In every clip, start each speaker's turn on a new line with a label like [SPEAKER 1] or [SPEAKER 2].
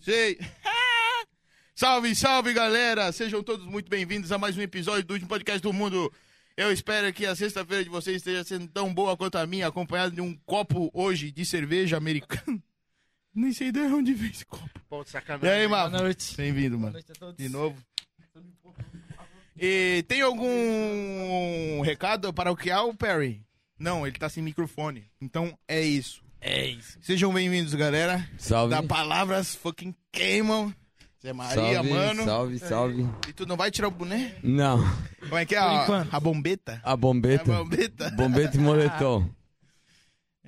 [SPEAKER 1] Sei. salve, salve, galera! Sejam todos muito bem-vindos a mais um episódio do último podcast do mundo. Eu espero que a sexta-feira de vocês esteja sendo tão boa quanto a minha, acompanhada de um copo hoje de cerveja americana. Nem sei de onde vem esse copo.
[SPEAKER 2] Pô,
[SPEAKER 1] E
[SPEAKER 2] sacanagem.
[SPEAKER 1] aí,
[SPEAKER 3] Boa
[SPEAKER 1] Mafra?
[SPEAKER 3] noite.
[SPEAKER 1] Bem-vindo, mano.
[SPEAKER 3] Boa noite a todos.
[SPEAKER 1] De novo. E tem algum recado para o que há, o Perry? Não, ele tá sem microfone. Então é isso.
[SPEAKER 3] É isso.
[SPEAKER 1] Sejam bem-vindos, galera.
[SPEAKER 4] Salve.
[SPEAKER 1] Da Palavras Fucking Queimam. Zé Maria,
[SPEAKER 4] salve,
[SPEAKER 1] mano.
[SPEAKER 4] Salve, salve.
[SPEAKER 1] E tu não vai tirar o boné?
[SPEAKER 4] Não,
[SPEAKER 1] Como é que é?
[SPEAKER 3] Por
[SPEAKER 1] A,
[SPEAKER 3] enquanto.
[SPEAKER 1] a bombeta? É
[SPEAKER 4] a bombeta.
[SPEAKER 1] A bombeta?
[SPEAKER 4] bombeta e moletom.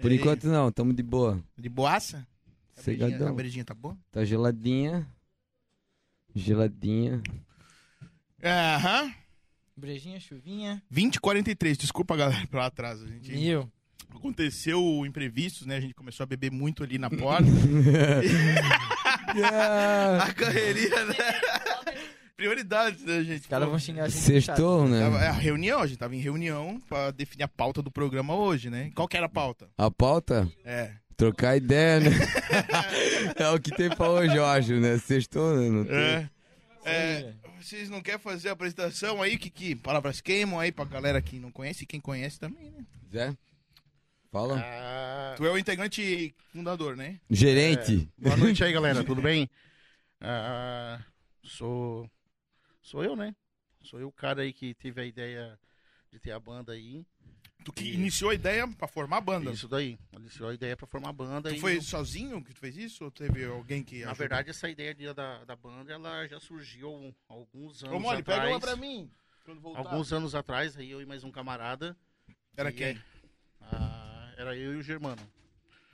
[SPEAKER 4] Por
[SPEAKER 1] E aí,
[SPEAKER 4] enquanto não, tamo de boa.
[SPEAKER 1] De boaça? A beijinha, a
[SPEAKER 4] Cegadão.
[SPEAKER 1] beijinha tá boa?
[SPEAKER 4] Tá geladinha. Geladinha.
[SPEAKER 1] Aham.
[SPEAKER 3] Brejinha, chuvinha.
[SPEAKER 1] 20h43, desculpa, galera, pelo atraso. A gente
[SPEAKER 3] Mil.
[SPEAKER 1] aconteceu imprevistos, né? A gente começou a beber muito ali na porta.
[SPEAKER 4] Ah,
[SPEAKER 1] a correria, né? Prioridades, né, gente?
[SPEAKER 3] Os caras
[SPEAKER 1] Pô,
[SPEAKER 3] vão xingar a gente. no
[SPEAKER 4] Sextou,
[SPEAKER 1] tava- é
[SPEAKER 4] né?
[SPEAKER 1] a reunião, a gente tava em reunião pra definir a pauta do programa hoje, né? Qual que era a pauta?
[SPEAKER 4] A pauta?
[SPEAKER 1] É.
[SPEAKER 4] Trocar ideia, né? é o que tem pra hoje, eu acho, né? Sextou, né? Não tem-
[SPEAKER 1] É.
[SPEAKER 3] chat.
[SPEAKER 1] É,
[SPEAKER 3] Sim,
[SPEAKER 1] vocês não querem fazer a apresentação aí, Kiki? Palavras queimam aí pra galera que não conhece e quem conhece também, né?
[SPEAKER 4] Zé? Fala.
[SPEAKER 2] Ah,
[SPEAKER 1] Tu é o integrante fundador, né?
[SPEAKER 4] Gerente.
[SPEAKER 2] boa noite aí, galera. Tudo bem? Ah, sou. Sou eu, né? Sou eu o cara aí que teve a ideia de ter a banda aí.
[SPEAKER 1] Tu que
[SPEAKER 2] Isso.
[SPEAKER 1] iniciou a ideia pra formar a banda.
[SPEAKER 2] Isso daí. Iniciou a ideia pra formar a banda.
[SPEAKER 1] Tu
[SPEAKER 2] e
[SPEAKER 1] Então foi sozinho que tu fez isso? Ou teve alguém que
[SPEAKER 2] Na
[SPEAKER 1] ajudou?
[SPEAKER 2] verdade, essa ideia de- da, da banda ela já surgiu há um, alguns anos
[SPEAKER 1] Ô, Mole,
[SPEAKER 2] atrás.
[SPEAKER 1] pega uma pra mim. Quando voltar.
[SPEAKER 2] Alguns é. anos atrás, aí eu e mais um camarada.
[SPEAKER 1] Era
[SPEAKER 2] E-
[SPEAKER 1] quem?
[SPEAKER 2] Ah, era eu e o Germano.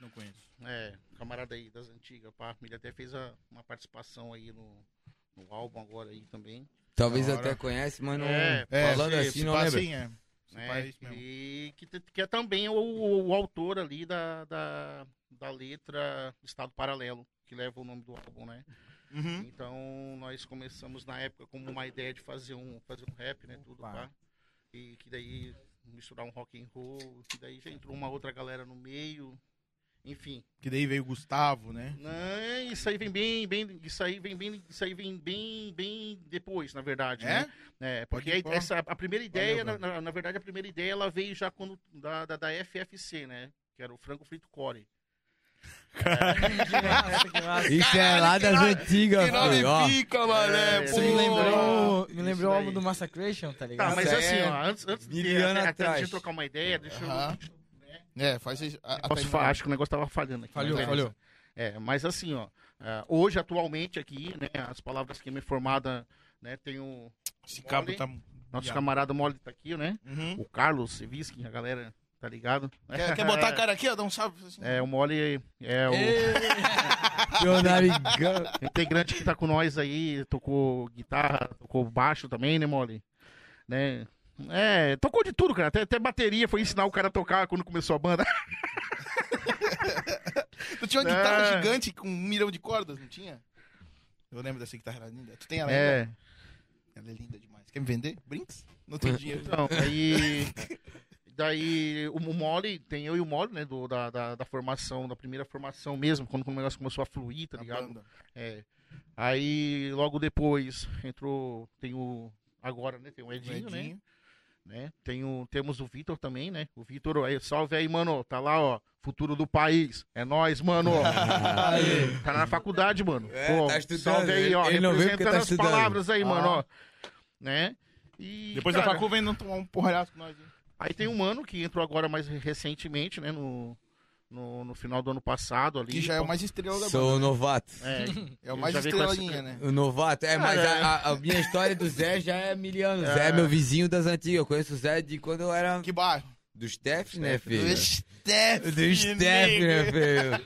[SPEAKER 1] Não conheço.
[SPEAKER 2] É, camarada aí das antigas, pá. Ele até fez a- uma participação aí no, no álbum agora aí também.
[SPEAKER 4] Talvez
[SPEAKER 1] Da hora.
[SPEAKER 4] até conhece, mas não.
[SPEAKER 2] É,
[SPEAKER 4] Falando
[SPEAKER 1] se-
[SPEAKER 4] assim,
[SPEAKER 1] se
[SPEAKER 4] não
[SPEAKER 1] pá,
[SPEAKER 4] lembra.
[SPEAKER 1] sim, é. Se
[SPEAKER 2] né?
[SPEAKER 1] pá, é isso mesmo.
[SPEAKER 2] E que, te- que é também o, o autor ali da, da, da letra Estado Paralelo, que leva o nome do álbum, né?
[SPEAKER 1] Uhum.
[SPEAKER 2] Então nós começamos na época como uma ideia de fazer um, fazer um rap, né? Tudo,
[SPEAKER 3] Opa.
[SPEAKER 2] pá. E que daí misturar um rock and roll, que daí já entrou uma outra galera no meio. Enfim,
[SPEAKER 1] Que daí veio o Gustavo, né?
[SPEAKER 2] Não, isso aí vem bem, bem, isso aí vem bem, isso aí vem bem, bem depois, na verdade,
[SPEAKER 1] É?
[SPEAKER 2] né? É, porque
[SPEAKER 1] Pode
[SPEAKER 2] aí
[SPEAKER 1] pôr.
[SPEAKER 2] essa, a primeira ideia,
[SPEAKER 1] Valeu,
[SPEAKER 2] na, na- na verdade, a primeira ideia ela veio já quando da, da, da FFC, né? Que era o frango frito core.
[SPEAKER 3] Que massa, que massa.
[SPEAKER 4] Isso é lá
[SPEAKER 1] assim,
[SPEAKER 4] das
[SPEAKER 1] Caralho,
[SPEAKER 4] antigas,
[SPEAKER 1] Que nome
[SPEAKER 4] filho. ó.
[SPEAKER 1] pica, mané.
[SPEAKER 2] É,
[SPEAKER 3] Isso me
[SPEAKER 1] pô.
[SPEAKER 3] lembrou, me
[SPEAKER 2] Isso
[SPEAKER 3] lembrou o álbum
[SPEAKER 2] daí.
[SPEAKER 3] do Massacration, tá ligado?
[SPEAKER 2] Tá, mas
[SPEAKER 4] é
[SPEAKER 2] assim, ó, antes, antes de
[SPEAKER 4] mil anos
[SPEAKER 2] até- até a
[SPEAKER 4] atrás.
[SPEAKER 2] gente trocar uma ideia,
[SPEAKER 1] Ah,
[SPEAKER 2] deixa
[SPEAKER 1] Aham.
[SPEAKER 2] eu.
[SPEAKER 1] É, faz isso. a-
[SPEAKER 2] Posso
[SPEAKER 1] até-
[SPEAKER 2] falar? Acho que o negócio tava falhando aqui.
[SPEAKER 3] Falhou,
[SPEAKER 2] mas beleza.
[SPEAKER 3] falhou.
[SPEAKER 2] É, mas assim, ó, ah, hoje, atualmente, aqui, né, as palavras que me formada, né, tem o
[SPEAKER 1] Esse cabo
[SPEAKER 2] Mole.
[SPEAKER 1] tá.
[SPEAKER 2] nosso
[SPEAKER 1] Yeah.
[SPEAKER 2] camarada Mole tá aqui, né?
[SPEAKER 1] Uhum.
[SPEAKER 2] O Carlos Seviskin, a galera, tá ligado?
[SPEAKER 1] Quer, quer botar a cara aqui, ó? Dá um salve. Assim.
[SPEAKER 2] É, o Mole é o
[SPEAKER 4] Meu narigão.
[SPEAKER 2] integrante que tá com nós aí, tocou guitarra, tocou baixo também, né, Mole? Né? É, tocou de tudo, cara. Até, até bateria foi ensinar o cara a tocar quando começou a banda.
[SPEAKER 1] Tu tinha uma guitarra
[SPEAKER 2] É.
[SPEAKER 1] gigante com um milhão de cordas, não tinha? Eu lembro dessa guitarra, era linda. Tu tem ela ainda?
[SPEAKER 2] É,
[SPEAKER 1] Ela é linda demais. Quer me vender? Brinks? Não tem dinheiro.
[SPEAKER 2] então, aí. Daí o o Mole, tem eu e o Mole, né? do- da, da, da formação, da primeira formação mesmo, quando o negócio começou a fluir, tá
[SPEAKER 1] Na
[SPEAKER 2] ligado?
[SPEAKER 1] banda.
[SPEAKER 2] É. Aí logo depois entrou, tem o agora, né? Tem o Edinho, né?
[SPEAKER 1] Edinho.
[SPEAKER 2] né? Tem o, temos o Vitor também, né? O Vitor, aí, salve aí, mano. Tá lá, ó. Futuro do país. É nós, mano. tá na faculdade, mano.
[SPEAKER 4] É,
[SPEAKER 2] Pô,
[SPEAKER 4] tá estudando.
[SPEAKER 2] Salve aí, ó.
[SPEAKER 4] Ele não veio porque
[SPEAKER 2] representando
[SPEAKER 4] tá
[SPEAKER 2] as
[SPEAKER 4] estudando.
[SPEAKER 2] palavras aí,
[SPEAKER 4] Ah.
[SPEAKER 2] mano, ó. Né? E,
[SPEAKER 1] Depois
[SPEAKER 2] cara,
[SPEAKER 1] da facu vem não tomar um porralhaço com nós. hein?
[SPEAKER 2] Aí tem um mano que entrou agora mais recentemente, né? No, no, no final do ano passado ali.
[SPEAKER 1] Que já é o mais estrela da banda.
[SPEAKER 4] Sou o novato.
[SPEAKER 2] É,
[SPEAKER 1] É o
[SPEAKER 2] eu
[SPEAKER 1] mais
[SPEAKER 2] já vi com essa-
[SPEAKER 1] estrelinha, né?
[SPEAKER 4] O novato, é, mas
[SPEAKER 2] Cara,
[SPEAKER 4] a, a- a minha história do Zé já é miliano.
[SPEAKER 2] É.
[SPEAKER 4] Zé é meu vizinho das antigas. Eu conheço o Zé de quando eu era.
[SPEAKER 1] Que bairro?
[SPEAKER 4] Do Steph, né, filho?
[SPEAKER 1] Do Steph.
[SPEAKER 4] Do Steph, né, filho?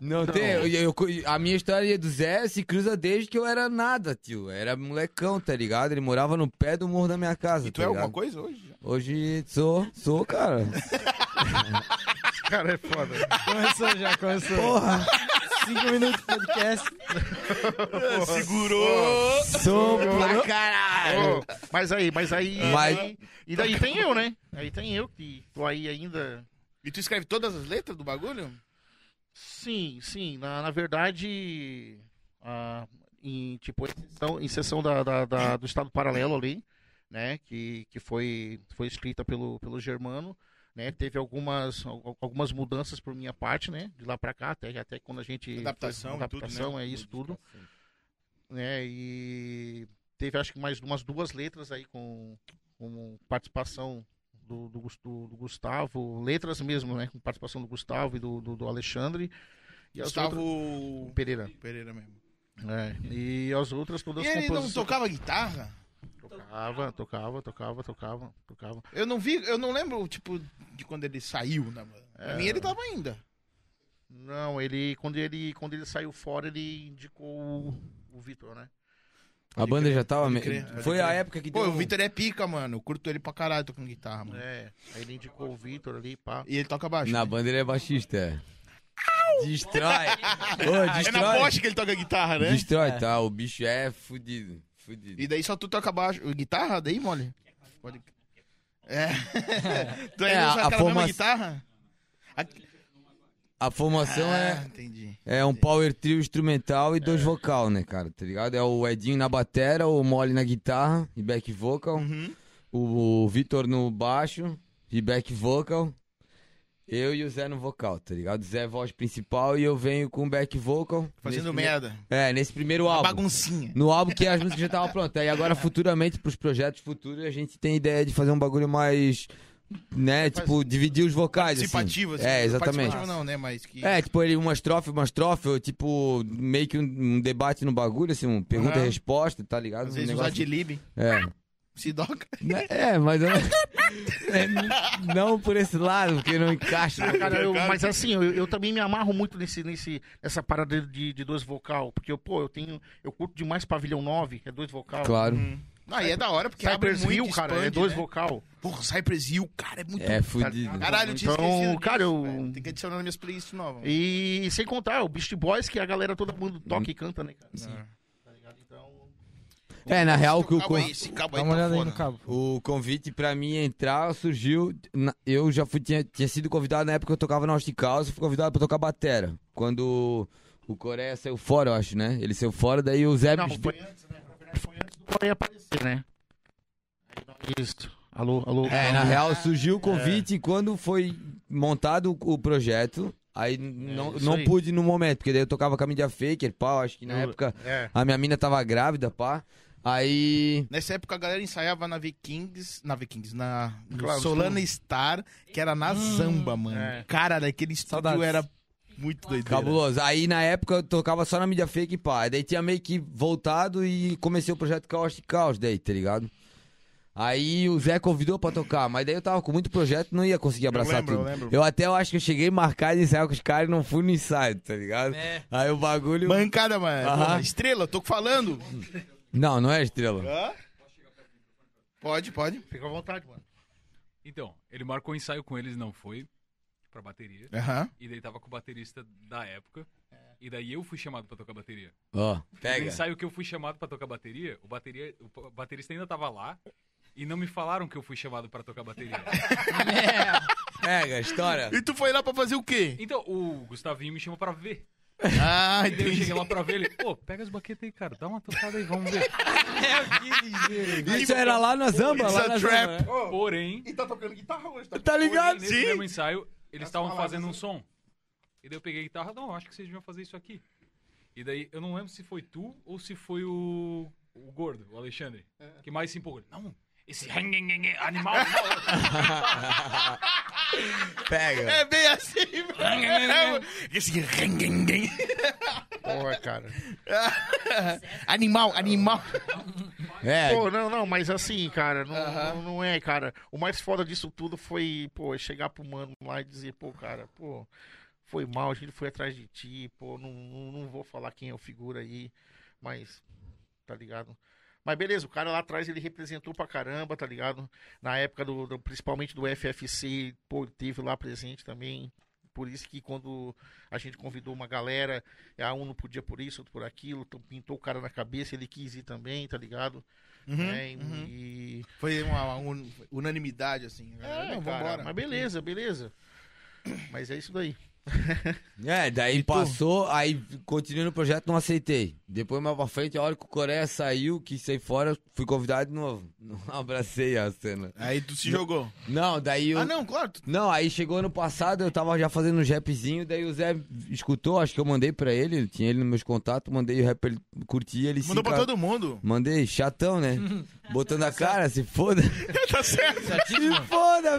[SPEAKER 4] Não tem. eu- eu- a minha história do Zé se cruza desde que eu era nada, tio. Era molecão, tá ligado? Ele morava no pé do morro da minha casa.
[SPEAKER 1] E tu
[SPEAKER 4] tá
[SPEAKER 1] é
[SPEAKER 4] ligado?
[SPEAKER 1] alguma coisa hoje?
[SPEAKER 4] Hoje sou, sou, cara.
[SPEAKER 2] Cara, é foda.
[SPEAKER 3] Começou já, começou.
[SPEAKER 4] Porra,
[SPEAKER 3] Cinco minutos de podcast.
[SPEAKER 1] Segurou!
[SPEAKER 4] sou pra caralho. É.
[SPEAKER 2] Ô, mas aí, mas aí.
[SPEAKER 4] Mas-
[SPEAKER 2] aí- e daí tem eu, né? Aí tem eu que tô aí ainda.
[SPEAKER 1] E tu escreve todas as letras do bagulho?
[SPEAKER 2] Sim, sim. Na, na verdade. ah, em, tipo, em sessão, em sessão da, da- da- do Estado Paralelo ali, né? Que, que foi, foi escrita pelo, pelo Germano, né? Teve algumas, al- algumas mudanças por minha parte, né? De lá pra cá, até, até quando a gente... fez
[SPEAKER 1] Adaptação e tudo,
[SPEAKER 2] adaptação,
[SPEAKER 1] né?
[SPEAKER 2] é isso tudo. Né? E teve, acho que mais umas duas letras aí com, com participação do, do, Gus- do- do Gustavo, letras mesmo, né? Com participação do Gustavo e do, do, do Alexandre. E as outras-
[SPEAKER 1] Gustavo
[SPEAKER 2] Pereira.
[SPEAKER 1] Pereira mesmo.
[SPEAKER 2] É, e as outras todas
[SPEAKER 1] E ele não
[SPEAKER 2] composições-
[SPEAKER 1] tocava guitarra?
[SPEAKER 2] Tocava, tocava, tocava, tocava, tocava.
[SPEAKER 1] Eu não vi, eu não lembro, tipo, de quando ele saiu. Na, pra mim ele tava ainda.
[SPEAKER 2] Não, ele quando ele quando ele saiu fora, ele indicou o, o Vitor, né?
[SPEAKER 4] A banda já tava. me-
[SPEAKER 1] crer, pode
[SPEAKER 4] Foi a
[SPEAKER 1] crer.
[SPEAKER 4] época que
[SPEAKER 1] Pô,
[SPEAKER 3] um.
[SPEAKER 4] deu. um
[SPEAKER 1] o Vitor é pica, mano. Eu curto ele pra caralho, tocando guitarra, mano.
[SPEAKER 2] É, aí ele indicou o Vitor ali, pá.
[SPEAKER 1] E ele toca baixo.
[SPEAKER 4] Na
[SPEAKER 1] né?
[SPEAKER 4] banda ele é baixista. é. Destrói. Ô,
[SPEAKER 1] É na
[SPEAKER 4] destrói.
[SPEAKER 1] Bosch que ele toca guitarra, né?
[SPEAKER 4] Destrói, tá? O bicho é fudido. Fudido.
[SPEAKER 1] E daí só tu toca baixo. Guitarra daí, mole? Pode... É. tu
[SPEAKER 4] É,
[SPEAKER 1] ainda
[SPEAKER 4] a-
[SPEAKER 1] usa
[SPEAKER 4] a
[SPEAKER 1] aquela
[SPEAKER 4] forma-
[SPEAKER 1] mesma guitarra? A-
[SPEAKER 4] A formação
[SPEAKER 1] ah, É.
[SPEAKER 4] é.
[SPEAKER 1] entendi.
[SPEAKER 4] É um power trio instrumental e dois vocal, né, cara? Tá ligado? É o Edinho na batera, o Mole na guitarra e back vocal,
[SPEAKER 1] Uhum.
[SPEAKER 4] o Vitor no baixo e back vocal, eu e o Zé no vocal, tá ligado? Zé é voz principal e eu venho com back vocal.
[SPEAKER 1] Fazendo
[SPEAKER 4] nesse
[SPEAKER 1] merda.
[SPEAKER 4] prime- É, nesse primeiro
[SPEAKER 1] Uma
[SPEAKER 4] álbum.
[SPEAKER 1] baguncinha.
[SPEAKER 4] No álbum que as músicas já estavam prontas. E agora, futuramente, pros projetos futuros, a gente tem ideia de fazer um bagulho mais. Né, tipo, dividir os vocais. assim.
[SPEAKER 1] Participativa, assim.
[SPEAKER 4] É, exatamente.
[SPEAKER 1] Participativa não, né? Mas que.
[SPEAKER 4] É, tipo, ele, uma estrofe, uma estrofe, ou, tipo, meio que um, um debate no bagulho, assim, um pergunta
[SPEAKER 1] Aham.
[SPEAKER 4] e resposta, tá ligado?
[SPEAKER 1] Às
[SPEAKER 4] Um
[SPEAKER 1] vezes usar de lib,
[SPEAKER 4] É.
[SPEAKER 1] se doca.
[SPEAKER 4] Né, É, mas eu... é, n- não por esse lado, porque não encaixa. né?
[SPEAKER 2] Ah, cara, eu-
[SPEAKER 1] Cara,
[SPEAKER 2] mas assim, eu, eu também me amarro muito nesse, nesse, nessa parada de, de dois vocal. Porque, eu, pô, eu tenho. Eu curto demais Pavilhão 9, que é dois vocal.
[SPEAKER 4] Claro.
[SPEAKER 1] Não, e é da hora, porque abre
[SPEAKER 2] Cypress
[SPEAKER 1] muito,
[SPEAKER 2] Hill, cara, é
[SPEAKER 1] expande,
[SPEAKER 2] dois
[SPEAKER 1] né?
[SPEAKER 2] vocal.
[SPEAKER 1] Porra, Cypress Hill, cara, é muito...
[SPEAKER 4] É fudido.
[SPEAKER 1] Caralho, eu tinha
[SPEAKER 2] Então, É
[SPEAKER 1] esquecido disso,
[SPEAKER 2] cara, eu-
[SPEAKER 1] velho. Tem que adicionar nas minhas playlists novas.
[SPEAKER 2] E sem contar, o Beast Boys, que a galera todo mundo toca e canta, né, cara?
[SPEAKER 1] Sim.
[SPEAKER 2] Tá ligado? Então.
[SPEAKER 4] É, na real, que o,
[SPEAKER 1] Cabo
[SPEAKER 4] con-
[SPEAKER 1] aí, esse cabo
[SPEAKER 3] Dá
[SPEAKER 1] aí
[SPEAKER 3] uma
[SPEAKER 1] tá
[SPEAKER 3] olhada aí
[SPEAKER 1] foda.
[SPEAKER 3] no cabo.
[SPEAKER 4] o convite pra mim entrar surgiu. na- Eu já fui, tinha, tinha sido convidado na época que eu tocava na Austin House, fui convidado pra tocar batera. Quando o Coreia saiu fora, eu acho, né? Ele saiu fora, daí o Zé.
[SPEAKER 2] Não, foi antes, né? Na verdade, Foi antes do Coreia aparecer, né? Aí nós- Isso. Alô, alô.
[SPEAKER 4] É, na real surgiu o convite quando foi montado o o projeto. Aí n- não,
[SPEAKER 2] É, isso
[SPEAKER 4] não
[SPEAKER 2] aí.
[SPEAKER 4] pude no momento, porque daí eu tocava com a mídia faker, pá, acho que na
[SPEAKER 2] Eu-
[SPEAKER 4] época
[SPEAKER 2] É.
[SPEAKER 4] a minha mina tava grávida, pá. Aí.
[SPEAKER 1] Nessa época a galera ensaiava na Vikings, na Vikings, na no
[SPEAKER 2] Claro,
[SPEAKER 1] Solana Star, que era na Zamba, mano.
[SPEAKER 2] é.
[SPEAKER 1] Cara, daquele estúdio
[SPEAKER 3] Saudades.
[SPEAKER 1] era muito doideira.
[SPEAKER 4] Cabuloso. Aí na época eu tocava só na mídia fake, pá. Aí Daí tinha meio que voltado e comecei o projeto Caos de Caos daí, tá ligado? Aí o Zé convidou pra tocar, mas daí eu tava com muito projeto não ia conseguir abraçar
[SPEAKER 1] lembro,
[SPEAKER 4] tudo.
[SPEAKER 1] eu lembro.
[SPEAKER 4] até eu acho que eu cheguei marcado e ensaiar com os caras e não fui no ensaio, tá ligado?
[SPEAKER 3] É.
[SPEAKER 4] Aí o bagulho.
[SPEAKER 1] Mancada, mano.
[SPEAKER 4] Aham.
[SPEAKER 1] Porra, estrela, tô falando.
[SPEAKER 4] Não, não é estrela.
[SPEAKER 1] Hã? Pode, pode.
[SPEAKER 2] Fica à vontade, mano.
[SPEAKER 5] Então, ele marcou o ensaio com eles, não foi, pra bateria.
[SPEAKER 1] Aham.
[SPEAKER 5] E daí tava com o baterista da época. E daí eu fui chamado pra tocar bateria.
[SPEAKER 4] Ó,
[SPEAKER 5] No
[SPEAKER 4] pega.
[SPEAKER 5] ensaio que eu fui chamado pra tocar bateria, o, bateria, o pa- baterista ainda tava lá. E não me falaram que eu fui chamado pra tocar bateria.
[SPEAKER 4] Pega, história.
[SPEAKER 1] E tu foi lá pra fazer o quê?
[SPEAKER 5] Então, o Gustavinho me chamou pra ver.
[SPEAKER 1] Ah,
[SPEAKER 5] E daí eu
[SPEAKER 1] entendi.
[SPEAKER 5] cheguei lá pra ver ele. Pô, pega as baquetas aí, cara. Dá uma tocada aí, vamos ver.
[SPEAKER 4] Isso era lá na Zamba,
[SPEAKER 1] It's
[SPEAKER 4] lá
[SPEAKER 1] a
[SPEAKER 4] na
[SPEAKER 1] é trap.
[SPEAKER 4] Zamba.
[SPEAKER 5] Porém,
[SPEAKER 1] E tá tocando guitarra hoje,
[SPEAKER 4] né? Tá
[SPEAKER 5] porém
[SPEAKER 4] ligado?
[SPEAKER 5] nesse
[SPEAKER 1] Sim.
[SPEAKER 5] mesmo ensaio, eles estavam fazendo
[SPEAKER 2] né?
[SPEAKER 5] um som. E daí eu peguei a guitarra. Não, acho que vocês deviam fazer isso aqui. E daí, eu não lembro se foi tu ou se foi o, o gordo, o Alexandre,
[SPEAKER 2] É.
[SPEAKER 5] que mais se empolgou. Não, esse animal...
[SPEAKER 1] É
[SPEAKER 4] Pega.
[SPEAKER 1] bem assim, mano. É, mano. Esse
[SPEAKER 2] Porra, cara.
[SPEAKER 1] Animal, animal.
[SPEAKER 4] É,
[SPEAKER 2] Pô, não, não, mas assim, cara, não,
[SPEAKER 1] Aham.
[SPEAKER 2] não, não é, cara. O mais foda disso tudo foi, pô, chegar pro mano lá e dizer, pô, cara, pô, foi mal, a gente foi atrás de ti, pô, não, não, não vou falar quem é o figura aí, mas, tá ligado? Mas beleza, o cara lá atrás ele representou pra caramba, tá ligado? Na época do, do- principalmente do FFC, pô, ele teve lá presente também. Por isso que quando a gente convidou uma galera, ah, um não podia por isso, outro por aquilo, então pintou o cara na cabeça, ele quis ir também, tá ligado?
[SPEAKER 4] Uhum,
[SPEAKER 1] Uhum.
[SPEAKER 2] né? E- E...
[SPEAKER 1] Foi uma, uma un- unanimidade, assim.
[SPEAKER 2] É,
[SPEAKER 1] né,
[SPEAKER 2] vambora. Mas beleza, beleza. Mas é isso daí.
[SPEAKER 4] É, daí passou, aí continuei no projeto, não aceitei. Depois, mais pra frente, a hora que o Coreia saiu, que saí fora, fui convidado de novo. Não abracei a cena.
[SPEAKER 1] Aí tu se jogou.
[SPEAKER 4] Não, daí eu...
[SPEAKER 1] Ah, não, claro. tu-
[SPEAKER 4] Não, aí chegou ano passado, eu tava já fazendo um rapzinho, daí o Zé escutou, acho que eu mandei pra ele, ele tinha ele nos meus contatos, mandei o rap, ele curtia, ele
[SPEAKER 1] Mandou
[SPEAKER 4] se
[SPEAKER 1] pra
[SPEAKER 4] enca-
[SPEAKER 1] todo mundo.
[SPEAKER 4] Mandei, chatão, né? Botando a cara, se foda.
[SPEAKER 1] tá certo.
[SPEAKER 4] se foda,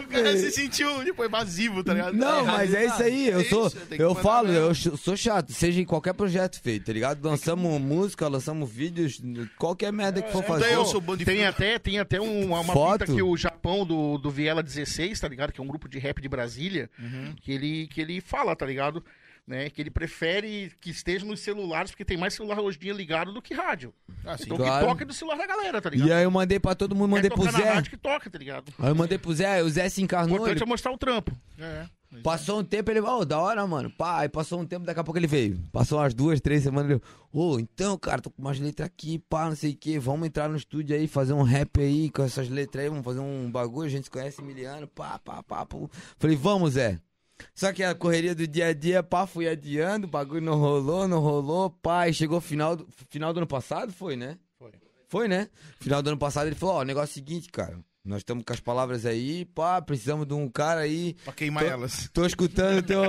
[SPEAKER 1] O cara se
[SPEAKER 4] velho.
[SPEAKER 1] sentiu, tipo, evasivo, tá ligado?
[SPEAKER 4] Não,
[SPEAKER 1] É,
[SPEAKER 4] mas é isso aí, eu
[SPEAKER 1] É
[SPEAKER 4] sou,
[SPEAKER 1] isso, tem que
[SPEAKER 4] eu
[SPEAKER 1] mandar
[SPEAKER 4] falo,
[SPEAKER 1] mesmo.
[SPEAKER 4] eu ch- sou chato, seja em qualquer projeto feito, tá ligado? Lançamos música, lançamos vídeos, qualquer merda que for
[SPEAKER 1] Então
[SPEAKER 4] fazer.
[SPEAKER 1] eu sou bom de
[SPEAKER 2] Tem até, tem até um, uma, uma
[SPEAKER 4] Foto?
[SPEAKER 2] fita que o Japão do, do Viela 16, tá ligado? Que é um grupo de rap de Brasília,
[SPEAKER 4] Uhum.
[SPEAKER 2] que, ele, que ele fala, tá ligado? Né? Que ele prefere que esteja nos celulares, porque tem mais celular hoje em dia ligado do que rádio.
[SPEAKER 1] Ah, sim.
[SPEAKER 2] Então
[SPEAKER 4] Claro.
[SPEAKER 2] que toca do celular da galera, tá ligado?
[SPEAKER 4] E é aí eu mandei pra todo mundo, mandei
[SPEAKER 2] Quer
[SPEAKER 4] pro
[SPEAKER 2] tocar na
[SPEAKER 4] Zé.
[SPEAKER 2] rádio que toca, tá ligado?
[SPEAKER 4] Aí eu mandei pro Zé, aí o Zé se
[SPEAKER 2] O
[SPEAKER 4] encarnou, é.
[SPEAKER 2] importante
[SPEAKER 4] ele
[SPEAKER 2] é mostrar o trampo.
[SPEAKER 1] É.
[SPEAKER 4] Passou um tempo, ele, ô, da hora, mano. Pá, aí passou um tempo, daqui a pouco ele veio. Passou umas duas, três semanas, ele, ô, então, cara, tô com umas letras aqui, pá, não sei o que, vamos entrar no estúdio aí, fazer um rap aí com essas letras aí, vamos fazer um bagulho, a gente se conhece miliano, pá, pá, pá, pá. Falei, vamos, Zé. Só que a correria do dia a dia, pá, fui adiando, o bagulho não rolou, não rolou, pá, e chegou final do, final do ano passado, foi, né?
[SPEAKER 2] Foi.
[SPEAKER 4] Foi, né? Final do ano passado ele falou, ó, o negócio é o seguinte, cara, nós estamos com as palavras aí, pá, precisamos de um cara aí
[SPEAKER 1] Pra queimar
[SPEAKER 4] Tô-
[SPEAKER 1] elas.
[SPEAKER 4] Tô escutando teu.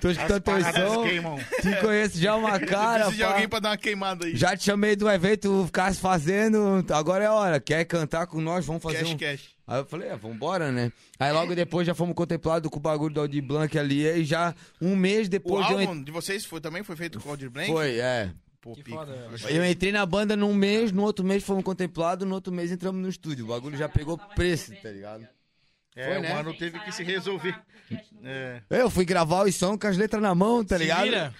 [SPEAKER 4] Tô escutando teu
[SPEAKER 2] Paradas
[SPEAKER 4] som.
[SPEAKER 2] queimam.
[SPEAKER 4] Te conheço já uma cara.
[SPEAKER 1] Preciso de
[SPEAKER 4] pá.
[SPEAKER 1] alguém pra dar uma queimada aí.
[SPEAKER 4] Já te chamei do evento, ficasse fazendo. Agora é a hora. Quer cantar com nós? Vamos fazer
[SPEAKER 1] Cash,
[SPEAKER 4] um.
[SPEAKER 1] cash.
[SPEAKER 4] Aí eu falei, é, vambora, né? Aí logo depois já fomos contemplados com o bagulho do Aldi Blanc ali. E já um mês
[SPEAKER 1] O
[SPEAKER 4] depois. eu en-
[SPEAKER 1] álbum de vocês foi, também foi feito com o Aldir Blank?
[SPEAKER 4] Foi, é.
[SPEAKER 1] Pô,
[SPEAKER 5] Que
[SPEAKER 1] pica.
[SPEAKER 5] foda.
[SPEAKER 4] Eu entrei na banda num mês, no outro mês fomos contemplados, no outro mês entramos no estúdio. O bagulho já pegou preço, tá ligado?
[SPEAKER 2] É,
[SPEAKER 4] Foi,
[SPEAKER 2] o
[SPEAKER 4] né?
[SPEAKER 2] mano teve que se resolver. É.
[SPEAKER 4] Eu fui gravar os som com as letras na mão, tá ligado?
[SPEAKER 3] Vira.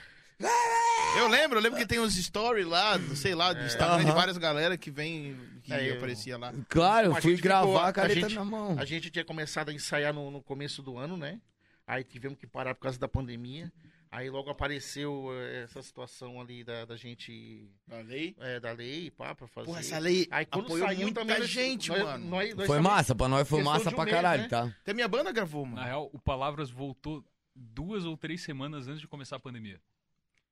[SPEAKER 1] Eu lembro, eu lembro que tem uns stories lá, do- sei lá, do Instagram de
[SPEAKER 4] Aham.
[SPEAKER 1] várias galera que vem, que
[SPEAKER 2] É, eu-
[SPEAKER 1] aparecia lá.
[SPEAKER 4] Claro,
[SPEAKER 2] A
[SPEAKER 4] fui
[SPEAKER 1] tipo,
[SPEAKER 2] gente ficou-
[SPEAKER 4] gravar com a
[SPEAKER 2] a
[SPEAKER 4] letra
[SPEAKER 2] gente-
[SPEAKER 4] na mão.
[SPEAKER 2] A gente tinha começado a ensaiar no, no começo do ano, né? Aí tivemos que parar por causa da pandemia. Aí logo apareceu eh, essa situação ali da, da gente,
[SPEAKER 1] A lei.
[SPEAKER 2] eh, da lei, pá, pra fazer.
[SPEAKER 1] Porra, essa lei
[SPEAKER 2] Aí quando
[SPEAKER 1] apoiou
[SPEAKER 2] saiu
[SPEAKER 1] muita
[SPEAKER 2] também, nós-
[SPEAKER 1] gente,
[SPEAKER 2] nós-
[SPEAKER 1] mano.
[SPEAKER 2] nós- nós
[SPEAKER 4] Foi
[SPEAKER 2] também-
[SPEAKER 4] massa, pra nós foi
[SPEAKER 2] questão
[SPEAKER 4] massa
[SPEAKER 2] de um
[SPEAKER 4] pra
[SPEAKER 2] mês,
[SPEAKER 4] caralho,
[SPEAKER 2] né?
[SPEAKER 4] tá?
[SPEAKER 1] Até minha banda gravou,
[SPEAKER 5] Na
[SPEAKER 1] mano.
[SPEAKER 5] real, o Palavras voltou duas ou três semanas antes de começar a pandemia.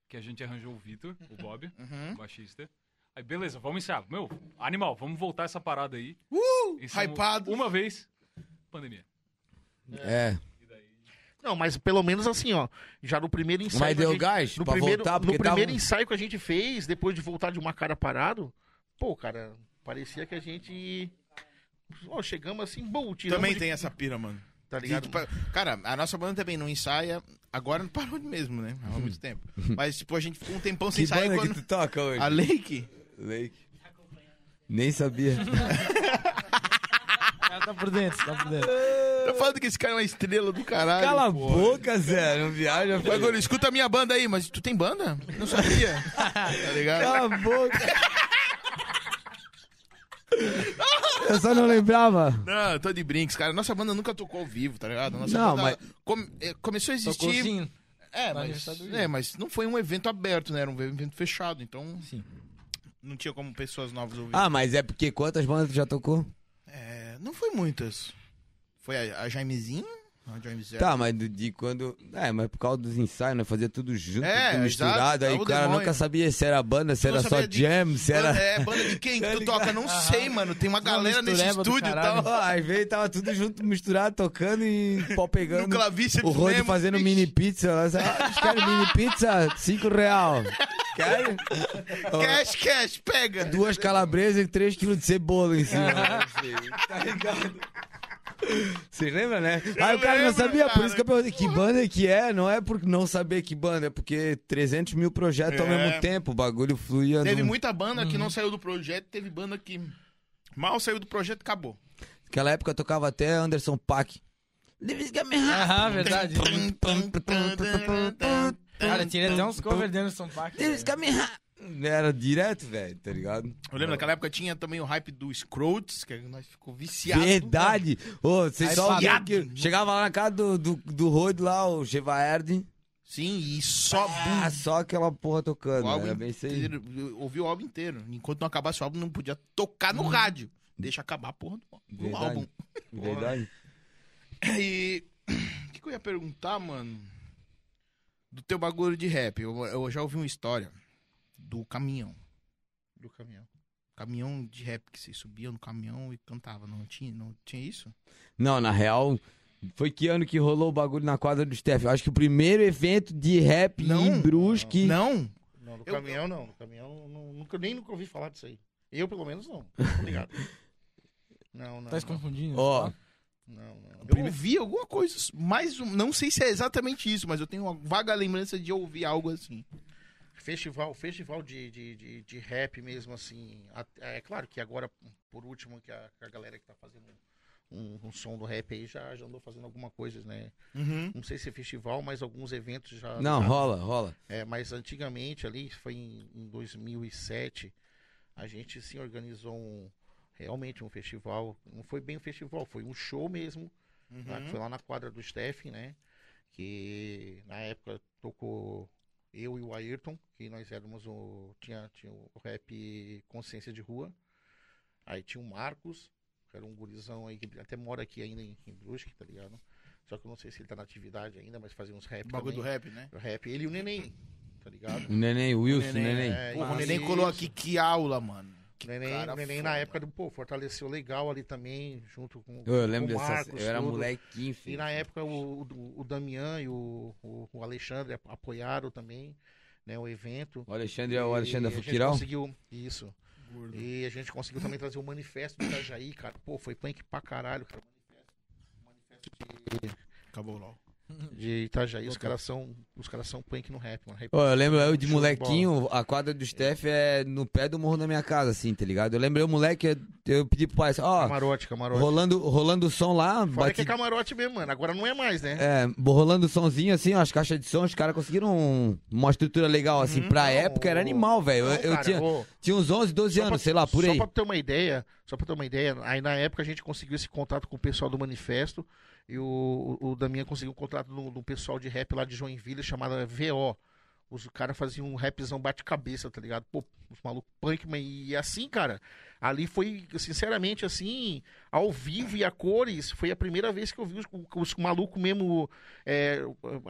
[SPEAKER 5] Que a gente arranjou o Vitor, o Bob,
[SPEAKER 1] Uhum.
[SPEAKER 5] o baixista. Aí, beleza, vamos ensaiar. Meu, animal, vamos voltar essa parada aí. Uh!
[SPEAKER 1] Hypados.
[SPEAKER 5] Uma vez, pandemia.
[SPEAKER 4] É.
[SPEAKER 2] Não, mas pelo menos assim, ó. Já no primeiro ensaio.
[SPEAKER 4] Mas
[SPEAKER 2] que a
[SPEAKER 4] deu
[SPEAKER 2] gente-
[SPEAKER 4] gás
[SPEAKER 2] no
[SPEAKER 4] pra
[SPEAKER 2] primeiro,
[SPEAKER 4] voltar,
[SPEAKER 2] no
[SPEAKER 4] porque tava... um
[SPEAKER 2] primeiro ensaio que a gente fez, depois de voltar de uma cara parado, pô, cara, parecia que a gente. Ó, chegamos assim, bom, tiramos.
[SPEAKER 1] Também
[SPEAKER 2] de-
[SPEAKER 1] tem essa pira, mano.
[SPEAKER 2] Tá ligado?
[SPEAKER 1] Tipo, Cara, a nossa banda também não ensaia. Agora não parou mesmo, né? Há muito tempo. Mas, tipo, a gente ficou um tempão sem
[SPEAKER 4] Que
[SPEAKER 1] ensaiar.
[SPEAKER 4] banda
[SPEAKER 1] Quando...
[SPEAKER 4] que tu toca hoje?
[SPEAKER 1] A Lake?
[SPEAKER 4] Lake. Nem sabia.
[SPEAKER 3] Ela tá por dentro, tá por dentro.
[SPEAKER 1] Tá falando que esse cara é uma estrela do caralho.
[SPEAKER 4] Cala a
[SPEAKER 1] pô.
[SPEAKER 4] boca, Zé. Não viaja. filho.
[SPEAKER 1] Agora, escuta a minha banda aí, mas tu tem banda? Não sabia. tá ligado?
[SPEAKER 4] Cala a boca. Eu só não lembrava.
[SPEAKER 1] Não, eu tô de brinks, cara. Nossa banda nunca tocou ao vivo, tá ligado? Nossa
[SPEAKER 4] Não,
[SPEAKER 1] banda
[SPEAKER 4] mas-
[SPEAKER 1] come- eh, começou a
[SPEAKER 3] Tocou
[SPEAKER 1] existir.
[SPEAKER 3] sim.
[SPEAKER 1] É,
[SPEAKER 3] No
[SPEAKER 1] mas,
[SPEAKER 3] aniversário do
[SPEAKER 1] é, mas não foi um evento aberto, né? Era um evento fechado, então.
[SPEAKER 3] Sim.
[SPEAKER 1] Não tinha como pessoas novas ouvir.
[SPEAKER 4] Ah, mas é porque quantas bandas tu já tocou?
[SPEAKER 1] É, não foi muitas. Foi a, a Jaimezinha? A Jaime Zero.
[SPEAKER 4] Tá, mas de- de quando. É, mas por causa dos ensaios, nós fazia tudo junto,
[SPEAKER 1] É, exato,
[SPEAKER 4] tudo misturado. Aí
[SPEAKER 1] é o
[SPEAKER 4] o cara
[SPEAKER 1] demônio.
[SPEAKER 4] nunca sabia se era banda, se
[SPEAKER 1] Tu não
[SPEAKER 4] era só
[SPEAKER 1] sabia de-
[SPEAKER 4] jam, se
[SPEAKER 1] Banda-
[SPEAKER 4] era. Tá Ah,
[SPEAKER 1] É, banda de quem que tu toca? Não sei, mano. Tem uma galera nesse
[SPEAKER 3] mistureba do
[SPEAKER 1] estúdio e
[SPEAKER 3] caralho.
[SPEAKER 1] tal.
[SPEAKER 4] Ó, Aí veio, tava tudo junto, misturado, tocando e pau
[SPEAKER 1] No
[SPEAKER 4] pegando.
[SPEAKER 1] clavíceps
[SPEAKER 4] O Rod
[SPEAKER 1] mesmo.
[SPEAKER 4] fazendo mini pizza. Nós, ah, eles querem mini pizza, cinco real. Querem?
[SPEAKER 1] Cash, cash, pega.
[SPEAKER 4] Duas calabresas e três quilos de cebola em cima. tá
[SPEAKER 1] Ah,
[SPEAKER 4] ligado? Vocês lembram, né? Aí o cara não
[SPEAKER 1] lembro,
[SPEAKER 4] sabia, por
[SPEAKER 1] cara.
[SPEAKER 4] isso que eu perguntei que banda que é, não é por não saber que banda, é porque 300 mil projetos ao
[SPEAKER 1] É.
[SPEAKER 4] mesmo tempo, o bagulho fluía.
[SPEAKER 1] Teve
[SPEAKER 4] num-
[SPEAKER 1] muita banda que
[SPEAKER 4] Hum.
[SPEAKER 1] não saiu do projeto, teve banda que mal saiu do projeto e acabou.
[SPEAKER 4] Naquela época eu tocava até Anderson Pack.
[SPEAKER 3] Aham, verdade. Cara, eu tirei até uns covers dentro do São Paulo.
[SPEAKER 4] É. Era direto, velho, tá ligado?
[SPEAKER 1] Eu lembro, naquela época tinha também o hype do Scroats, que nós ficou viciado.
[SPEAKER 4] Verdade! Ô, vocês
[SPEAKER 3] Aí
[SPEAKER 4] só
[SPEAKER 3] pagava.
[SPEAKER 4] que Chegava lá na casa do, do, do Rodo lá, o Chevaerd.
[SPEAKER 1] Sim, e só
[SPEAKER 4] Ah, só aquela porra tocando.
[SPEAKER 6] Né,
[SPEAKER 1] o álbum
[SPEAKER 6] é
[SPEAKER 4] Era bem isso aí.
[SPEAKER 1] inteiro. Eu ouvi o álbum inteiro. Enquanto não acabasse o álbum, não podia tocar
[SPEAKER 6] Hum.
[SPEAKER 1] no rádio. Deixa acabar a porra do, do
[SPEAKER 4] Verdade.
[SPEAKER 1] álbum.
[SPEAKER 4] Verdade.
[SPEAKER 1] E. O que, que eu ia perguntar, mano?
[SPEAKER 6] do teu bagulho de rap. Eu, eu já ouvi uma história do caminhão.
[SPEAKER 2] do caminhão.
[SPEAKER 6] Caminhão de rap que vocês subiam no caminhão e cantava. Não tinha, não tinha isso?
[SPEAKER 4] Não, na real, foi que ano que rolou o bagulho na quadra do Steph? Eu acho que o primeiro evento de rap em
[SPEAKER 6] Não.
[SPEAKER 4] Brusque.
[SPEAKER 6] Não?
[SPEAKER 2] Não, no
[SPEAKER 6] Eu-
[SPEAKER 2] caminhão não. No caminhão não, nunca, nem nunca ouvi falar disso aí. Eu, pelo menos, não. Tá ligado? Não, não.
[SPEAKER 3] Tá se
[SPEAKER 2] não,
[SPEAKER 3] confundindo?
[SPEAKER 4] Ó.
[SPEAKER 2] não, não.
[SPEAKER 6] Eu ouvi alguma coisa, mas não sei se é exatamente isso, mas eu tenho uma vaga lembrança de ouvir algo assim.
[SPEAKER 2] Festival, festival de, de, de, de rap mesmo, assim. a- É claro que agora, por último, que a, que a galera que tá fazendo um, um som do rap aí já, já andou fazendo alguma coisa, né?
[SPEAKER 6] Uhum.
[SPEAKER 2] Não sei se é festival, mas alguns eventos já.
[SPEAKER 4] Não,
[SPEAKER 2] já-
[SPEAKER 4] rola, rola.
[SPEAKER 2] É, mas antigamente ali, foi em, em 2007, a gente se organizou um- realmente um festival. Não foi bem um festival, foi um show mesmo.
[SPEAKER 6] Uhum.
[SPEAKER 2] tá?
[SPEAKER 1] uhum.
[SPEAKER 2] Que foi lá na quadra do Steffen, né? Que na época tocou eu e o Ayrton, que nós éramos o. Tinha, tinha o rap Consciência de Rua. Aí tinha o Marcos, que era um gurizão aí que até mora aqui ainda em, em Brusque, tá ligado? Só que eu não sei se ele tá na atividade ainda, mas fazia uns rap.
[SPEAKER 6] O bagulho do
[SPEAKER 2] também.
[SPEAKER 6] rap, né?
[SPEAKER 2] O rap, ele e o Neném, tá ligado?
[SPEAKER 4] O neném, o Wilson, o neném.
[SPEAKER 2] É,
[SPEAKER 6] Porra, o
[SPEAKER 2] e-
[SPEAKER 6] Neném colou aqui que aula, mano. Que
[SPEAKER 2] Neném,
[SPEAKER 6] cara
[SPEAKER 2] Neném
[SPEAKER 6] foda.
[SPEAKER 2] na época do, pô, fortaleceu legal ali também, junto com
[SPEAKER 4] Eu, eu lembro
[SPEAKER 2] com o
[SPEAKER 4] dessa.
[SPEAKER 2] Marcos,
[SPEAKER 4] eu era
[SPEAKER 2] tudo.
[SPEAKER 4] molequinho, filho.
[SPEAKER 2] E na época o, o, o Damian e o, o, o Alexandre ap- apoiaram também, né, o evento.
[SPEAKER 4] O Alexandre é o Alexandre da
[SPEAKER 2] E a gente
[SPEAKER 4] Fuquirão?
[SPEAKER 2] conseguiu, isso. E a gente conseguiu também trazer o manifesto do Itajaí, cara. Pô, foi punk pra caralho, cara.
[SPEAKER 6] Acabou logo.
[SPEAKER 2] De Itajaí, os caras são, os caras são punk no rap, mano. Rap-
[SPEAKER 4] Ô, eu lembro eu de
[SPEAKER 2] Show de
[SPEAKER 4] molequinho, a quadra do Steph é no pé do morro da minha casa, assim, tá ligado? Eu lembro eu, moleque, eu, eu pedi pro pai, assim, ó,
[SPEAKER 2] Camarote, camarote.
[SPEAKER 4] rolando, rolando o som lá,
[SPEAKER 2] Fora que
[SPEAKER 4] bati,
[SPEAKER 2] é camarote mesmo, mano. Agora não é mais, né?
[SPEAKER 4] é, rolando o somzinho, assim, ó, as caixas de som, os caras conseguiram um- uma estrutura legal, assim, pra
[SPEAKER 2] Uhum. não,
[SPEAKER 4] época era
[SPEAKER 2] o-
[SPEAKER 4] animal, velho. É, Eu,
[SPEAKER 2] Não,
[SPEAKER 4] eu
[SPEAKER 2] cara,
[SPEAKER 4] tinha,
[SPEAKER 2] ô,
[SPEAKER 4] tinha uns 11, 12
[SPEAKER 2] Só
[SPEAKER 4] anos,
[SPEAKER 2] pra-
[SPEAKER 4] sei lá, por
[SPEAKER 2] só
[SPEAKER 4] aí.
[SPEAKER 2] pra ter uma ideia, só pra ter uma ideia, aí na época a gente conseguiu esse contato com o pessoal do Manifesto e o, o Damian conseguiu um contato do, do pessoal de rap lá de Joinville chamada VO. Os caras faziam um rapzão bate-cabeça, tá ligado? Pô, os malucos punk, mas e assim, cara, ali foi, sinceramente, assim, ao vivo e a cores, foi a primeira vez que eu vi os, os malucos mesmo é,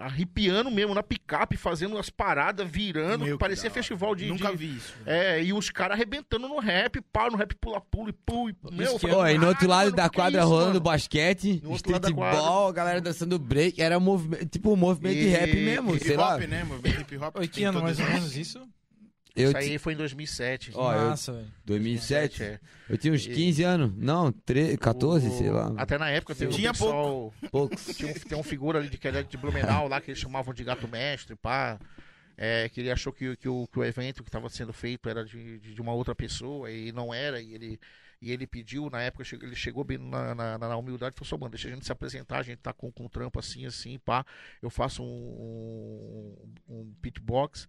[SPEAKER 2] arrepiando mesmo na picape, fazendo as paradas, virando,
[SPEAKER 6] Meu, que
[SPEAKER 2] parecia
[SPEAKER 6] da hora.
[SPEAKER 2] festival de,
[SPEAKER 6] Nunca
[SPEAKER 2] de,
[SPEAKER 6] vi isso.
[SPEAKER 2] é, e os caras arrebentando no rap, pau, no rap pula-pula e pula. E, meu, eu
[SPEAKER 4] é Ó,
[SPEAKER 2] falei,
[SPEAKER 4] e no outro
[SPEAKER 2] "Caralho,
[SPEAKER 4] lado
[SPEAKER 2] mano,
[SPEAKER 4] da
[SPEAKER 2] que
[SPEAKER 4] quadra
[SPEAKER 2] isso,
[SPEAKER 4] rolando
[SPEAKER 2] mano?"
[SPEAKER 4] basquete,
[SPEAKER 2] No outro lado da quadra.
[SPEAKER 4] streetball, a galera dançando break, era um movimento, tipo um movimento de
[SPEAKER 2] E-
[SPEAKER 4] rap mesmo, sei
[SPEAKER 6] Hip
[SPEAKER 4] lá.
[SPEAKER 6] hop, né, mano? Hip hop.
[SPEAKER 3] Oi, que
[SPEAKER 6] tem
[SPEAKER 3] ano
[SPEAKER 6] todas
[SPEAKER 3] mais ou
[SPEAKER 6] as-
[SPEAKER 3] menos isso?
[SPEAKER 4] Eu
[SPEAKER 2] Isso
[SPEAKER 4] ti-
[SPEAKER 2] aí foi em 2007.
[SPEAKER 4] Ó, eu-
[SPEAKER 3] Massa, velho.
[SPEAKER 4] 2007?
[SPEAKER 2] é.
[SPEAKER 4] Eu tinha uns
[SPEAKER 2] E-
[SPEAKER 4] 15 anos. Não, 13, 14,
[SPEAKER 2] O-
[SPEAKER 4] sei lá.
[SPEAKER 2] Até na época teve
[SPEAKER 6] Tinha
[SPEAKER 2] um pessoal,
[SPEAKER 4] Poucos.
[SPEAKER 2] tinha, um, tem um figura ali de, que era de Blumenau lá, que eles chamavam de gato mestre, pá. É, que ele achou que, que o, que o evento que estava sendo feito era de, de, de uma outra pessoa e não era, e ele, e ele pediu, na época, che- ele chegou bem na, na, na humildade e falou, só, mano, deixa a gente se apresentar, a gente tá com, com um trampo assim, assim, pá. Eu faço um, um, um beatbox,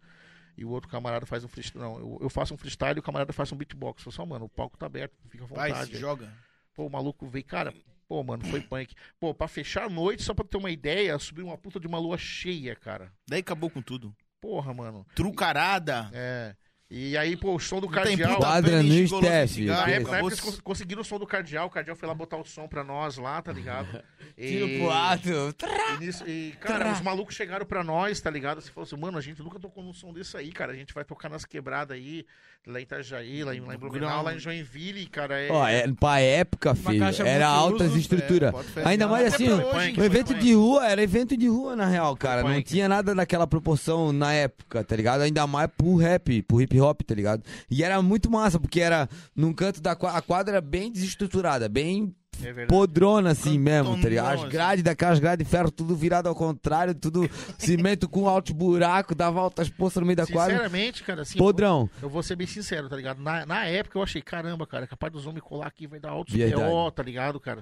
[SPEAKER 2] e o outro camarada faz um freestyle. Não, eu, eu faço um freestyle e o camarada faz um beatbox. Eu só, mano, o palco tá aberto, fica à vontade.
[SPEAKER 6] Vai, se joga.
[SPEAKER 2] Pô, o maluco veio, cara. Pô, mano, foi punk. Pô, pra fechar a noite, só pra ter uma ideia, subiu uma puta de uma lua cheia, cara.
[SPEAKER 6] Daí acabou com tudo.
[SPEAKER 2] Porra, mano.
[SPEAKER 6] Trucarada.
[SPEAKER 2] É. E aí, pô, o som do
[SPEAKER 6] Tem
[SPEAKER 2] cardeal.
[SPEAKER 6] puta
[SPEAKER 4] Quadra
[SPEAKER 6] velha,
[SPEAKER 4] no
[SPEAKER 6] enchigolou sem
[SPEAKER 4] Steph,
[SPEAKER 6] cigarro,
[SPEAKER 2] Na
[SPEAKER 4] Ah,
[SPEAKER 2] época, na
[SPEAKER 6] acabou
[SPEAKER 2] época eles cons- conseguiram o som do cardeal. O cardeal foi lá botar o som pra nós lá, tá ligado?
[SPEAKER 4] Tiro pro ato.
[SPEAKER 2] E, nisso- e, cara, os malucos chegaram pra nós, tá ligado? Você falou assim, mano, a gente nunca tocou num som desse aí, cara. A gente vai tocar nas quebradas aí, lá em Itajaí, lá em, lá em Blumenau, lá em Joinville, cara. É...
[SPEAKER 4] Ó, é, pra época, filho,
[SPEAKER 3] caixa
[SPEAKER 4] era
[SPEAKER 3] multiuso,
[SPEAKER 4] altas estruturas.
[SPEAKER 6] É, pode fechar.
[SPEAKER 4] Ainda mais
[SPEAKER 2] Até
[SPEAKER 4] assim,
[SPEAKER 2] pra
[SPEAKER 4] o
[SPEAKER 2] hoje,
[SPEAKER 4] o
[SPEAKER 2] foi
[SPEAKER 4] evento
[SPEAKER 2] punk.
[SPEAKER 4] de rua era evento de rua, na real, cara. Não
[SPEAKER 2] punk.
[SPEAKER 4] tinha nada daquela proporção na época, tá ligado? Ainda mais pro rap, pro hip hop, tá ligado? E era muito massa, porque era num canto da quadra, a quadra era bem desestruturada, bem
[SPEAKER 2] é verdade.
[SPEAKER 4] podrona assim mesmo, tá ligado? As
[SPEAKER 6] assim.
[SPEAKER 4] grades daquelas grades de ferro, tudo virado ao contrário, tudo cimento com alto buraco, dava altas poças no meio da quadra.
[SPEAKER 2] Sinceramente, cara, assim.
[SPEAKER 4] Podrão.
[SPEAKER 2] Eu vou ser bem sincero, tá ligado? Na, na época eu achei, caramba, cara, é capaz dos homens colar aqui, vai dar altos
[SPEAKER 4] Verdade.
[SPEAKER 2] BO, tá ligado, cara?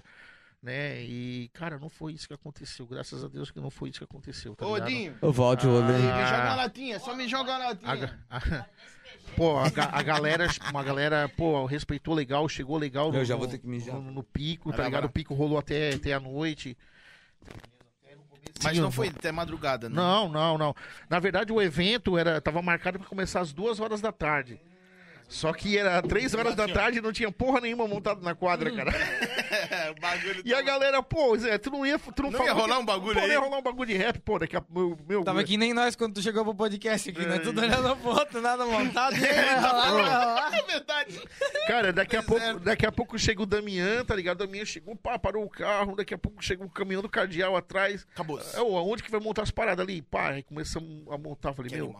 [SPEAKER 2] Né? E, cara, não foi isso que aconteceu. Graças a Deus que não foi isso que aconteceu, tá
[SPEAKER 6] Ô,
[SPEAKER 2] ligado?
[SPEAKER 6] Dinho.
[SPEAKER 4] Eu volto, eu
[SPEAKER 2] Ah,
[SPEAKER 4] rolei.
[SPEAKER 6] Me joga uma latinha, só me joga uma
[SPEAKER 2] A,
[SPEAKER 6] latinha.
[SPEAKER 2] ga- a- pô, a, ga- a galera, uma galera, pô, respeitou legal, chegou legal no,
[SPEAKER 4] Eu já vou
[SPEAKER 2] no-
[SPEAKER 4] ter que mijar.
[SPEAKER 2] no, no pico,
[SPEAKER 6] Vai
[SPEAKER 2] tá
[SPEAKER 6] lá,
[SPEAKER 2] ligado?
[SPEAKER 6] vai lá.
[SPEAKER 2] O pico rolou até, até a noite.
[SPEAKER 6] Mas
[SPEAKER 2] Sim,
[SPEAKER 6] não
[SPEAKER 2] eu
[SPEAKER 6] foi até madrugada, né?
[SPEAKER 2] Não, não, não. Na verdade, o evento era tava marcado para começar às duas horas da tarde. Só que era três horas da tarde e não tinha porra nenhuma montada na quadra, cara.
[SPEAKER 1] o bagulho
[SPEAKER 2] E a galera, pô, Zé, tu não ia, tu não
[SPEAKER 1] Não ia
[SPEAKER 2] falou
[SPEAKER 1] rolar
[SPEAKER 2] que-
[SPEAKER 1] um bagulho
[SPEAKER 2] pô, Não ia
[SPEAKER 1] aí?
[SPEAKER 2] rolar um bagulho de rap, pô, daqui a meu, meu
[SPEAKER 3] Tava que nem nós quando tu chegou pro podcast aqui, nós tudo olhando pro outro, nada montado. e vai rolar, vai rolar.
[SPEAKER 1] É verdade.
[SPEAKER 2] Cara, daqui a,
[SPEAKER 1] Pois é.
[SPEAKER 2] pouco, daqui a pouco chega o Damian, tá ligado? O Damian chegou, pá, parou o carro, daqui a pouco chega o caminhão do cardeal atrás.
[SPEAKER 1] Acabou.
[SPEAKER 2] É, ô, aonde que vai montar as paradas ali? Pá, aí começamos a montar. Falei, meu,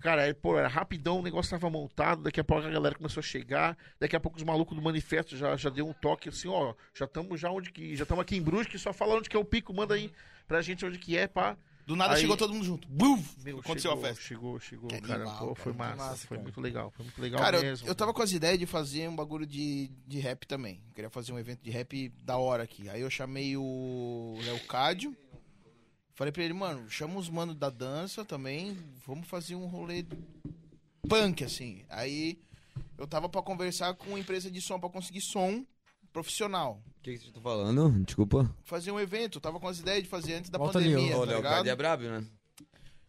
[SPEAKER 2] cara, aí, pô, era rapidão, o negócio tava montado, daqui a pouco a galera começou a chegar, daqui a pouco os malucos do manifesto já, já deu um toque assim, ó, já estamos já onde que. Já estamos aqui em Bruges, que só fala onde que é o pico, manda aí pra gente onde que é, pá.
[SPEAKER 1] Do nada
[SPEAKER 2] Aí-
[SPEAKER 1] chegou todo mundo junto. Buf,
[SPEAKER 2] Meu,
[SPEAKER 1] aconteceu
[SPEAKER 2] chegou,
[SPEAKER 1] a festa.
[SPEAKER 2] Chegou, chegou,
[SPEAKER 1] Que
[SPEAKER 2] cara.
[SPEAKER 1] animal,
[SPEAKER 2] pô,
[SPEAKER 1] cara,
[SPEAKER 2] foi
[SPEAKER 1] que
[SPEAKER 2] massa,
[SPEAKER 3] massa,
[SPEAKER 2] foi
[SPEAKER 3] cara.
[SPEAKER 2] muito legal, foi muito legal
[SPEAKER 1] Cara, eu-
[SPEAKER 2] mesmo.
[SPEAKER 1] eu, tava com as ideias de fazer um bagulho de, de rap também. Eu queria fazer um evento de rap da hora aqui. Aí eu chamei o Leocádio. Falei pra ele, mano, chama os manos da dança também. Vamos fazer um rolê punk, assim. Aí eu tava pra conversar com uma empresa de som pra conseguir som profissional.
[SPEAKER 4] O que, que você tá falando? Desculpa.
[SPEAKER 1] Fazer um evento. Eu tava com as ideias de fazer antes da
[SPEAKER 3] Volta ali,
[SPEAKER 1] pandemia,
[SPEAKER 3] ô,
[SPEAKER 1] tá ligado?
[SPEAKER 4] brabo, né?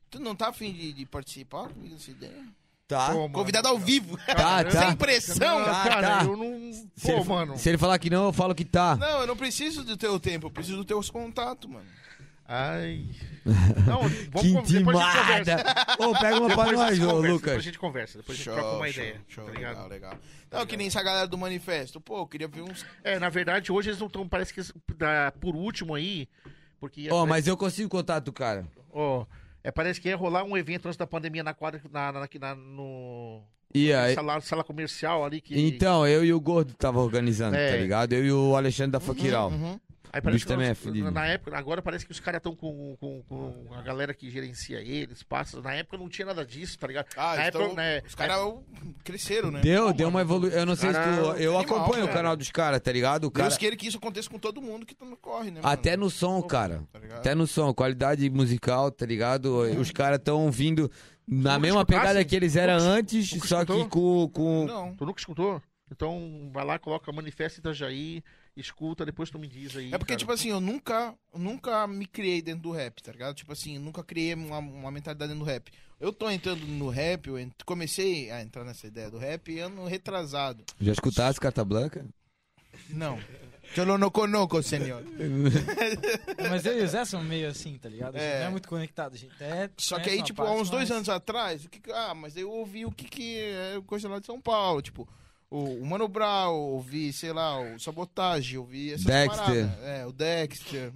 [SPEAKER 1] Tu não tá afim de, de participar comigo dessa ideia?
[SPEAKER 4] Tá.
[SPEAKER 2] Pô, mano,
[SPEAKER 1] Convidado ao vivo. Ah,
[SPEAKER 4] Tá, tá.
[SPEAKER 1] Sem pressão.
[SPEAKER 4] Tá,
[SPEAKER 2] cara,
[SPEAKER 4] tá.
[SPEAKER 2] eu não.
[SPEAKER 4] Se
[SPEAKER 2] Pô,
[SPEAKER 4] ele,
[SPEAKER 2] mano.
[SPEAKER 4] se ele falar que não, eu falo que tá.
[SPEAKER 1] Não, eu não preciso do teu tempo, eu preciso dos teus contatos, mano.
[SPEAKER 2] Ai. Não,
[SPEAKER 4] que
[SPEAKER 2] vamos depois a gente
[SPEAKER 4] intimada!
[SPEAKER 2] conversa.
[SPEAKER 4] Ô, pega uma pra
[SPEAKER 2] Depois a
[SPEAKER 4] nós,
[SPEAKER 2] gente
[SPEAKER 4] ô,
[SPEAKER 2] conversa, Depois a
[SPEAKER 4] Lucas.
[SPEAKER 2] gente conversa, depois a gente é, troca uma ideia.
[SPEAKER 1] show,
[SPEAKER 2] tá ligado?
[SPEAKER 1] legal, legal. Não, que nem essa galera do manifesto. Pô, eu queria ver uns.
[SPEAKER 2] É, na verdade, hoje eles não estão. Parece que eles- da- por último aí. Porque. é,
[SPEAKER 4] Ó, mas eu consigo contato do cara.
[SPEAKER 2] ó, é, parece que ia rolar um evento antes da pandemia na quadra. Na, na, na- no.
[SPEAKER 4] E É, aí,
[SPEAKER 2] Sala, sala comercial ali que.
[SPEAKER 4] então, eu e o Gordo tava organizando,
[SPEAKER 2] É.
[SPEAKER 4] tá ligado? Eu e o Alexandre da Faquiral.
[SPEAKER 1] Uhum.
[SPEAKER 2] Aí
[SPEAKER 4] O bicho
[SPEAKER 2] parece que
[SPEAKER 4] também
[SPEAKER 2] nós-
[SPEAKER 4] é fedido.
[SPEAKER 2] na época, agora parece que os caras estão com, com- com a galera que gerencia eles, passa. Na época não tinha nada disso, tá ligado?
[SPEAKER 1] Ah,
[SPEAKER 2] na
[SPEAKER 1] então,
[SPEAKER 2] época, né,
[SPEAKER 1] os caras cresceram, né?
[SPEAKER 4] Deu, deu uma evolução. Eu não sei se tu.
[SPEAKER 2] Cara,
[SPEAKER 4] Eu
[SPEAKER 1] animal,
[SPEAKER 4] acompanho o
[SPEAKER 1] cara.
[SPEAKER 4] canal dos caras, tá ligado? O cara-
[SPEAKER 1] Deus queira que isso aconteça com todo mundo que tá no corre, né? mano?
[SPEAKER 4] Até no som, cara.
[SPEAKER 1] Tá ligado?
[SPEAKER 4] Até no som, qualidade musical, tá ligado? Os caras tão vindo na mesma
[SPEAKER 2] escutasse?
[SPEAKER 4] pegada que eles eram antes,
[SPEAKER 2] nunca
[SPEAKER 4] só que com.
[SPEAKER 2] escutou?
[SPEAKER 4] com...
[SPEAKER 1] Não.
[SPEAKER 2] Tu nunca escutou? Então vai lá, coloca Manifesto Itajaí, escuta, depois tu me diz aí.
[SPEAKER 1] É porque,
[SPEAKER 2] cara.
[SPEAKER 1] tipo assim, eu nunca, nunca me criei dentro do rap, tá ligado? Tipo assim, eu nunca criei uma, uma mentalidade dentro do rap. Eu tô entrando no rap, eu ent- comecei a entrar nessa ideia do rap ano retrasado.
[SPEAKER 4] Já escutasse Carta Blanca?
[SPEAKER 1] Não. Eu não conoco, senhor.
[SPEAKER 3] Mas eu e o Zé somos meio assim, tá ligado? A gente
[SPEAKER 1] É.
[SPEAKER 3] não é muito conectado, a gente é.
[SPEAKER 1] Só
[SPEAKER 2] Né,
[SPEAKER 1] que
[SPEAKER 3] conhece
[SPEAKER 1] aí,
[SPEAKER 3] uma
[SPEAKER 1] tipo, há
[SPEAKER 3] parte,
[SPEAKER 1] uns dois
[SPEAKER 3] mas-
[SPEAKER 1] anos atrás, o que, que- ah, mas eu ouvi o que que é coisa lá de São Paulo, tipo, o, o Mano Brown, ouvi, sei lá, o Sabotage, ouvi essas
[SPEAKER 4] Dexter.
[SPEAKER 1] paradas. É, o Dexter.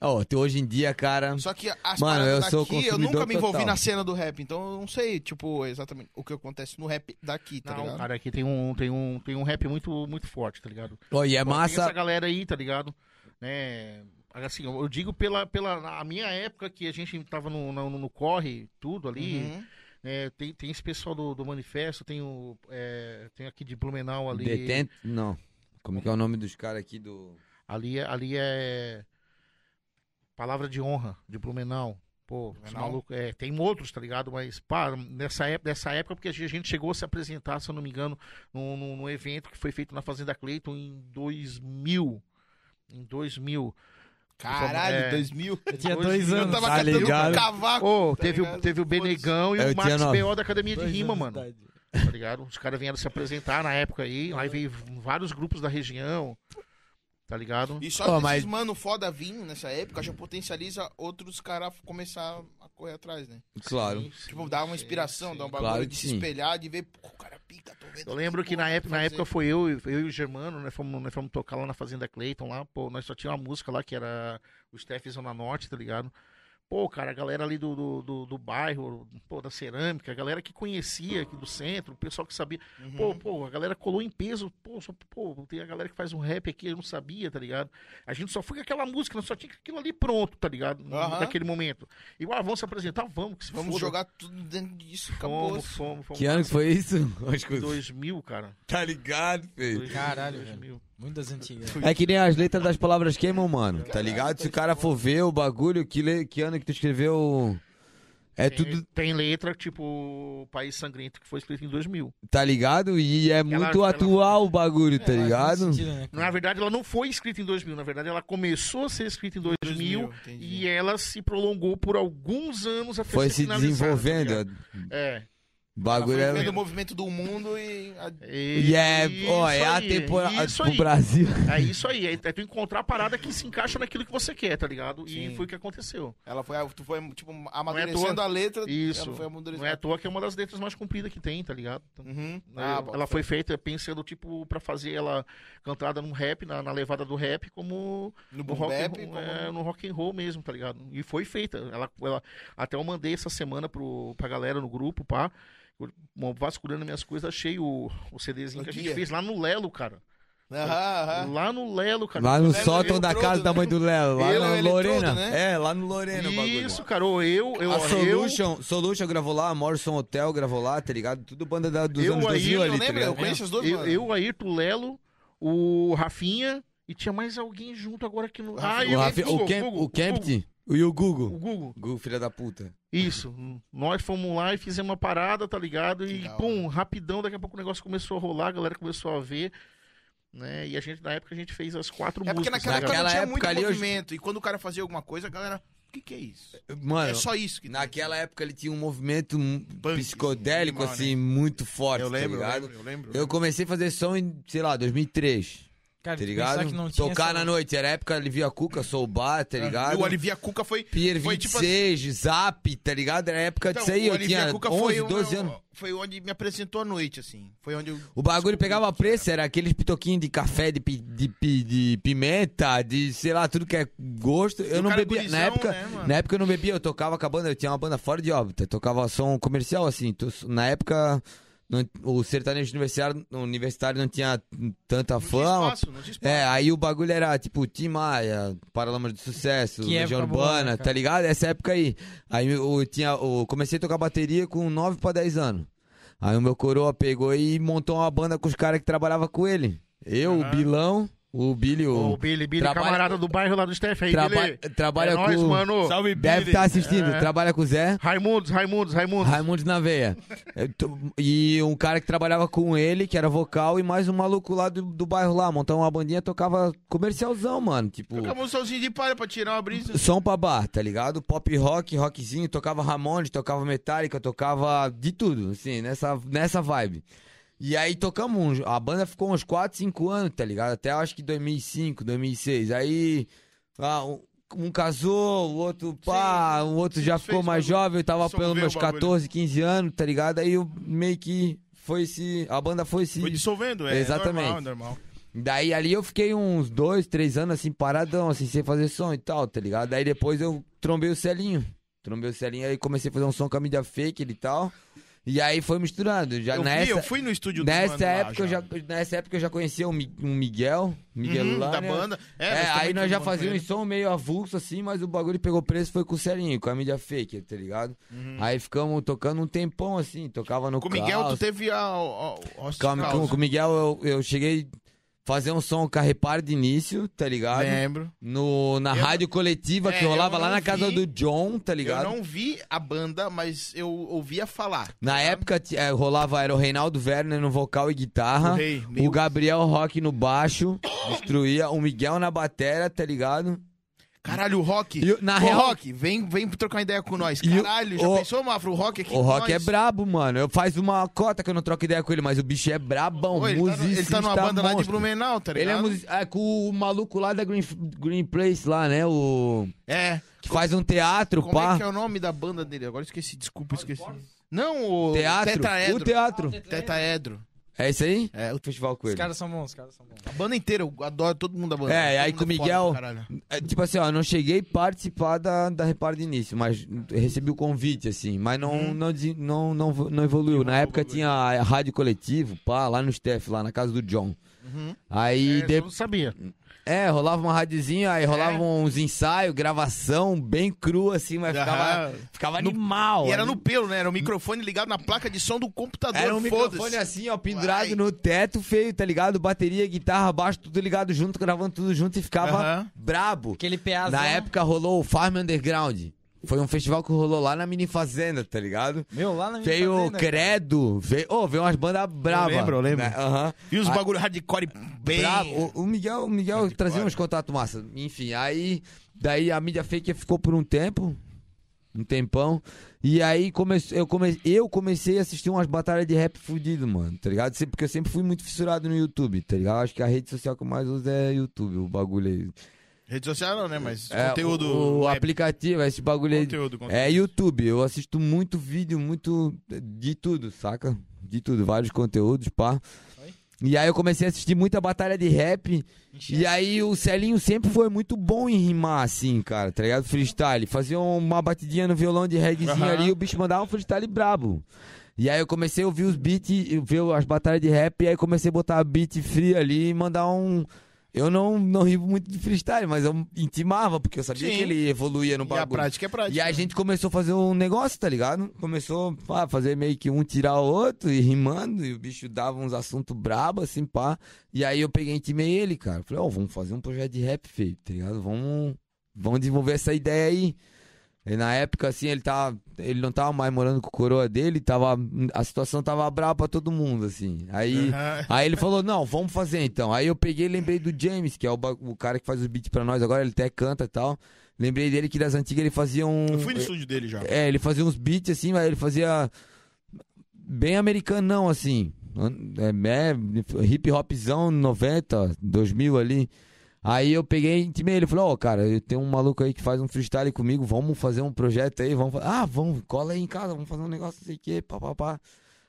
[SPEAKER 4] Ó, até hoje em dia, cara.
[SPEAKER 1] Só que as
[SPEAKER 4] Mano,
[SPEAKER 1] paradas
[SPEAKER 4] eu sou
[SPEAKER 1] daqui, eu
[SPEAKER 4] consumidor
[SPEAKER 1] nunca me envolvi
[SPEAKER 4] total.
[SPEAKER 1] na cena do rap, então eu não sei, tipo, exatamente o que acontece no rap daqui, tá
[SPEAKER 2] Não,
[SPEAKER 1] ligado?
[SPEAKER 2] cara, aqui tem um, tem um, tem um rap muito, muito forte, tá ligado?
[SPEAKER 4] Ó, e é
[SPEAKER 2] Pô, Tem essa
[SPEAKER 4] massa.
[SPEAKER 2] galera aí, tá ligado? Né? Assim, eu eu digo pela, pela a minha época que a gente tava no, no, no corre, tudo ali,
[SPEAKER 1] Uhum.
[SPEAKER 2] né? Tem, tem esse pessoal do, do Manifesto, tem o. é, tem aqui de Blumenau ali.
[SPEAKER 4] Detento. Não. Como que é o nome dos caras aqui do.
[SPEAKER 2] Ali, é- ali é. Palavra de honra, de Blumenau. Pô, os
[SPEAKER 1] Blumenau?
[SPEAKER 2] malucos. É, tem outros, tá ligado? Mas, pá, nessa época, nessa época, porque a gente chegou a se apresentar, se eu não me engano, num, num- num evento que foi feito na Fazenda Cleiton em 2000. Em 2000.
[SPEAKER 1] Caralho,
[SPEAKER 2] É.
[SPEAKER 1] 2000.
[SPEAKER 3] Eu tinha
[SPEAKER 2] Hoje
[SPEAKER 3] dois
[SPEAKER 2] eu
[SPEAKER 1] Eu
[SPEAKER 3] anos.
[SPEAKER 1] tava
[SPEAKER 4] Tá
[SPEAKER 1] catando
[SPEAKER 4] ligado?
[SPEAKER 1] um cavaco.
[SPEAKER 2] Ô,
[SPEAKER 1] tá
[SPEAKER 2] teve, o-
[SPEAKER 1] ligado?
[SPEAKER 2] teve o Benegão e
[SPEAKER 4] É, Eu
[SPEAKER 2] o
[SPEAKER 4] tinha
[SPEAKER 2] Max
[SPEAKER 4] nove.
[SPEAKER 2] B.O. da Academia de
[SPEAKER 3] dois
[SPEAKER 2] Rima,
[SPEAKER 3] anos de
[SPEAKER 2] mano.
[SPEAKER 3] idade.
[SPEAKER 2] Tá ligado? Os caras vieram se apresentar na época aí. Aí veio vários grupos da região. Tá ligado?
[SPEAKER 1] E só
[SPEAKER 4] Ó,
[SPEAKER 1] desses
[SPEAKER 4] mas-
[SPEAKER 1] mano foda vindo nessa época já potencializa outros caras começar a correr atrás, né?
[SPEAKER 4] Claro.
[SPEAKER 1] Tipo, dá uma inspiração, dá um bagulho
[SPEAKER 4] Claro
[SPEAKER 1] de
[SPEAKER 4] que
[SPEAKER 1] se
[SPEAKER 4] sim.
[SPEAKER 1] espelhar, de ver, pô, o cara pica, tô vendo.
[SPEAKER 2] Eu lembro que na época, na época foi eu, e- eu e o Germano, né? Fomos, nós fomos tocar lá na Fazenda Clayton lá, pô, nós só tinha uma música lá que era o Steph Zona Norte, tá ligado? Pô, cara, a galera ali do, do, do, do bairro, pô, da cerâmica, a galera que conhecia aqui do centro, o pessoal que sabia.
[SPEAKER 1] Uhum.
[SPEAKER 2] Pô, pô, a galera colou em peso, pô, só, pô, tem a galera que faz um rap aqui, eu não sabia, tá ligado? A gente só foi com aquela música, nós só tinha aquilo ali pronto, tá ligado? No-
[SPEAKER 1] Aham.
[SPEAKER 2] Naquele momento. E, ah, vamos se apresentar? Vamos, que se
[SPEAKER 1] Vamos
[SPEAKER 2] foda.
[SPEAKER 1] jogar tudo dentro disso, acabou.
[SPEAKER 2] Fomos, fomos, fomos.
[SPEAKER 4] Que ano que foi isso? Acho que-
[SPEAKER 2] 2000, cara.
[SPEAKER 4] Tá ligado, filho?
[SPEAKER 2] 2000,
[SPEAKER 3] Caralho,
[SPEAKER 2] 2000.
[SPEAKER 3] Muitas antigas.
[SPEAKER 4] É que nem as letras das palavras queimam, mano. Tá ligado? Se o cara for ver o bagulho, que, le- que ano que tu escreveu. É
[SPEAKER 2] Tem-
[SPEAKER 4] tudo.
[SPEAKER 2] Tem letra, tipo, País Sangrento, que foi escrito em 2000.
[SPEAKER 4] Tá ligado? E é muito
[SPEAKER 2] ela- É,
[SPEAKER 4] atual o bagulho, tá ligado?
[SPEAKER 3] né?
[SPEAKER 4] Uhum.
[SPEAKER 2] Na verdade, ela não foi escrita em 2000. Na verdade, ela começou a ser escrita em 2000, e ela se prolongou por alguns anos até
[SPEAKER 4] Foi
[SPEAKER 2] ser
[SPEAKER 4] se
[SPEAKER 2] finalizada, tá
[SPEAKER 4] desenvolvendo.
[SPEAKER 2] ligado? É.
[SPEAKER 4] Bagulho
[SPEAKER 1] Ela foi
[SPEAKER 4] é.
[SPEAKER 1] vendo o movimento do mundo e. a-
[SPEAKER 4] E é, ó, é a temporada
[SPEAKER 2] Isso
[SPEAKER 4] pro
[SPEAKER 2] aí.
[SPEAKER 4] Brasil.
[SPEAKER 2] É isso aí. É, é tu encontrar a parada que se encaixa naquilo que você quer, tá ligado?
[SPEAKER 1] Sim.
[SPEAKER 2] E foi o que aconteceu.
[SPEAKER 1] Ela foi, tu foi tipo, amadurecendo a letra.
[SPEAKER 2] é Isso.
[SPEAKER 1] Ela foi amadurecendo.
[SPEAKER 2] Não é à toa que é uma das letras mais compridas que tem, tá ligado? Então,
[SPEAKER 1] Uhum.
[SPEAKER 2] eu-
[SPEAKER 1] Ah, bom.
[SPEAKER 2] ela foi feita pensando, tipo, pra fazer ela cantada num rap, na, na levada do rap, como
[SPEAKER 1] No
[SPEAKER 2] no
[SPEAKER 1] boom
[SPEAKER 2] rock,
[SPEAKER 1] bap,
[SPEAKER 2] and,
[SPEAKER 1] como-
[SPEAKER 2] roll- é, no rock and roll mesmo, tá ligado? E foi feita. Ela, ela, até eu mandei essa semana pro, pra galera no grupo, pá. Eu, bom, vasculhando minhas coisas, achei o, o CDzinho
[SPEAKER 1] O
[SPEAKER 2] que a
[SPEAKER 1] guia.
[SPEAKER 2] gente fez lá no Lelo, cara.
[SPEAKER 1] Aham, aham.
[SPEAKER 2] Lá no Lelo, cara.
[SPEAKER 4] Lá no
[SPEAKER 1] Leva
[SPEAKER 4] sótão
[SPEAKER 1] eu
[SPEAKER 4] da
[SPEAKER 1] todo,
[SPEAKER 4] casa da
[SPEAKER 1] né?
[SPEAKER 4] mãe do Léo, lá
[SPEAKER 1] Eu,
[SPEAKER 4] na
[SPEAKER 1] ele todo,
[SPEAKER 4] Lorena.
[SPEAKER 1] né?
[SPEAKER 4] É, lá no Lorena o bagulho.
[SPEAKER 2] Isso, cara. ou Eu, eu,
[SPEAKER 4] a
[SPEAKER 2] eu,
[SPEAKER 4] Solution, Solution gravou lá, a Morrison Hotel gravou lá, tá ligado? Tudo banda da, dos
[SPEAKER 2] Eu
[SPEAKER 4] anos
[SPEAKER 2] aí,
[SPEAKER 4] 2000
[SPEAKER 2] eu
[SPEAKER 4] ali, tá
[SPEAKER 1] lembro, eu
[SPEAKER 4] ligado?
[SPEAKER 1] conheço os dois,
[SPEAKER 2] Eu,
[SPEAKER 1] mano.
[SPEAKER 2] eu, Ayrton, Lelo, o Rafinha e tinha mais alguém junto agora que não. Ah, e
[SPEAKER 4] o, Rafi- o,
[SPEAKER 2] Google,
[SPEAKER 4] Camp,
[SPEAKER 2] Google,
[SPEAKER 4] o Campty e o
[SPEAKER 2] Google,
[SPEAKER 4] Gugu.
[SPEAKER 2] O Google.
[SPEAKER 4] Gugu, filha da puta.
[SPEAKER 2] Isso. Nós fomos lá e fizemos uma parada, tá ligado? E,
[SPEAKER 1] Legal.
[SPEAKER 2] pum, rapidão, daqui a pouco o negócio começou a rolar, a galera começou a ver. Né? E a gente, na época, a gente fez as quatro
[SPEAKER 1] É porque
[SPEAKER 2] músicas.
[SPEAKER 1] naquela,
[SPEAKER 2] tá ligado?
[SPEAKER 1] época não tinha
[SPEAKER 4] Naquela
[SPEAKER 1] muito
[SPEAKER 4] época ali, eu-
[SPEAKER 1] movimento. E quando o cara fazia alguma coisa, a galera. O que, que é isso?
[SPEAKER 4] Mano,
[SPEAKER 1] é só isso que tem.
[SPEAKER 4] naquela época ele tinha um movimento m-
[SPEAKER 1] Punk,
[SPEAKER 4] psicodélico,
[SPEAKER 1] animal, né?
[SPEAKER 4] assim, muito forte,
[SPEAKER 1] Eu lembro, eu
[SPEAKER 4] tá ligado?
[SPEAKER 1] lembro, eu lembro.
[SPEAKER 4] Eu comecei a fazer som em, sei lá, 2003.
[SPEAKER 3] Cara,
[SPEAKER 4] Tá
[SPEAKER 3] tu
[SPEAKER 4] ligado?
[SPEAKER 3] pensar que não tinha
[SPEAKER 4] Tocar
[SPEAKER 3] essa-
[SPEAKER 4] na noite, era a época Alivia Cuca, Sou Bar, tá ligado?
[SPEAKER 1] E o Alivia Cuca foi.
[SPEAKER 4] Pier
[SPEAKER 1] foi tipo
[SPEAKER 4] 26, Zap, tá ligado? Era a época
[SPEAKER 1] Então,
[SPEAKER 4] disso aí,
[SPEAKER 1] o
[SPEAKER 4] eu
[SPEAKER 1] Olivia
[SPEAKER 4] tinha
[SPEAKER 1] Cuca
[SPEAKER 4] 11,
[SPEAKER 1] foi
[SPEAKER 4] 12
[SPEAKER 1] uma-
[SPEAKER 4] anos.
[SPEAKER 1] Foi onde me apresentou à noite, assim. Foi onde eu.
[SPEAKER 4] O bagulho pegava preço, era aqueles pitoquinhos de café, de, pi- de, pi- de pimenta, de sei lá, tudo que é gosto. Eu
[SPEAKER 1] o
[SPEAKER 4] não
[SPEAKER 1] cara é
[SPEAKER 4] bebia.
[SPEAKER 1] gurizão,
[SPEAKER 4] na, época,
[SPEAKER 1] né, mano?
[SPEAKER 4] na época eu não bebia, eu tocava com a banda, eu tinha uma banda fora de óbita, tocava som comercial, assim. tu- na época, não- o sertanejo universitário, universitário não tinha tanta
[SPEAKER 1] Não tinha
[SPEAKER 4] fama.
[SPEAKER 3] né?
[SPEAKER 1] espaço, não tinha espaço.
[SPEAKER 4] É, aí o bagulho era tipo Tim Maia, Paralamas de Sucesso,
[SPEAKER 3] Que
[SPEAKER 4] Legião
[SPEAKER 3] época boa,
[SPEAKER 4] Urbana,
[SPEAKER 3] né, cara?
[SPEAKER 4] tá ligado? Essa época aí. Aí eu, tinha, eu comecei a tocar bateria com 9 pra 10 anos. Aí o meu coroa pegou e montou uma banda com os caras que trabalhavam com ele. Eu, o Bilão, o Billy, o...
[SPEAKER 2] O Billy, Billy,
[SPEAKER 4] Trabalha-
[SPEAKER 2] camarada do bairro lá do Steph aí,
[SPEAKER 4] Traba-
[SPEAKER 2] Billy.
[SPEAKER 4] trabalha
[SPEAKER 2] é nóis,
[SPEAKER 4] com-
[SPEAKER 2] mano.
[SPEAKER 3] Salve,
[SPEAKER 4] Deve
[SPEAKER 3] Billy.
[SPEAKER 4] estar assistindo,
[SPEAKER 2] É.
[SPEAKER 4] trabalha com o Zé.
[SPEAKER 2] Raimundos, Raimundos, Raimundos.
[SPEAKER 4] Raimundo na veia. Eu tô- E um cara que trabalhava com ele, que era vocal, e mais um maluco lá do, do bairro lá, montava uma bandinha, tocava comercialzão, mano. Tipo,
[SPEAKER 1] Tocava um solzinho de palha pra tirar uma brisa.
[SPEAKER 4] som pra bar, tá ligado? Pop rock, rockzinho, tocava Ramones, tocava Metallica, tocava de tudo, assim, nessa, nessa vibe. E aí tocamos, uns- a banda ficou uns 4, 5 anos, tá ligado? Até acho que 2005, 2006. Aí ah, um, um casou, o outro pá, o outro
[SPEAKER 1] sim,
[SPEAKER 4] já
[SPEAKER 1] fez
[SPEAKER 4] ficou mais
[SPEAKER 1] bagulho.
[SPEAKER 4] jovem, eu tava
[SPEAKER 1] Dissolveu
[SPEAKER 4] pelos meus
[SPEAKER 1] o bagulho.
[SPEAKER 4] 14, 15 anos, tá ligado? Aí eu meio que foi se. A banda foi se.
[SPEAKER 1] Foi dissolvendo, é.
[SPEAKER 4] Exatamente.
[SPEAKER 1] Normal, normal.
[SPEAKER 4] Daí ali eu fiquei uns dois, três anos assim, paradão, assim, sem fazer som e tal, tá ligado? Daí depois eu trombei o Celinho. Trombei o Celinho aí comecei a fazer um som com a mídia fake e tal. E aí foi misturando. Já
[SPEAKER 1] Eu,
[SPEAKER 4] nessa,
[SPEAKER 1] vi, eu fui no estúdio do mano
[SPEAKER 4] nessa
[SPEAKER 1] lá
[SPEAKER 4] época eu já. Nessa época eu já conhecia um, Mi- um Miguel, Miguel
[SPEAKER 1] Uhum, da
[SPEAKER 4] Lânio.
[SPEAKER 1] banda. É,
[SPEAKER 4] É,
[SPEAKER 1] nós também
[SPEAKER 4] aí nós
[SPEAKER 1] temos
[SPEAKER 4] já
[SPEAKER 1] uma com
[SPEAKER 4] fazíamos
[SPEAKER 1] ele.
[SPEAKER 4] um som meio avulso assim, mas o bagulho pegou preço foi com o Celinho, com a mídia fake, tá ligado? Aí ficamos tocando um tempão assim, tocava no
[SPEAKER 1] Uhum. Com o Miguel, tu
[SPEAKER 4] caos,
[SPEAKER 1] teve a. a- a- a-
[SPEAKER 4] Calma, com, com o Miguel eu, eu cheguei fazer um som com a Repare de início, tá ligado?
[SPEAKER 1] Lembro.
[SPEAKER 4] No, na
[SPEAKER 1] É. Eu-
[SPEAKER 4] rádio coletiva
[SPEAKER 1] É,
[SPEAKER 4] que rolava
[SPEAKER 1] eu
[SPEAKER 4] lá
[SPEAKER 1] não
[SPEAKER 4] na casa
[SPEAKER 1] vi.
[SPEAKER 4] do John, tá ligado?
[SPEAKER 1] Eu não vi a banda, mas eu ouvia falar.
[SPEAKER 4] Na época ti- eh, rolava, era o Reinaldo Werner no vocal e guitarra,
[SPEAKER 1] O rei,
[SPEAKER 4] o
[SPEAKER 1] meu-
[SPEAKER 4] Gabriel Rock no baixo, destruía, o Miguel na batera, tá ligado?
[SPEAKER 1] Caralho, o Rock.
[SPEAKER 4] E o- na
[SPEAKER 1] Ô,
[SPEAKER 4] real-
[SPEAKER 1] Rock, vem, vem trocar uma ideia com nós.
[SPEAKER 4] E o-
[SPEAKER 1] Caralho, já
[SPEAKER 4] o-
[SPEAKER 1] pensou, Mafra? O Rock aqui
[SPEAKER 4] o
[SPEAKER 1] com
[SPEAKER 4] Rock é
[SPEAKER 1] nós?
[SPEAKER 4] brabo, mano. Eu faz uma cota que eu não troco ideia com ele, mas o bicho é brabão,
[SPEAKER 1] Ô, ele, tá, no-
[SPEAKER 4] musicista
[SPEAKER 1] ele tá numa banda lá de
[SPEAKER 4] monstro.
[SPEAKER 1] Blumenau, tá
[SPEAKER 4] Ele
[SPEAKER 1] ligado?
[SPEAKER 4] é, music... é com o maluco lá da Green, Green Place lá, né? O...
[SPEAKER 1] É.
[SPEAKER 4] Que faz um teatro,
[SPEAKER 1] Como
[SPEAKER 4] pá.
[SPEAKER 1] é que é o nome da banda dele? Agora eu esqueci, desculpa, eu esqueci. Não, o
[SPEAKER 4] Teatro?
[SPEAKER 1] Tetraedro.
[SPEAKER 4] O teatro.
[SPEAKER 1] Tetraedro.
[SPEAKER 4] É isso aí?
[SPEAKER 1] É, o-
[SPEAKER 4] O festival com
[SPEAKER 3] Os
[SPEAKER 4] ele.
[SPEAKER 3] caras são bons, os caras são bons.
[SPEAKER 1] a banda inteira, eu adoro todo mundo da banda.
[SPEAKER 4] É, e
[SPEAKER 1] Todo
[SPEAKER 4] aí
[SPEAKER 1] mundo
[SPEAKER 4] com o
[SPEAKER 1] foda
[SPEAKER 4] Miguel-
[SPEAKER 1] pra caralho.
[SPEAKER 4] É, tipo assim, ó, eu não cheguei a participar da, da reparo de início, mas recebi o convite, assim. Mas não,
[SPEAKER 1] Uhum.
[SPEAKER 4] não, desen- não, não, vo- não evoluiu. Na época tinha a rádio coletivo, pá, lá no Steph, lá na casa do John.
[SPEAKER 1] Uhum.
[SPEAKER 4] Aí
[SPEAKER 2] É,
[SPEAKER 4] de-
[SPEAKER 2] eu não sabia.
[SPEAKER 4] é, rolava uma radiozinha,
[SPEAKER 1] É.
[SPEAKER 4] aí rolava uns ensaios, gravação bem crua, assim, mas ficava,
[SPEAKER 1] Aham.
[SPEAKER 4] ficava animal.
[SPEAKER 1] E era no
[SPEAKER 4] animal.
[SPEAKER 1] pelo, né? Era o microfone ligado na placa de som do computador,
[SPEAKER 4] Era um
[SPEAKER 1] foda-se.
[SPEAKER 4] microfone assim, ó, pendurado
[SPEAKER 1] Vai.
[SPEAKER 4] no teto, feio, tá ligado? Bateria, guitarra, baixo, tudo ligado junto, gravando tudo junto e ficava
[SPEAKER 1] Aham.
[SPEAKER 4] brabo.
[SPEAKER 3] Aquele PAzão.
[SPEAKER 4] Na época rolou o Farm Underground. Foi um festival que rolou lá na mini fazenda, tá ligado?
[SPEAKER 3] Meu, lá na minha
[SPEAKER 4] Veio o
[SPEAKER 3] fazenda,
[SPEAKER 4] Credo, veio, oh, veio umas bandas bravas.
[SPEAKER 1] lembro, eu lembro.
[SPEAKER 4] Aham.
[SPEAKER 1] E os
[SPEAKER 4] Ah,
[SPEAKER 1] bagulho hardcore bem...
[SPEAKER 4] bravo.
[SPEAKER 6] é.
[SPEAKER 4] O, o Miguel, o
[SPEAKER 6] Tá
[SPEAKER 4] Miguel trazia uns contatos massa. Enfim, aí daí a mídia fake ficou por um tempo. um tempão. E aí come... eu, come... eu comecei a assistir umas batalhas de rap fudido, mano, tá ligado? Sempre- Porque eu sempre fui muito fissurado no YouTube, tá ligado? Acho que a rede social que eu mais uso é YouTube, o bagulho aí.
[SPEAKER 6] Rede social não, né? Mas
[SPEAKER 4] É,
[SPEAKER 6] conteúdo.
[SPEAKER 4] O, o
[SPEAKER 6] web.
[SPEAKER 4] aplicativo, esse bagulho aí.
[SPEAKER 6] Conteúdo, conteúdo.
[SPEAKER 4] É YouTube, eu assisto muito vídeo, muito de tudo, saca? De tudo, vários conteúdos, pá. E aí eu comecei a assistir muita batalha de rap. E aí o Celinho sempre foi muito bom em rimar, assim, cara, tá ligado? Freestyle. Fazia uma batidinha no violão de reggaezinho
[SPEAKER 6] Aham.
[SPEAKER 4] ali, o bicho mandava um freestyle brabo. E aí eu comecei a ouvir os beats, e ver as batalhas de rap, e aí comecei a botar beat free ali e mandar um. Eu não, não rimo muito de freestyle, mas eu intimava, porque eu sabia
[SPEAKER 6] Sim.
[SPEAKER 4] que ele evoluía no
[SPEAKER 6] E a
[SPEAKER 4] bagulho.
[SPEAKER 6] prática é prática.
[SPEAKER 4] E a gente começou a fazer um negócio, tá ligado? Começou a fazer meio que um tirar o outro e rimando, e o bicho dava uns assuntos brabo, assim, pá. E aí eu peguei e intimei ele, cara. Falei, ó, vamos fazer um projeto de rap, feio, tá ligado? Vamos, vamos desenvolver essa ideia aí. E na época, assim, ele tava. Ele não tava mais morando com o coroa dele, tava. A situação tava braba pra todo mundo, assim. Aí.
[SPEAKER 6] Aham.
[SPEAKER 4] Aí ele falou, não, vamos fazer então. Aí eu peguei e lembrei do James, que é o, ba- o cara que faz os beats pra nós agora, ele até canta e tal. Lembrei dele que das antigas ele fazia um.
[SPEAKER 6] Eu fui no estúdio dele já.
[SPEAKER 4] É, ele fazia uns beats assim, mas ele fazia bem americanão assim. É, é, hip hopzão 90, 2000 ali. Aí eu peguei e intimei ele, falou, ó, cara, eu tenho um maluco aí que faz um freestyle comigo, vamos fazer um projeto aí, vamos fa- Ah, vamos, cola aí em casa, vamos fazer um negócio, não sei o quê, papapá.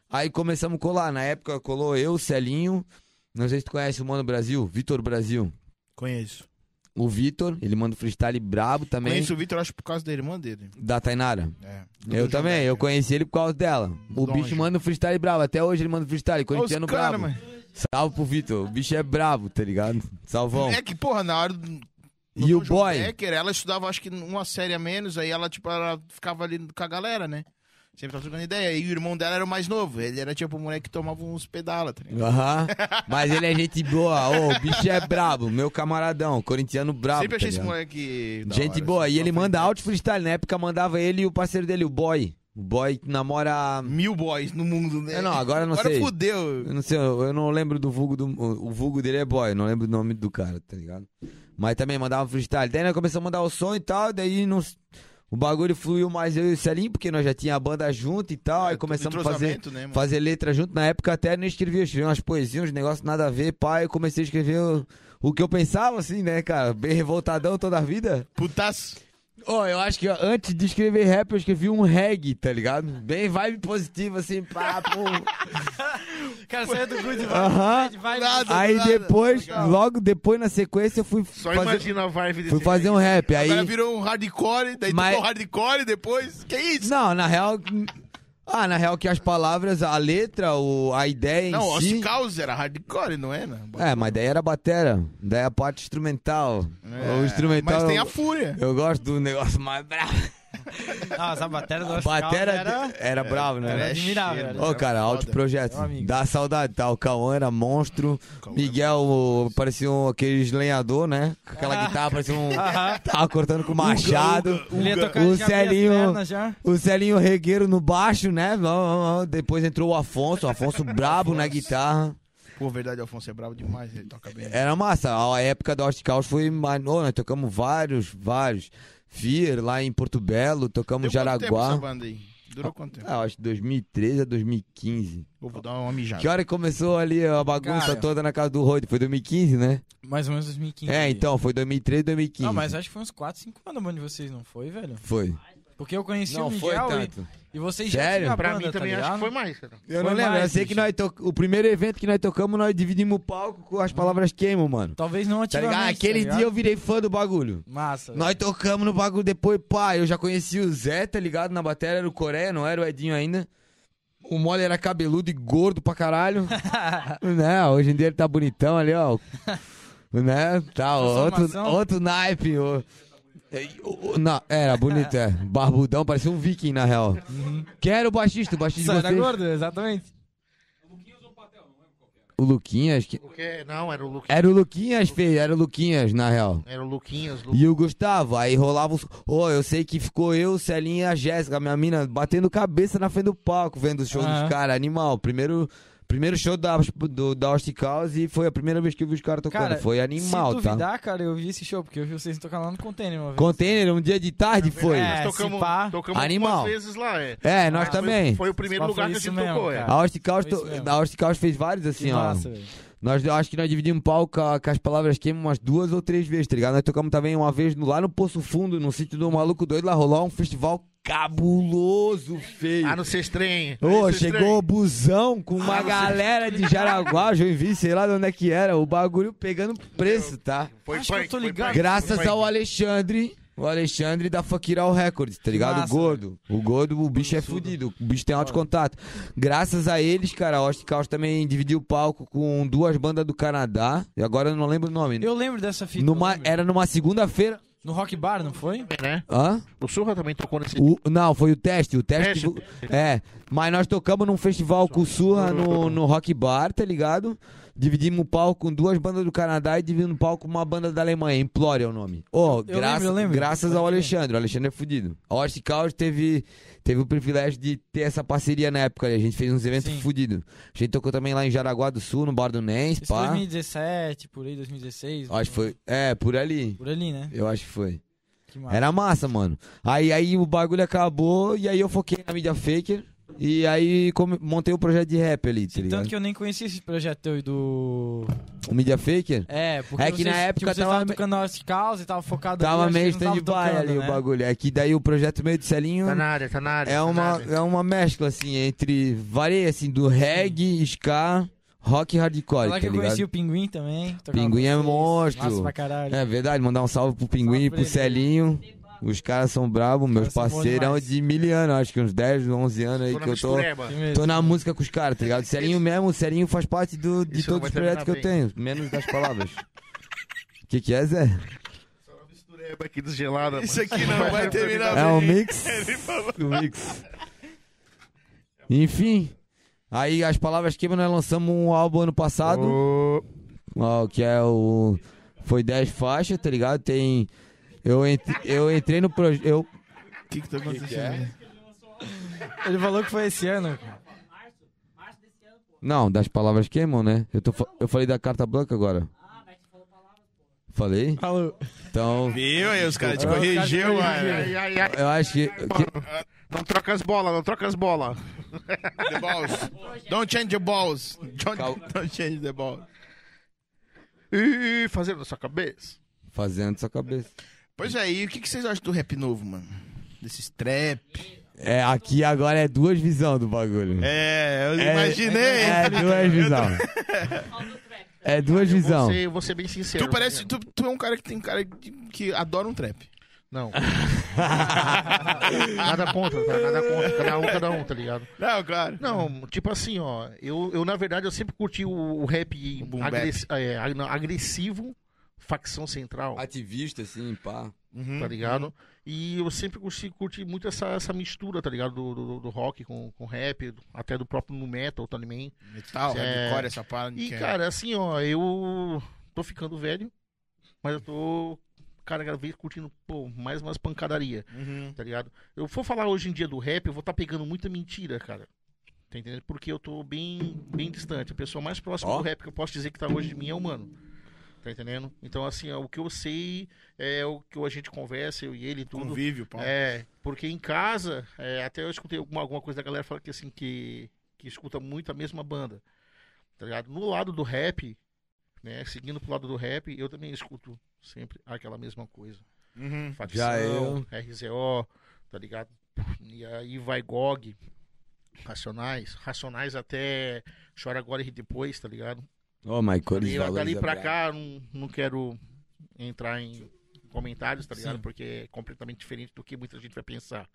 [SPEAKER 4] Aí começamos a colar, na época colou eu, Celinho, não sei se tu conhece o Mano Brasil, Vitor Brasil.
[SPEAKER 6] Conheço.
[SPEAKER 4] O Vitor, ele manda um freestyle brabo também,
[SPEAKER 6] Conheço o Vitor, acho por causa da irmã dele.
[SPEAKER 4] da Tainara.
[SPEAKER 6] É.
[SPEAKER 4] Eu também, eu conheci ele por causa dela. O
[SPEAKER 6] Longe.
[SPEAKER 4] bicho manda um freestyle bravo, até hoje ele manda um freestyle, corintiano bravo. Salve pro Vitor, o bicho é bravo, tá ligado? Salvão.
[SPEAKER 6] É que, porra, na hora do.
[SPEAKER 4] E
[SPEAKER 6] do
[SPEAKER 4] o
[SPEAKER 6] João
[SPEAKER 4] boy?
[SPEAKER 6] Becker, ela estudava, acho que uma série a menos, aí ela, tipo, ela ficava ali com a galera, né? Sempre tava trocando ideia. E o irmão dela era o mais novo. Ele era tipo o moleque que tomava uns pedala, tá ligado?
[SPEAKER 4] Aham. Mas ele é gente boa, ô, o bicho é brabo, meu camaradão, corintiano brabo.
[SPEAKER 6] Sempre achei
[SPEAKER 4] tá
[SPEAKER 6] esse
[SPEAKER 4] ligado?
[SPEAKER 6] moleque. da
[SPEAKER 4] Gente
[SPEAKER 6] hora,
[SPEAKER 4] boa,
[SPEAKER 6] assim,
[SPEAKER 4] e ele
[SPEAKER 6] pra
[SPEAKER 4] manda
[SPEAKER 6] frente.
[SPEAKER 4] alto freestyle. Na época mandava ele e o parceiro dele, o boy. O boy que namora.
[SPEAKER 6] Mil boys no mundo, né?
[SPEAKER 4] É, não, agora eu não
[SPEAKER 6] agora
[SPEAKER 4] sei.
[SPEAKER 6] fudeu.
[SPEAKER 4] Eu não sei, eu eu não lembro do vulgo do. O o vulgo dele é boy, eu não lembro o nome do cara, tá ligado? Mas também mandava freestyle. Daí nós começamos a mandar o som e tal, daí nos- o bagulho fluiu mais eu e o Celinho, porque nós já tinha a banda junto e tal, aí começamos a fazer,
[SPEAKER 6] É, Entrosamento, Né, mano?
[SPEAKER 4] fazer letra junto. Na época até não escrevia, eu escrevia umas poesias, uns negócios nada a ver, pá, eu comecei a escrever o, o que eu pensava, assim, né, cara? Bem revoltadão toda a vida.
[SPEAKER 6] Putaço.
[SPEAKER 4] Ô, eu acho que ó, antes de escrever rap, eu escrevi um reggae, tá ligado? Bem vibe positiva, assim, pá, pum.
[SPEAKER 3] Cara, saiu do Good
[SPEAKER 4] Aham.
[SPEAKER 3] Vibe. Vai,
[SPEAKER 6] Nada,
[SPEAKER 4] Aí
[SPEAKER 6] nada.
[SPEAKER 4] depois,
[SPEAKER 6] Legal.
[SPEAKER 4] logo depois na sequência, eu fui
[SPEAKER 2] Só
[SPEAKER 4] fazer,
[SPEAKER 2] imagina a vibe desse
[SPEAKER 4] fui fazer um rap. Aí,
[SPEAKER 6] Agora virou um hardcore, daí
[SPEAKER 4] Mas-
[SPEAKER 6] tocou hardcore depois. Que isso?
[SPEAKER 4] não, na real, ah, na real que as palavras, a letra, o, a ideia em
[SPEAKER 6] Não, o
[SPEAKER 4] si.
[SPEAKER 6] Oscaus era hardcore, não é? Né?
[SPEAKER 4] É, mas daí era batera, daí a parte instrumental.
[SPEAKER 6] É,
[SPEAKER 4] o instrumental.
[SPEAKER 6] Mas tem a
[SPEAKER 4] eu,
[SPEAKER 6] fúria.
[SPEAKER 4] eu gosto do negócio mais bravo.
[SPEAKER 3] Não, essa bateria do
[SPEAKER 4] A
[SPEAKER 3] Oscar
[SPEAKER 4] batera
[SPEAKER 3] era...
[SPEAKER 4] era,
[SPEAKER 6] É,
[SPEAKER 4] bravo, né?
[SPEAKER 3] era admirável,
[SPEAKER 6] cheiro,
[SPEAKER 3] né?
[SPEAKER 4] Ô, cara,
[SPEAKER 6] é foda. É um
[SPEAKER 4] alto projeto.
[SPEAKER 3] Meu amigo.
[SPEAKER 4] Dá saudade, tá? O Cauã era monstro.
[SPEAKER 6] Cauã
[SPEAKER 4] Miguel o- parecia um, aqueles lenhador, né? Com aquela guitarra, parecia um.
[SPEAKER 3] Ah. Aham.
[SPEAKER 4] Tava cortando com machado.
[SPEAKER 3] Ele ia tocar né?
[SPEAKER 4] O
[SPEAKER 3] já abria as
[SPEAKER 4] Celinho-
[SPEAKER 3] pernas já.
[SPEAKER 4] O Celinho Regueiro no baixo, né? Ó, ó, ó. Depois entrou o Afonso, o Afonso brabo na guitarra.
[SPEAKER 6] Pô, verdade, o Alfonso é bravo demais, ele toca bem.
[SPEAKER 4] Era massa. A época do Austin Caos foi. ma- Ô, nós tocamos vários, vários. Fear lá em Porto Belo, tocamos
[SPEAKER 6] Deu quanto tempo essa
[SPEAKER 4] Jaraguá.
[SPEAKER 6] banda aí? Durou quanto tempo?
[SPEAKER 4] Ah, acho que 2013 a 2015.
[SPEAKER 6] Eu vou dar uma mijada.
[SPEAKER 4] Que hora que começou ali a bagunça
[SPEAKER 3] Cara.
[SPEAKER 4] toda na casa do Roide? Foi 2015, né?
[SPEAKER 3] Mais ou menos 2015.
[SPEAKER 4] É, então, foi 2013, 2015.
[SPEAKER 3] Não, mas acho que foi uns 4, 5 anos a banda de vocês, não foi, velho?
[SPEAKER 4] Foi.
[SPEAKER 3] Porque eu conheci o
[SPEAKER 4] Não foi
[SPEAKER 3] Miguel e,
[SPEAKER 4] tanto.
[SPEAKER 3] e vocês
[SPEAKER 4] Sério?
[SPEAKER 3] já tinham a
[SPEAKER 2] Pra
[SPEAKER 3] banda,
[SPEAKER 2] mim também
[SPEAKER 3] tá
[SPEAKER 2] acho
[SPEAKER 3] ligado?
[SPEAKER 2] que foi mais, cara.
[SPEAKER 4] Eu
[SPEAKER 3] Foi
[SPEAKER 4] não lembro. eu
[SPEAKER 3] mais,
[SPEAKER 4] sei que
[SPEAKER 3] bicho.
[SPEAKER 4] nós to... o primeiro evento que nós tocamos, nós dividimos o palco com as palavras queimam, mano.
[SPEAKER 3] Talvez não
[SPEAKER 4] Tá
[SPEAKER 3] ativamente,
[SPEAKER 4] ligado?
[SPEAKER 3] Hum.
[SPEAKER 4] Aquele
[SPEAKER 3] tá ligado?
[SPEAKER 4] dia eu virei fã do bagulho.
[SPEAKER 3] Massa.
[SPEAKER 4] É. Nós tocamos no bagulho depois, pá, eu já conheci o Zé, tá ligado? Na bateria era o Coreia, não era o Edinho ainda. O Mole era cabeludo e gordo pra caralho. né? Hoje em dia ele tá bonitão ali, ó. né? Tá, outro,
[SPEAKER 3] Transformação.
[SPEAKER 4] outro naipe. Ó. É, o- o- Não, era bonito, é. Barbudão, parecia um viking, na real. Quem era o baixista? O baixista de
[SPEAKER 3] Só era
[SPEAKER 4] vocês?
[SPEAKER 3] gordo, exatamente.
[SPEAKER 4] O Luquinhas. que-
[SPEAKER 2] O quê? Não, era o Luquinhas.
[SPEAKER 4] Era o Luquinhas, feio. Era o Luquinhas, na real.
[SPEAKER 2] Era o Luquinhas. Lu...
[SPEAKER 4] E o Gustavo, aí rolava os. Ô, eu sei que ficou eu, Celinha e a Jéssica, minha mina, batendo cabeça na frente do palco, vendo o show
[SPEAKER 3] Aham.
[SPEAKER 4] dos caras, animal. Primeiro, Primeiro show da, do, da Austin Chaos e foi a primeira vez que eu vi os caras tocando.
[SPEAKER 3] Cara,
[SPEAKER 4] foi
[SPEAKER 3] Se
[SPEAKER 4] animal, tá?
[SPEAKER 3] duvidar, cara, eu vi esse show, porque eu vi vocês tocar lá no container uma vez.
[SPEAKER 4] Container, um dia de tarde foi.
[SPEAKER 3] É,
[SPEAKER 2] Nós tocamos,
[SPEAKER 3] se pá.
[SPEAKER 2] tocamos
[SPEAKER 4] Animal.
[SPEAKER 2] algumas vezes lá, é.
[SPEAKER 4] É, nós
[SPEAKER 3] Ah,
[SPEAKER 4] também.
[SPEAKER 2] Foi o primeiro
[SPEAKER 3] Só
[SPEAKER 2] lugar
[SPEAKER 3] foi
[SPEAKER 2] que a
[SPEAKER 3] isso
[SPEAKER 2] gente
[SPEAKER 3] mesmo,
[SPEAKER 2] tocou, é.
[SPEAKER 3] cara.
[SPEAKER 4] A Austin Chaos,
[SPEAKER 3] Foi isso
[SPEAKER 4] to-
[SPEAKER 3] mesmo.
[SPEAKER 4] a Austin Chaos fez vários assim,
[SPEAKER 3] Que
[SPEAKER 4] ó.
[SPEAKER 3] massa, velho.
[SPEAKER 4] Nós, eu acho que nós dividimos palco com a, com as palavras queima umas duas ou três vezes, tá ligado? Nós tocamos também uma vez no- lá no Poço Fundo, no sítio do Maluco Doido, lá rolou um festival cabuloso, feio.
[SPEAKER 2] Ah, no Sestrem.
[SPEAKER 4] Ô, chegou o busão com uma galera de Jaraguá, Joinville, sei lá de onde é que era, o bagulho pegando preço, tá?
[SPEAKER 2] Foi
[SPEAKER 3] Acho que
[SPEAKER 2] punk,
[SPEAKER 3] eu tô
[SPEAKER 2] foi
[SPEAKER 3] ligado.
[SPEAKER 2] punk, foi
[SPEAKER 4] Graças
[SPEAKER 2] punk.
[SPEAKER 4] ao Alexandre, o Alexandre da Fakiral Records, tá ligado?
[SPEAKER 3] massa,
[SPEAKER 4] o gordo. O gordo, o bicho é fudido, o bicho tem alto contato. Graças a eles, cara, a Austin Caos também dividiu o palco com duas bandas do Canadá, e agora eu não lembro o nome.
[SPEAKER 3] Eu lembro dessa fita. eu
[SPEAKER 4] Numa, é-
[SPEAKER 3] lembro.
[SPEAKER 4] era numa segunda-feira.
[SPEAKER 3] No Rock Bar, não foi?
[SPEAKER 2] Né?
[SPEAKER 4] Hã?
[SPEAKER 2] O Surra também tocou
[SPEAKER 3] Hum.
[SPEAKER 2] nesse
[SPEAKER 4] O- não, foi o teste, o teste.
[SPEAKER 2] Teste.
[SPEAKER 4] É, mas nós tocamos num festival com Surra no, no Rock Bar, tá ligado? Dividimos o palco com duas bandas do Canadá e dividimos o palco com uma banda da Alemanha, Implore é o nome. Ô,
[SPEAKER 3] eu
[SPEAKER 4] graça-
[SPEAKER 3] lembro, eu lembro.
[SPEAKER 4] graças
[SPEAKER 3] Pode
[SPEAKER 4] ao
[SPEAKER 3] crer.
[SPEAKER 4] Alexandre, o Alexandre é fudido. A Austin Caos teve, teve o privilégio de ter essa parceria na época ali, a gente fez uns eventos
[SPEAKER 3] Sim.
[SPEAKER 4] fudidos. A gente tocou também lá em Jaraguá do Sul, no Bar do Nens,
[SPEAKER 3] Esse
[SPEAKER 4] pá.
[SPEAKER 3] 2017, por aí, 2016.
[SPEAKER 4] Acho que foi, é, por ali,
[SPEAKER 3] Por ali, né?
[SPEAKER 4] eu acho que foi.
[SPEAKER 3] Que massa.
[SPEAKER 4] Era massa, mano. Aí, aí o bagulho acabou e aí eu foquei na mídia faker. E aí come- montei o projeto de rap ali, tá
[SPEAKER 3] Sim, Tanto
[SPEAKER 4] ligado?
[SPEAKER 3] que eu nem conhecia esse projeto teu e do.
[SPEAKER 4] O mídia faker
[SPEAKER 3] É, porque
[SPEAKER 4] É que
[SPEAKER 3] vocês-
[SPEAKER 4] na época
[SPEAKER 3] tipo, vocês
[SPEAKER 4] tava
[SPEAKER 3] tava
[SPEAKER 4] me-
[SPEAKER 3] tocando North Cause e tava focado
[SPEAKER 4] tava
[SPEAKER 3] ali,
[SPEAKER 4] meio
[SPEAKER 3] acho que não tava
[SPEAKER 4] stand-by
[SPEAKER 3] tocando,
[SPEAKER 4] ali
[SPEAKER 3] né?
[SPEAKER 4] o bagulho. É que daí o projeto meio de Celinho
[SPEAKER 2] Tá na área, tá na área.
[SPEAKER 4] é
[SPEAKER 2] tá na
[SPEAKER 4] uma,
[SPEAKER 2] área.
[SPEAKER 4] é uma mescla, assim, entre. Varia, assim, do reggae, ska, rock e hardcore,
[SPEAKER 3] Lá
[SPEAKER 4] tá
[SPEAKER 3] que eu conheci
[SPEAKER 4] ligado?
[SPEAKER 3] o Pinguim também. tocava
[SPEAKER 4] Pinguim
[SPEAKER 3] com
[SPEAKER 4] é
[SPEAKER 3] vocês.
[SPEAKER 4] monstro.
[SPEAKER 3] Massa pra caralho.
[SPEAKER 4] É verdade, mandar um salve pro Pinguim
[SPEAKER 3] Salve
[SPEAKER 4] e pro
[SPEAKER 3] pra ele.
[SPEAKER 4] Celinho. Os caras são bravos, meus
[SPEAKER 3] Os caras são bons
[SPEAKER 4] parceirão
[SPEAKER 3] demais.
[SPEAKER 4] de mil anos, acho que uns 10, 11 anos aí
[SPEAKER 2] Foi na
[SPEAKER 4] que eu tô.
[SPEAKER 2] mistureba.
[SPEAKER 3] Sim mesmo.
[SPEAKER 4] Tô na música com os caras, tá ligado? Serinho mesmo, o Serinho faz parte do, de
[SPEAKER 2] Isso não
[SPEAKER 4] todos
[SPEAKER 2] vai
[SPEAKER 4] os projetos que eu
[SPEAKER 2] terminar
[SPEAKER 4] tenho, menos das palavras. O que, que é, Zé?
[SPEAKER 2] Mistureba aqui desgelada, mano.
[SPEAKER 6] Isso aqui não vai terminar
[SPEAKER 4] É um
[SPEAKER 6] bem.
[SPEAKER 4] mix? Um mix. Enfim, aí as palavras queimam, nós lançamos um álbum ano passado,
[SPEAKER 2] Ô,
[SPEAKER 4] ó, que é o. Foi 10 faixas, tá ligado? Tem. Eu, entre- eu entrei no projeto. Eu...
[SPEAKER 6] O que que tá acontecendo?
[SPEAKER 3] Ele falou que foi esse ano. cara.
[SPEAKER 4] Não, das palavras queimam, né? Eu, tô, fa- eu falei da carta branca agora. Falei?
[SPEAKER 3] Falou.
[SPEAKER 4] Então,
[SPEAKER 6] Viu aí, os caras te
[SPEAKER 3] Ah, os caras te
[SPEAKER 6] corrigiu,
[SPEAKER 3] corrigiram.
[SPEAKER 6] mano.
[SPEAKER 2] Ai, ai, ai.
[SPEAKER 4] eu acho que- que
[SPEAKER 2] Não troca as bolas, não troca as bolas.
[SPEAKER 6] The balls. Don't change the balls. Don't,
[SPEAKER 4] Cal-
[SPEAKER 6] don't change the balls.
[SPEAKER 2] Ih, fazendo na sua cabeça.
[SPEAKER 4] Fazendo sua cabeça.
[SPEAKER 6] Pois é, e o que, que vocês acham do rap novo, mano? Desses trap.
[SPEAKER 4] É, aqui agora é duas visões do bagulho.
[SPEAKER 6] É, eu
[SPEAKER 4] É-
[SPEAKER 6] imaginei.
[SPEAKER 4] É duas visões. É duas
[SPEAKER 2] Vou
[SPEAKER 4] visões.
[SPEAKER 2] ser, vou ser é bem sincero. tá
[SPEAKER 6] Tu parece, tu, tu é um cara que tem cara de- que adora um trap.
[SPEAKER 2] Não. nada contra, tá? Nada contra. Cada um, cada um, tá ligado?
[SPEAKER 6] Não, claro.
[SPEAKER 2] Não, tipo assim, ó. Eu, eu na verdade, eu sempre curti o, o rap
[SPEAKER 6] boom bap.
[SPEAKER 2] agressi- é, ag- não, agressivo, facção central,
[SPEAKER 4] Ativista, assim, pá.
[SPEAKER 6] Uhum.
[SPEAKER 2] tá ligado? E eu sempre curti, curti muito essa, essa mistura, tá ligado? Do, do, do rock com, com rap, até do próprio nu metal também.
[SPEAKER 6] Metal,
[SPEAKER 2] É.
[SPEAKER 6] hardcore, essa parada.
[SPEAKER 2] E,
[SPEAKER 6] que é-
[SPEAKER 2] cara, assim, ó, eu tô ficando velho, mas eu tô, cara, cada vez curtindo, pô, mais umas pancadaria,
[SPEAKER 6] Uhum.
[SPEAKER 2] tá ligado? Eu for falar hoje em dia do rap, eu vou tá pegando muita mentira, cara. Tá entendendo? Porque eu tô bem, bem distante. A pessoa mais próxima
[SPEAKER 4] Ó.
[SPEAKER 2] do rap que eu posso dizer que tá hoje de mim é o mano. Tá entendendo? Então, assim, ó, o que eu sei é o que a gente conversa, eu e ele e tudo.
[SPEAKER 6] Convívio, pau.
[SPEAKER 2] É, porque em casa, é, até eu escutei alguma, alguma coisa da galera falar que assim, que, que escuta muito a mesma banda. Tá ligado? No lado do rap, né? Seguindo pro lado do rap, eu também escuto sempre aquela mesma coisa.
[SPEAKER 6] Uhum.
[SPEAKER 2] Facção,
[SPEAKER 4] Já é um- eu-
[SPEAKER 2] RZO, tá ligado? E aí vai GOG, Racionais, Racionais até Chora Agora e Ri Depois, tá ligado?
[SPEAKER 4] Ô, mas cores
[SPEAKER 2] Dali, dali
[SPEAKER 4] valores
[SPEAKER 2] pra
[SPEAKER 4] é
[SPEAKER 2] cá, não, não quero entrar em comentários, tá ligado? Porque é completamente diferente do que muita gente vai pensar.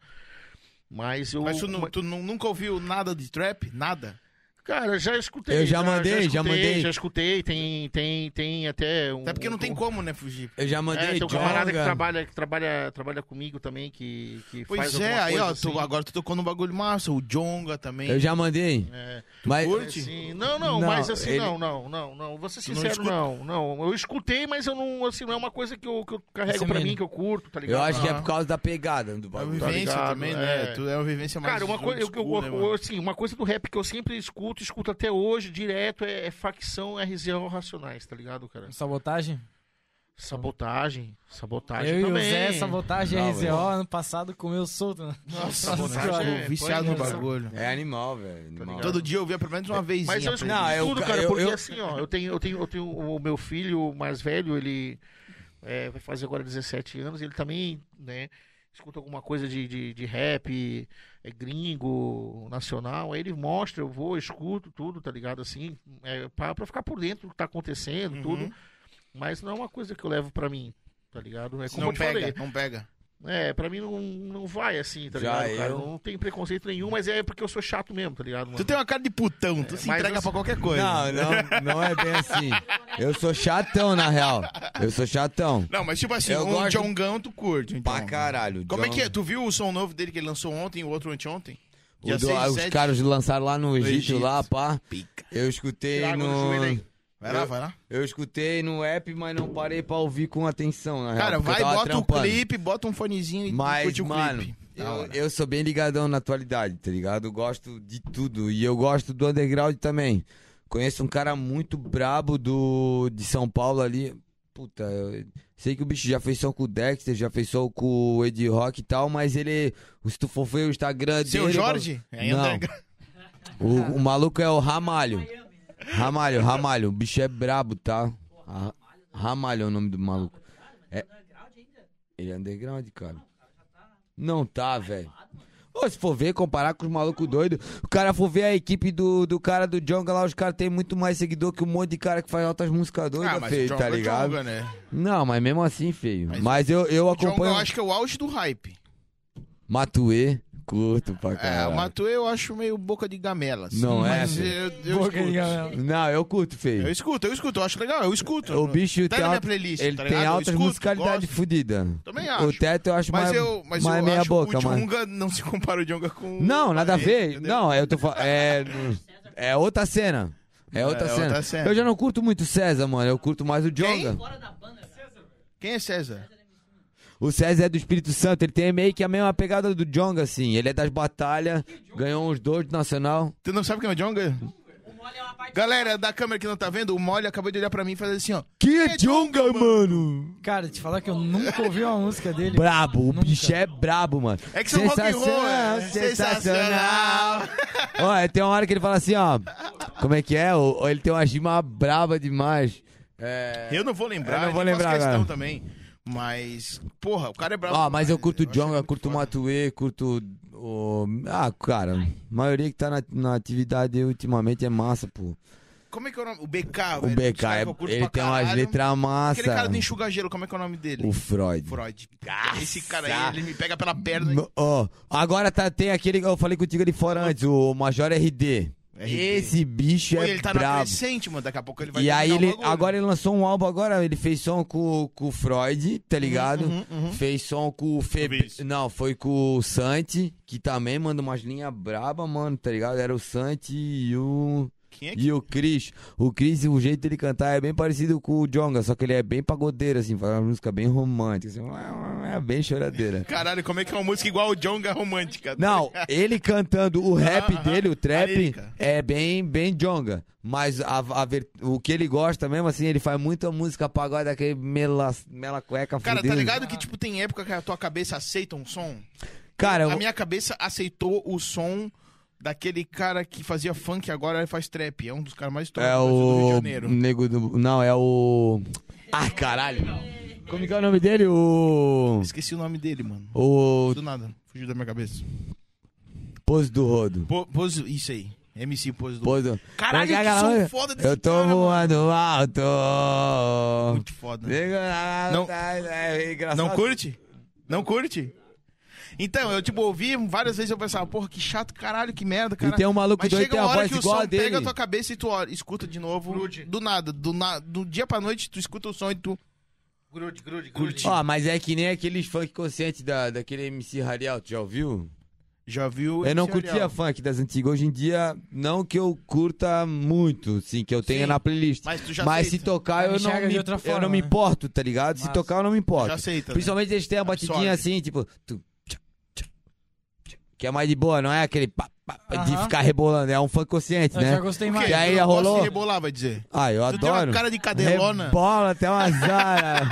[SPEAKER 2] Mas eu.
[SPEAKER 6] Mas tu, nu- tu nu- nunca ouviu nada de trap? Nada?
[SPEAKER 2] Cara, já escutei.
[SPEAKER 4] Eu já mandei, já
[SPEAKER 2] escutei,
[SPEAKER 4] mandei.
[SPEAKER 2] Já escutei, tem, tem, tem até. Um,
[SPEAKER 6] Até porque não tem
[SPEAKER 2] um-
[SPEAKER 6] como, né, fugir.
[SPEAKER 4] Eu já mandei
[SPEAKER 2] É, tem um camarada que
[SPEAKER 4] Jonga.
[SPEAKER 2] trabalha, que trabalha, trabalha comigo também, que, que faz
[SPEAKER 6] Pois é,
[SPEAKER 2] alguma
[SPEAKER 6] aí,
[SPEAKER 2] coisa
[SPEAKER 6] ó,
[SPEAKER 2] assim.
[SPEAKER 6] tu, agora tu tocou num bagulho massa, o Jonga também.
[SPEAKER 4] Eu já mandei.
[SPEAKER 2] É,
[SPEAKER 4] Mas,
[SPEAKER 2] é, assim, não, não,
[SPEAKER 4] Não,
[SPEAKER 2] mas assim,
[SPEAKER 4] ele-
[SPEAKER 2] não, não, não, não. Vou ser
[SPEAKER 6] Tu não
[SPEAKER 2] sincero,
[SPEAKER 6] escuta?
[SPEAKER 2] não, não, Eu escutei, mas eu não, assim, não é uma coisa que eu, que eu carrego
[SPEAKER 3] Esse
[SPEAKER 2] pra
[SPEAKER 3] menino.
[SPEAKER 2] mim, que eu curto, tá ligado?
[SPEAKER 4] eu acho que é
[SPEAKER 6] Aham.
[SPEAKER 4] por causa da pegada
[SPEAKER 1] É
[SPEAKER 4] do
[SPEAKER 6] A
[SPEAKER 4] bagulho. tá
[SPEAKER 6] vivência
[SPEAKER 2] ligado,
[SPEAKER 6] também, né?
[SPEAKER 2] é.
[SPEAKER 6] Tu é uma vivência mais.
[SPEAKER 2] Cara, uma coisa,
[SPEAKER 6] old
[SPEAKER 2] eu, eu-
[SPEAKER 6] school, né,
[SPEAKER 2] eu-
[SPEAKER 6] mano?
[SPEAKER 2] assim, uma coisa do rap que eu sempre escuto escuto, escuto até hoje, direto, é, é facção RZO Racionais, tá ligado, cara?
[SPEAKER 3] Sabotagem?
[SPEAKER 2] Sabotagem, sabotagem
[SPEAKER 3] Eu e o
[SPEAKER 2] também.
[SPEAKER 3] Zé, sabotagem
[SPEAKER 4] Não,
[SPEAKER 3] RZO,
[SPEAKER 4] velho.
[SPEAKER 3] ano passado comeu solto. né?
[SPEAKER 2] Nossa,
[SPEAKER 3] Cara,
[SPEAKER 2] sabotagem é,
[SPEAKER 1] Viciado no
[SPEAKER 2] pois é.
[SPEAKER 1] bagulho.
[SPEAKER 4] É animal, velho. animal.
[SPEAKER 2] ligado?
[SPEAKER 1] Todo dia eu via pelo menos uma vez.
[SPEAKER 2] Mas eu escuto
[SPEAKER 4] Não, eu-
[SPEAKER 2] tudo, cara,
[SPEAKER 4] eu-
[SPEAKER 2] porque
[SPEAKER 4] eu-
[SPEAKER 2] assim, ó, eu tenho, eu tenho, eu tenho o meu filho mais velho, ele é, vai fazer agora 17 anos, ele também, né, escuta alguma coisa de, de, de rap, é gringo, nacional, aí ele mostra, eu vou, escuto tudo, tá ligado, assim, é, pra, pra ficar por dentro do que tá acontecendo,
[SPEAKER 4] Uhum.
[SPEAKER 2] tudo, mas não é uma coisa que eu levo pra mim, tá ligado, é como eu
[SPEAKER 1] Não
[SPEAKER 2] te
[SPEAKER 1] pega,
[SPEAKER 2] falei,
[SPEAKER 1] não pega.
[SPEAKER 2] é, pra mim não, não vai assim, tá
[SPEAKER 4] Já
[SPEAKER 2] ligado, cara,
[SPEAKER 4] eu-
[SPEAKER 2] não tem preconceito nenhum, mas é porque eu sou chato mesmo, tá ligado,
[SPEAKER 1] Tu
[SPEAKER 2] mano?
[SPEAKER 1] tem uma cara de putão, tu se
[SPEAKER 2] mas
[SPEAKER 1] entrega
[SPEAKER 2] eu-
[SPEAKER 1] pra qualquer coisa.
[SPEAKER 4] Não, não, não é bem assim. Eu sou chatão, na real. Eu sou chatão.
[SPEAKER 1] Não, mas tipo assim,
[SPEAKER 4] Eu
[SPEAKER 1] um
[SPEAKER 4] gosto-
[SPEAKER 1] Jongão tu curte, então.
[SPEAKER 4] Pra caralho.
[SPEAKER 1] Como é que é?
[SPEAKER 4] John.
[SPEAKER 1] Tu viu o som novo dele que ele lançou ontem, o outro anteontem?
[SPEAKER 4] O
[SPEAKER 1] Dia
[SPEAKER 4] do-
[SPEAKER 1] seis,
[SPEAKER 4] os
[SPEAKER 1] sete?
[SPEAKER 4] caras lançaram lá no Egito,
[SPEAKER 1] Egito.
[SPEAKER 4] lá, pá.
[SPEAKER 1] Pica.
[SPEAKER 4] Eu escutei
[SPEAKER 2] Trago no
[SPEAKER 4] no.
[SPEAKER 2] joelho aí.
[SPEAKER 1] Vai lá, vai lá.
[SPEAKER 4] Eu escutei no app, mas não parei pra ouvir com atenção, na real.
[SPEAKER 1] Cara,
[SPEAKER 4] É, porque eu
[SPEAKER 1] vai,
[SPEAKER 4] tava
[SPEAKER 1] bota
[SPEAKER 4] trampando.
[SPEAKER 1] o clipe, bota um fonezinho e
[SPEAKER 4] Mas,
[SPEAKER 1] curte o
[SPEAKER 4] mano,
[SPEAKER 1] clipe. Da
[SPEAKER 4] eu,
[SPEAKER 1] hora.
[SPEAKER 4] eu sou bem ligadão na atualidade, tá ligado? Eu gosto de tudo. E eu gosto do underground também. Conheço um cara muito brabo do, de São Paulo ali. Puta, eu sei que o bicho já fez som com o Dexter, já fez som com o Ed Rock e tal, mas ele. Se tu for ver o Instagram dele.
[SPEAKER 1] Seu Jorge? É
[SPEAKER 4] Não.
[SPEAKER 1] underground.
[SPEAKER 4] O, o maluco é o Ramalho. Ramalho, Ramalho. O bicho é brabo, tá? Ra- Ramalho é o nome do maluco. É... Ele é underground, cara. Não tá, velho. Ou se for ver, comparar com os malucos doidos, o cara for ver a equipe do, do cara do Jonga lá, os caras têm muito mais seguidor que um monte de cara que faz altas músicas doidas,
[SPEAKER 1] mas
[SPEAKER 4] feio,
[SPEAKER 1] o
[SPEAKER 4] tá
[SPEAKER 1] Jonga é
[SPEAKER 4] ligado?
[SPEAKER 1] Jonga, né?
[SPEAKER 4] Não, mas mesmo assim, feio. Mas,
[SPEAKER 1] Mas-
[SPEAKER 4] eu, eu
[SPEAKER 1] O Jonga
[SPEAKER 4] acompanho.
[SPEAKER 1] eu acho que é o auge do hype.
[SPEAKER 4] Matuê, curto pra
[SPEAKER 1] É,
[SPEAKER 4] caralho.
[SPEAKER 1] o Matuê eu acho meio boca de gamela. assim.
[SPEAKER 4] Não é,
[SPEAKER 1] Mas
[SPEAKER 4] filho.
[SPEAKER 1] eu, eu
[SPEAKER 3] Boca
[SPEAKER 1] escuto.
[SPEAKER 3] de gamela.
[SPEAKER 4] Não, eu curto, feio.
[SPEAKER 1] Eu escuto, eu escuto, eu acho legal, eu escuto.
[SPEAKER 4] É O bicho
[SPEAKER 1] tá
[SPEAKER 4] tem
[SPEAKER 1] na minha
[SPEAKER 4] alta-
[SPEAKER 1] playlist,
[SPEAKER 4] ele
[SPEAKER 1] tá
[SPEAKER 4] tem
[SPEAKER 1] ligado? Eu
[SPEAKER 4] altas
[SPEAKER 1] escuto,
[SPEAKER 4] musicalidades
[SPEAKER 1] gosto.
[SPEAKER 4] fodidas.
[SPEAKER 1] Também
[SPEAKER 4] O
[SPEAKER 1] acho.
[SPEAKER 4] teto eu acho
[SPEAKER 1] Mas
[SPEAKER 4] mais,
[SPEAKER 1] eu, mas
[SPEAKER 4] mais
[SPEAKER 1] eu
[SPEAKER 4] meia
[SPEAKER 1] acho
[SPEAKER 4] boca,
[SPEAKER 1] o
[SPEAKER 4] mano.
[SPEAKER 1] Djonga não se compara o Djonga com...
[SPEAKER 4] Não, nada a ver.
[SPEAKER 1] Entendeu?
[SPEAKER 4] Não, eu tô falando. É, é outra cena. É outra,
[SPEAKER 1] É
[SPEAKER 4] cena.
[SPEAKER 1] outra cena.
[SPEAKER 4] Eu já não curto muito o César, mano. Eu curto mais o Jonga.
[SPEAKER 1] Quem é César?
[SPEAKER 4] O César é do Espírito Santo. Ele tem meio que a mesma pegada do Jonga, assim. Ele é das batalhas. Ganhou uns dois do Nacional.
[SPEAKER 1] Tu não sabe quem é o Jonga? Galera da câmera que não tá vendo, o Mole acabou de olhar pra mim e fazer assim, ó.
[SPEAKER 4] Que é Jonga, mano?
[SPEAKER 3] Cara, te falar que eu nunca ouvi uma música dele.
[SPEAKER 4] Brabo. O bicho é brabo, mano.
[SPEAKER 1] É que são rock and roll, é.
[SPEAKER 4] sensacional. Olha, é, tem uma hora que ele fala assim, ó. Como é que é? O- Ele tem uma gima braba demais. É.
[SPEAKER 1] Eu não vou lembrar,
[SPEAKER 4] Eu não vou
[SPEAKER 1] nem faço
[SPEAKER 4] lembrar
[SPEAKER 1] questão
[SPEAKER 4] agora.
[SPEAKER 1] também. Mas, porra, o cara é bravo.
[SPEAKER 4] Ó, mas eu curto o
[SPEAKER 1] achei
[SPEAKER 4] Jonga,
[SPEAKER 1] muito
[SPEAKER 4] curto o
[SPEAKER 1] foda.
[SPEAKER 4] Matuê, curto o. Ah, cara, a maioria que tá na, na atividade ultimamente é massa, pô.
[SPEAKER 1] Como é que é o nome? O BK,
[SPEAKER 4] O
[SPEAKER 1] velho.
[SPEAKER 4] BK, é- ele tem umas letras massa.
[SPEAKER 1] Aquele cara do enxuga gelo, como é que é o nome dele?
[SPEAKER 4] O Freud.
[SPEAKER 1] Freud. né? Esse cara aí, ele me pega pela perna.
[SPEAKER 4] No- ó, agora tá, tem aquele que eu falei contigo ali fora antes, o Major RD. Esse bicho
[SPEAKER 1] Pô,
[SPEAKER 4] é
[SPEAKER 1] ele tá na
[SPEAKER 4] brabo.
[SPEAKER 1] crescente, mano. Daqui a pouco ele vai
[SPEAKER 4] E aí
[SPEAKER 1] dominar o
[SPEAKER 4] ele
[SPEAKER 1] bagulho.
[SPEAKER 4] agora ele lançou um álbum agora, ele fez som com, com o Freud,
[SPEAKER 1] Uhum,
[SPEAKER 4] tá ligado? Fez som com o
[SPEAKER 1] vi
[SPEAKER 4] Feb...
[SPEAKER 1] isso.
[SPEAKER 4] Não, foi com o Santi, que também manda umas linhas braba, mano, tá ligado? Era o Santi e o
[SPEAKER 1] Quem é que...
[SPEAKER 4] e o Chris. O Chris, o jeito dele cantar é bem parecido com o Jonga, só que ele é bem pagodeiro assim, faz uma música bem romântica, assim, é bem choradeira.
[SPEAKER 1] Caralho, como é que é uma música igual o Jonga romântica?
[SPEAKER 4] Não, ele cantando o rap
[SPEAKER 1] Aham,
[SPEAKER 4] dele, o
[SPEAKER 1] a
[SPEAKER 4] trap,
[SPEAKER 1] lírica.
[SPEAKER 4] é bem, bem jonga. Mas a, a ver- o que ele gosta mesmo, assim, ele faz muita música pagode, aquele mela, mela cueca
[SPEAKER 1] Cara,
[SPEAKER 4] fudido.
[SPEAKER 1] tá ligado que, tipo, tem época que a tua cabeça aceita um som?
[SPEAKER 4] Cara,
[SPEAKER 1] A
[SPEAKER 4] eu-
[SPEAKER 1] minha cabeça aceitou o som daquele cara que fazia funk e agora ele faz trap. É um dos caras mais
[SPEAKER 4] é
[SPEAKER 1] do Rio de
[SPEAKER 4] o
[SPEAKER 1] Janeiro.
[SPEAKER 4] nego do... Não, é o... Ah, caralho. Como que é o nome dele? O...
[SPEAKER 1] Esqueci o nome dele, mano.
[SPEAKER 4] O...
[SPEAKER 1] Do nada, fugiu da minha cabeça.
[SPEAKER 4] Pose do Rodo.
[SPEAKER 1] Po- Pose, isso aí. MC Pose do...
[SPEAKER 4] Pose do...
[SPEAKER 1] Caralho,
[SPEAKER 4] Como é
[SPEAKER 1] que som
[SPEAKER 4] aquela-
[SPEAKER 1] foda desse
[SPEAKER 4] Eu tô
[SPEAKER 1] cara, mano.
[SPEAKER 4] voando alto.
[SPEAKER 1] Muito foda. Não-
[SPEAKER 4] Não, é engraçado.
[SPEAKER 1] Não curte? Não curte? Então, eu, tipo, ouvi várias vezes eu pensava, porra, que chato, caralho, que merda, cara.
[SPEAKER 4] E tem um maluco
[SPEAKER 1] Mas
[SPEAKER 4] doido que
[SPEAKER 1] chega
[SPEAKER 4] tem
[SPEAKER 1] uma
[SPEAKER 4] a
[SPEAKER 1] hora
[SPEAKER 4] voz
[SPEAKER 1] que o
[SPEAKER 4] igual
[SPEAKER 1] som
[SPEAKER 4] a
[SPEAKER 1] pega a
[SPEAKER 4] dele.
[SPEAKER 1] tua cabeça e tu ó, escuta de novo.
[SPEAKER 2] Grude.
[SPEAKER 1] Do nada, do, na, do dia pra noite, tu escuta o som e tu.
[SPEAKER 2] Grude, grude, grude.
[SPEAKER 4] Ó, mas é que nem aqueles funk consciente da, daquele MC Rariel, tu já ouviu?
[SPEAKER 1] Já viu?
[SPEAKER 4] Eu não
[SPEAKER 1] esse
[SPEAKER 4] curtia
[SPEAKER 1] Ariel.
[SPEAKER 4] funk das antigas. Hoje em dia, não que eu curta muito, sim, que eu tenha
[SPEAKER 1] Sim,
[SPEAKER 4] na playlist.
[SPEAKER 1] Mas tu já
[SPEAKER 4] Mas então, se
[SPEAKER 1] aceita.
[SPEAKER 4] tocar,
[SPEAKER 3] Mas
[SPEAKER 4] eu não,
[SPEAKER 3] enxerga
[SPEAKER 4] me,
[SPEAKER 3] de outra
[SPEAKER 4] eu
[SPEAKER 3] forma,
[SPEAKER 4] não me
[SPEAKER 3] né?
[SPEAKER 4] importo, tá ligado? Se
[SPEAKER 3] Massa.
[SPEAKER 4] tocar, eu não me
[SPEAKER 1] Já
[SPEAKER 4] importo.
[SPEAKER 1] aceita. né?
[SPEAKER 4] Principalmente eles têm a batidinha
[SPEAKER 1] Absorve.
[SPEAKER 4] assim, tipo. tu, tchá, tchá, tchá, que é mais de boa, não é aquele. pá, pá, de
[SPEAKER 3] Aham.
[SPEAKER 4] ficar rebolando. É um funk consciente,
[SPEAKER 3] Eu
[SPEAKER 4] né?
[SPEAKER 3] já gostei mais.
[SPEAKER 4] Que aí
[SPEAKER 1] Eu não gosto
[SPEAKER 4] rolou.
[SPEAKER 1] de rebolar, vai dizer.
[SPEAKER 4] Ah, eu
[SPEAKER 1] Tu tem uma
[SPEAKER 4] adoro.
[SPEAKER 1] cara de cadelona.
[SPEAKER 4] É Bola até uma zara.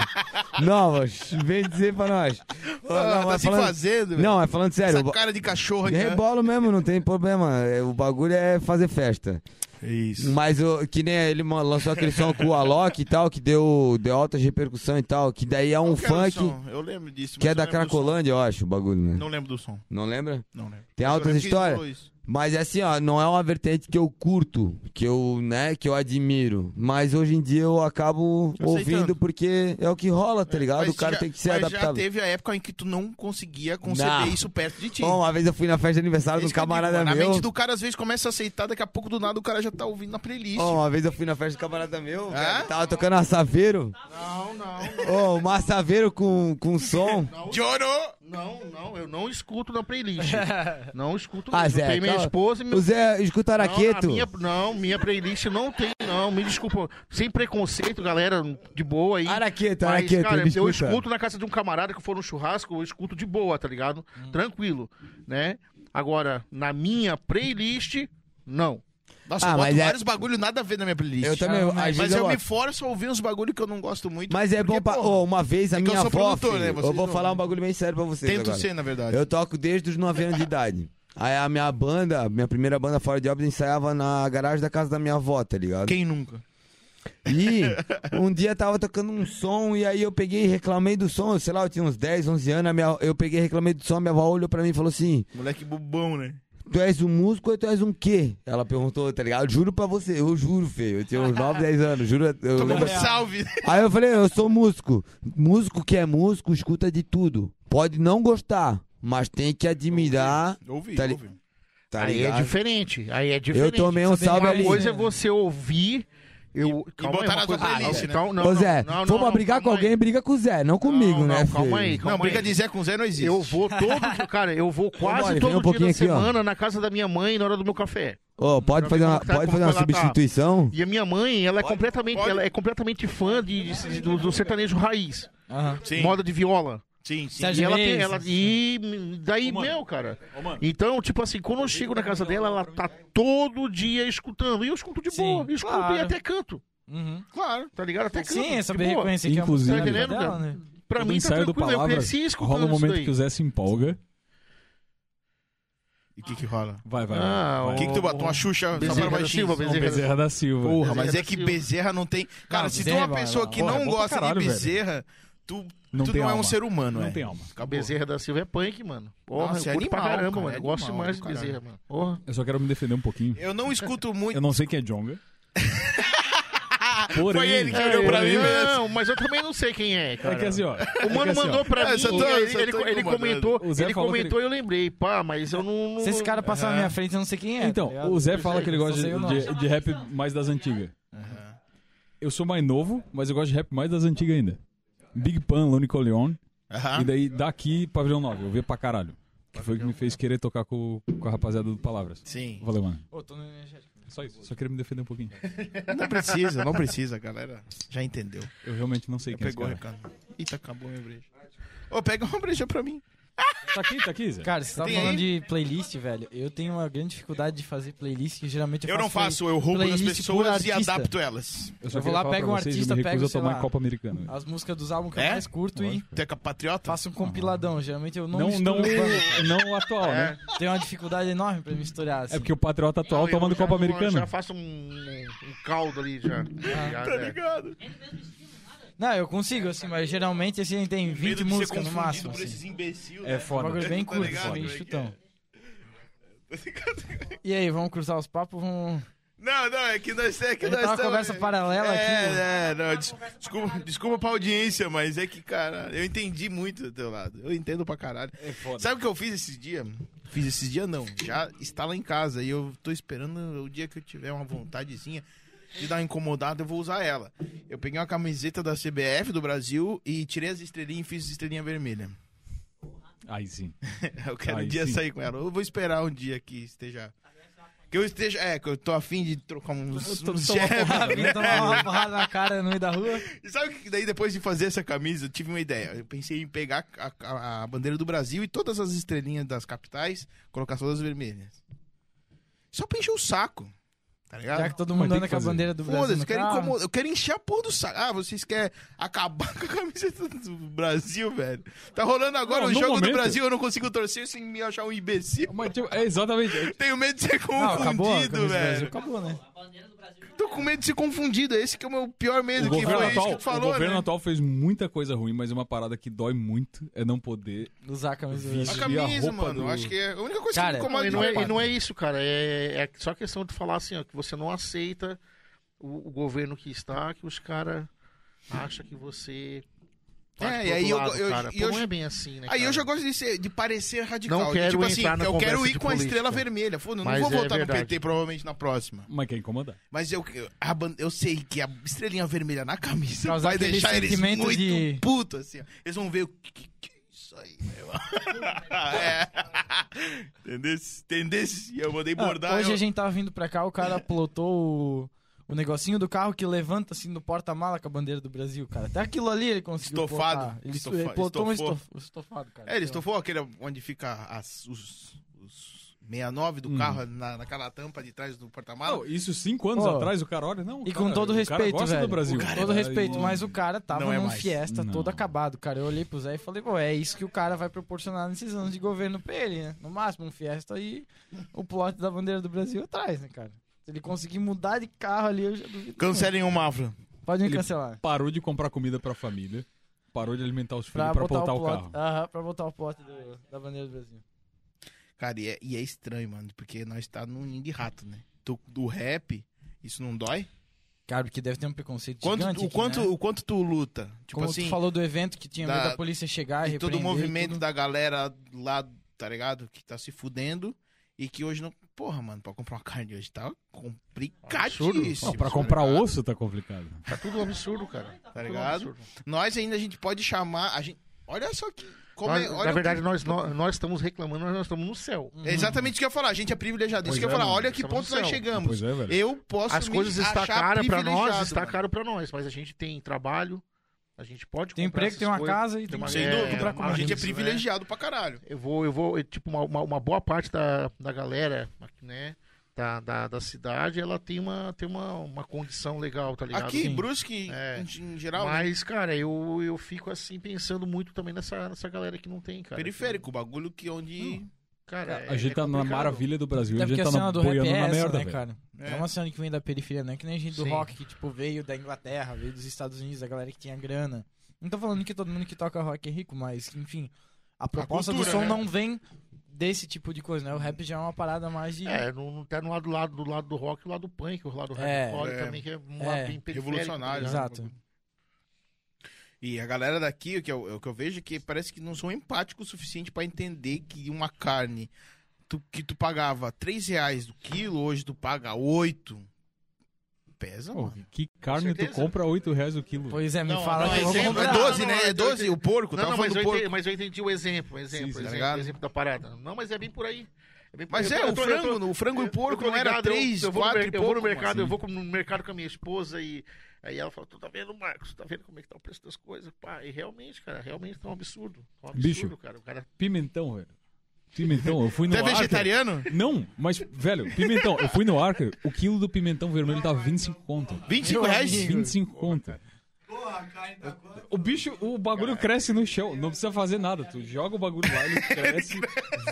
[SPEAKER 4] Novas, vem dizer pra nós.
[SPEAKER 1] Ah, tá
[SPEAKER 4] mas
[SPEAKER 1] se fazendo, velho.
[SPEAKER 4] não, é falando sério.
[SPEAKER 1] Essa cara de cachorro aqui. né?
[SPEAKER 4] Rebolo mesmo, não tem problema. É, O bagulho é fazer festa.
[SPEAKER 1] né? Isso.
[SPEAKER 4] Mas o- que nem ele ma- lançou aquele som com o Alok e tal, que deu, deu alta repercussão e tal. Que daí é um
[SPEAKER 1] Qual que era o
[SPEAKER 4] funk
[SPEAKER 1] som? Eu lembro disso.
[SPEAKER 4] que
[SPEAKER 1] mas
[SPEAKER 4] é
[SPEAKER 1] eu
[SPEAKER 4] da
[SPEAKER 1] lembro do som.
[SPEAKER 4] Cracolândia, eu acho, o bagulho, né? Não,
[SPEAKER 1] Não lembro do som.
[SPEAKER 4] lembra?
[SPEAKER 1] Não lembro. Mas
[SPEAKER 4] Tem
[SPEAKER 1] eu
[SPEAKER 4] altas
[SPEAKER 1] lembro que ele
[SPEAKER 4] histórias.
[SPEAKER 1] falou isso.
[SPEAKER 4] Mas assim, ó, não é uma vertente que eu curto, que eu, né, que eu admiro. Mas hoje em dia eu acabo ouvindo
[SPEAKER 1] Aceitando.
[SPEAKER 4] porque é o que rola, tá ligado?
[SPEAKER 1] Mas
[SPEAKER 4] o cara
[SPEAKER 1] já-
[SPEAKER 4] tem que ser
[SPEAKER 1] mas já
[SPEAKER 4] adaptável.
[SPEAKER 1] teve a época em que tu não conseguia conceber
[SPEAKER 4] Não.
[SPEAKER 1] isso perto de ti. É
[SPEAKER 4] Bom, uma vez eu fui na festa de aniversário de um
[SPEAKER 1] Isso que eu
[SPEAKER 4] camarada
[SPEAKER 1] digo, mano, A
[SPEAKER 4] meu.
[SPEAKER 1] mente do cara às vezes começa a aceitar, daqui a pouco do nada o cara já tá ouvindo na playlist.
[SPEAKER 4] Ó, uma vez eu fui na festa do camarada meu,
[SPEAKER 1] É?
[SPEAKER 4] cara, tava tocando a Saveiro.
[SPEAKER 2] Não, não,
[SPEAKER 4] Ô, o Massaveiro com, com som.
[SPEAKER 1] Joro!
[SPEAKER 2] não, não, eu não escuto na playlist. Não escuto.
[SPEAKER 4] Ah,
[SPEAKER 2] mesmo.
[SPEAKER 4] Zé,
[SPEAKER 2] tem minha
[SPEAKER 4] calma.
[SPEAKER 2] esposa e meu
[SPEAKER 4] O Zé, tá escuta
[SPEAKER 2] Não,
[SPEAKER 4] Araqueto.
[SPEAKER 2] a minha, não, minha playlist não tem, não. Me desculpa. Sem preconceito, galera. De boa aí.
[SPEAKER 4] Araqueto,
[SPEAKER 2] Mas,
[SPEAKER 4] Araqueto,
[SPEAKER 2] cara,
[SPEAKER 4] ele
[SPEAKER 2] eu
[SPEAKER 4] escuta.
[SPEAKER 2] escuto na casa de um camarada que for no churrasco, eu escuto de boa, tá ligado?
[SPEAKER 1] Hum.
[SPEAKER 2] Tranquilo, né? Agora, na minha playlist, não.
[SPEAKER 1] Nossa,
[SPEAKER 4] Ah,
[SPEAKER 1] eu boto
[SPEAKER 4] mas é-
[SPEAKER 1] vários bagulho nada a ver na minha playlist.
[SPEAKER 4] Eu também, às
[SPEAKER 1] mas
[SPEAKER 4] vezes
[SPEAKER 1] eu,
[SPEAKER 4] eu
[SPEAKER 1] me
[SPEAKER 4] gosto.
[SPEAKER 1] forço a ouvir uns bagulho que eu não gosto muito.
[SPEAKER 4] Mas é
[SPEAKER 1] porque,
[SPEAKER 4] bom pra.
[SPEAKER 1] porra,
[SPEAKER 4] Ô, uma vez a
[SPEAKER 1] é que eu
[SPEAKER 4] minha
[SPEAKER 1] sou
[SPEAKER 4] avó.
[SPEAKER 1] produtor,
[SPEAKER 4] filho,
[SPEAKER 1] né?
[SPEAKER 4] Eu
[SPEAKER 1] Vocês
[SPEAKER 4] vou
[SPEAKER 1] não-
[SPEAKER 4] falar um bagulho bem sério pra vocês.
[SPEAKER 1] Tento
[SPEAKER 4] agora.
[SPEAKER 1] ser, na verdade.
[SPEAKER 4] Eu toco desde os 9 anos de idade. Aí a minha banda, minha primeira banda fora de obra, ensaiava na garagem da casa da minha avó, tá ligado?
[SPEAKER 1] Quem nunca?
[SPEAKER 4] E um dia tava tocando um som e aí eu peguei e reclamei do som, sei lá, eu tinha uns 10, 11 anos, a minha- eu peguei e reclamei do som, a minha avó olhou pra mim e falou assim:
[SPEAKER 1] Moleque bobão, né?
[SPEAKER 4] Tu és um músico ou tu és um quê? Ela perguntou, tá ligado? Juro pra você, eu juro, feio. Eu tinha uns 9, 10 anos, juro. Eu
[SPEAKER 1] Tomou
[SPEAKER 4] lembro- assim,
[SPEAKER 1] um salve.
[SPEAKER 4] Aí eu falei, eu sou músico. Músico que é músico, escuta de tudo. Pode não gostar, mas tem que admirar,
[SPEAKER 1] Ouvi,
[SPEAKER 4] Tá li-
[SPEAKER 1] ouvi.
[SPEAKER 4] tá
[SPEAKER 2] aí é
[SPEAKER 4] ligado?
[SPEAKER 2] diferente. Aí é
[SPEAKER 4] eu
[SPEAKER 2] diferente.
[SPEAKER 4] tomei um salve
[SPEAKER 2] Uma
[SPEAKER 4] ali.
[SPEAKER 2] coisa é você ouvir. Eu, calma aí,
[SPEAKER 1] botar
[SPEAKER 2] uma
[SPEAKER 1] na tua
[SPEAKER 2] coisa-
[SPEAKER 1] playlist,
[SPEAKER 2] Ah,
[SPEAKER 1] né?
[SPEAKER 2] então, não,
[SPEAKER 4] Ô
[SPEAKER 2] não,
[SPEAKER 4] Zé,
[SPEAKER 2] não,
[SPEAKER 4] for pra
[SPEAKER 2] não,
[SPEAKER 4] brigar com
[SPEAKER 2] calma aí.
[SPEAKER 4] alguém, briga com o Zé, não comigo,
[SPEAKER 2] Não,
[SPEAKER 4] né,
[SPEAKER 2] não, calma
[SPEAKER 4] filho?
[SPEAKER 2] aí, calma
[SPEAKER 1] Não, briga
[SPEAKER 2] aí.
[SPEAKER 1] de Zé com Zé não existe.
[SPEAKER 2] Eu vou todo, cara, eu vou quase
[SPEAKER 4] Mori, vem
[SPEAKER 2] todo
[SPEAKER 4] um pouquinho
[SPEAKER 2] dia da
[SPEAKER 4] aqui, ó.
[SPEAKER 2] semana na casa da minha mãe na hora do meu café.
[SPEAKER 4] Ô, pode
[SPEAKER 2] Pra
[SPEAKER 4] fazer
[SPEAKER 2] ver
[SPEAKER 4] uma,
[SPEAKER 2] como tá-
[SPEAKER 4] pode
[SPEAKER 2] como
[SPEAKER 4] fazer uma
[SPEAKER 2] ela tá.
[SPEAKER 4] substituição?
[SPEAKER 2] E a minha mãe, ela é completamente,
[SPEAKER 1] pode.
[SPEAKER 2] ela é completamente fã de, de- de- do, do sertanejo raiz,
[SPEAKER 3] Aham.
[SPEAKER 1] Sim,
[SPEAKER 2] moda de viola.
[SPEAKER 1] sim, sim.
[SPEAKER 2] E
[SPEAKER 3] Sérgio
[SPEAKER 2] ela tem,
[SPEAKER 3] Mendes.
[SPEAKER 2] ela e daí
[SPEAKER 7] mano.
[SPEAKER 2] meu, cara.
[SPEAKER 7] Ô, mano.
[SPEAKER 2] Então, tipo assim, quando eu chego na casa dela, ela tá todo dia escutando. E eu escuto de
[SPEAKER 3] Sim,
[SPEAKER 2] boa, eu escuto
[SPEAKER 3] claro.
[SPEAKER 2] e até canto.
[SPEAKER 3] Uhum.
[SPEAKER 2] Claro, tá ligado? Até canto.
[SPEAKER 3] Sim, é
[SPEAKER 2] de
[SPEAKER 3] saber
[SPEAKER 2] boa.
[SPEAKER 3] reconhecer que é uma
[SPEAKER 5] Inclusive,
[SPEAKER 3] música
[SPEAKER 2] tá entendendo,
[SPEAKER 3] dela, né?
[SPEAKER 2] Pra
[SPEAKER 5] Todo
[SPEAKER 2] mim tá
[SPEAKER 5] ensaio do
[SPEAKER 2] tranquilo, eu
[SPEAKER 5] Palavra,
[SPEAKER 2] cresci
[SPEAKER 5] Rola
[SPEAKER 2] escutando
[SPEAKER 5] um
[SPEAKER 2] isso
[SPEAKER 5] momento
[SPEAKER 2] daí.
[SPEAKER 5] que o Zé se empolga.
[SPEAKER 1] E o que que rola?
[SPEAKER 5] Vai, vai.
[SPEAKER 2] Ah,
[SPEAKER 5] vai.
[SPEAKER 1] O que que tu botou? Uma Xuxa, só
[SPEAKER 2] Bezerra
[SPEAKER 1] para
[SPEAKER 2] da
[SPEAKER 1] baixinho.
[SPEAKER 2] Silva,
[SPEAKER 5] Não,
[SPEAKER 2] Bezerra da
[SPEAKER 5] Bezerra da Silva.
[SPEAKER 1] Porra, mas
[SPEAKER 2] Bezerra
[SPEAKER 1] é que
[SPEAKER 2] Silva.
[SPEAKER 1] Bezerra não tem. Cara,
[SPEAKER 3] Não,
[SPEAKER 1] se tu
[SPEAKER 3] Bezerra
[SPEAKER 1] é uma
[SPEAKER 3] vai lá.
[SPEAKER 1] pessoa que
[SPEAKER 5] Porra, é
[SPEAKER 1] não
[SPEAKER 5] bom pra
[SPEAKER 1] gosta
[SPEAKER 5] caralho,
[SPEAKER 1] de
[SPEAKER 5] velho.
[SPEAKER 1] Bezerra, tu
[SPEAKER 5] Não
[SPEAKER 1] tu
[SPEAKER 5] tem
[SPEAKER 1] não é um
[SPEAKER 5] alma.
[SPEAKER 1] ser humano,
[SPEAKER 5] Não
[SPEAKER 1] é.
[SPEAKER 5] tem alma.
[SPEAKER 1] Acabou.
[SPEAKER 2] Bezerra da Silva é punk, mano. Porra,
[SPEAKER 1] Nossa, é
[SPEAKER 2] eu curto pra
[SPEAKER 1] animal,
[SPEAKER 2] caramba,
[SPEAKER 1] cara,
[SPEAKER 2] mano.
[SPEAKER 1] é
[SPEAKER 2] Eu gosto
[SPEAKER 1] animal
[SPEAKER 2] mais
[SPEAKER 1] do
[SPEAKER 2] de
[SPEAKER 1] caralho.
[SPEAKER 2] Bezerra, mano. Porra.
[SPEAKER 5] Eu só quero me defender um pouquinho.
[SPEAKER 1] Eu não escuto
[SPEAKER 5] Eu
[SPEAKER 1] muito.
[SPEAKER 5] não sei quem é Jonga. Porém,
[SPEAKER 1] Foi ele que olhou pra mim mesmo.
[SPEAKER 2] É, Não, mas eu também não sei quem é, cara.
[SPEAKER 5] É que assim, ó.
[SPEAKER 2] O mano mandou pra
[SPEAKER 1] É,
[SPEAKER 2] mim,
[SPEAKER 1] só tô-
[SPEAKER 2] ele,
[SPEAKER 1] só
[SPEAKER 2] ele-
[SPEAKER 1] tô
[SPEAKER 2] ele
[SPEAKER 1] incomodando.
[SPEAKER 2] comentou,
[SPEAKER 5] O Zé
[SPEAKER 2] ele
[SPEAKER 5] falou que
[SPEAKER 2] comentou e eu lembrei, pá, mas eu não... não-
[SPEAKER 3] Se esse cara passar na minha frente, eu não sei quem é.
[SPEAKER 5] Então,
[SPEAKER 3] tá ligado?
[SPEAKER 5] o Zé fala que ele gosta
[SPEAKER 3] Só sei o nome.
[SPEAKER 5] de, de- de rap mais das antigas. Eu sou mais novo, mas eu gosto de rap mais das antigas ainda. Big Pan, Lone Coleon.
[SPEAKER 1] Aham.
[SPEAKER 5] E daí daqui, Pavilhão 9. Eu vi pra caralho. Que foi o que me fez querer tocar com, com a rapaziada do Palavras.
[SPEAKER 1] Sim.
[SPEAKER 5] Valeu, mano.
[SPEAKER 3] Ô, tô no energético.
[SPEAKER 5] Só isso. Só queria me defender um pouquinho.
[SPEAKER 1] Não precisa, não precisa, galera. Já entendeu.
[SPEAKER 5] Eu realmente não sei quem é esse
[SPEAKER 1] Pegou o
[SPEAKER 5] cara.
[SPEAKER 1] recado. Eita, acabou minha breja. Ô, pega uma breja pra mim.
[SPEAKER 5] Tá aqui, tá aqui, Zé.
[SPEAKER 3] Cara, você tava
[SPEAKER 1] Tem
[SPEAKER 3] falando
[SPEAKER 1] aí?
[SPEAKER 3] de playlist, velho. Eu tenho uma grande dificuldade de fazer playlist, que geralmente eu,
[SPEAKER 1] Eu não
[SPEAKER 3] faço.
[SPEAKER 1] faço, eu roubo das
[SPEAKER 3] playlist por
[SPEAKER 1] pessoas e
[SPEAKER 3] artista.
[SPEAKER 1] adapto elas.
[SPEAKER 5] Eu só
[SPEAKER 3] eu vou
[SPEAKER 5] queria
[SPEAKER 3] lá,
[SPEAKER 5] falar
[SPEAKER 3] pego
[SPEAKER 5] pra
[SPEAKER 3] um
[SPEAKER 5] vocês,
[SPEAKER 3] artista,
[SPEAKER 5] eu me recuso
[SPEAKER 3] pego,
[SPEAKER 5] a
[SPEAKER 3] sei
[SPEAKER 5] tomar
[SPEAKER 3] lá.
[SPEAKER 5] Copa Americana. velho.
[SPEAKER 3] As músicas dos álbuns que eu
[SPEAKER 1] É?
[SPEAKER 3] mais curto e
[SPEAKER 1] Tu é ca- patriota?
[SPEAKER 3] faço um compiladão. Geralmente eu não,
[SPEAKER 5] Não, não,
[SPEAKER 3] misturo banda.
[SPEAKER 5] não atual,
[SPEAKER 1] é.
[SPEAKER 5] né?
[SPEAKER 3] Tenho uma dificuldade enorme pra misturar. Assim.
[SPEAKER 5] É porque o Patriota atual
[SPEAKER 2] eu
[SPEAKER 5] tomando
[SPEAKER 2] já-
[SPEAKER 5] Copa
[SPEAKER 2] Eu já
[SPEAKER 5] Americana.
[SPEAKER 2] faço um, um caldo ali, já.
[SPEAKER 5] Ah,
[SPEAKER 2] tá ligado?
[SPEAKER 3] Não, eu consigo, assim, mas geralmente assim tem 20 músicas no máximo.
[SPEAKER 1] por
[SPEAKER 3] Assim.
[SPEAKER 1] esses imbecil.
[SPEAKER 5] É
[SPEAKER 3] Um
[SPEAKER 5] foda.
[SPEAKER 3] bagulho bem
[SPEAKER 1] Tá
[SPEAKER 3] curto,
[SPEAKER 1] ligado? é.
[SPEAKER 3] assim, bem
[SPEAKER 1] Como é que
[SPEAKER 5] então.
[SPEAKER 3] chutão.
[SPEAKER 1] tá
[SPEAKER 3] E aí, vamos cruzar os papos? Vamos.
[SPEAKER 1] Não, não, é que nós é que
[SPEAKER 3] Ele
[SPEAKER 1] nós
[SPEAKER 3] tá uma
[SPEAKER 1] tamo-
[SPEAKER 3] conversa paralela aqui. né? mano.
[SPEAKER 1] É, é, não, des- desculpa, desculpa pra audiência, mas é que, cara, eu entendi muito do teu lado. Eu entendo pra caralho.
[SPEAKER 5] É foda.
[SPEAKER 1] Sabe o que eu fiz esses dias? Fiz esses dias não, já está lá em casa e eu tô esperando o dia que eu tiver uma vontadezinha de dar uma incomodada, eu vou usar ela. Eu peguei uma camiseta da CBF do Brasil e tirei as estrelinhas e fiz estrelinha vermelha.
[SPEAKER 5] Aí sim.
[SPEAKER 1] Eu quero
[SPEAKER 5] Aí
[SPEAKER 1] um dia
[SPEAKER 5] sim.
[SPEAKER 1] sair com ela. Eu vou esperar um dia que esteja... Que eu esteja... É, que eu tô afim de trocar uns...
[SPEAKER 3] Tô-
[SPEAKER 1] uns
[SPEAKER 3] tô uma
[SPEAKER 1] jab,
[SPEAKER 3] porrada, vim tomar uma porrada na cara no meio da rua.
[SPEAKER 1] E sabe que daí depois de fazer essa camisa, eu tive uma ideia. Eu pensei em pegar a, a- a bandeira do Brasil e todas as estrelinhas das capitais, colocar todas vermelhas. Só pra encher o saco. Tá ligado?
[SPEAKER 3] Já que todo
[SPEAKER 5] Mas
[SPEAKER 3] mundo
[SPEAKER 5] tem
[SPEAKER 3] anda
[SPEAKER 5] que
[SPEAKER 3] com a
[SPEAKER 5] fazer.
[SPEAKER 3] bandeira do Brasil.
[SPEAKER 1] Foda-se,
[SPEAKER 3] no
[SPEAKER 5] tá-
[SPEAKER 1] querem
[SPEAKER 3] carro.
[SPEAKER 1] incomo- Eu quero encher a porra do saco. Ah, vocês querem acabar com a camiseta do Brasil, velho. Tá rolando agora
[SPEAKER 5] Não,
[SPEAKER 1] o
[SPEAKER 5] no
[SPEAKER 1] jogo do
[SPEAKER 5] momento-
[SPEAKER 1] Brasil, eu não consigo torcer sem me achar um imbecil.
[SPEAKER 5] Mas, tipo, é exatamente.
[SPEAKER 1] Tenho medo de ser
[SPEAKER 3] Não, acabou, a
[SPEAKER 1] confundido,
[SPEAKER 3] camisa do Brasil
[SPEAKER 1] velho.
[SPEAKER 3] acabou, né?
[SPEAKER 1] Tô com medo de ser confundido. Esse que é o meu pior medo,
[SPEAKER 5] O
[SPEAKER 1] que
[SPEAKER 5] governo,
[SPEAKER 1] foi isso
[SPEAKER 5] atual,
[SPEAKER 1] que tu falou,
[SPEAKER 5] o governo
[SPEAKER 1] né?
[SPEAKER 5] atual fez muita coisa ruim, mas uma parada que dói muito é não poder.
[SPEAKER 3] Usar a camisa do
[SPEAKER 5] Vixe.
[SPEAKER 1] A
[SPEAKER 3] Brasil.
[SPEAKER 5] E a
[SPEAKER 1] camisa,
[SPEAKER 5] roupa
[SPEAKER 1] mano.
[SPEAKER 5] do-
[SPEAKER 1] Acho que é a única coisa
[SPEAKER 3] Cara,
[SPEAKER 1] que me
[SPEAKER 2] Não,
[SPEAKER 1] incomoda.
[SPEAKER 2] e não, é,
[SPEAKER 1] demais.
[SPEAKER 2] e não é isso, cara. É, é só questão de falar assim, ó, que você não aceita o, o governo que está, que os caras acham que você. parte
[SPEAKER 1] É, e
[SPEAKER 2] pro
[SPEAKER 1] aí
[SPEAKER 2] outro
[SPEAKER 1] eu-
[SPEAKER 2] lado,
[SPEAKER 1] eu-
[SPEAKER 2] cara.
[SPEAKER 1] e
[SPEAKER 2] Pô,
[SPEAKER 1] eu-
[SPEAKER 2] não é bem assim, né?
[SPEAKER 1] Aí eu
[SPEAKER 2] cara?
[SPEAKER 1] já gosto de, ser- de parecer radical.
[SPEAKER 2] Não
[SPEAKER 1] de,
[SPEAKER 2] quero
[SPEAKER 1] tipo assim,
[SPEAKER 2] entrar na
[SPEAKER 1] eu quero
[SPEAKER 2] conversa
[SPEAKER 1] ir
[SPEAKER 2] de
[SPEAKER 1] com a
[SPEAKER 2] política.
[SPEAKER 1] estrela vermelha. Foda, eu não
[SPEAKER 2] Mas
[SPEAKER 1] vou
[SPEAKER 2] é
[SPEAKER 1] votar no
[SPEAKER 2] verdade.
[SPEAKER 1] PT, provavelmente na próxima.
[SPEAKER 5] Mas quer incomodar.
[SPEAKER 1] Mas eu, eu, a ban- eu sei que a estrelinha vermelha na camisa
[SPEAKER 3] Causar
[SPEAKER 1] vai
[SPEAKER 3] aquele
[SPEAKER 1] deixar eles
[SPEAKER 3] sentimento
[SPEAKER 1] muito
[SPEAKER 3] de-
[SPEAKER 1] putos, assim. ó. Eles vão ver o que, que- que é isso aí, meu. é. Tendesse, tendesse. Eu mandei
[SPEAKER 3] Ah,
[SPEAKER 1] bordar.
[SPEAKER 3] hoje
[SPEAKER 1] eu-
[SPEAKER 3] a gente tava vindo pra cá, o cara plotou o, o negocinho do carro que levanta assim no porta-mala com a bandeira do Brasil, cara. Até aquilo ali ele conseguiu.
[SPEAKER 1] Estofado.
[SPEAKER 3] plotar. Ele
[SPEAKER 1] Estofa-
[SPEAKER 3] estu- plotou
[SPEAKER 1] estofou.
[SPEAKER 3] um estof- estofado, cara.
[SPEAKER 1] É, ele estofou aquele onde fica as, os, os 69 do
[SPEAKER 5] Hum.
[SPEAKER 1] carro, na, naquela tampa de trás do porta-malas.
[SPEAKER 5] Não, isso cinco anos
[SPEAKER 3] Pô.
[SPEAKER 5] atrás, o cara olha, não.
[SPEAKER 3] E
[SPEAKER 5] cara,
[SPEAKER 3] com todo
[SPEAKER 5] o cara
[SPEAKER 3] respeito,
[SPEAKER 5] gosta
[SPEAKER 3] velho.
[SPEAKER 5] do Brasil.
[SPEAKER 3] Com todo respeito,
[SPEAKER 5] E-
[SPEAKER 3] mas o cara
[SPEAKER 1] é
[SPEAKER 3] tava
[SPEAKER 1] Não é
[SPEAKER 3] num
[SPEAKER 1] mais.
[SPEAKER 3] Fiesta
[SPEAKER 5] Não.
[SPEAKER 3] todo acabado, cara. Eu olhei pro Zé e falei, pô, é isso que o cara vai proporcionar nesses anos de governo pra ele, né? No máximo, um Fiesta e o plot da bandeira do Brasil atrás, né, cara? Se ele conseguir mudar de carro ali, eu já duvido.
[SPEAKER 1] Cancelem o Mafra.
[SPEAKER 3] muito. Pode me
[SPEAKER 5] Ele-
[SPEAKER 3] cancelar.
[SPEAKER 5] Parou de comprar comida pra família. Parou de alimentar os filhos
[SPEAKER 3] Pra,
[SPEAKER 5] pra,
[SPEAKER 3] botar,
[SPEAKER 5] botar
[SPEAKER 3] o
[SPEAKER 5] o
[SPEAKER 3] plot.
[SPEAKER 5] carro.
[SPEAKER 3] Aham, pra botar o plot do- da bandeira do Brasil.
[SPEAKER 1] Cara, e é, e é estranho, mano, porque nós tá num ninho de rato, né? Do, do rap, isso não dói?
[SPEAKER 3] Cara, porque deve ter um preconceito
[SPEAKER 1] Quanto,
[SPEAKER 3] gigante
[SPEAKER 1] o,
[SPEAKER 3] aqui,
[SPEAKER 1] quanto,
[SPEAKER 3] né?
[SPEAKER 1] o quanto tu luta? Tipo
[SPEAKER 3] Como
[SPEAKER 1] assim,
[SPEAKER 3] tu falou do evento que tinha medo
[SPEAKER 1] da-
[SPEAKER 3] da polícia chegar e
[SPEAKER 1] e todo o
[SPEAKER 3] repreender e
[SPEAKER 1] movimento
[SPEAKER 3] tudo.
[SPEAKER 1] da galera lá, tá ligado? Que tá se fudendo e que hoje não. Porra, mano, pra comprar uma carne hoje tá complicadíssimo.
[SPEAKER 5] Não, pra
[SPEAKER 1] tá
[SPEAKER 5] comprar
[SPEAKER 1] ligado?
[SPEAKER 5] osso tá complicado.
[SPEAKER 2] Tá tudo um absurdo, cara.
[SPEAKER 1] Tá ligado? Nós ainda a gente pode chamar. A gente... Olha só que. Como
[SPEAKER 2] Nós-
[SPEAKER 1] é- olha
[SPEAKER 2] na verdade, nós, nós, nós estamos reclamando, mas nós estamos no céu.
[SPEAKER 1] É exatamente isso que eu ia falar. A gente é privilegiado. Isso
[SPEAKER 5] Pois
[SPEAKER 1] que eu ia
[SPEAKER 5] é,
[SPEAKER 1] falar.
[SPEAKER 5] mano.
[SPEAKER 1] Olha que
[SPEAKER 2] Estamos
[SPEAKER 1] ponto
[SPEAKER 2] no
[SPEAKER 1] nós
[SPEAKER 2] céu.
[SPEAKER 1] chegamos.
[SPEAKER 5] Pois é, velho.
[SPEAKER 1] Eu posso
[SPEAKER 2] As coisas
[SPEAKER 1] me
[SPEAKER 2] estão
[SPEAKER 1] achar
[SPEAKER 2] caras pra nós,
[SPEAKER 1] privilegiado,
[SPEAKER 2] está
[SPEAKER 1] mano.
[SPEAKER 2] caro pra nós, mas a gente tem trabalho, a gente pode
[SPEAKER 3] Tem
[SPEAKER 2] comprar
[SPEAKER 3] emprego,
[SPEAKER 2] essas
[SPEAKER 3] tem uma
[SPEAKER 2] coisas.
[SPEAKER 3] casa e tem
[SPEAKER 2] uma-
[SPEAKER 3] que
[SPEAKER 1] Sem
[SPEAKER 2] É,
[SPEAKER 1] dúvida.
[SPEAKER 3] comprar
[SPEAKER 2] uma
[SPEAKER 3] comida.
[SPEAKER 1] a gente é
[SPEAKER 2] isso, né?
[SPEAKER 1] privilegiado pra caralho.
[SPEAKER 2] Eu vou, eu vou, eu, tipo, uma, uma, uma boa parte da, da galera, né, da, da, da cidade, ela tem uma, tem uma, uma condição legal, tá ligado?
[SPEAKER 1] Aqui,
[SPEAKER 3] Sim.
[SPEAKER 1] Brusque,
[SPEAKER 2] É.
[SPEAKER 1] em, em geral, né?
[SPEAKER 2] Mas, cara, eu, eu fico assim pensando muito também nessa, nessa galera que não tem, cara.
[SPEAKER 1] periférico, o bagulho que onde.
[SPEAKER 2] Cara, é,
[SPEAKER 5] A gente
[SPEAKER 2] é
[SPEAKER 5] tá na
[SPEAKER 2] complicado.
[SPEAKER 5] maravilha do Brasil,
[SPEAKER 3] Até
[SPEAKER 5] a gente
[SPEAKER 3] porque a
[SPEAKER 5] tá
[SPEAKER 3] cena
[SPEAKER 5] na,
[SPEAKER 3] do rap
[SPEAKER 5] boiando
[SPEAKER 3] é
[SPEAKER 5] na
[SPEAKER 3] essa,
[SPEAKER 5] merda,
[SPEAKER 3] né,
[SPEAKER 5] velho.
[SPEAKER 3] cara? É.
[SPEAKER 1] É.
[SPEAKER 3] uma cena que vem da periferia, não é que nem gente do
[SPEAKER 2] Sim.
[SPEAKER 3] rock que, tipo, veio da Inglaterra, veio dos Estados Unidos, a galera que tinha grana. Não tô falando que todo mundo que toca rock é rico, mas, enfim, a proposta
[SPEAKER 1] cultura,
[SPEAKER 3] do som
[SPEAKER 1] né?
[SPEAKER 3] não vem desse tipo de coisa, né? O rap já é uma parada mais de...
[SPEAKER 2] É, não, não tá no lado, lado do lado do rock, o lado do punk, o lado do
[SPEAKER 3] É,
[SPEAKER 2] hardcore
[SPEAKER 1] é.
[SPEAKER 2] também, que é um
[SPEAKER 3] É.
[SPEAKER 2] lado bem periférico,
[SPEAKER 1] Revolucionário,
[SPEAKER 2] tá ligado?
[SPEAKER 3] Exato.
[SPEAKER 1] E a galera daqui, o que, eu, o que eu vejo é que parece que não são empáticos o suficiente pra entender que uma carne tu- que tu pagava 3 reais do quilo, hoje tu paga 8. Pesa,
[SPEAKER 5] Pô,
[SPEAKER 1] mano.
[SPEAKER 5] que carne tu
[SPEAKER 2] certeza.
[SPEAKER 5] compra 8 reais o quilo?
[SPEAKER 3] Pois é, me
[SPEAKER 2] Não,
[SPEAKER 3] fala
[SPEAKER 2] não,
[SPEAKER 3] que eu vou
[SPEAKER 2] exemplo,
[SPEAKER 3] comprar.
[SPEAKER 1] É 12, né?
[SPEAKER 2] não,
[SPEAKER 1] É
[SPEAKER 2] eu
[SPEAKER 1] 12 o porco,
[SPEAKER 2] Não,
[SPEAKER 1] tava
[SPEAKER 2] não,
[SPEAKER 1] falando
[SPEAKER 2] mas,
[SPEAKER 1] do
[SPEAKER 2] eu
[SPEAKER 1] porco.
[SPEAKER 2] entendi, mas eu entendi o exemplo, o exemplo,
[SPEAKER 5] Sim, sim,
[SPEAKER 2] o
[SPEAKER 1] tá
[SPEAKER 2] exemplo,
[SPEAKER 1] ligado?
[SPEAKER 2] o exemplo da parada. Não, mas é bem por aí. bem por
[SPEAKER 1] Mas
[SPEAKER 2] aí.
[SPEAKER 1] é,
[SPEAKER 2] Eu
[SPEAKER 1] o
[SPEAKER 2] tô- eu tô-
[SPEAKER 1] frango, o frango e o porco
[SPEAKER 2] tô
[SPEAKER 1] não era
[SPEAKER 2] ligado, eu-
[SPEAKER 1] 3,
[SPEAKER 2] eu, vou no
[SPEAKER 1] 4 e
[SPEAKER 2] mer- Eu vou
[SPEAKER 1] pouco, assim.
[SPEAKER 2] no mercado,
[SPEAKER 1] mano.
[SPEAKER 2] eu vou com- no mercado com a minha esposa e aí ela fala, tu tá vendo, Marcos, tu tá vendo como é que tá o preço das coisas? Pá, e realmente, cara, realmente tá um absurdo. Tá um absurdo,
[SPEAKER 5] Bicho.
[SPEAKER 2] cara. O cara
[SPEAKER 5] Pimentão, velho. Pimentão, eu fui no
[SPEAKER 1] Tu é
[SPEAKER 5] Arca.
[SPEAKER 1] vegetariano?
[SPEAKER 5] Não, mas, velho, pimentão, eu fui no Arca, o quilo do pimentão vermelho tá tava 25 conto.
[SPEAKER 1] 25 reais?
[SPEAKER 5] 25 conto. O bicho, o bagulho cresce no chão, não precisa fazer nada. Tu joga o bagulho lá, ele cresce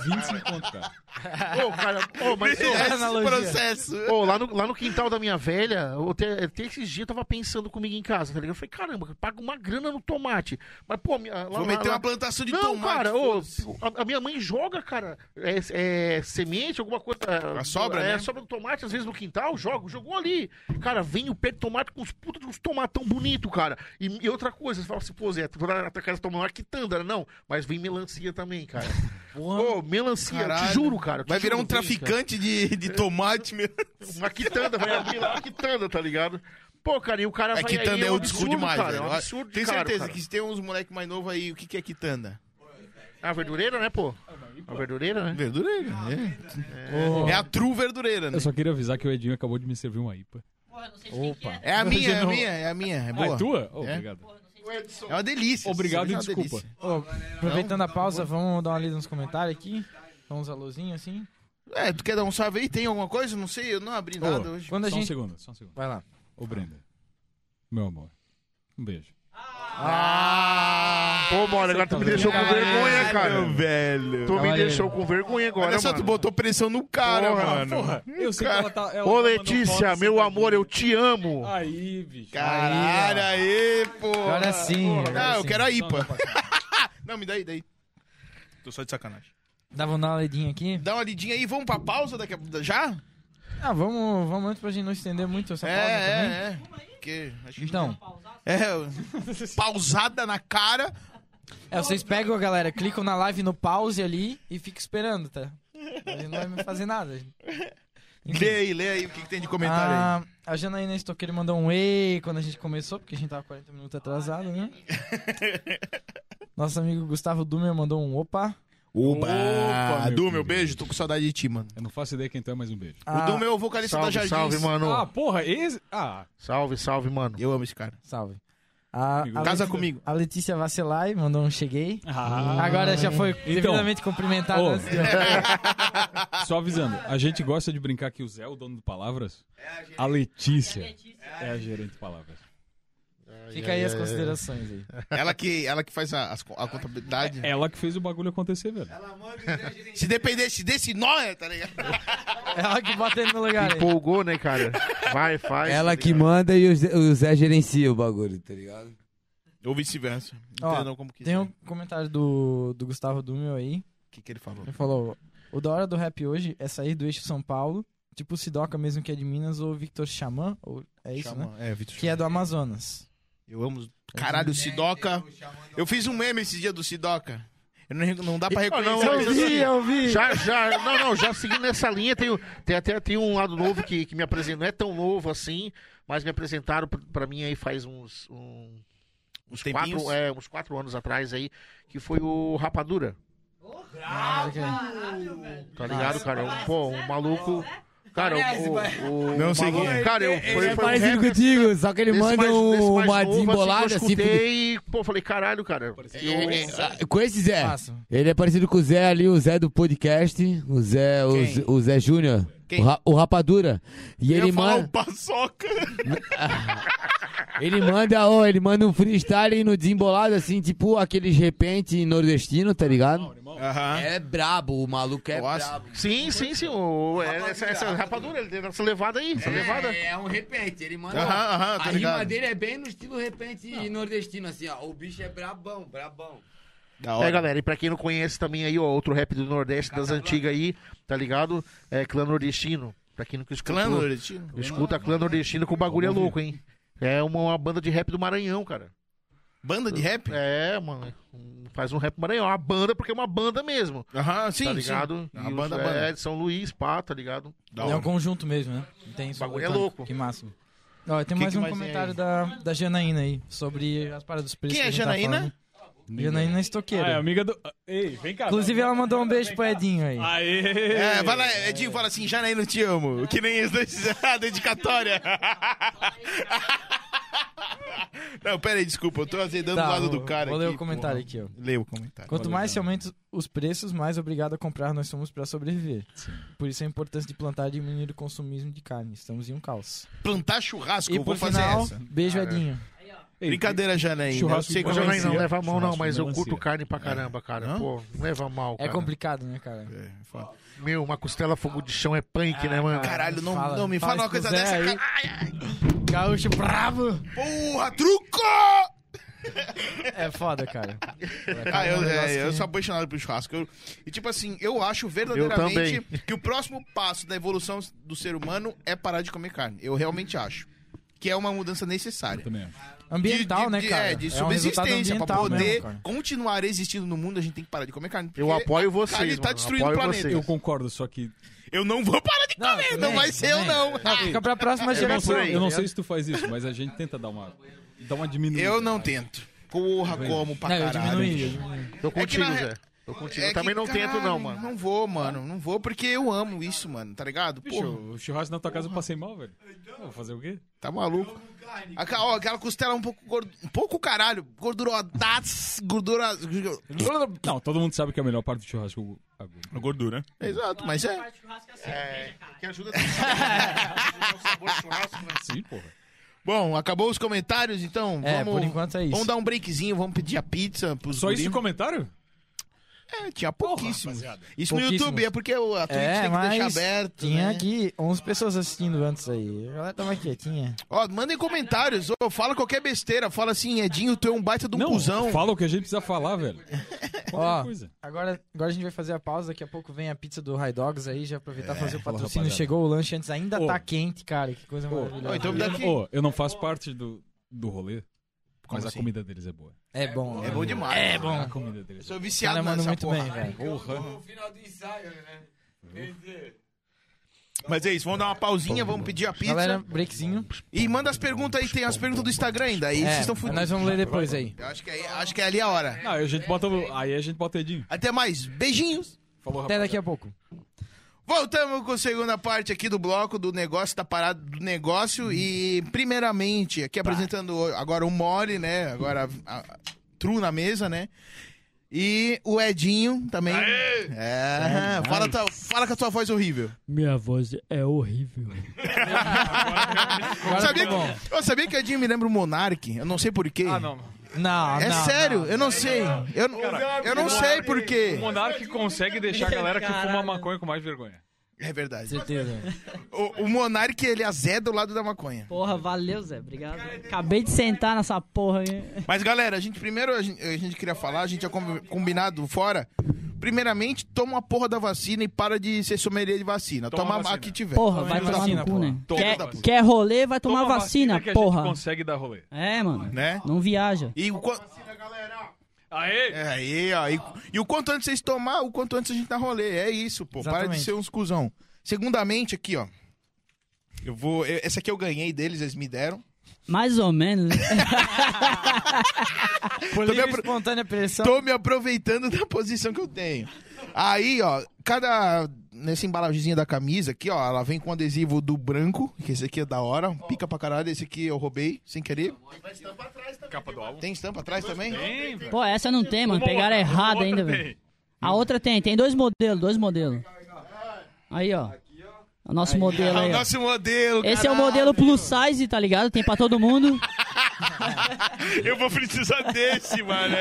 [SPEAKER 5] 25 conto, cara.
[SPEAKER 2] tá- Ô, cara, ô, mas ô,
[SPEAKER 1] Esse
[SPEAKER 3] analogia.
[SPEAKER 1] processo.
[SPEAKER 2] ô, lá, no, lá no quintal da minha velha, eu até, até esses dias eu tava pensando comigo em casa, tá ligado? Eu falei, caramba, eu pago uma grana no tomate. Mas, pô, minha, lá,
[SPEAKER 1] Vou
[SPEAKER 2] lá-
[SPEAKER 1] meter
[SPEAKER 2] lá-
[SPEAKER 1] uma plantação de
[SPEAKER 2] não,
[SPEAKER 1] tomate.
[SPEAKER 2] cara, ô,
[SPEAKER 1] foda-se.
[SPEAKER 2] a, a minha mãe joga, cara, é, é, semente, alguma coisa.
[SPEAKER 1] A sobra,
[SPEAKER 2] é,
[SPEAKER 1] né?
[SPEAKER 2] sobra do tomate, às vezes no quintal, joga, jogou ali. Cara, vem o pé de tomate com os putos de uns tomatão bonito, cara. E, e outra coisa, você fala assim, pô, Zé, tu vai na tua casa tomar uma quitanda, não, mas vem melancia também, cara. Ô, melancia, eu te
[SPEAKER 1] Caralho.
[SPEAKER 2] juro, cara. eu te
[SPEAKER 1] Vai virar
[SPEAKER 2] juro,
[SPEAKER 1] um
[SPEAKER 2] vem, cara.
[SPEAKER 1] traficante de, de tomate, meu.
[SPEAKER 2] Uma quitanda, vai abrir lá uma quitanda, tá ligado? Pô, cara, e o cara
[SPEAKER 1] É
[SPEAKER 2] vai aí,
[SPEAKER 1] Kitanda é
[SPEAKER 2] um
[SPEAKER 1] old school
[SPEAKER 2] absurdo,
[SPEAKER 1] demais,
[SPEAKER 2] cara,
[SPEAKER 1] velho.
[SPEAKER 2] É um absurdo de
[SPEAKER 1] Tenho
[SPEAKER 2] caro,
[SPEAKER 1] certeza
[SPEAKER 2] cara.
[SPEAKER 1] que se tem uns moleque mais novo aí, o que, que é Kitanda?
[SPEAKER 2] A verdureira, né, pô? A verdureira, né?
[SPEAKER 1] Verdureira, é. É a true verdureira, né?
[SPEAKER 5] Eu só queria avisar que o Edinho acabou de me servir uma IPA.
[SPEAKER 3] Opa.
[SPEAKER 1] É a minha, é a minha, é a minha. É
[SPEAKER 5] Ah,
[SPEAKER 1] boa.
[SPEAKER 5] é tua? Oh,
[SPEAKER 1] É.
[SPEAKER 5] Obrigado.
[SPEAKER 1] É uma delícia.
[SPEAKER 5] Obrigado
[SPEAKER 1] essa
[SPEAKER 5] e
[SPEAKER 1] cerveja é uma
[SPEAKER 5] desculpa.
[SPEAKER 1] delícia.
[SPEAKER 3] Ô, aproveitando a pausa, vamos dar uma lida nos comentários aqui. Dá uns alôzinhos, assim.
[SPEAKER 1] É, tu quer dar um salve aí? Tem alguma coisa? Não sei, eu não abri nada hoje.
[SPEAKER 3] Quando a
[SPEAKER 5] Só um
[SPEAKER 3] gente.
[SPEAKER 5] segundo, só um segundo.
[SPEAKER 3] Vai lá.
[SPEAKER 5] Ô, Brenda. Meu amor. Um beijo.
[SPEAKER 4] Ah,
[SPEAKER 2] Pô, mano, agora tu me deixou com
[SPEAKER 4] é,
[SPEAKER 2] vergonha, cara.
[SPEAKER 1] velho.
[SPEAKER 2] Tu me
[SPEAKER 3] Olha.
[SPEAKER 2] deixou com vergonha agora,
[SPEAKER 1] Olha só, tu
[SPEAKER 2] mano.
[SPEAKER 1] botou pressão no cara,
[SPEAKER 2] Porra,
[SPEAKER 1] mano.
[SPEAKER 5] Eu sei que ela tá. ela
[SPEAKER 2] Ô,
[SPEAKER 5] tá mandando
[SPEAKER 2] Letícia,
[SPEAKER 5] foto
[SPEAKER 2] meu
[SPEAKER 5] sentadinha.
[SPEAKER 2] amor, eu te amo.
[SPEAKER 5] Aí, bicho.
[SPEAKER 1] Caralho, aí, pô.
[SPEAKER 3] Olha assim.
[SPEAKER 1] Não, eu quero a
[SPEAKER 5] Não, não,
[SPEAKER 1] IPA.
[SPEAKER 5] pra cá.
[SPEAKER 1] Não, me dá aí, daí. Tô só de sacanagem.
[SPEAKER 3] Dava uma olhadinha aqui.
[SPEAKER 1] Dá uma lidinha aí, vamos pra pausa daqui a Já?
[SPEAKER 3] Ah, vamos, vamos antes pra gente não estender muito essa pausa também.
[SPEAKER 1] É, é, é. Porque a gente
[SPEAKER 3] Então,
[SPEAKER 1] É, pausada na cara.
[SPEAKER 3] é, vocês pegam, galera, clicam na live no pause ali e ficam esperando, tá? A gente não vai fazer nada.
[SPEAKER 1] Lê aí, lê aí o que, que tem de comentário aí.
[SPEAKER 3] Ah, a Janaína Stocker mandou um ei quando a gente começou, porque a gente tava 40 minutos atrasado, né? Nosso amigo Gustavo Dumer mandou um opa.
[SPEAKER 1] Opa,
[SPEAKER 5] Opa, meu
[SPEAKER 1] Du, meu
[SPEAKER 5] querido.
[SPEAKER 1] beijo, tô com saudade de ti, mano.
[SPEAKER 5] Eu não faço ideia quem tu é, mas um beijo.
[SPEAKER 3] Ah,
[SPEAKER 1] O Du, meu vocalista da
[SPEAKER 2] Salve,
[SPEAKER 1] Jardins.
[SPEAKER 2] salve,
[SPEAKER 5] Ah,
[SPEAKER 2] mano.
[SPEAKER 5] porra, esse. Ah,
[SPEAKER 2] Salve, salve, mano.
[SPEAKER 1] Eu amo esse cara.
[SPEAKER 3] Salve. A, a
[SPEAKER 1] Casa
[SPEAKER 3] Letícia-
[SPEAKER 1] comigo.
[SPEAKER 3] A Letícia Vacelai mandou um cheguei.
[SPEAKER 5] ah.
[SPEAKER 3] Agora já foi
[SPEAKER 5] Então.
[SPEAKER 3] devidamente cumprimentada.
[SPEAKER 5] Ô.
[SPEAKER 3] antes de-
[SPEAKER 5] Só avisando, a gente gosta de brincar que o Zé, o dono do Palavras, a, Letícia é a gerente de Palavras.
[SPEAKER 3] Fica aí as considerações aí.
[SPEAKER 1] Ela que, ela que faz a, as- a contabilidade.
[SPEAKER 3] É,
[SPEAKER 5] Ela que fez o bagulho acontecer, velho.
[SPEAKER 1] Se dependesse desse nó, tá ligado?
[SPEAKER 3] É Ela que bota ele no lugar aí.
[SPEAKER 2] Empolgou, né, cara? Vai, faz. tá
[SPEAKER 4] Ela que manda e o Zé, o Zé gerencia o bagulho, tá ligado?
[SPEAKER 1] Ou vice-versa.
[SPEAKER 3] Ó,
[SPEAKER 1] Entendam como que
[SPEAKER 3] Tem um comentário do, do Gustavo Dumel aí.
[SPEAKER 1] O que, que ele falou?
[SPEAKER 3] Ele falou: O da hora do rap hoje é sair do eixo São Paulo, tipo o Sidoca mesmo que é de Minas, ou o Victor Xamã, ou é isso, né?
[SPEAKER 1] Chama- É, Vitor.
[SPEAKER 3] Que é do Amazonas.
[SPEAKER 1] Eu amo. Caralho, o Sidoca. Eu fiz um meme esse dia do Sidoca. Eu não, não dá pra reconhecer.
[SPEAKER 2] não, eu
[SPEAKER 1] mas
[SPEAKER 2] vi,
[SPEAKER 1] assim,
[SPEAKER 3] eu vi!
[SPEAKER 2] Já, já, não, não, já seguindo nessa linha, tem, o- tem até tem um lado novo que, que me apresentou, não é tão novo assim, mas me apresentaram pra- pra mim aí faz uns, um-
[SPEAKER 1] Os tempinhos.
[SPEAKER 2] quatro, é, uns quatro anos atrás aí, que foi o Rapadura, tá ligado, cara? Um, pô, um maluco... Cara, o- o, o
[SPEAKER 1] Não segui.
[SPEAKER 2] maluco- Cara, eu, foi, foi um
[SPEAKER 4] é parecido
[SPEAKER 2] rapper
[SPEAKER 4] contigo, só que ele
[SPEAKER 2] desse
[SPEAKER 4] manda
[SPEAKER 2] mais- desse
[SPEAKER 4] um-
[SPEAKER 2] mais
[SPEAKER 4] uma
[SPEAKER 2] novo, assim, que
[SPEAKER 4] desembolada
[SPEAKER 2] Eu
[SPEAKER 4] assim. porque-
[SPEAKER 2] escutei e, pô, falei, caralho, cara. eu-
[SPEAKER 4] É, ah, Com esse Zé. Ele é parecido com o Zé ali, o Zé do podcast, o Zé, o,
[SPEAKER 1] Quem?
[SPEAKER 4] Z- o Zé Júnior,
[SPEAKER 1] Quem?
[SPEAKER 4] o, Ra- o Rapadura. E
[SPEAKER 1] Eu
[SPEAKER 4] ele
[SPEAKER 1] ia falar o
[SPEAKER 4] manda,
[SPEAKER 1] Paçoca.
[SPEAKER 4] ele manda, ó, ele manda um freestyle no desembolado assim, tipo aqueles repente nordestino, tá ligado?
[SPEAKER 1] Aham.
[SPEAKER 4] É brabo, o maluco é
[SPEAKER 1] Nossa.
[SPEAKER 4] brabo.
[SPEAKER 2] Sim, sim, sim. o- é, essa, essa rapadura, ele tem essa levada aí, essa levada.
[SPEAKER 4] um repente, ele manda.
[SPEAKER 1] é Aham, aham, tô
[SPEAKER 4] a rima
[SPEAKER 1] ligado.
[SPEAKER 4] dele é bem no estilo repente nordestino, assim, ó. O bicho é brabão, brabão.
[SPEAKER 1] Da
[SPEAKER 2] É, galera, e pra quem não conhece também aí, ó, outro rap do Nordeste das antigas aí, tá ligado? É Clã Nordestino. Pra quem nunca escutou.
[SPEAKER 1] Clã Nordestino.
[SPEAKER 2] Escuta Clã Nordestino que o bagulho é louco, hein? É uma, uma banda de rap do Maranhão, cara.
[SPEAKER 1] Banda de rap?
[SPEAKER 2] É, mano. um- Faz um rap do Maranhão. Uma banda, porque é uma banda mesmo.
[SPEAKER 1] Aham, sim,
[SPEAKER 2] tá
[SPEAKER 1] sim.
[SPEAKER 2] ligado?
[SPEAKER 1] A
[SPEAKER 2] E
[SPEAKER 1] banda,
[SPEAKER 2] os-
[SPEAKER 1] banda.
[SPEAKER 2] É, de São Luís, pá, tá ligado?
[SPEAKER 1] Da
[SPEAKER 3] É um
[SPEAKER 1] hora.
[SPEAKER 3] conjunto mesmo, né? Não tem só
[SPEAKER 2] bagulho é
[SPEAKER 3] botânico.
[SPEAKER 2] louco.
[SPEAKER 3] Que máximo. Ó, tem
[SPEAKER 1] Que
[SPEAKER 3] mais
[SPEAKER 1] que
[SPEAKER 3] um
[SPEAKER 1] mais tem
[SPEAKER 3] comentário
[SPEAKER 1] aí?
[SPEAKER 3] da, da Janaína aí, sobre as paradas dos preços.
[SPEAKER 1] Quem
[SPEAKER 3] que
[SPEAKER 1] é
[SPEAKER 3] a gente tá
[SPEAKER 1] Janaína?
[SPEAKER 3] falando. Janaína
[SPEAKER 5] Ah, é
[SPEAKER 3] Estoqueira.
[SPEAKER 5] amiga do. Ei, vem cá.
[SPEAKER 3] Inclusive, ela mandou um beijo pro Edinho aí.
[SPEAKER 5] Aê!
[SPEAKER 1] É, vai lá, Edinho, fala assim, Janaí, não te amo. Que nem as dois fizeram dedicatória. Não, pera aí, desculpa, eu tô azedando
[SPEAKER 3] Tá,
[SPEAKER 1] o lado
[SPEAKER 3] vou-
[SPEAKER 1] do cara
[SPEAKER 3] Vou ler
[SPEAKER 1] aqui,
[SPEAKER 3] o comentário
[SPEAKER 1] porra.
[SPEAKER 3] aqui, ó.
[SPEAKER 1] Leia o comentário.
[SPEAKER 3] Quanto mais se aumenta os preços, mais obrigado a comprar nós somos para sobreviver. Por isso a importância de plantar e diminuir o consumismo de carne. Estamos em um caos.
[SPEAKER 1] Plantar churrasco,
[SPEAKER 3] E
[SPEAKER 1] eu
[SPEAKER 3] por
[SPEAKER 1] vou fazer
[SPEAKER 3] final,
[SPEAKER 1] essa.
[SPEAKER 3] beijo, Edinho.
[SPEAKER 5] Ei,
[SPEAKER 1] É, Brincadeira, Janaí. Eu
[SPEAKER 5] Churrasco
[SPEAKER 1] sei
[SPEAKER 5] de
[SPEAKER 1] como
[SPEAKER 5] bananeira.
[SPEAKER 1] é
[SPEAKER 2] Janaí, não
[SPEAKER 1] isso.
[SPEAKER 2] leva a mão, não, mas eu
[SPEAKER 5] melancia.
[SPEAKER 2] curto carne
[SPEAKER 1] É.
[SPEAKER 2] pra caramba, cara.
[SPEAKER 1] Não?
[SPEAKER 2] Pô, não leva a mal,
[SPEAKER 3] É
[SPEAKER 2] cara.
[SPEAKER 3] complicado, né, cara?
[SPEAKER 1] É, fala.
[SPEAKER 2] Meu, uma costela fogo de chão é punk, né, mano?
[SPEAKER 1] Ah, Caralho, não,
[SPEAKER 3] Fala,
[SPEAKER 1] não me fala,
[SPEAKER 3] fala
[SPEAKER 1] uma coisa
[SPEAKER 3] isso pro Zé
[SPEAKER 1] dessa,
[SPEAKER 3] aí.
[SPEAKER 1] cara.
[SPEAKER 3] Gaúcho bravo!
[SPEAKER 1] Porra, truco!
[SPEAKER 3] É foda, cara.
[SPEAKER 1] Ah, eu,
[SPEAKER 3] um
[SPEAKER 1] é,
[SPEAKER 3] negócio
[SPEAKER 1] eu
[SPEAKER 3] que-
[SPEAKER 1] sou apaixonado por churrasco. Eu- e tipo assim, eu acho verdadeiramente
[SPEAKER 2] Eu
[SPEAKER 1] que o próximo passo da evolução do ser humano é parar de comer carne. Eu realmente acho. Que é uma mudança necessária.
[SPEAKER 5] Também. acho.
[SPEAKER 3] Ambiental,
[SPEAKER 1] de, de,
[SPEAKER 3] né, cara?
[SPEAKER 1] É, de
[SPEAKER 3] É um resultado
[SPEAKER 1] subsistência. pra
[SPEAKER 3] ambiental
[SPEAKER 1] poder
[SPEAKER 3] mesmo, cara.
[SPEAKER 1] continuar existindo no mundo, a gente tem que parar de comer carne.
[SPEAKER 2] Eu
[SPEAKER 1] porque
[SPEAKER 2] apoio vocês,
[SPEAKER 1] carne tá
[SPEAKER 2] mano,
[SPEAKER 1] destruindo o
[SPEAKER 2] apoio
[SPEAKER 1] planeta.
[SPEAKER 2] vocês.
[SPEAKER 5] Eu concordo, só que.
[SPEAKER 1] Eu não vou parar de
[SPEAKER 3] Não,
[SPEAKER 1] comer, não,
[SPEAKER 3] também,
[SPEAKER 1] vai ser eu
[SPEAKER 3] também.
[SPEAKER 1] não.
[SPEAKER 3] Fica pra próxima
[SPEAKER 5] Eu não,
[SPEAKER 3] geração.
[SPEAKER 2] É por aí. tá
[SPEAKER 5] sei, eu não sei se tu faz isso, mas a gente tenta dar uma. Dar uma diminuída.
[SPEAKER 1] Eu Ah, não tento. Porra, como pra
[SPEAKER 3] Não, eu
[SPEAKER 1] caralho.
[SPEAKER 3] diminuí. eu diminuí.
[SPEAKER 2] Tô
[SPEAKER 1] É que
[SPEAKER 2] contigo,
[SPEAKER 1] na re-
[SPEAKER 2] Zé. Eu continuo.
[SPEAKER 1] É
[SPEAKER 2] também
[SPEAKER 1] que,
[SPEAKER 2] não tento,
[SPEAKER 1] caralho,
[SPEAKER 2] não, mano.
[SPEAKER 1] Não vou, mano. Não vou, porque eu amo isso, mano, tá ligado?
[SPEAKER 5] Bicho,
[SPEAKER 1] Pô,
[SPEAKER 5] o churrasco na tua casa eu passei mal, velho. Vou fazer o quê?
[SPEAKER 1] tá maluco. Aca- ó, aquela costela um pouco gordo, um pouco caralho, gordurodaço, gordura,
[SPEAKER 5] Não, todo mundo sabe que é a melhor parte do churrasco é a gordura.
[SPEAKER 6] Gordura.
[SPEAKER 1] Exato, mas é.
[SPEAKER 2] Que ajuda a o sabor do churrasco, né?
[SPEAKER 5] Sim, porra.
[SPEAKER 1] Bom, acabou os comentários, então.
[SPEAKER 3] É,
[SPEAKER 1] vamos,
[SPEAKER 3] por enquanto é isso.
[SPEAKER 1] Vamos dar um breakzinho, vamos pedir a pizza pros
[SPEAKER 5] Só isso de
[SPEAKER 1] guri.
[SPEAKER 5] comentário?
[SPEAKER 1] É, tinha pouquíssimos. isso
[SPEAKER 3] Pouquíssimos.
[SPEAKER 1] no YouTube, é porque o- a Twitch tem
[SPEAKER 3] É,
[SPEAKER 1] que
[SPEAKER 3] mas
[SPEAKER 1] deixar aberto.
[SPEAKER 3] Tinha
[SPEAKER 1] né?
[SPEAKER 3] aqui 11 pessoas assistindo antes aí. A galera tava quietinha.
[SPEAKER 1] Ó, mandem comentários, ou fala qualquer besteira, fala assim, Edinho, tu é um baita de um
[SPEAKER 5] não,
[SPEAKER 1] cuzão.
[SPEAKER 5] fala o que a gente precisa falar, velho. Qualquer
[SPEAKER 3] Ó,
[SPEAKER 5] coisa.
[SPEAKER 3] Agora, agora a gente vai fazer a pausa, daqui a pouco vem a pizza do High Dogs aí, já aproveitar
[SPEAKER 1] É,
[SPEAKER 3] e fazer o
[SPEAKER 5] fala,
[SPEAKER 3] patrocínio.
[SPEAKER 5] rapaziada.
[SPEAKER 3] Chegou o lanche antes, ainda
[SPEAKER 5] Ô.
[SPEAKER 3] tá quente, cara. Que coisa
[SPEAKER 1] Ó,
[SPEAKER 3] maravilhosa.
[SPEAKER 1] então me dá aqui.
[SPEAKER 5] Ô, eu não faço parte do, do rolê, mas a
[SPEAKER 1] assim?
[SPEAKER 5] comida deles é boa.
[SPEAKER 3] É bom.
[SPEAKER 1] É bom demais. É bom.
[SPEAKER 5] A comida deles é
[SPEAKER 1] Sou
[SPEAKER 3] O cara
[SPEAKER 1] viciado
[SPEAKER 3] manda
[SPEAKER 1] nessa
[SPEAKER 3] muito
[SPEAKER 1] porra.
[SPEAKER 3] bem, velho.
[SPEAKER 4] No final do ensaio, né? Quer dizer...
[SPEAKER 1] Mas é isso, vamos dar uma pausinha, vamos pedir a pizza.
[SPEAKER 3] Galera, breakzinho.
[SPEAKER 1] E manda as perguntas aí, tem as perguntas do Instagram ainda. Aí vocês
[SPEAKER 3] É,
[SPEAKER 1] estão
[SPEAKER 3] mas
[SPEAKER 1] fudidos.
[SPEAKER 3] nós vamos ler depois aí.
[SPEAKER 1] Eu Acho que, é, acho que é ali a hora.
[SPEAKER 5] boa. Ah, a gente bota, o- aí a gente bota o Edinho.
[SPEAKER 1] Até mais, beijinhos.
[SPEAKER 5] Falou,
[SPEAKER 3] Até
[SPEAKER 5] rapaz.
[SPEAKER 3] daqui a pouco.
[SPEAKER 1] Voltamos com a segunda parte aqui do bloco do negócio, da parada do negócio. E, primeiramente, aqui apresentando agora o Mori, né? Agora a, a- Tru na mesa, né? E o Edinho também. É, fala, tua- fala com a tua voz horrível.
[SPEAKER 8] Minha voz é horrível.
[SPEAKER 3] Agora
[SPEAKER 1] sabia
[SPEAKER 3] ficou bom.
[SPEAKER 1] que, eu sabia que o Edinho me lembra o Monark, eu não sei porquê.
[SPEAKER 9] Ah, não. não.
[SPEAKER 3] Não,
[SPEAKER 1] É
[SPEAKER 3] não,
[SPEAKER 1] sério,
[SPEAKER 3] não.
[SPEAKER 1] eu não sei. Eu, não- eu não sei porquê.
[SPEAKER 9] O Monark consegue deixar a galera que fuma maconha com mais vergonha.
[SPEAKER 1] É verdade.
[SPEAKER 3] Certeza.
[SPEAKER 1] O, o Monark, ele azeda o lado da maconha.
[SPEAKER 10] Porra, valeu, Zé. Obrigado. Acabei de sentar nessa porra aí.
[SPEAKER 1] Mas galera, a gente primeiro a gente, a gente queria falar, a gente tinha com- combinado fora. Primeiramente, toma a porra da vacina e para de ser sommelier de vacina.
[SPEAKER 9] Toma
[SPEAKER 1] Toma,
[SPEAKER 9] a vacina.
[SPEAKER 1] a que tiver.
[SPEAKER 10] Porra, vai
[SPEAKER 3] Toma
[SPEAKER 10] tomar
[SPEAKER 3] vacina,
[SPEAKER 10] no cu,
[SPEAKER 3] porra.
[SPEAKER 10] né?
[SPEAKER 9] Toma
[SPEAKER 10] Quer,
[SPEAKER 9] vacina.
[SPEAKER 10] quer rolê, vai tomar
[SPEAKER 9] Toma a
[SPEAKER 10] vacina,
[SPEAKER 9] que a
[SPEAKER 10] porra.
[SPEAKER 9] gente consegue dar rolê.
[SPEAKER 10] É, mano.
[SPEAKER 1] Né?
[SPEAKER 10] Não viaja.
[SPEAKER 1] E o quan-
[SPEAKER 9] Aê!
[SPEAKER 1] é, aí, ó, e, e o quanto antes vocês tomar, o quanto antes a gente dá rolê. É isso, pô. Para de
[SPEAKER 3] Exatamente.
[SPEAKER 1] ser uns cuzão. Segundamente, aqui, ó. Eu vou. eu- essa aqui eu ganhei deles, eles me deram.
[SPEAKER 10] Mais ou menos. né?
[SPEAKER 1] Tô
[SPEAKER 3] Por
[SPEAKER 1] me
[SPEAKER 3] livre e
[SPEAKER 1] apro-
[SPEAKER 3] espontânea pressão.
[SPEAKER 1] Tô me aproveitando da posição que eu tenho. Aí, ó, cada. Nessa embalagemzinha da camisa aqui, ó, ela vem com adesivo do branco, que esse aqui é da hora, pica pra caralho. Esse aqui eu roubei, sem querer.
[SPEAKER 9] Capa do álbum.
[SPEAKER 1] Tem estampa atrás também?
[SPEAKER 9] Tem, velho.
[SPEAKER 10] Pô, essa não tem, mano. Pegaram errado ainda, velho. A outra tem, tem dois modelos, dois modelos. Aí, ó. O nosso modelo aí, ó.
[SPEAKER 1] Nosso modelo,
[SPEAKER 10] Esse é o modelo plus size, tá ligado? Tem pra é. todo mundo.
[SPEAKER 1] Eu vou precisar desse, mano.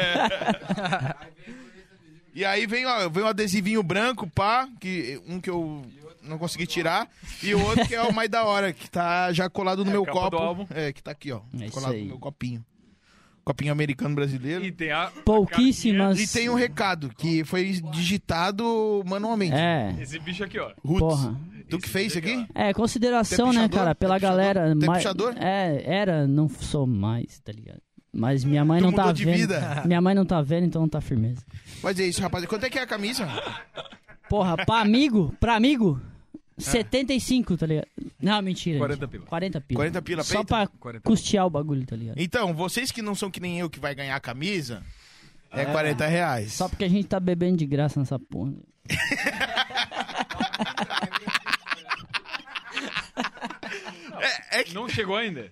[SPEAKER 1] E aí vem, ó, vem um adesivinho branco, pá, que um que eu não consegui tirar, e o outro que é o mais da hora, que tá já colado no
[SPEAKER 9] É,
[SPEAKER 1] meu
[SPEAKER 9] capa do
[SPEAKER 1] copo.
[SPEAKER 9] álbum.
[SPEAKER 1] É, que tá aqui, ó.
[SPEAKER 10] É isso
[SPEAKER 1] colado
[SPEAKER 10] aí.
[SPEAKER 1] no meu copinho. Copinho americano brasileiro.
[SPEAKER 9] E
[SPEAKER 1] E,
[SPEAKER 9] tem a.
[SPEAKER 10] Pouquíssimas.
[SPEAKER 1] tem um recado que foi digitado manualmente.
[SPEAKER 10] É,
[SPEAKER 9] Esse bicho aqui, ó.
[SPEAKER 1] Roots.
[SPEAKER 10] porra.
[SPEAKER 1] Tu que fez isso aqui?
[SPEAKER 10] É,
[SPEAKER 1] Tu
[SPEAKER 10] consideração,
[SPEAKER 1] é
[SPEAKER 10] né,
[SPEAKER 1] pichador?
[SPEAKER 10] cara, pela
[SPEAKER 1] Tu é pichador?
[SPEAKER 10] galera.
[SPEAKER 1] Tu é
[SPEAKER 10] Mas-
[SPEAKER 1] pichador?
[SPEAKER 10] É, era, não sou mais, tá ligado? Mas minha mãe
[SPEAKER 1] Tu
[SPEAKER 10] não tá
[SPEAKER 1] mudou de
[SPEAKER 10] vendo.
[SPEAKER 1] vida.
[SPEAKER 10] Minha mãe não tá vendo, então não tá firmeza.
[SPEAKER 1] Mas é isso, rapaz. Quanto é que é a camisa?
[SPEAKER 10] Porra, pra amigo, pra amigo,
[SPEAKER 1] É.
[SPEAKER 10] 75, tá ligado? Não, mentira.
[SPEAKER 9] 40
[SPEAKER 10] gente.
[SPEAKER 9] pila.
[SPEAKER 10] 40 pila.
[SPEAKER 1] 40 pila,
[SPEAKER 10] Só
[SPEAKER 1] peito?
[SPEAKER 10] pra
[SPEAKER 9] 40
[SPEAKER 10] custear o bagulho, tá ligado?
[SPEAKER 1] Então, vocês que não são que nem eu que vai ganhar a camisa, é, 40 reais.
[SPEAKER 10] Só porque a gente tá bebendo de graça nessa porra.
[SPEAKER 1] É, é que
[SPEAKER 9] Não chegou ainda?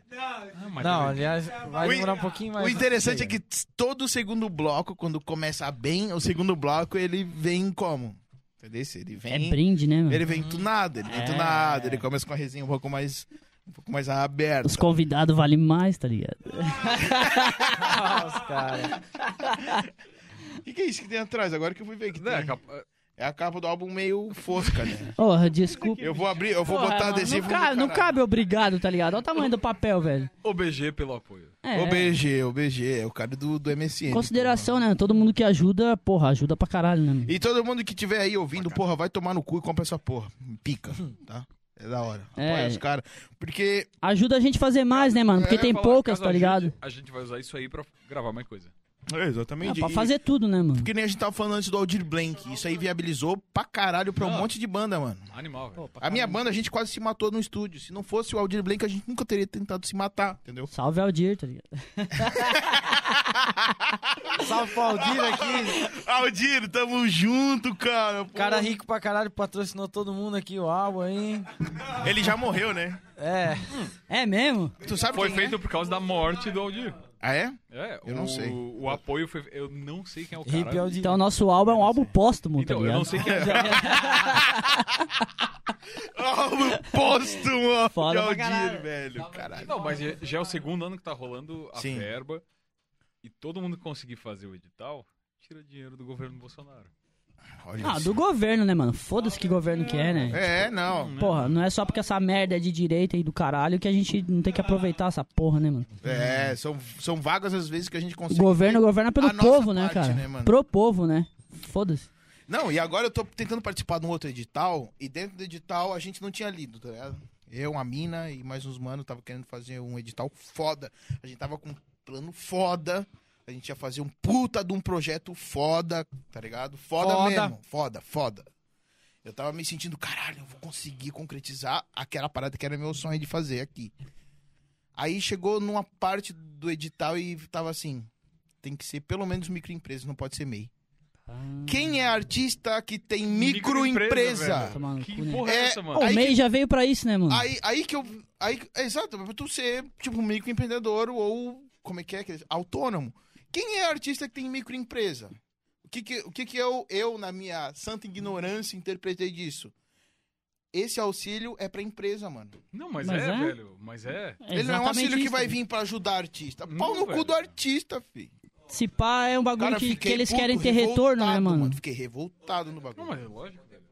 [SPEAKER 3] Não, aliás, vai
[SPEAKER 1] O in-
[SPEAKER 3] demorar um pouquinho mais.
[SPEAKER 1] O interessante é que t- todo segundo bloco, quando começa bem, o segundo bloco ele vem como? Entendeu? Ele
[SPEAKER 10] É
[SPEAKER 1] vem.
[SPEAKER 10] brinde, né, mano?
[SPEAKER 1] ele vem tunado, ele vem tunado, ele começa com a resenha um pouco mais. Um pouco mais aberta.
[SPEAKER 10] Os convidados valem mais, tá ligado?
[SPEAKER 3] Nossa, cara.
[SPEAKER 1] O que, que é isso que tem atrás? Agora que eu fui ver que
[SPEAKER 9] Não, é
[SPEAKER 1] tem.
[SPEAKER 9] capa-
[SPEAKER 1] É a capa do álbum meio fosca, né?
[SPEAKER 10] Porra, desculpa.
[SPEAKER 1] Eu vou abrir, eu vou
[SPEAKER 10] Porra,
[SPEAKER 1] botar
[SPEAKER 10] mano,
[SPEAKER 1] adesivo.
[SPEAKER 10] Não cabe,
[SPEAKER 1] no
[SPEAKER 10] não
[SPEAKER 1] caralho.
[SPEAKER 10] cabe obrigado, tá ligado? Olha o tamanho do papel, velho.
[SPEAKER 9] OBG pelo apoio.
[SPEAKER 10] É,
[SPEAKER 1] O BG, o BG, é o cara do, do MSN.
[SPEAKER 10] Consideração, né? Todo mundo que ajuda, porra, ajuda pra caralho, né? mano?
[SPEAKER 1] E todo mundo que tiver aí ouvindo, porra, vai tomar no cu e compra essa porra. Pica, tá? É da hora. Apoia
[SPEAKER 10] Hum. É.
[SPEAKER 1] os caras. Porque
[SPEAKER 10] Ajuda a gente a fazer mais, né, mano?
[SPEAKER 1] É,
[SPEAKER 10] Porque
[SPEAKER 9] Eu
[SPEAKER 10] tem
[SPEAKER 9] ia falar,
[SPEAKER 10] poucas,
[SPEAKER 9] caso
[SPEAKER 10] tá
[SPEAKER 9] ajude,
[SPEAKER 10] ligado?
[SPEAKER 9] A gente vai usar isso aí pra gravar mais coisa.
[SPEAKER 1] É,
[SPEAKER 10] Ah,
[SPEAKER 1] exatamente.
[SPEAKER 10] pra
[SPEAKER 1] E-
[SPEAKER 10] fazer tudo, né, mano?
[SPEAKER 1] Que nem a gente tava falando antes do Aldir Blank. Isso aí viabilizou pra caralho pra um monte de banda, mano.
[SPEAKER 9] Animal, velho.
[SPEAKER 1] A minha banda, a gente quase se matou no estúdio. Se não fosse o Aldir Blank, a gente nunca teria tentado se matar, entendeu?
[SPEAKER 10] Salve Aldir, tá ligado?
[SPEAKER 3] Salve pro Aldir aqui.
[SPEAKER 1] Aldir, tamo junto, cara. Pô.
[SPEAKER 3] Cara rico pra caralho, patrocinou todo mundo aqui, o álbum aí.
[SPEAKER 1] Ele já morreu, né?
[SPEAKER 3] É.
[SPEAKER 10] É mesmo?
[SPEAKER 1] Tu sabe
[SPEAKER 5] Foi
[SPEAKER 1] quem
[SPEAKER 5] feito
[SPEAKER 1] é?
[SPEAKER 5] por causa da morte do Aldir.
[SPEAKER 1] Ah, é?
[SPEAKER 5] É,
[SPEAKER 1] Eu
[SPEAKER 5] o,
[SPEAKER 1] não sei.
[SPEAKER 5] O apoio foi. Eu não sei quem é o cara.
[SPEAKER 3] Hip Aldir.
[SPEAKER 10] Então o nosso álbum é um álbum póstumo,
[SPEAKER 5] então,
[SPEAKER 10] tá
[SPEAKER 5] eu
[SPEAKER 10] ligado?
[SPEAKER 5] não sei quem é.
[SPEAKER 1] Álbum póstumo
[SPEAKER 10] Foda pra
[SPEAKER 1] de Aldir,
[SPEAKER 10] caralho.
[SPEAKER 1] velho. Caralho.
[SPEAKER 5] Não, mas já, já é o segundo ano que tá rolando a
[SPEAKER 1] Sim.
[SPEAKER 5] verba. E todo mundo que conseguir fazer o edital tira dinheiro do governo Bolsonaro.
[SPEAKER 1] Olha
[SPEAKER 10] Ah,
[SPEAKER 1] isso.
[SPEAKER 10] do governo, né, mano? Foda-se que governo que é, né?
[SPEAKER 1] É, não.
[SPEAKER 10] Porra, não é só porque essa merda é de direita e do caralho que a gente não tem que
[SPEAKER 1] Ah.
[SPEAKER 10] aproveitar essa porra, né, mano?
[SPEAKER 1] É, são, são vagas as vezes que a gente
[SPEAKER 10] O
[SPEAKER 1] consegue.
[SPEAKER 10] governo governa pelo
[SPEAKER 1] a nossa
[SPEAKER 10] povo, né,
[SPEAKER 1] parte,
[SPEAKER 10] cara?
[SPEAKER 1] né, mano?
[SPEAKER 10] Pro povo, né? Foda-se.
[SPEAKER 1] Não, e agora eu tô tentando participar de um outro edital, e dentro do edital a gente não tinha lido, tá ligado? Eu, a mina e mais uns manos tava querendo fazer um edital foda. A gente tava com um plano foda. A gente ia fazer um puta de um projeto foda, tá ligado? Foda,
[SPEAKER 3] Foda.
[SPEAKER 1] mesmo. Foda, foda. Eu tava me sentindo, caralho, eu vou conseguir concretizar aquela parada que era meu sonho de fazer aqui. Aí chegou numa parte do edital e tava assim: tem que ser pelo menos microempresa, não pode ser MEI. Quem é artista que tem microempresa?
[SPEAKER 5] velho.
[SPEAKER 10] Tomar no cu,
[SPEAKER 5] Que
[SPEAKER 10] né?
[SPEAKER 5] porra é,
[SPEAKER 1] É,
[SPEAKER 5] essa, mano?
[SPEAKER 10] Pô, o
[SPEAKER 1] Aí
[SPEAKER 10] MEI
[SPEAKER 1] que-
[SPEAKER 10] já veio pra isso, né, mano?
[SPEAKER 1] Aí, aí que eu. Aí, é, exato, pra tu ser, tipo, um microempreendedor ou. Como é que é? que eles- Autônomo. Quem é artista que tem microempresa? O que que, o que, que eu, eu, na minha santa ignorância, interpretei disso? Esse auxílio é pra empresa, mano.
[SPEAKER 5] Não, mas,
[SPEAKER 10] Mas
[SPEAKER 5] é,
[SPEAKER 10] é?
[SPEAKER 5] velho. Mas é.
[SPEAKER 1] Ele não é um
[SPEAKER 10] exatamente
[SPEAKER 1] auxílio que
[SPEAKER 10] isso,
[SPEAKER 1] vai
[SPEAKER 10] né?
[SPEAKER 1] vir pra ajudar artista.
[SPEAKER 5] Não,
[SPEAKER 1] Pau no
[SPEAKER 5] velho.
[SPEAKER 1] cu do artista, fi.
[SPEAKER 10] Se pá é um bagulho
[SPEAKER 1] Cara,
[SPEAKER 10] que, que
[SPEAKER 1] fiquei
[SPEAKER 10] eles
[SPEAKER 1] puto,
[SPEAKER 10] querem ter retorno, né,
[SPEAKER 1] revoltado,
[SPEAKER 10] mano?
[SPEAKER 1] Fiquei revoltado no
[SPEAKER 5] Não,
[SPEAKER 1] bagulho.
[SPEAKER 5] mas é lógico, velho.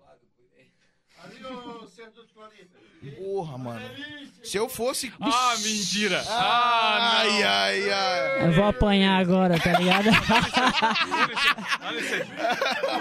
[SPEAKER 1] Porra, mano. Se eu fosse.
[SPEAKER 5] Ah, mentira! Ah,
[SPEAKER 1] ai, ai, ai.
[SPEAKER 10] Eu vou apanhar agora, tá ligado?
[SPEAKER 5] não! Olha isso aqui.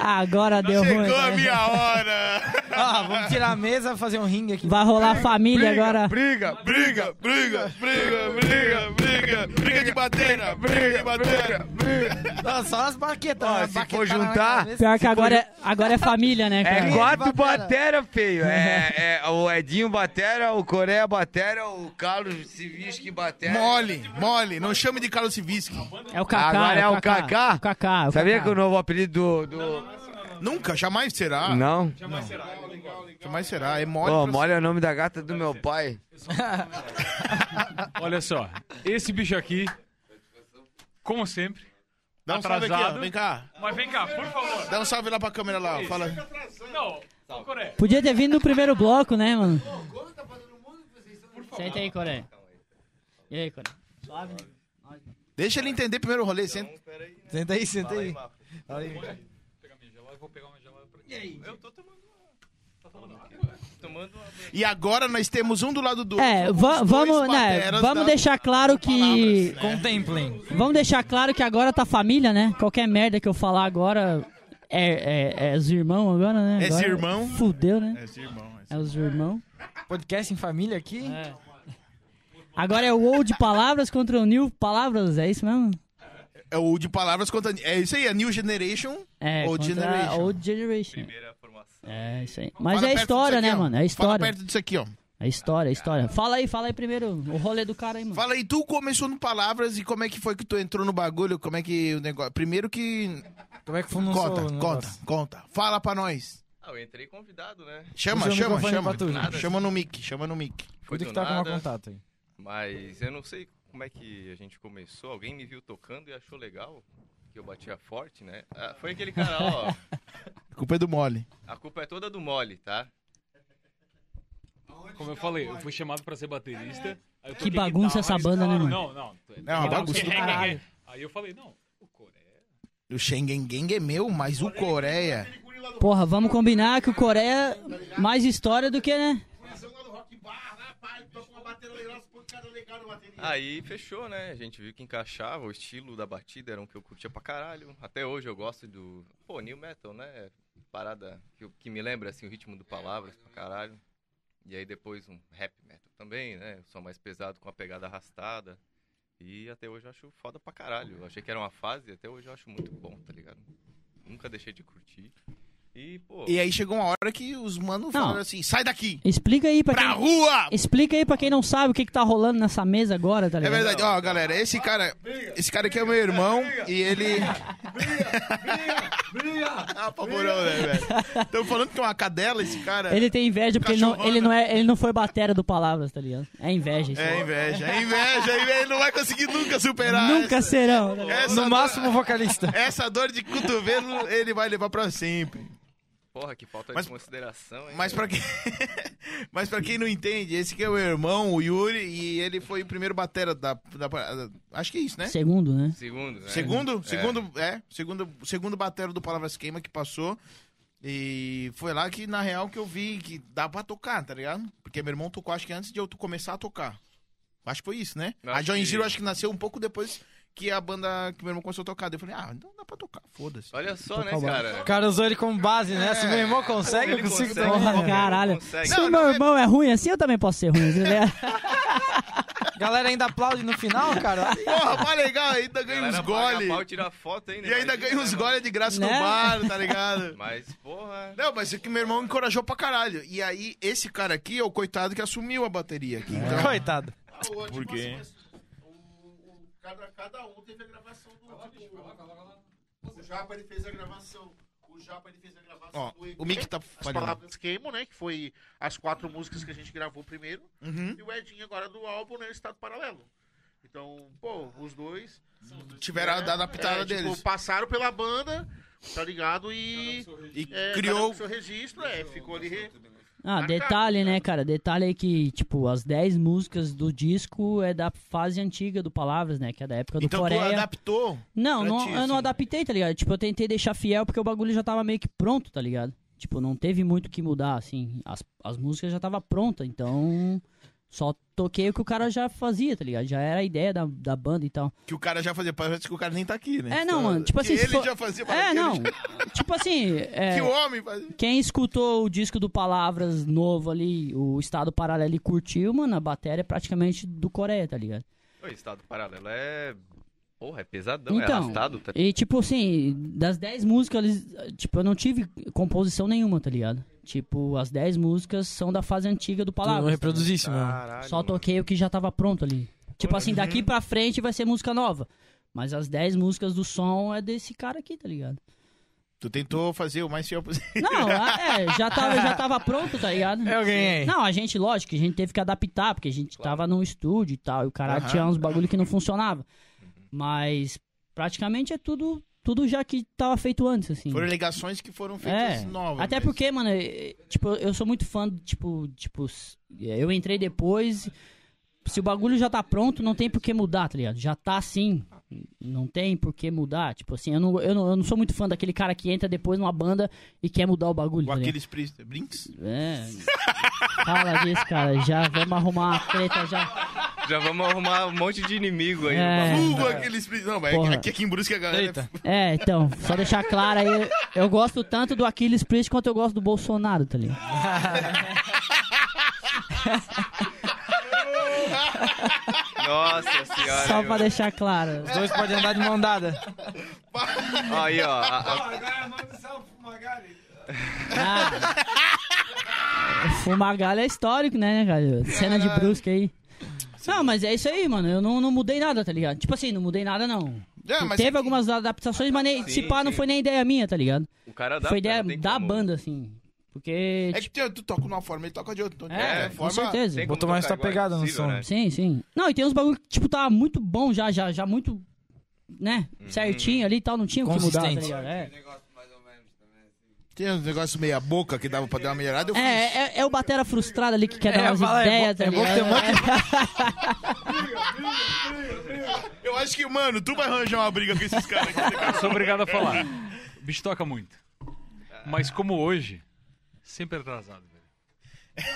[SPEAKER 10] agora deu ruim.
[SPEAKER 1] Chegou Tá a
[SPEAKER 10] né?
[SPEAKER 1] minha hora!
[SPEAKER 3] Ah, vamos tirar a mesa fazer um ringue aqui.
[SPEAKER 10] Vai rolar família agora.
[SPEAKER 1] Briga, briga, briga, briga, briga, briga, briga de bateria, briga de bateria, briga.
[SPEAKER 3] Não, só as baquetas.
[SPEAKER 4] Ó,
[SPEAKER 3] né?
[SPEAKER 4] se
[SPEAKER 3] Baquetada
[SPEAKER 4] for
[SPEAKER 3] na
[SPEAKER 4] juntar,
[SPEAKER 3] cabeça.
[SPEAKER 10] Pior que agora é, agora é família, né, cara?
[SPEAKER 4] É quatro batera, feio. É, é o Edinho batera, o Coreia batera, o Carlos Civisque batera.
[SPEAKER 1] Mole, mole, não chame de Carlos Civisque.
[SPEAKER 10] É o Kaká.
[SPEAKER 4] Agora é o Kaká?
[SPEAKER 10] Kaká. O
[SPEAKER 11] É
[SPEAKER 10] Kaká. é o
[SPEAKER 4] Sabia
[SPEAKER 10] Kaká.
[SPEAKER 4] que o novo apelido do. do-
[SPEAKER 1] Nunca, jamais será.
[SPEAKER 4] Não?
[SPEAKER 1] Jamais será, é mole.
[SPEAKER 4] Pô,
[SPEAKER 1] pra-
[SPEAKER 4] mole é o nome da gata do meu pai.
[SPEAKER 5] Olha só, esse bicho aqui, como sempre,
[SPEAKER 1] Dá um salve aqui, ó.
[SPEAKER 5] atrasado.
[SPEAKER 1] vem cá.
[SPEAKER 5] Mas vem cá, por favor.
[SPEAKER 1] Dá um salve lá pra câmera lá, ó. fala.
[SPEAKER 5] Não, ô, Coreia.
[SPEAKER 10] Podia ter vindo no primeiro bloco, né, mano? Senta aí, Coré. E aí, Coré?
[SPEAKER 1] Deixa ele entender primeiro o rolê, senta.
[SPEAKER 3] Senta aí, senta aí. Olha aí.
[SPEAKER 5] pegar minha gelada, eu vou pegar uma gelada pra ti. E aí? Eu tô tomando uma. Tá tomando água?
[SPEAKER 1] E agora nós temos um do lado do outro.
[SPEAKER 10] É,
[SPEAKER 1] Os
[SPEAKER 10] va-
[SPEAKER 1] dois
[SPEAKER 10] vamos, né,
[SPEAKER 1] bateras
[SPEAKER 10] vamos
[SPEAKER 1] da- assim.
[SPEAKER 10] deixar claro que...
[SPEAKER 3] Contemplem.
[SPEAKER 10] Vamos deixar claro que agora tá família, né? Qualquer merda que eu falar agora é, é, é os irmãos agora, né?
[SPEAKER 1] É
[SPEAKER 10] Agora
[SPEAKER 1] irmão.
[SPEAKER 10] Fudeu, né?
[SPEAKER 1] É, esse irmão, esse-
[SPEAKER 10] É os irmãos.
[SPEAKER 3] Podcast em família aqui.
[SPEAKER 10] É. Agora é o ou de palavras contra o new palavras, é isso mesmo?
[SPEAKER 1] É o de palavras contra. É isso aí, a New Generation.
[SPEAKER 10] É,
[SPEAKER 1] Old
[SPEAKER 10] contra
[SPEAKER 1] Generation.
[SPEAKER 10] a Old Generation. Primeira formação. É, isso aí. Mas
[SPEAKER 1] Fala
[SPEAKER 10] é
[SPEAKER 1] perto
[SPEAKER 10] história,
[SPEAKER 1] disso
[SPEAKER 10] né,
[SPEAKER 1] aqui, ó.
[SPEAKER 10] mano? É
[SPEAKER 1] Fala
[SPEAKER 10] história.
[SPEAKER 1] perto disso aqui, ó.
[SPEAKER 10] É história, é história. Fala aí, fala aí primeiro o rolê do cara aí, mano.
[SPEAKER 1] Fala aí, tu começou no Palavras e como é que foi que tu entrou no bagulho? Como é que o negócio. Primeiro que.
[SPEAKER 3] Como é que foi no
[SPEAKER 1] conta,
[SPEAKER 3] seu- no
[SPEAKER 1] conta,
[SPEAKER 3] negócio?
[SPEAKER 1] conta. Fala pra nós.
[SPEAKER 12] Ah, eu entrei convidado, né?
[SPEAKER 1] Chama,
[SPEAKER 3] Usa o
[SPEAKER 1] chama,
[SPEAKER 3] microfone
[SPEAKER 1] chama.
[SPEAKER 3] pra tu, gente.
[SPEAKER 1] Chama no mic, chama no mic.
[SPEAKER 12] Foi
[SPEAKER 3] Tudo
[SPEAKER 12] do
[SPEAKER 3] que tá com mau
[SPEAKER 12] nada,
[SPEAKER 3] contato aí.
[SPEAKER 12] Mas eu não sei como é que a gente começou. Alguém me viu tocando e achou legal que eu batia forte, né? Ah, foi aquele cara, ó.
[SPEAKER 1] A culpa é do mole.
[SPEAKER 12] A culpa é toda do mole, tá?
[SPEAKER 5] Como eu falei, eu fui chamado pra ser baterista. aí eu
[SPEAKER 10] Que
[SPEAKER 5] toquei guitarra,
[SPEAKER 10] bagunça essa
[SPEAKER 5] eles
[SPEAKER 10] banda, né,
[SPEAKER 5] falaram, Não,
[SPEAKER 10] mano?
[SPEAKER 5] não. tu-
[SPEAKER 1] É uma bagunça do
[SPEAKER 3] caralho.
[SPEAKER 5] Aí eu falei, não, o Coreia.
[SPEAKER 1] O Schengen Gang é meu, mas o Coreia.
[SPEAKER 10] Porra, vamos combinar que o Coreia mais história do que, né?
[SPEAKER 12] Aí fechou, né? A gente viu que encaixava, o estilo da batida era um que eu curtia pra caralho. Até hoje eu gosto do. Pô, New Metal, né? Parada que, eu- que me lembra assim, o ritmo do palavras pra caralho. E aí depois um rap metal também, né? Só mais pesado com a pegada arrastada. E até hoje eu acho foda pra caralho. Eu achei que era uma fase e até hoje eu acho muito bom, tá ligado? Nunca deixei de curtir. E, pô,
[SPEAKER 1] E aí chegou uma hora que os manos
[SPEAKER 10] Não.
[SPEAKER 1] falaram assim, sai daqui,
[SPEAKER 10] Explica aí pra
[SPEAKER 1] pra
[SPEAKER 10] quem...
[SPEAKER 1] rua!
[SPEAKER 10] Explica aí pra quem não sabe o que, que tá rolando nessa mesa agora, tá
[SPEAKER 1] É
[SPEAKER 10] ligado?
[SPEAKER 1] verdade, ó, galera, esse cara, esse cara aqui é meu irmão e ele... Ah, pavorão, né, velho? Estão falando que é uma cadela esse cara.
[SPEAKER 10] Ele tem inveja porque ele não,
[SPEAKER 1] Cachorrão,
[SPEAKER 10] ele, não é, ele não foi batera do Palavras, tá ligado? É inveja isso.
[SPEAKER 1] É inveja, é inveja, é inveja, ele não vai conseguir nunca superar.
[SPEAKER 10] Nunca
[SPEAKER 1] essa,
[SPEAKER 10] serão. tá ligado?
[SPEAKER 1] essa
[SPEAKER 3] No
[SPEAKER 1] dor-
[SPEAKER 3] máximo vocalista.
[SPEAKER 1] Essa dor de cotovelo ele vai levar pra sempre.
[SPEAKER 12] porra, que falta
[SPEAKER 1] é- Mas-
[SPEAKER 12] de consideração, hein?
[SPEAKER 1] Mas pra quem, mas pra quem não entende, esse que é o irmão, o Yuri, e ele foi o primeiro batera da, da parada. Acho que é isso, né?
[SPEAKER 10] Segundo, né?
[SPEAKER 12] Segundo, né?
[SPEAKER 1] Segundo, segundo, é, segundo, segundo batera do Palavras Queima que passou. E foi lá que, na real, que eu vi que dá pra tocar, tá ligado? Porque meu irmão tocou, acho que antes de eu começar a tocar. Acho que foi isso, né?
[SPEAKER 12] Eu
[SPEAKER 1] a
[SPEAKER 12] acho
[SPEAKER 1] Join
[SPEAKER 12] que-
[SPEAKER 1] Zero acho que nasceu um pouco depois que a banda que meu irmão começou a tocar. Daí eu falei, ah, então dá pra tocar, foda-se.
[SPEAKER 12] Olha só, né, cara?
[SPEAKER 3] O cara usou ele como base, né? Se meu irmão consegue, eu
[SPEAKER 12] Ele
[SPEAKER 3] consigo
[SPEAKER 12] consegue,
[SPEAKER 3] também.
[SPEAKER 12] ele
[SPEAKER 10] Caralho.
[SPEAKER 12] consegue.
[SPEAKER 10] Se meu irmão é ruim assim, eu também posso ser ruim. tá ligado?
[SPEAKER 3] Galera ainda aplaude no final, cara.
[SPEAKER 1] Porra, mó legal, ainda ganha uns
[SPEAKER 12] Galera,
[SPEAKER 1] gole.
[SPEAKER 12] paga pau, tira foto ainda.
[SPEAKER 1] E ainda ganha uns gole de graça no
[SPEAKER 10] Né?
[SPEAKER 1] bar, tá ligado?
[SPEAKER 12] Mas, porra...
[SPEAKER 1] Não, mas é que meu irmão encorajou pra caralho. E aí, esse cara aqui é o coitado que assumiu a bateria aqui.
[SPEAKER 3] É.
[SPEAKER 1] Então,
[SPEAKER 3] Coitado.
[SPEAKER 1] Por quê?
[SPEAKER 2] Cada, cada um teve a gravação do. do- O Japa ele fez a gravação. O Japa ele fez a gravação
[SPEAKER 1] Ó,
[SPEAKER 2] do EP.
[SPEAKER 1] o Mick tá
[SPEAKER 2] As
[SPEAKER 1] falhando.
[SPEAKER 2] palavras queimam, né? Que foi as quatro músicas que a gente gravou primeiro.
[SPEAKER 1] Uhum.
[SPEAKER 2] E o Edinho agora do álbum, né? Estado Paralelo. Então, pô, os dois.
[SPEAKER 1] Tiveram a
[SPEAKER 2] né,
[SPEAKER 1] dada a pitada
[SPEAKER 2] é, tipo,
[SPEAKER 1] deles.
[SPEAKER 2] passaram pela banda, tá ligado? E.
[SPEAKER 1] E
[SPEAKER 2] é, cada um
[SPEAKER 1] criou.
[SPEAKER 2] com seu registro, é. Ficou ali. re-
[SPEAKER 10] Ah, detalhe, né, cara? Detalhe aí que, tipo, as 10 músicas do disco é da fase antiga do Palavras, né? Que é da época do
[SPEAKER 1] Então tu
[SPEAKER 10] Coreia.
[SPEAKER 1] adaptou.
[SPEAKER 10] Não, não- eu
[SPEAKER 1] Certíssimo.
[SPEAKER 10] não adaptei, tá ligado? Tipo, eu tentei deixar fiel porque o bagulho já tava meio que pronto, tá ligado? Tipo, não teve muito o que mudar, assim. As, as músicas já tava pronta, então. Só toquei o que o cara já fazia, tá ligado? Já era a ideia da, da banda e tal.
[SPEAKER 1] Que o cara já fazia. Parece que o cara nem tá aqui, né?
[SPEAKER 10] É, não,
[SPEAKER 1] Então,
[SPEAKER 10] mano, tipo
[SPEAKER 1] que
[SPEAKER 10] assim, se
[SPEAKER 1] Ele
[SPEAKER 10] for-
[SPEAKER 1] já fazia.
[SPEAKER 10] É,
[SPEAKER 1] parece que ele
[SPEAKER 10] não.
[SPEAKER 1] já-
[SPEAKER 10] tipo assim. é,
[SPEAKER 1] Que o homem fazia.
[SPEAKER 10] Quem escutou o disco do Palavras novo ali, o Estado Paralelo e curtiu, mano, a bateria é praticamente do Coreia, tá ligado?
[SPEAKER 12] O estado paralelo é... Porra, é pesadão, é
[SPEAKER 10] Então,
[SPEAKER 12] arrastado. Tá...
[SPEAKER 10] E tipo assim, das 10 músicas, eles, tipo, eu não tive composição nenhuma, tá ligado? Tipo, as 10 músicas são da fase antiga do
[SPEAKER 3] Não
[SPEAKER 10] Palavras.
[SPEAKER 3] reproduzisse, mano.
[SPEAKER 12] Caralho,
[SPEAKER 10] Só
[SPEAKER 12] mano.
[SPEAKER 10] toquei o que já tava pronto ali. Tipo assim, daqui pra frente vai ser música nova. Mas as 10 músicas do som é desse cara aqui, tá ligado?
[SPEAKER 1] Tu tentou fazer o mais fiel possível.
[SPEAKER 10] Não, é, já tava, já tava pronto, tá ligado?
[SPEAKER 3] Eu ganhei.
[SPEAKER 10] Não, a gente, lógico, que a gente teve que adaptar, porque a gente tava num estúdio e tal, e o cara
[SPEAKER 1] Aham.
[SPEAKER 10] tinha uns bagulho que não funcionava. Mas praticamente é tudo, tudo já que tava feito antes, assim.
[SPEAKER 1] Foram ligações que foram feitas
[SPEAKER 10] É.
[SPEAKER 1] novas.
[SPEAKER 10] Até
[SPEAKER 1] mas-
[SPEAKER 10] porque, mano, eh, tipo, eu sou muito fã, de, tipo, tipo, s- eu entrei depois. Se o bagulho já tá pronto, não tem por que mudar, tá ligado? Já tá assim. Não tem por que mudar. Tipo assim, eu não, eu não, eu não sou muito fã daquele cara que entra depois numa banda e quer mudar o bagulho.
[SPEAKER 1] Com
[SPEAKER 10] tá ligado?
[SPEAKER 1] aqueles pris- brinks.
[SPEAKER 10] É. Fala disso, cara. Já vamos arrumar uma treta já.
[SPEAKER 12] Já vamos arrumar um monte de inimigo aí.
[SPEAKER 10] É.
[SPEAKER 1] Hugo, Uh, aqueles pris- Não, mas é
[SPEAKER 10] Porra.
[SPEAKER 1] aqui, aqui em Brusque a galera.
[SPEAKER 3] Eita.
[SPEAKER 10] É, então, só deixar claro aí. Eu gosto tanto do Aquiles Priest quanto eu gosto do Bolsonaro, tá ligado?
[SPEAKER 12] Nossa senhora.
[SPEAKER 10] Só
[SPEAKER 12] eu-
[SPEAKER 10] pra deixar claro.
[SPEAKER 3] Os dois podem andar de mão dada.
[SPEAKER 12] Aí, ó. a- a-
[SPEAKER 10] um Ah. Fumagalho é histórico, né, cara? Cena de brusca aí. Não, mas é isso aí, mano. Eu não, não mudei nada, tá ligado? Tipo assim, não mudei nada, não.
[SPEAKER 1] É, mas
[SPEAKER 10] Teve algumas adaptações, mas nem, se pá, não foi nem ideia minha, tá ligado?
[SPEAKER 12] O cara dá.
[SPEAKER 10] foi ideia da banda, assim. Porque. tipo,
[SPEAKER 1] É que tu, tu toca de uma forma, ele toca de outra. Então, de
[SPEAKER 10] É,
[SPEAKER 1] qualquer
[SPEAKER 10] com
[SPEAKER 1] forma.
[SPEAKER 10] certeza.
[SPEAKER 3] Botou mais tua
[SPEAKER 12] é
[SPEAKER 3] pegada no som.
[SPEAKER 12] né?
[SPEAKER 10] Sim, sim. Não, e tem uns bagulho que, tipo, tava muito bom já, já, já muito, né,
[SPEAKER 1] Uhum.
[SPEAKER 10] certinho ali e tal, não tinha o que mudar, tá
[SPEAKER 3] Consistente.
[SPEAKER 10] ligado? É,
[SPEAKER 1] Tem uns negócios meia boca que dava pra dar uma melhorada. Eu
[SPEAKER 10] é,
[SPEAKER 1] fiz.
[SPEAKER 10] é, é o batera frustrado ali que quer dar umas
[SPEAKER 3] fala, é bom-
[SPEAKER 10] ideias, tá
[SPEAKER 3] é bom
[SPEAKER 10] ligado?
[SPEAKER 3] que tem um monte de-
[SPEAKER 1] Eu acho que, mano, tu vai arranjar uma briga com esses caras aqui.
[SPEAKER 9] Eu sou obrigado a falar. O bicho toca muito. Mas como hoje, sempre atrasado, velho.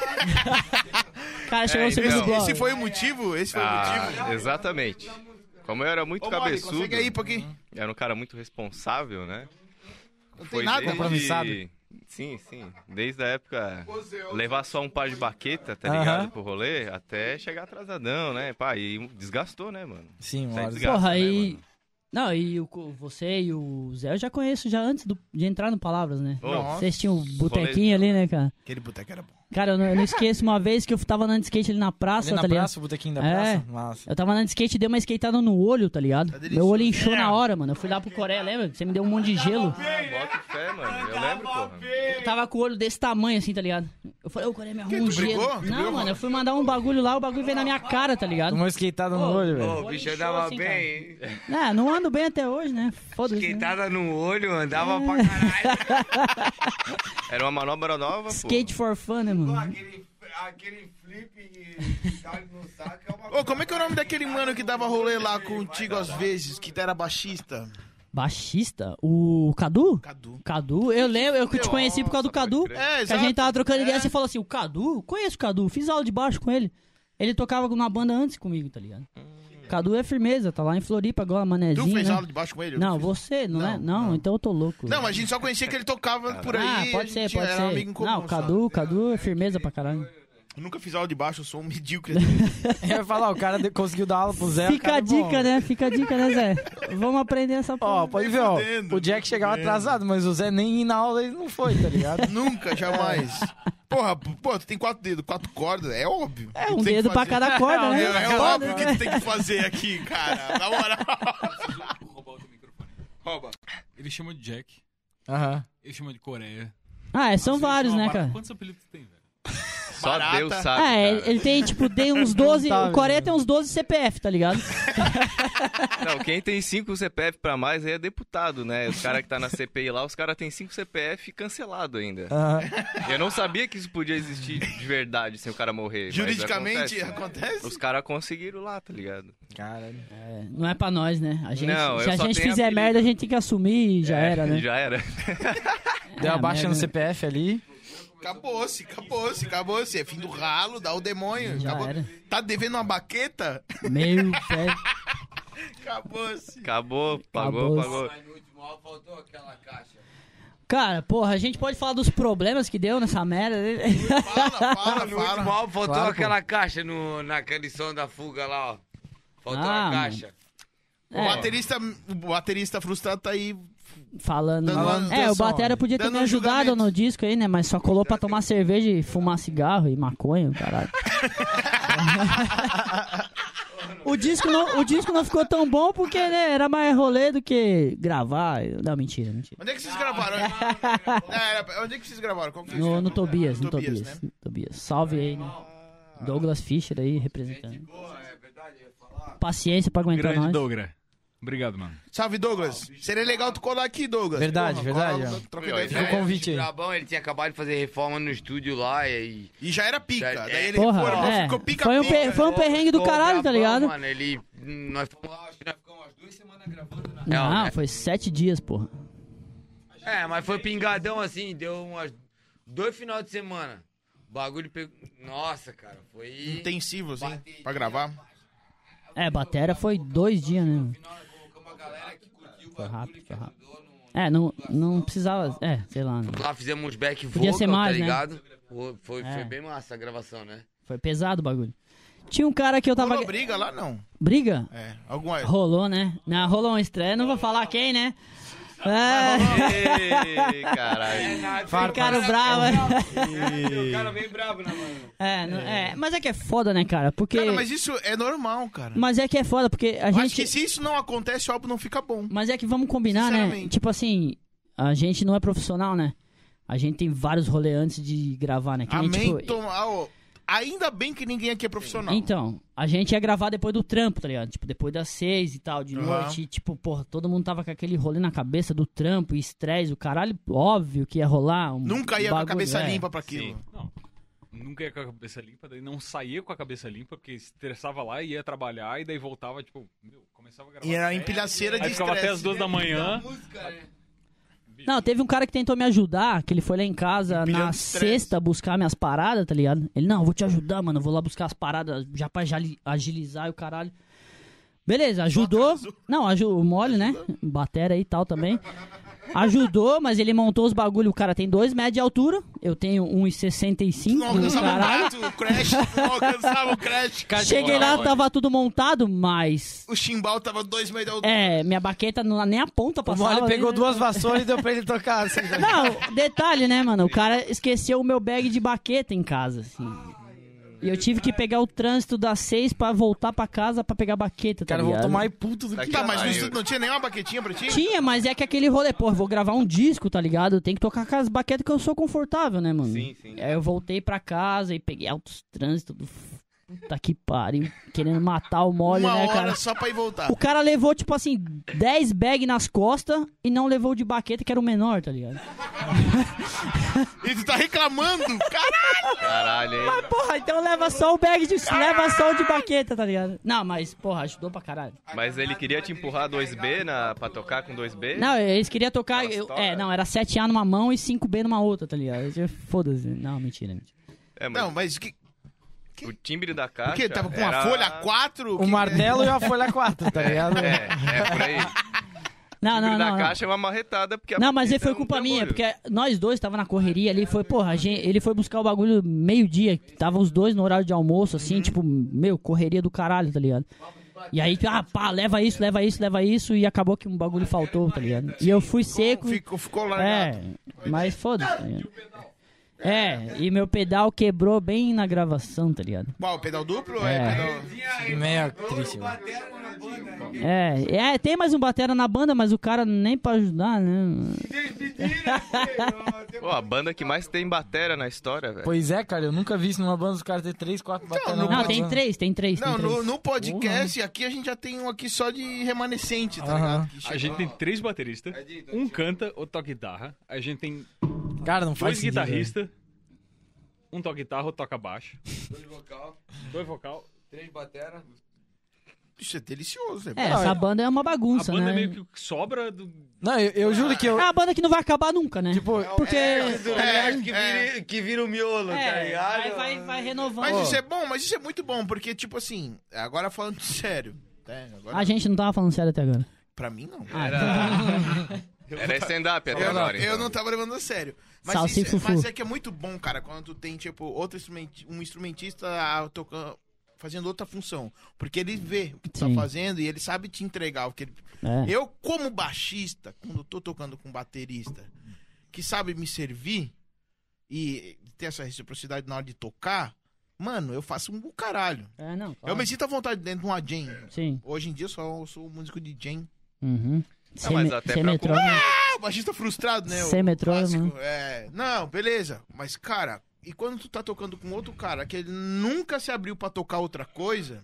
[SPEAKER 10] O cara chegou no
[SPEAKER 12] É, então,
[SPEAKER 10] segundo bloco.
[SPEAKER 1] Esse foi o motivo? Esse foi o motivo?
[SPEAKER 12] Ah, exatamente. Como eu era muito
[SPEAKER 1] Ô, Mori,
[SPEAKER 12] cabeçudo,
[SPEAKER 1] consegue aí, porque
[SPEAKER 12] era um cara muito responsável, né?
[SPEAKER 1] não tem
[SPEAKER 12] Foi
[SPEAKER 1] nada.
[SPEAKER 12] desde-
[SPEAKER 3] Compromissado.
[SPEAKER 12] Sim, sim. Desde a época, levar só um par de baqueta, tá ligado, pro rolê, até chegar atrasadão, né? Pá, e desgastou, né, mano?
[SPEAKER 3] Sim,
[SPEAKER 12] Sai
[SPEAKER 3] mano.
[SPEAKER 12] desgasta,
[SPEAKER 10] Porra,
[SPEAKER 12] né,
[SPEAKER 10] e-
[SPEAKER 12] mano?
[SPEAKER 10] Não, e o, co- você e o Zé eu já conheço já antes do- de entrar no Palavras, né?
[SPEAKER 12] Nossa.
[SPEAKER 10] Vocês tinham o botequinho ali, né, cara?
[SPEAKER 1] Aquele boteco era bom.
[SPEAKER 10] Cara, eu não, eu não esqueço uma vez que eu tava andando de skate ali na praça,
[SPEAKER 3] Ali na
[SPEAKER 10] tá ligado?
[SPEAKER 3] praça, o botequinho da
[SPEAKER 10] É.
[SPEAKER 3] praça. Massa.
[SPEAKER 10] Eu tava andando de skate e dei uma skateada no olho, tá ligado? Meu olho inchou na hora, mano. Eu fui lá pro Coreia, lembra? Você me deu um monte de gelo.
[SPEAKER 12] Bota fé, mano. Eu lembro, porra.
[SPEAKER 10] Eu tava com o olho desse tamanho, assim, tá ligado? Eu falei, ô, Coreia, me arruma
[SPEAKER 1] tu
[SPEAKER 10] um gelo.
[SPEAKER 1] brigou? Tu
[SPEAKER 10] Não,
[SPEAKER 1] brigou?
[SPEAKER 10] mano, eu fui mandar um bagulho lá, o bagulho veio na minha cara, tá ligado?
[SPEAKER 3] Tomou esquentada no
[SPEAKER 10] Ô,
[SPEAKER 3] olho, velho.
[SPEAKER 10] Olha,
[SPEAKER 11] o bicho
[SPEAKER 10] show
[SPEAKER 11] andava
[SPEAKER 10] assim, cara.
[SPEAKER 11] bem, hein?
[SPEAKER 10] É, não ando bem até hoje, né? Foda-se. né?
[SPEAKER 11] Esquentada no olho, andava pra caralho.
[SPEAKER 12] Era uma manobra nova, pô.
[SPEAKER 10] Skate for fun, né,
[SPEAKER 11] Pô,
[SPEAKER 10] mano?
[SPEAKER 11] aquele, aquele flip que dá no saco é uma
[SPEAKER 1] Ô, como é que é o nome daquele mano que dava rolê lá contigo às vezes, que era baixista?
[SPEAKER 10] Baixista? O Cadu?
[SPEAKER 1] Cadu.
[SPEAKER 10] Cadu? Eu lembro, eu te conheci por causa do Cadu. Que
[SPEAKER 1] É,
[SPEAKER 10] a
[SPEAKER 1] exato.
[SPEAKER 10] gente tava trocando ideia, você falou assim, o Cadu? Conheço o Cadu, fiz aula de baixo com ele. Ele tocava na banda antes comigo, tá ligado? Cadu é firmeza, tá lá em Floripa agora, manezinho,
[SPEAKER 1] Hum. Tu fez
[SPEAKER 10] né?
[SPEAKER 1] aula de baixo com ele? Eu
[SPEAKER 10] Não,
[SPEAKER 1] fiz.
[SPEAKER 10] você, não, é? Não, então eu tô louco.
[SPEAKER 1] Não, mas a gente só conhecia que ele tocava por aí.
[SPEAKER 10] Ah,
[SPEAKER 1] a
[SPEAKER 10] pode
[SPEAKER 1] gente
[SPEAKER 10] ser, pode
[SPEAKER 1] era
[SPEAKER 10] ser.
[SPEAKER 1] amigo em comum,
[SPEAKER 10] não,
[SPEAKER 1] sabe?
[SPEAKER 10] Cadu, Cadu é firmeza pra caralho.
[SPEAKER 1] Eu nunca fiz aula de baixo, eu sou um medíocre.
[SPEAKER 3] Eu ia falar, o cara de- conseguiu dar aula pro Zé. o
[SPEAKER 10] Fica
[SPEAKER 3] cara
[SPEAKER 10] a
[SPEAKER 3] é bom.
[SPEAKER 10] dica, né? Fica a dica, né, Zé? Vamos aprender essa
[SPEAKER 3] Ó,
[SPEAKER 10] porra.
[SPEAKER 3] pode ver, ó.
[SPEAKER 1] fudendo,
[SPEAKER 3] O Jack chegava atrasado, mas o Zé nem ir na aula ele não foi, tá ligado?
[SPEAKER 1] nunca, jamais. Porra, p- pô, tu tem quatro dedos, quatro cordas, é óbvio.
[SPEAKER 10] É,
[SPEAKER 1] Tu
[SPEAKER 10] um
[SPEAKER 1] tem que
[SPEAKER 10] dedo pra
[SPEAKER 1] fazer.
[SPEAKER 10] cada corda, né?
[SPEAKER 1] É, é
[SPEAKER 10] Foda,
[SPEAKER 1] óbvio
[SPEAKER 10] né?
[SPEAKER 1] que tu tem que fazer aqui, cara. Na moral.
[SPEAKER 9] Roubar outro microfone.
[SPEAKER 1] Rouba.
[SPEAKER 9] Ele chama de Jack,
[SPEAKER 3] Aham.
[SPEAKER 9] ele chama de Coreia.
[SPEAKER 10] Ah, é,
[SPEAKER 9] Nossa,
[SPEAKER 10] são
[SPEAKER 9] ele
[SPEAKER 10] vários,
[SPEAKER 9] chama
[SPEAKER 10] né,
[SPEAKER 9] barato.
[SPEAKER 10] cara?
[SPEAKER 9] Quantos apelidos tem, velho?
[SPEAKER 12] Só
[SPEAKER 1] Barata.
[SPEAKER 12] Deus sabe,
[SPEAKER 10] Ah, é,
[SPEAKER 12] cara.
[SPEAKER 10] ele tem, tipo, tem uns 12.
[SPEAKER 3] Tá,
[SPEAKER 10] o Coreia
[SPEAKER 3] velho.
[SPEAKER 10] tem uns 12 CPF, tá ligado?
[SPEAKER 12] Não, quem tem cinco CPF pra mais aí é deputado, né? Os caras que tá na CPI lá, os caras têm cinco CPF cancelado ainda.
[SPEAKER 3] aham.
[SPEAKER 12] Eu não sabia que isso podia existir de verdade sem o cara morrer. mas
[SPEAKER 1] Juridicamente
[SPEAKER 12] acontece. né?
[SPEAKER 1] acontece?
[SPEAKER 12] Os caras conseguiram lá, tá ligado?
[SPEAKER 3] Caralho.
[SPEAKER 10] É, não é pra nós, né? A gente,
[SPEAKER 12] Não,
[SPEAKER 10] se
[SPEAKER 12] eu
[SPEAKER 10] a
[SPEAKER 12] só
[SPEAKER 10] gente
[SPEAKER 12] tenho
[SPEAKER 10] fizer
[SPEAKER 12] apelido.
[SPEAKER 10] merda, a gente tem que assumir e já
[SPEAKER 12] É,
[SPEAKER 10] era, né?
[SPEAKER 12] Já era.
[SPEAKER 3] Deu
[SPEAKER 10] Ah,
[SPEAKER 3] uma baixa no
[SPEAKER 10] merda, né?
[SPEAKER 3] CPF ali.
[SPEAKER 1] Acabou-se, acabou-se, acabou-se. É fim do ralo, dá o demônio.
[SPEAKER 10] Já
[SPEAKER 1] acabou.
[SPEAKER 10] era.
[SPEAKER 1] Tá devendo uma baqueta?
[SPEAKER 10] Meu velho.
[SPEAKER 1] Acabou-se.
[SPEAKER 12] Acabou, pagou,
[SPEAKER 10] Acabou.
[SPEAKER 12] pagou.
[SPEAKER 11] Mas no último álbum faltou aquela caixa.
[SPEAKER 10] Cara, porra, a gente pode falar dos problemas que deu nessa merda. né?
[SPEAKER 1] Fala, fala,
[SPEAKER 11] No último
[SPEAKER 1] fala.
[SPEAKER 11] álbum faltou
[SPEAKER 3] Claro, pô.
[SPEAKER 11] aquela caixa no, na canção da fuga lá, ó. Faltou
[SPEAKER 10] Ah,
[SPEAKER 11] a caixa.
[SPEAKER 1] O
[SPEAKER 10] É,
[SPEAKER 1] baterista, o baterista frustrado tá aí.
[SPEAKER 10] falando.
[SPEAKER 1] Dando-
[SPEAKER 10] é, o
[SPEAKER 3] dando-
[SPEAKER 10] Batera podia ter
[SPEAKER 1] dando
[SPEAKER 10] me
[SPEAKER 1] um
[SPEAKER 10] ajudado
[SPEAKER 1] julgamento.
[SPEAKER 10] no disco aí, né? Mas só colou pra tomar cerveja e fumar cigarro e maconha, caralho. O disco, não, o disco não ficou tão bom porque né, era mais rolê do que gravar. Não, mentira, mentira.
[SPEAKER 1] Onde é que vocês gravaram? Ah, era- Onde é que vocês gravaram? Qual que vocês
[SPEAKER 10] No,
[SPEAKER 1] gravaram?
[SPEAKER 10] no Tobias, no
[SPEAKER 1] Tobias, né? Ah.
[SPEAKER 10] Tobias. no Tobias. Salve aí, né? Douglas Fischer aí representando.
[SPEAKER 1] é
[SPEAKER 10] Paciência pra aguentar
[SPEAKER 9] Grande
[SPEAKER 10] nós.
[SPEAKER 9] Dogra. Obrigado, mano.
[SPEAKER 1] Salve, Douglas. Seria legal tu colar aqui, Douglas.
[SPEAKER 3] Verdade,
[SPEAKER 1] cola
[SPEAKER 3] verdade,
[SPEAKER 1] lá,
[SPEAKER 3] ó.
[SPEAKER 1] troca ideia.
[SPEAKER 10] né?
[SPEAKER 1] É.
[SPEAKER 3] Fica o convite aí.
[SPEAKER 11] Brabão, ele tinha acabado de fazer reforma no estúdio lá e...
[SPEAKER 1] E já era pica.
[SPEAKER 11] Já-
[SPEAKER 1] Daí ele
[SPEAKER 10] Porra,
[SPEAKER 1] reformou,
[SPEAKER 10] é.
[SPEAKER 1] ficou pica,
[SPEAKER 10] Foi um
[SPEAKER 1] pica. né?
[SPEAKER 10] pe- foi um perrengue do
[SPEAKER 11] Ô,
[SPEAKER 10] caralho, tá
[SPEAKER 11] Brabão,
[SPEAKER 10] ligado?
[SPEAKER 11] Mano, ele... Nós fomos lá, acho que nós ficamos umas duas semanas gravando, né?
[SPEAKER 10] Não,
[SPEAKER 11] né?
[SPEAKER 10] foi sete dias, porra.
[SPEAKER 11] É, mas foi pingadão assim, deu umas... Dois final de semana. O bagulho pegou... Nossa, cara, foi...
[SPEAKER 1] Intensivo, assim, pra gravar.
[SPEAKER 10] É, Batera foi dois dias, né?
[SPEAKER 11] No final, nós colocamos a galera que curtiu o
[SPEAKER 10] Foi
[SPEAKER 11] bagulho,
[SPEAKER 10] rápido,
[SPEAKER 11] que
[SPEAKER 10] foi rápido.
[SPEAKER 11] ajudou no...
[SPEAKER 10] É, não, não precisava. É, sei lá. né?
[SPEAKER 11] Lá fizemos uns back
[SPEAKER 10] Podia
[SPEAKER 11] vocal,
[SPEAKER 10] ser
[SPEAKER 11] tá
[SPEAKER 10] mais, né?
[SPEAKER 11] ligado? Foi, foi,
[SPEAKER 10] É.
[SPEAKER 11] foi bem massa a gravação, né?
[SPEAKER 10] Foi pesado o bagulho. Tinha um cara que eu tava.
[SPEAKER 1] Rolou briga lá, não.
[SPEAKER 10] Briga?
[SPEAKER 1] É, alguma...
[SPEAKER 10] Rolou, né? Não, rolou uma estreia, não vou falar quem, né? É,
[SPEAKER 12] Ei, caralho.
[SPEAKER 10] ficaram brava.
[SPEAKER 1] É um
[SPEAKER 11] O cara meio bravo na mano.
[SPEAKER 10] É, não- é, mas é que é foda, né, cara? Porque.
[SPEAKER 1] né, Cara, mas isso é normal, cara.
[SPEAKER 10] Mas é que é foda, porque a
[SPEAKER 1] Eu Acho que
[SPEAKER 10] gente.
[SPEAKER 1] se isso não acontece, o álbum não fica bom.
[SPEAKER 10] Mas é que vamos combinar, né?
[SPEAKER 1] Sinceramente.
[SPEAKER 10] Tipo assim, a gente não é profissional, né? A gente tem vários rolê antes de gravar, né? Que nem,
[SPEAKER 1] Amém.
[SPEAKER 10] tipo,
[SPEAKER 1] toma- ah, ó, Ainda bem que ninguém aqui é profissional.
[SPEAKER 10] Então, a gente ia gravar depois do trampo, tá ligado? Tipo, depois das seis e tal, de
[SPEAKER 1] Aham.
[SPEAKER 10] noite. E, tipo, porra, todo mundo tava com aquele rolê na cabeça do trampo e estresse, o caralho. Óbvio que ia rolar. Um
[SPEAKER 1] Nunca ia com a
[SPEAKER 10] bagulho,
[SPEAKER 1] cabeça
[SPEAKER 10] é.
[SPEAKER 1] limpa pra aquilo.
[SPEAKER 9] Não. Nunca ia com a cabeça limpa, daí não saía com a cabeça limpa, porque estressava lá, ia trabalhar, e daí voltava, tipo, meu, começava a gravar.
[SPEAKER 1] E era
[SPEAKER 9] até-
[SPEAKER 1] empilhaceira de
[SPEAKER 9] Aí ficava até as
[SPEAKER 1] estresse.
[SPEAKER 9] duas da manhã.
[SPEAKER 10] Não, teve um cara que tentou me ajudar, que ele foi lá em casa
[SPEAKER 1] Empilhando
[SPEAKER 10] na
[SPEAKER 1] estresse.
[SPEAKER 10] sexta buscar minhas paradas, tá ligado? Ele, não, eu vou te ajudar, mano, eu vou lá buscar as paradas já pra já li- agilizar e o caralho. Beleza, ajudou. Não, aju o mole, né? Batera aí e tal também. Ajudou, mas ele montou os bagulho. O cara tem 2 metros de altura. Eu tenho 1,65.
[SPEAKER 1] Não alcançava o
[SPEAKER 10] caralho.
[SPEAKER 1] mato, o Crash, não alcançava o Crash.
[SPEAKER 10] Cheguei lá, tava tudo montado, mas.
[SPEAKER 1] O chimbal tava dois metros de altura.
[SPEAKER 10] É, minha baqueta não, nem a ponta
[SPEAKER 3] O
[SPEAKER 10] passava.
[SPEAKER 3] Mole pegou
[SPEAKER 10] né? Tá
[SPEAKER 3] duas vassouras e deu pra ele tocar. Assim, né?
[SPEAKER 10] Não, detalhe, né, mano? O cara esqueceu o meu bag de baqueta em casa, assim. E eu tive que pegar o trânsito das seis pra voltar pra casa pra pegar a baqueta,
[SPEAKER 3] O
[SPEAKER 10] tá
[SPEAKER 3] cara vão
[SPEAKER 10] ligado?
[SPEAKER 3] tomar e puto do que.
[SPEAKER 1] Tá, mas no estúdio não tinha nenhuma baquetinha pra ti?
[SPEAKER 10] Tinha, mas é que aquele rolê, pô, eu vou gravar um disco, tá ligado? Eu tenho que tocar com as baquetas que eu sou confortável, né, mano?
[SPEAKER 12] Sim, sim.
[SPEAKER 10] Aí eu voltei pra casa e peguei altos trânsito do... f- Puta que pariu, querendo matar o mole,
[SPEAKER 1] Uma
[SPEAKER 10] né,
[SPEAKER 1] hora
[SPEAKER 10] cara?
[SPEAKER 1] só pra ir voltar.
[SPEAKER 10] O cara levou, tipo assim, 10 bags nas costas e não levou o de baqueta, que era o menor, tá ligado?
[SPEAKER 1] E tu tá reclamando? Cara,
[SPEAKER 12] Caralho, hein?
[SPEAKER 10] Porra, então leva só o bag de. Leva só o de baqueta, tá ligado? Não, mas, porra, ajudou pra caralho.
[SPEAKER 12] Mas ele queria te empurrar 2B na, pra tocar com 2B?
[SPEAKER 10] Não, eles queriam tocar.
[SPEAKER 12] Aquela
[SPEAKER 10] eu-
[SPEAKER 12] história.
[SPEAKER 10] é, não, era 7A numa mão e 5B numa outra, tá ligado? Eu- Foda-se. Não, mentira, mentira.
[SPEAKER 12] É, mas
[SPEAKER 1] não, mas que,
[SPEAKER 12] o timbre da caixa.
[SPEAKER 1] que tava com uma
[SPEAKER 12] era-
[SPEAKER 1] folha 4?
[SPEAKER 3] O martelo e a folha 4, tá ligado?
[SPEAKER 12] É, é por aí.
[SPEAKER 10] Não,
[SPEAKER 12] o
[SPEAKER 10] Ah, não,
[SPEAKER 12] timbre da
[SPEAKER 10] não. não.
[SPEAKER 12] caixa é uma marretada. Porque a
[SPEAKER 10] Não, mas aí
[SPEAKER 12] batida
[SPEAKER 10] foi
[SPEAKER 12] é um
[SPEAKER 10] culpa minha,
[SPEAKER 12] trambolho.
[SPEAKER 10] porque nós dois tava na correria ali, foi, porra, a gente- ele foi buscar o bagulho meio-dia, tava os dois no horário de almoço,
[SPEAKER 12] Uhum.
[SPEAKER 10] assim, tipo, meu, correria do caralho, tá ligado? E aí, ah, pá, leva isso, leva isso, leva isso, e acabou que um bagulho faltou, tá ligado? E eu fui seco.
[SPEAKER 1] Ficou, ficou largado.
[SPEAKER 10] É, mas foda-se. tá ligado? É, e meu pedal quebrou bem na gravação, tá ligado?
[SPEAKER 1] Qual, pedal duplo? ou É,
[SPEAKER 10] É.
[SPEAKER 1] pedal...
[SPEAKER 3] Meia triste, mano.
[SPEAKER 10] É, é, tem mais um batera na banda, mas o cara nem pra ajudar, né?
[SPEAKER 12] Pô, a banda que mais tem batera na história, velho.
[SPEAKER 3] Pois é, cara, eu nunca vi isso numa banda dos caras ter três, quatro bateras.
[SPEAKER 1] no-
[SPEAKER 3] na
[SPEAKER 10] Não,
[SPEAKER 3] mão.
[SPEAKER 10] tem três, tem três. tem
[SPEAKER 1] Não,
[SPEAKER 10] três.
[SPEAKER 1] no, no podcast aqui a gente já tem um aqui só de remanescente, tá ligado? Que
[SPEAKER 9] A
[SPEAKER 1] chegou-
[SPEAKER 9] gente tem três bateristas. Um canta, outro toca guitarra. A gente tem
[SPEAKER 3] Cara, não faz
[SPEAKER 9] dois
[SPEAKER 3] sentido, né?
[SPEAKER 9] guitarristas. Um toca guitarra, outro toca baixo.
[SPEAKER 4] Dois vocal,
[SPEAKER 9] Dois vocal.
[SPEAKER 4] três batera.
[SPEAKER 1] Isso é delicioso, né?
[SPEAKER 10] É, essa banda é uma
[SPEAKER 9] A
[SPEAKER 10] bagunça,
[SPEAKER 9] banda
[SPEAKER 10] né?
[SPEAKER 9] meio que o que sobra do.
[SPEAKER 3] velho. Não, eu, eu juro que eu.
[SPEAKER 10] É a banda que não vai acabar nunca, né?
[SPEAKER 3] Tipo,
[SPEAKER 10] Porque.
[SPEAKER 1] É,
[SPEAKER 11] que,
[SPEAKER 1] é.
[SPEAKER 11] vira, que vira o miolo, tá
[SPEAKER 10] É,
[SPEAKER 11] ligado?
[SPEAKER 10] vai, vai, vai renovando.
[SPEAKER 1] Mas isso é bom, mas isso é muito bom, porque, tipo assim, agora falando sério, né? Agora,
[SPEAKER 10] A gente Ah, não tava falando sério até agora.
[SPEAKER 1] pra mim É, não.
[SPEAKER 12] Era stand-up até
[SPEAKER 1] Eu, não,
[SPEAKER 12] agora.
[SPEAKER 1] eu
[SPEAKER 12] então.
[SPEAKER 1] não tava levando a sério. Mas,
[SPEAKER 10] Salsi
[SPEAKER 1] isso, é-
[SPEAKER 10] Fufu.
[SPEAKER 1] mas é que é muito bom, cara, quando tu tem, tipo, outro instrumenti- um instrumentista ah, tocando, fazendo outra função. Porque ele vê o que tu
[SPEAKER 10] Sim.
[SPEAKER 1] tá fazendo e ele sabe te entregar o que ele.
[SPEAKER 10] É.
[SPEAKER 1] Eu, como baixista, quando eu tô tocando com um baterista que sabe me servir e ter essa reciprocidade na hora de tocar, mano, eu faço um caralho.
[SPEAKER 10] É, não.
[SPEAKER 1] Eu me sinto à vontade dentro de um uma jam.
[SPEAKER 10] Sim.
[SPEAKER 1] Hoje em dia eu só sou músico de jam.
[SPEAKER 10] Uhum. Sem,
[SPEAKER 12] mas
[SPEAKER 10] me-
[SPEAKER 12] até
[SPEAKER 10] sem
[SPEAKER 12] pra
[SPEAKER 10] metrônomo.
[SPEAKER 1] Ah, o baixista frustrado, né? O
[SPEAKER 10] Sem metrônomo,
[SPEAKER 1] clássico, É. Não, beleza. Mas, cara, e quando tu tá tocando com outro cara que ele nunca se abriu pra tocar outra coisa...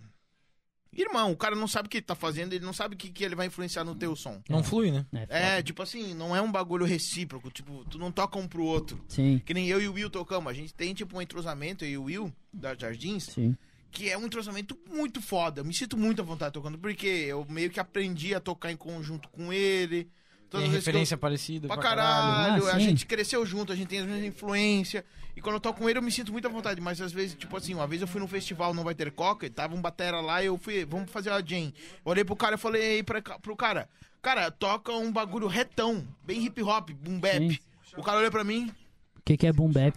[SPEAKER 1] Irmão, o cara não sabe o que ele tá fazendo, ele não sabe o que, que ele vai influenciar no teu som.
[SPEAKER 3] Não flui, né?
[SPEAKER 10] É, foda.
[SPEAKER 1] É, tipo assim, não é um bagulho recíproco. Tipo, tu não toca um pro outro.
[SPEAKER 10] Sim,
[SPEAKER 1] Que nem eu e o Will tocamos. A gente tem, tipo, um entrosamento, eu e o Will, da Jardins,
[SPEAKER 10] sim.
[SPEAKER 1] que é um entrosamento muito foda. Eu me sinto muito à vontade tocando, porque eu meio que aprendi a tocar em conjunto com ele. Todas
[SPEAKER 3] Tem
[SPEAKER 1] as vezes que eu-
[SPEAKER 3] referência parecida. né?
[SPEAKER 1] Pra caralho,
[SPEAKER 10] Ah,
[SPEAKER 1] a
[SPEAKER 10] sim.
[SPEAKER 1] gente cresceu junto, a gente tem as mesmas influências. E quando eu toco com ele, eu me sinto muito à vontade. Mas às vezes, tipo assim, uma vez eu fui num festival, não vai ter coca, e tava um batera lá, e eu fui, vamos fazer a jam. Eu olhei pro cara e falei pra, ca- pro cara, cara, toca um bagulho retão, bem hip hop, boom bap.
[SPEAKER 10] Sim.
[SPEAKER 1] O cara olhou pra mim,
[SPEAKER 10] O que, que é boom bap?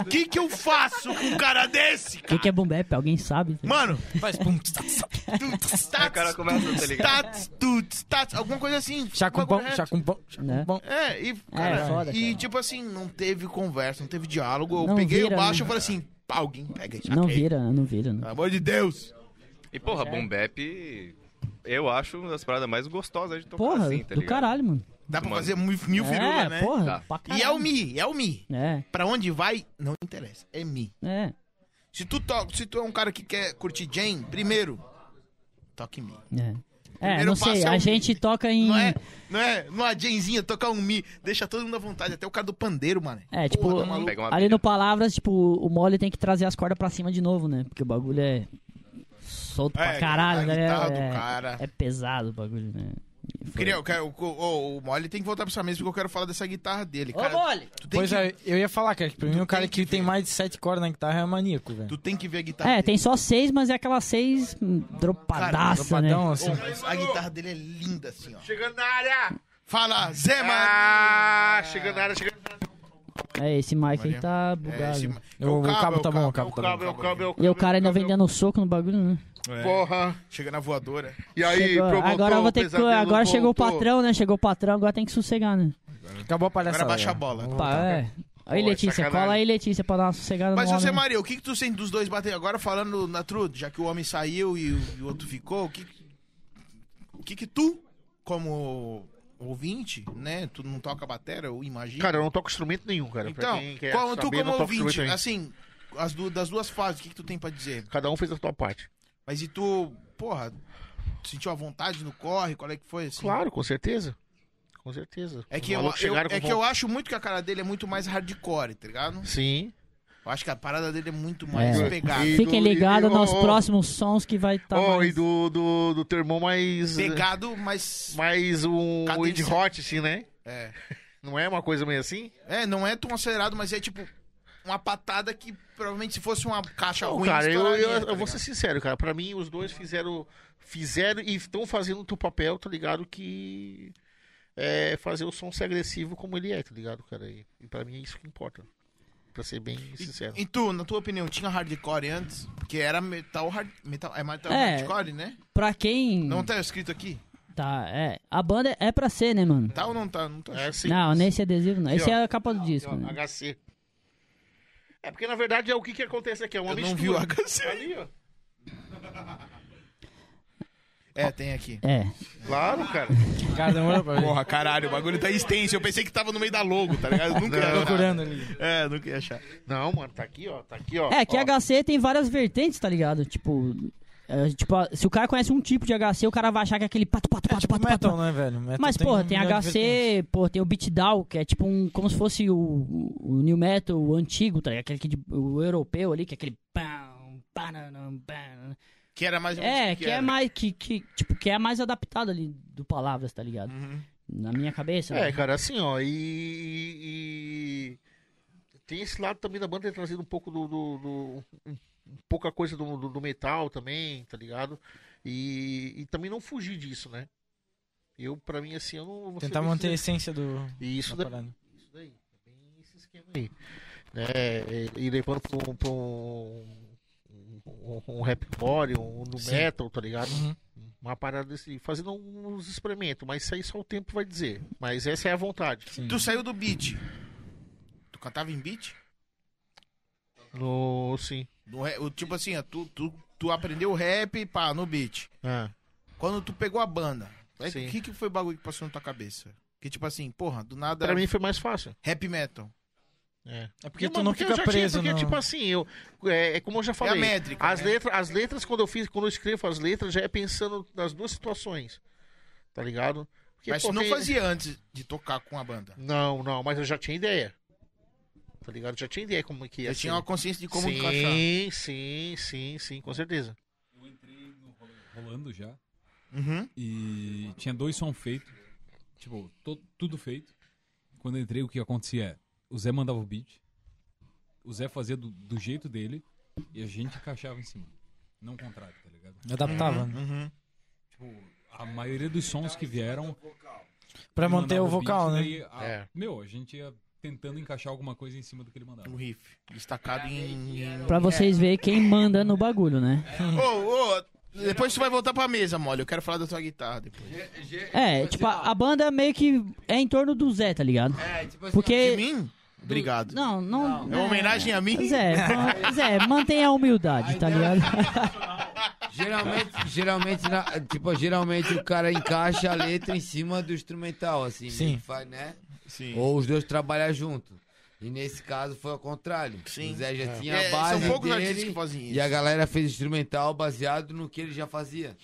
[SPEAKER 1] o que que eu faço com um cara desse?
[SPEAKER 10] O que, que é boom bap? Alguém sabe?
[SPEAKER 1] Mano,
[SPEAKER 3] Faz pum.
[SPEAKER 1] tuts,
[SPEAKER 12] Aí O cara
[SPEAKER 1] tats,
[SPEAKER 12] começa, tá ligado?
[SPEAKER 1] tuts, tuts, tats, alguma coisa assim.
[SPEAKER 3] Chacumpão,
[SPEAKER 1] Um bagulho reto.
[SPEAKER 3] chacumpão,
[SPEAKER 10] Né?
[SPEAKER 3] chacumpão.
[SPEAKER 1] É, e, cara,
[SPEAKER 10] foda,
[SPEAKER 1] e
[SPEAKER 10] cara.
[SPEAKER 1] tipo assim, não teve conversa, não teve diálogo. Eu
[SPEAKER 10] Não
[SPEAKER 1] peguei
[SPEAKER 10] vira,
[SPEAKER 1] o baixo e
[SPEAKER 10] né?
[SPEAKER 1] falei assim, "Pá, alguém pega isso
[SPEAKER 10] Não
[SPEAKER 1] aqui."
[SPEAKER 10] vira, não vira. Não.
[SPEAKER 1] Pelo amor de Deus.
[SPEAKER 12] E porra,
[SPEAKER 10] É.
[SPEAKER 12] Boom Bap, eu acho uma das paradas mais gostosas de tocar
[SPEAKER 10] Porra,
[SPEAKER 12] assim, tá
[SPEAKER 10] do
[SPEAKER 12] ligado?
[SPEAKER 10] caralho, mano.
[SPEAKER 1] Dá pra fazer mil, mil firula,
[SPEAKER 10] é,
[SPEAKER 1] né?
[SPEAKER 10] porra,
[SPEAKER 12] Tá.
[SPEAKER 10] pra caralho.
[SPEAKER 1] E é o Mi, é o Mi.
[SPEAKER 10] É,
[SPEAKER 1] Pra onde vai, não interessa. É Mi.
[SPEAKER 10] é,
[SPEAKER 1] Se tu, to... Se tu é um cara que quer curtir Jane, primeiro, toque Mi.
[SPEAKER 10] é. É,
[SPEAKER 1] Primeiro
[SPEAKER 10] não sei,
[SPEAKER 1] passo é
[SPEAKER 10] a
[SPEAKER 1] o-
[SPEAKER 10] gente toca em...
[SPEAKER 1] Não é, não é, não é Janezinha, tocar um Mi, deixa todo mundo à vontade, até o cara do pandeiro, mano.
[SPEAKER 10] É, tipo,
[SPEAKER 1] Porra, tá maluco.
[SPEAKER 12] Pega uma
[SPEAKER 10] ali
[SPEAKER 12] pilha.
[SPEAKER 10] no Palavras, tipo, o Mole tem que trazer as cordas pra cima de novo, né? Porque o bagulho é solto
[SPEAKER 1] É,
[SPEAKER 10] pra caralho,
[SPEAKER 1] a
[SPEAKER 10] né?
[SPEAKER 1] guitarra do
[SPEAKER 10] É,
[SPEAKER 1] cara.
[SPEAKER 10] é pesado o bagulho, né? E foi-
[SPEAKER 1] Queria, eu quero, o, o, o Mole tem que voltar pra essa mesa porque eu quero falar dessa guitarra dele,
[SPEAKER 10] Ô,
[SPEAKER 1] cara.
[SPEAKER 10] Mole!
[SPEAKER 1] tu tem
[SPEAKER 3] Pois
[SPEAKER 1] que-
[SPEAKER 3] é, eu ia falar, cara, que pra mim o cara
[SPEAKER 1] tem
[SPEAKER 3] que
[SPEAKER 1] que
[SPEAKER 3] tem
[SPEAKER 1] ver.
[SPEAKER 3] mais de sete cordas na guitarra é maníaco, velho.
[SPEAKER 1] Tu tem que ver a guitarra
[SPEAKER 10] É,
[SPEAKER 1] dele.
[SPEAKER 10] tem só seis, mas é aquelas seis hum, dropadaça, né?
[SPEAKER 3] Padão, assim.
[SPEAKER 1] Ô, mas a guitarra dele é linda assim, ó.
[SPEAKER 2] Chegando na área!
[SPEAKER 1] Fala,
[SPEAKER 3] É.
[SPEAKER 1] Zé
[SPEAKER 2] Ah, chegando na área, chegando na área.
[SPEAKER 1] assim.
[SPEAKER 10] É, esse Mike aí tá bugado.
[SPEAKER 2] É, esse-
[SPEAKER 3] O, o cabo tá bom, o cabo
[SPEAKER 2] É o
[SPEAKER 3] tá bom.
[SPEAKER 2] cabo, é o cabo, é o
[SPEAKER 10] E o
[SPEAKER 2] cabo.
[SPEAKER 10] cara ainda vem dando soco no bagulho, né?
[SPEAKER 1] É.
[SPEAKER 2] Porra.
[SPEAKER 1] Chega na voadora.
[SPEAKER 2] E aí,
[SPEAKER 10] Chegou-
[SPEAKER 2] promotor,
[SPEAKER 10] agora eu vou ter que.
[SPEAKER 2] pesadelo
[SPEAKER 10] Agora chegou o
[SPEAKER 2] voltou.
[SPEAKER 10] patrão, né? Chegou o patrão, agora tem que sossegar, né?
[SPEAKER 3] Acabou a palhaçada.
[SPEAKER 1] Agora baixa a bola.
[SPEAKER 10] Pá, é. Aí,
[SPEAKER 2] Pô, é
[SPEAKER 10] Letícia,
[SPEAKER 2] sacanagem.
[SPEAKER 10] cola aí, Letícia, pra dar uma sossegada
[SPEAKER 1] Mas,
[SPEAKER 10] no
[SPEAKER 1] você
[SPEAKER 10] homem.
[SPEAKER 1] Maria, o que, que tu sente dos dois bater agora falando na truth? Já que o homem saiu e o, e o outro ficou, o que, que- o que que tu, como ouvinte, né? Tu não toca batera, eu imagino.
[SPEAKER 2] Cara, eu não toco instrumento nenhum, cara. Pra
[SPEAKER 1] então,
[SPEAKER 2] quem quer
[SPEAKER 1] como tu
[SPEAKER 2] saber, eu não
[SPEAKER 1] como
[SPEAKER 2] toco
[SPEAKER 1] ouvinte,
[SPEAKER 2] instrumento nenhum.
[SPEAKER 1] assim, as du- das duas fases, o que, que tu tem pra dizer?
[SPEAKER 2] Cada um fez a sua parte.
[SPEAKER 1] Mas e tu, porra, sentiu a vontade no corre? Qual é que foi? assim?
[SPEAKER 2] Claro, com certeza. Com certeza.
[SPEAKER 1] É
[SPEAKER 2] Os
[SPEAKER 1] que, eu,
[SPEAKER 2] malucos
[SPEAKER 1] eu-
[SPEAKER 2] chegaram
[SPEAKER 1] é
[SPEAKER 2] com
[SPEAKER 1] que eu acho muito que a cara dele é muito mais hardcore, tá ligado?
[SPEAKER 2] Sim.
[SPEAKER 1] Eu acho que a parada dele é muito mais
[SPEAKER 10] É.
[SPEAKER 1] pegada.
[SPEAKER 2] E
[SPEAKER 10] Fiquem
[SPEAKER 2] do- e-
[SPEAKER 10] ligados
[SPEAKER 2] e-
[SPEAKER 10] nos
[SPEAKER 2] oh, oh.
[SPEAKER 10] próximos sons que vai estar.
[SPEAKER 2] oh,
[SPEAKER 10] Tá mais...
[SPEAKER 2] e do, do, do teu irmão mais.
[SPEAKER 1] Pegado, mas.
[SPEAKER 2] Mais um
[SPEAKER 1] Cadê
[SPEAKER 2] indie
[SPEAKER 1] esse-
[SPEAKER 2] hot, assim, né?
[SPEAKER 1] É.
[SPEAKER 2] Não é uma coisa meio assim?
[SPEAKER 1] É, não é tão acelerado, mas é tipo uma patada que provavelmente se fosse uma caixa
[SPEAKER 2] Não,
[SPEAKER 1] ruim.
[SPEAKER 2] cara, eu, eu,
[SPEAKER 1] estouraria,
[SPEAKER 2] eu
[SPEAKER 1] tá
[SPEAKER 2] vou
[SPEAKER 1] ligado?
[SPEAKER 2] ser sincero, cara. Pra mim, os dois fizeram. Fizeram e estão fazendo o teu papel, tá ligado? Que. É fazer o som ser agressivo como ele é, tá ligado, cara? E, e pra mim é isso que importa. Pra ser bem sincero.
[SPEAKER 1] E tu, na tua opinião, tinha hardcore antes? Porque era metal hard. Metal, é metal
[SPEAKER 10] É.
[SPEAKER 1] hardcore, né?
[SPEAKER 10] Pra quem.
[SPEAKER 1] Não tá escrito aqui?
[SPEAKER 10] Tá, é. A banda é pra ser, né, mano?
[SPEAKER 1] Tá ou não tá? Não tá.
[SPEAKER 2] É assim.
[SPEAKER 10] Não, nesse adesivo não.
[SPEAKER 2] Aqui,
[SPEAKER 10] Esse
[SPEAKER 2] ó.
[SPEAKER 10] é a capa do disco,
[SPEAKER 2] Ó,
[SPEAKER 10] né?
[SPEAKER 2] HC. É porque, na verdade, é o que que acontece aqui. É uma
[SPEAKER 1] Eu não
[SPEAKER 2] mistura.
[SPEAKER 1] vi o HC.
[SPEAKER 2] Ali, ó.
[SPEAKER 1] É, tem aqui.
[SPEAKER 10] É.
[SPEAKER 2] Claro, cara.
[SPEAKER 3] Cara, demora pra ver.
[SPEAKER 1] Porra, caralho, o bagulho tá extenso. Eu pensei que tava no meio da logo, tá ligado? Eu Nunca ia achar.
[SPEAKER 3] Procurando ali.
[SPEAKER 1] É, nunca ia achar.
[SPEAKER 2] Não, mano, tá aqui, ó. Tá aqui, ó.
[SPEAKER 10] É, que
[SPEAKER 2] ó.
[SPEAKER 10] HC tem várias vertentes, tá ligado? Tipo. é, tipo, a- se o cara conhece um tipo de HC, o cara vai achar que é aquele pato, pato, pato,
[SPEAKER 3] É tipo
[SPEAKER 10] pato, pato.
[SPEAKER 3] metal, né, velho?
[SPEAKER 1] É
[SPEAKER 3] Metal
[SPEAKER 10] Mas, porra, tem
[SPEAKER 3] um milhão de vertentes.
[SPEAKER 10] HC, porra, tem o Beatdown, que é tipo um. Como se fosse o, o, o New Metal o antigo, tá ligado? Aquele que de- o europeu ali, que é aquele. pam, pananam, pananam.
[SPEAKER 1] Que era mais ou menos
[SPEAKER 10] É,
[SPEAKER 1] o
[SPEAKER 10] que, é
[SPEAKER 1] era.
[SPEAKER 10] mais. Que, que, tipo, que é mais adaptado ali do palavras, tá ligado?
[SPEAKER 1] Uhum.
[SPEAKER 10] Na minha cabeça.
[SPEAKER 2] É,
[SPEAKER 10] né?
[SPEAKER 2] cara, assim, ó, e, e- e tem esse lado também da banda ter trazido um pouco do, do- do- um- pouca coisa do, do- do metal também, tá ligado? E, e também não fugir disso, né? Eu, pra mim, assim, eu não eu vou ser
[SPEAKER 3] Tentar
[SPEAKER 2] bem
[SPEAKER 3] manter a
[SPEAKER 2] sincero.
[SPEAKER 3] essência do.
[SPEAKER 2] E isso
[SPEAKER 3] da
[SPEAKER 2] da-
[SPEAKER 3] parada.
[SPEAKER 2] isso daí. É bem esse esquema aí. É, e, e levando pra um, pra um, um- um rap core, um no
[SPEAKER 3] Sim.
[SPEAKER 2] metal, tá ligado?
[SPEAKER 3] Uhum.
[SPEAKER 2] Uma parada desse. Fazendo um, uns experimentos, mas isso aí só o tempo vai dizer. Mas essa é a vontade.
[SPEAKER 1] Tu saiu do beat. Tu cantava em beat?
[SPEAKER 2] No, sim.
[SPEAKER 1] No ra- o- tipo assim, ó, tu, tu, tu aprendeu o rap, pá, no beat.
[SPEAKER 2] Ah.
[SPEAKER 1] Quando tu pegou a banda, o
[SPEAKER 2] Sim.
[SPEAKER 1] que, que foi o bagulho que passou na tua cabeça? Que tipo assim, porra, do nada,
[SPEAKER 2] Pra mim foi mais fácil.
[SPEAKER 1] rap metal.
[SPEAKER 2] É.
[SPEAKER 3] É porque tu
[SPEAKER 2] mano,
[SPEAKER 3] não
[SPEAKER 2] eu
[SPEAKER 3] fica
[SPEAKER 2] já tinha-
[SPEAKER 3] preso,
[SPEAKER 2] Porque,
[SPEAKER 3] não.
[SPEAKER 2] tipo assim, eu, é, é como eu já falei.
[SPEAKER 1] É a métrica,
[SPEAKER 2] as,
[SPEAKER 1] né?
[SPEAKER 2] letras, as letras, quando eu fiz, quando eu escrevo as letras, já é pensando nas duas situações. Tá ligado? Porque,
[SPEAKER 1] Mas
[SPEAKER 2] pô,
[SPEAKER 1] tu não
[SPEAKER 2] tem-
[SPEAKER 1] fazia antes de tocar com a banda.
[SPEAKER 2] Não, não, mas eu já tinha ideia. Tá ligado? Eu já tinha ideia como que ia
[SPEAKER 1] Eu
[SPEAKER 2] ser.
[SPEAKER 1] tinha uma consciência de como
[SPEAKER 2] sim,
[SPEAKER 1] encaixar.
[SPEAKER 2] sim, sim, sim, com certeza.
[SPEAKER 5] Eu entrei no rolo- rolando já
[SPEAKER 1] Uhum.
[SPEAKER 5] e tinha dois som feitos. Tipo, to- tudo feito. Quando eu entrei, o que acontecia é, o Zé mandava o beat, o Zé fazia do, do jeito dele e a gente encaixava em cima. Não o contrário, tá ligado?
[SPEAKER 3] Adaptava. né?
[SPEAKER 1] Uhum.
[SPEAKER 5] Tipo, a maioria dos sons que vieram
[SPEAKER 3] Pra
[SPEAKER 5] ele
[SPEAKER 3] manter
[SPEAKER 5] mandava
[SPEAKER 3] o vocal,
[SPEAKER 5] beat,
[SPEAKER 3] né?
[SPEAKER 5] daí, ah,
[SPEAKER 2] É.
[SPEAKER 5] Meu, a gente ia tentando encaixar alguma coisa em cima do que ele mandava.
[SPEAKER 1] O Um riff. Destacado em.
[SPEAKER 10] Pra
[SPEAKER 1] é.
[SPEAKER 10] vocês verem quem manda no bagulho, né?
[SPEAKER 1] Ô, ô, depois tu vai voltar pra mesa, mole. Eu quero falar da tua guitarra depois.
[SPEAKER 10] É, tipo,
[SPEAKER 1] assim,
[SPEAKER 10] a, a banda meio que é em torno do Zé, tá ligado?
[SPEAKER 4] É, tipo
[SPEAKER 1] De
[SPEAKER 4] assim,
[SPEAKER 10] Porque.
[SPEAKER 1] mim? Obrigado.
[SPEAKER 10] Não,
[SPEAKER 1] É
[SPEAKER 10] não.
[SPEAKER 1] uma homenagem a mim?
[SPEAKER 10] Zé, ma- Zé, mantenha a humildade, tá ligado?
[SPEAKER 4] Geralmente, geralmente, na- tipo, geralmente o cara encaixa a letra em cima do instrumental, assim,
[SPEAKER 3] Sim.
[SPEAKER 4] meio que faz, né?
[SPEAKER 1] Sim.
[SPEAKER 4] Ou os dois trabalham junto. E nesse caso foi ao contrário.
[SPEAKER 1] Sim.
[SPEAKER 4] O Zé já tinha
[SPEAKER 1] É,
[SPEAKER 4] a base
[SPEAKER 1] são poucos artistas
[SPEAKER 4] dele
[SPEAKER 1] que fazem isso.
[SPEAKER 4] e a galera fez instrumental baseado no que ele já fazia.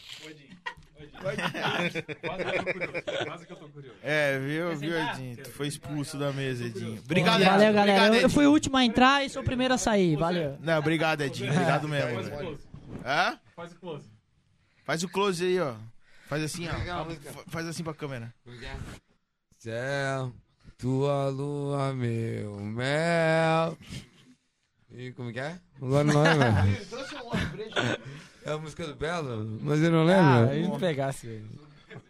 [SPEAKER 5] Quase que eu tô curioso. Quase que eu tô curioso.
[SPEAKER 1] É, viu, viu, Edinho? Tu foi expulso da mesa, Edinho. Obrigado, Edinho.
[SPEAKER 10] Valeu,
[SPEAKER 1] Obrigado,
[SPEAKER 10] galera.
[SPEAKER 1] é.
[SPEAKER 10] Eu, eu
[SPEAKER 1] Edinho.
[SPEAKER 10] fui o último a entrar e sou o primeiro a sair. Valeu.
[SPEAKER 1] Não, obrigado, Edinho. Obrigado mesmo.
[SPEAKER 5] Faz o
[SPEAKER 1] velho.
[SPEAKER 5] close.
[SPEAKER 1] Hã?
[SPEAKER 5] Faz o close.
[SPEAKER 1] Faz o close aí, ó. Faz assim, ó. Fa- Faz assim pra câmera.
[SPEAKER 4] Céu, tua lua, meu mel. E como que é? Agora não lembro. é a música do Belo? Mas eu não lembro.
[SPEAKER 3] Ah, ele não Ah, pegasse. velho.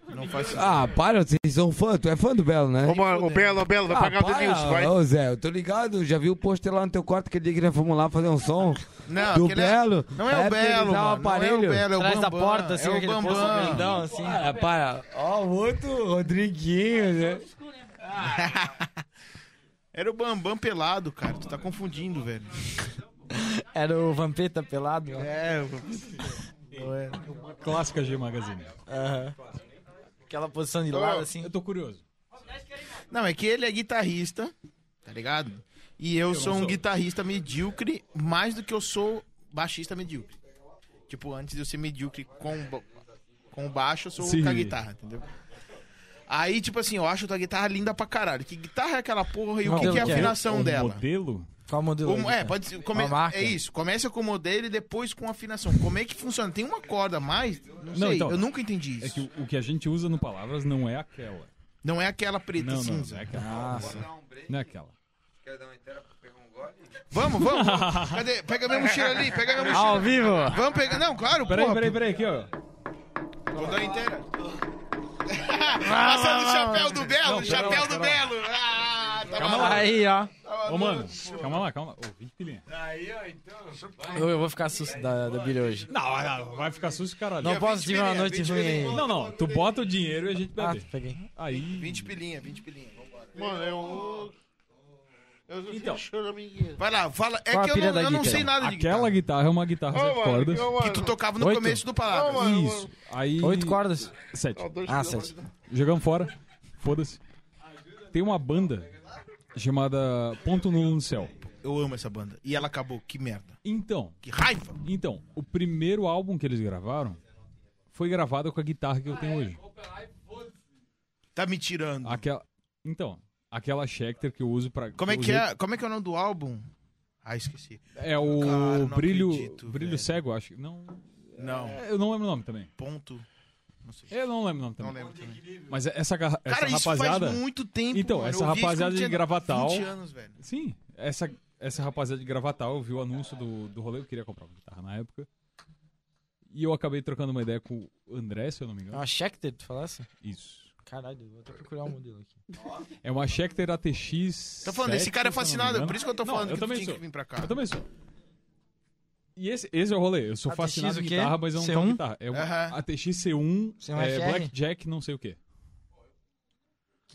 [SPEAKER 1] Não faz assim.
[SPEAKER 4] Ah, para, vocês são fã, tu é fã do Belo, né? Ah,
[SPEAKER 2] Ô, mano, ô, Belo, ô, Belo, vai pagar o
[SPEAKER 4] para,
[SPEAKER 2] Denilson, vai.
[SPEAKER 4] Ô, Zé, eu tô ligado, já vi o pôster lá no teu quarto aquele dia que nós fomos lá fazer um som.
[SPEAKER 1] Não,
[SPEAKER 4] do
[SPEAKER 1] aquele é-
[SPEAKER 4] Belo.
[SPEAKER 1] não é o
[SPEAKER 4] Na época ele
[SPEAKER 1] Belo, mano,
[SPEAKER 4] dava
[SPEAKER 1] não é o
[SPEAKER 4] aparelho.
[SPEAKER 1] Belo, é o
[SPEAKER 3] Atrás da
[SPEAKER 1] Bambam,
[SPEAKER 3] porta, assim,
[SPEAKER 1] é o
[SPEAKER 3] aquele
[SPEAKER 1] Bambam.
[SPEAKER 3] poço grandão, assim.
[SPEAKER 4] Para, para. Ó, o outro, Rodriguinho, né?
[SPEAKER 1] Era o Bambam pelado, cara. Tu tá confundindo, velho.
[SPEAKER 3] Era o Vampeta pelado. ó.
[SPEAKER 1] É,
[SPEAKER 5] Clássica G Magazine.
[SPEAKER 3] Aham. Aquela posição de lado, assim.
[SPEAKER 5] Eu tô curioso.
[SPEAKER 1] Não, é que ele é guitarrista, tá ligado? E eu, sou um guitarrista medíocre, mais do que eu sou baixista medíocre. Tipo, antes de eu ser medíocre com, o ba- com o baixo, eu sou
[SPEAKER 5] Sim.
[SPEAKER 1] com a guitarra, entendeu? Aí, tipo assim, eu acho a tua guitarra linda pra caralho. Que guitarra é aquela porra e o
[SPEAKER 3] Não,
[SPEAKER 1] que, que é a
[SPEAKER 3] que é?
[SPEAKER 1] afinação
[SPEAKER 5] O
[SPEAKER 1] dela?
[SPEAKER 5] um modelo?
[SPEAKER 3] Qual modelo?
[SPEAKER 1] Como- é, pode ser. Come,
[SPEAKER 3] Uma marca.
[SPEAKER 1] é isso. Começa com o modelo e depois com a afinação. Como é que funciona? Tem uma corda a mais? Não, sei.
[SPEAKER 5] então,
[SPEAKER 1] eu nunca entendi isso.
[SPEAKER 5] É que o, o que a gente usa no Palavras não é aquela.
[SPEAKER 1] Não é aquela preta
[SPEAKER 5] Não, não,
[SPEAKER 1] cinza.
[SPEAKER 5] não é aquela. Não é aquela.
[SPEAKER 11] Quer dar uma inteira pra pegar um gole?
[SPEAKER 1] Vamos, vamos. vamos. Cadê? Pega minha mochila ali. Pega minha mochila.
[SPEAKER 3] Ao vivo!
[SPEAKER 1] Vamos pegar. Não, claro,
[SPEAKER 5] Peraí,
[SPEAKER 1] porra.
[SPEAKER 5] peraí, peraí, aqui, ó.
[SPEAKER 1] Vou dar inteira. Passa no chapéu do Belo.
[SPEAKER 5] Não,
[SPEAKER 1] chapéu
[SPEAKER 5] pera lá,
[SPEAKER 1] do
[SPEAKER 5] pera
[SPEAKER 1] Belo. Ah, tá
[SPEAKER 5] Calma
[SPEAKER 1] maluco.
[SPEAKER 5] lá.
[SPEAKER 3] Aí, ó.
[SPEAKER 5] Ô, mano, calma lá, calma. Ô, vinte pilinha.
[SPEAKER 3] Eu, eu vou ficar susto da, da Billy hoje.
[SPEAKER 5] Não, não, vai ficar susto, caralho.
[SPEAKER 3] Não posso tirar uma noite ruim aí.
[SPEAKER 5] Não, não, tu bota o dinheiro e a gente
[SPEAKER 3] Ah,
[SPEAKER 5] bebe.
[SPEAKER 3] peguei.
[SPEAKER 5] Aí.
[SPEAKER 1] 20 pilinha, 20 pilinha. Vambora.
[SPEAKER 2] Mano, é um... Eu não
[SPEAKER 5] Então.
[SPEAKER 2] então. choramingueiro.
[SPEAKER 1] Vai lá, fala. É
[SPEAKER 3] Qual a
[SPEAKER 1] que eu
[SPEAKER 3] pilha
[SPEAKER 1] não,
[SPEAKER 3] da
[SPEAKER 1] eu não
[SPEAKER 3] guitarra?
[SPEAKER 1] sei nada de
[SPEAKER 5] Aquela
[SPEAKER 1] guitarra.
[SPEAKER 5] guitarra é uma guitarra
[SPEAKER 2] Ô,
[SPEAKER 5] de cordas.
[SPEAKER 2] mano, ô,
[SPEAKER 1] Que tu tá
[SPEAKER 2] mano.
[SPEAKER 1] tocava no
[SPEAKER 5] Oito?
[SPEAKER 1] começo do Palavras.
[SPEAKER 2] Não, mano.
[SPEAKER 5] Isso. Aí.
[SPEAKER 3] Oito cordas.
[SPEAKER 5] Sete.
[SPEAKER 3] Ah, sete.
[SPEAKER 5] Jogamos fora. Foda-se. Tem uma banda chamada Ponto Nulo no Céu.
[SPEAKER 1] Eu amo essa banda. E ela acabou. Que merda.
[SPEAKER 5] Então,
[SPEAKER 1] Que raiva.
[SPEAKER 5] então, o primeiro álbum que eles gravaram foi gravado com a guitarra que eu tenho hoje.
[SPEAKER 1] Tá me tirando.
[SPEAKER 5] Aquela. Então, aquela Schecter que eu uso pra.
[SPEAKER 1] Como é que
[SPEAKER 5] usei-
[SPEAKER 1] é? Como é que é o nome do álbum? Ah, esqueci.
[SPEAKER 5] É o
[SPEAKER 1] Cara, não
[SPEAKER 5] Brilho.
[SPEAKER 1] acredito,
[SPEAKER 5] brilho
[SPEAKER 1] velho.
[SPEAKER 5] Cego, acho. que- Não, É,
[SPEAKER 1] Não.
[SPEAKER 5] eu não lembro o nome também.
[SPEAKER 1] Ponto.
[SPEAKER 5] Eu não lembro o nome
[SPEAKER 1] Não
[SPEAKER 5] também.
[SPEAKER 1] lembro também.
[SPEAKER 5] Mas é essa, garra- essa
[SPEAKER 1] Cara, isso
[SPEAKER 5] rapaziada.
[SPEAKER 1] faz muito tempo.
[SPEAKER 5] Então,
[SPEAKER 1] mano. Eu
[SPEAKER 5] essa
[SPEAKER 1] ouvi isso
[SPEAKER 5] rapaziada
[SPEAKER 1] quando
[SPEAKER 5] de
[SPEAKER 1] tinha
[SPEAKER 5] Gravatal-
[SPEAKER 1] 20 anos, velho.
[SPEAKER 5] Sim, essa, essa rapaziada de gravatal viu o anúncio do, do rolê, eu queria comprar uma guitarra na época. E eu acabei trocando uma ideia com o André, se eu não me
[SPEAKER 1] Ah.
[SPEAKER 3] É
[SPEAKER 5] engano.
[SPEAKER 3] uma Schecter, tu falasse?
[SPEAKER 5] Isso.
[SPEAKER 3] Caralho, vou até procurar um modelo aqui.
[SPEAKER 5] É uma Schecter ATX.
[SPEAKER 1] Tô falando, esse cara é fascinado, por isso que eu tô falando
[SPEAKER 5] eu
[SPEAKER 1] que tu
[SPEAKER 5] também
[SPEAKER 1] tinha
[SPEAKER 5] sou.
[SPEAKER 1] que vir pra cá.
[SPEAKER 5] Eu também sou. E esse, esse é o rolê. Eu sou
[SPEAKER 3] ATX
[SPEAKER 5] fascinado em
[SPEAKER 3] o quê?
[SPEAKER 5] guitarra, mas eu não
[SPEAKER 3] C1?
[SPEAKER 5] toco guitarra. É uma
[SPEAKER 1] Aham.
[SPEAKER 5] ATX C1,
[SPEAKER 3] C1
[SPEAKER 5] é,
[SPEAKER 3] FR?
[SPEAKER 5] Blackjack, não sei o quê.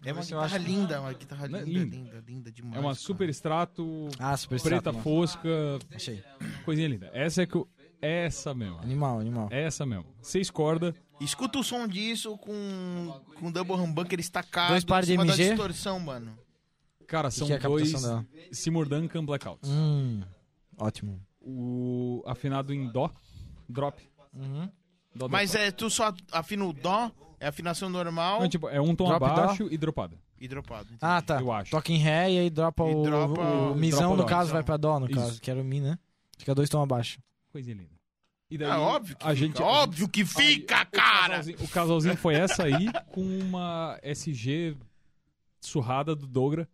[SPEAKER 1] É uma
[SPEAKER 3] Mas eu
[SPEAKER 1] guitarra
[SPEAKER 3] acho-
[SPEAKER 1] linda, uma guitarra
[SPEAKER 5] Não é
[SPEAKER 1] linda,
[SPEAKER 5] lindo.
[SPEAKER 1] linda, linda, demais.
[SPEAKER 5] É uma
[SPEAKER 1] cara.
[SPEAKER 5] super extrato,
[SPEAKER 3] Ah, super
[SPEAKER 5] preta
[SPEAKER 3] Strato, mano.
[SPEAKER 5] fosca,
[SPEAKER 3] Achei.
[SPEAKER 5] coisinha linda. Essa é que eu... Essa mesmo.
[SPEAKER 3] Animal, animal.
[SPEAKER 5] Essa mesmo. Seis cordas.
[SPEAKER 1] Escuta o som disso com com double humbucker estacado.
[SPEAKER 3] Dois pares de
[SPEAKER 1] em cima
[SPEAKER 3] MG?
[SPEAKER 1] Da distorção, mano.
[SPEAKER 5] Cara,
[SPEAKER 3] Que
[SPEAKER 5] são
[SPEAKER 3] que é a
[SPEAKER 5] dois
[SPEAKER 3] captação dela?
[SPEAKER 5] Seymour Duncan Blackouts.
[SPEAKER 3] Hum, ótimo.
[SPEAKER 5] O afinado em Dó, drop.
[SPEAKER 3] Uhum.
[SPEAKER 5] Dó,
[SPEAKER 1] Mas
[SPEAKER 5] drop.
[SPEAKER 1] é, tu só afina o dó, é afinação normal
[SPEAKER 5] Não, tipo, é um tom
[SPEAKER 3] Drop,
[SPEAKER 5] abaixo e dropado.
[SPEAKER 1] e dropado. entendi.
[SPEAKER 3] Ah, tá.
[SPEAKER 5] Eu acho.
[SPEAKER 3] Toca em Ré e aí dropa
[SPEAKER 1] E
[SPEAKER 3] o,
[SPEAKER 1] dropa-
[SPEAKER 3] o,
[SPEAKER 1] dropa
[SPEAKER 3] Mizão,
[SPEAKER 5] o
[SPEAKER 3] no
[SPEAKER 5] dó,
[SPEAKER 3] caso,
[SPEAKER 1] então.
[SPEAKER 3] vai pra Dó, no
[SPEAKER 5] Isso.
[SPEAKER 3] caso, que era o Mi, né? Fica dois tons abaixo.
[SPEAKER 5] Coisinha linda. E daí,
[SPEAKER 1] Ah, óbvio que
[SPEAKER 5] a
[SPEAKER 1] fica,
[SPEAKER 5] gente,
[SPEAKER 1] óbvio que
[SPEAKER 5] a gente-
[SPEAKER 1] fica,
[SPEAKER 5] aí, o
[SPEAKER 1] cara!
[SPEAKER 5] casalzinho- O casalzinho foi essa aí com uma SG surrada do Dogra.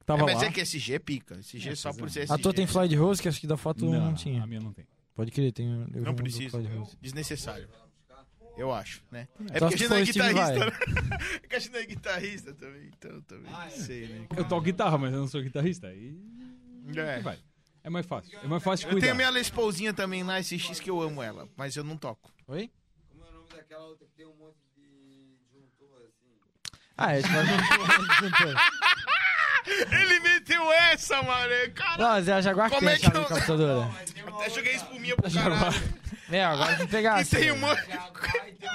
[SPEAKER 5] Que tava
[SPEAKER 1] É, mas
[SPEAKER 5] lá.
[SPEAKER 1] é que SG é pica. SG
[SPEAKER 5] É,
[SPEAKER 1] só
[SPEAKER 5] pois
[SPEAKER 1] por
[SPEAKER 5] é.
[SPEAKER 1] ser SG.
[SPEAKER 3] A tua tem Floyd Rose, que acho que da foto não,
[SPEAKER 5] A
[SPEAKER 3] tinha.
[SPEAKER 5] minha não tem.
[SPEAKER 3] Pode crer, tem. eu vi um
[SPEAKER 1] Não
[SPEAKER 3] do
[SPEAKER 1] precisa.
[SPEAKER 3] Floyd Rose.
[SPEAKER 1] Desnecessário. Eu acho, né? É porque
[SPEAKER 3] Só
[SPEAKER 1] a
[SPEAKER 3] se
[SPEAKER 1] gente não é
[SPEAKER 3] for Steve
[SPEAKER 1] guitarrista,
[SPEAKER 3] Vai.
[SPEAKER 1] né? É que a gente não é guitarrista também, então também. Não sei, né?
[SPEAKER 5] Eu toco guitarra, mas eu não sou guitarrista. Aí
[SPEAKER 1] É.
[SPEAKER 5] vai. É mais fácil. É mais fácil de
[SPEAKER 1] Eu tenho
[SPEAKER 5] cuidar.
[SPEAKER 1] a minha Les Paulzinha também lá, esse X que eu amo ela, mas eu não toco.
[SPEAKER 3] Oi?
[SPEAKER 11] Como é o nome daquela outra que tem um monte de juntor assim?
[SPEAKER 3] Ah, esse faz um.
[SPEAKER 1] Ele meteu essa, mano. Cara,
[SPEAKER 3] Não, mas é a Jaguar que
[SPEAKER 1] Como é
[SPEAKER 3] tem a
[SPEAKER 1] que
[SPEAKER 3] chave
[SPEAKER 1] eu-
[SPEAKER 3] de captadora.
[SPEAKER 1] até joguei espuminha pro caralho.
[SPEAKER 3] Meu, É, agora tem que pegar. assim.
[SPEAKER 1] E tem um monte.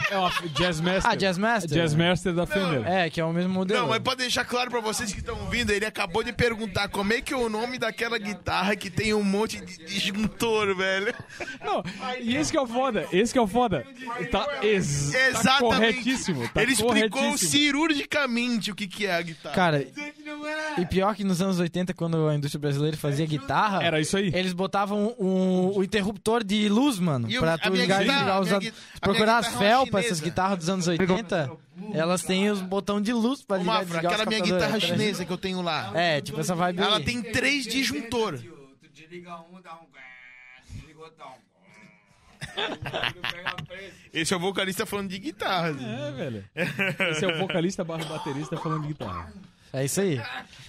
[SPEAKER 5] É uma f- Jazz Master.
[SPEAKER 3] Ah, Jazz Master?
[SPEAKER 5] Jazz Master da Fender.
[SPEAKER 3] É, que é o mesmo modelo.
[SPEAKER 1] Não, mas pra deixar claro pra vocês que estão ouvindo, ele acabou de perguntar como é que é o nome daquela guitarra que tem um monte de disjuntor, velho.
[SPEAKER 5] Não, e esse que é o foda, esse que é o foda. Tá, ex tá corretíssimo. Tá
[SPEAKER 1] ele explicou
[SPEAKER 5] corretíssimo.
[SPEAKER 1] cirurgicamente o que, que é a guitarra.
[SPEAKER 3] Cara,
[SPEAKER 1] é.
[SPEAKER 3] e pior que nos anos 80, quando a indústria brasileira fazia guitarra,
[SPEAKER 5] Era isso aí.
[SPEAKER 3] eles botavam um, o interruptor de luz, mano,
[SPEAKER 1] E o-
[SPEAKER 3] pra
[SPEAKER 1] a
[SPEAKER 3] tu
[SPEAKER 1] minha
[SPEAKER 3] ligar
[SPEAKER 1] guitarra-
[SPEAKER 3] e ligar os...
[SPEAKER 1] minha
[SPEAKER 3] ad-
[SPEAKER 1] gui- a minha
[SPEAKER 3] Procurar as
[SPEAKER 1] guitarra é uma
[SPEAKER 3] felpas, essas
[SPEAKER 1] chinesa.
[SPEAKER 3] guitarras dos anos 80, elas têm os botão de luz pra
[SPEAKER 1] Ô,
[SPEAKER 3] ligar e
[SPEAKER 1] Mafra,
[SPEAKER 3] desligar os
[SPEAKER 1] aquela minha
[SPEAKER 3] captadores,
[SPEAKER 1] guitarra
[SPEAKER 3] tá ligado?
[SPEAKER 1] chinesa que eu tenho lá.
[SPEAKER 3] É, tipo essa vibe
[SPEAKER 1] Ela
[SPEAKER 3] aí.
[SPEAKER 1] tem três disjuntor.
[SPEAKER 11] Tu desliga um, dá um. Desliga outro, dá um.
[SPEAKER 1] Esse é o vocalista falando de guitarra. assim.
[SPEAKER 5] É, velho. Esse é o vocalista barra baterista falando de guitarra.
[SPEAKER 3] É isso aí.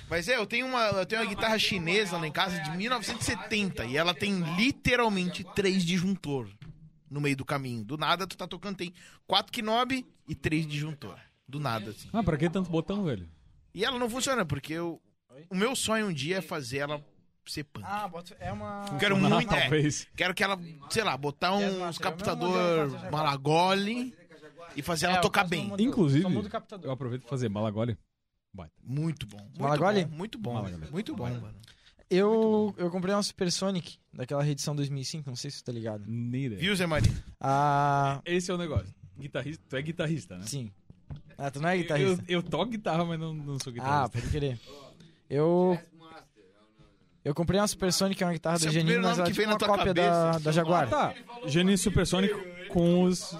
[SPEAKER 1] Mas é, eu tenho uma, eu tenho uma guitarra chinesa lá em casa de 1970 e ela tem literalmente três disjuntor no meio do caminho. Do nada tu tá tocando tem quatro knob e três disjuntor. Do nada assim.
[SPEAKER 5] Ah, pra que tanto botão, velho?
[SPEAKER 1] E ela não funciona porque eu, o meu sonho um dia é fazer ela ser punk.
[SPEAKER 3] Ah, bota- é uma.
[SPEAKER 1] Quero
[SPEAKER 5] Funcionar,
[SPEAKER 1] muito, é.
[SPEAKER 5] Ah, talvez.
[SPEAKER 1] Quero que ela, sei lá, botar uns
[SPEAKER 3] modelo
[SPEAKER 1] captador
[SPEAKER 3] de fazer
[SPEAKER 1] malagole e fazer ela
[SPEAKER 3] É, eu
[SPEAKER 1] tocar
[SPEAKER 3] gosto do
[SPEAKER 1] bem.
[SPEAKER 3] modelo.
[SPEAKER 5] Inclusive,
[SPEAKER 3] Só muda o captador.
[SPEAKER 5] eu aproveito pra fazer malagole.
[SPEAKER 1] Muito bom. Muito
[SPEAKER 3] Malagoli?
[SPEAKER 1] bom. Muito bom.
[SPEAKER 5] Malagoli.
[SPEAKER 1] Muito bom, mano.
[SPEAKER 3] Eu, eu comprei uma Super Sonic, daquela reedição 2005, não sei se tu tá ligado.
[SPEAKER 5] Nem ideia.
[SPEAKER 1] Viu, Zé Maria?
[SPEAKER 3] Ah,
[SPEAKER 5] Esse é o negócio. Guitarrista, tu é guitarrista, né?
[SPEAKER 3] sim. Ah, tu não é
[SPEAKER 5] Eu-
[SPEAKER 3] guitarrista?
[SPEAKER 5] Eu, eu toco guitarra, mas não, não
[SPEAKER 3] Ah,
[SPEAKER 5] sou guitarrista.
[SPEAKER 3] pode querer. Eu. Eu comprei uma Super Sonic, que é uma guitarra
[SPEAKER 1] Esse é
[SPEAKER 3] do
[SPEAKER 1] o
[SPEAKER 3] Geninho,
[SPEAKER 1] primeiro
[SPEAKER 3] mas ela
[SPEAKER 1] nome
[SPEAKER 3] é
[SPEAKER 1] que vem
[SPEAKER 3] tipo uma
[SPEAKER 1] na tua
[SPEAKER 3] cópia
[SPEAKER 1] cabeça,
[SPEAKER 3] da, da Jaguar.
[SPEAKER 5] tá. Gênio supersônico com os.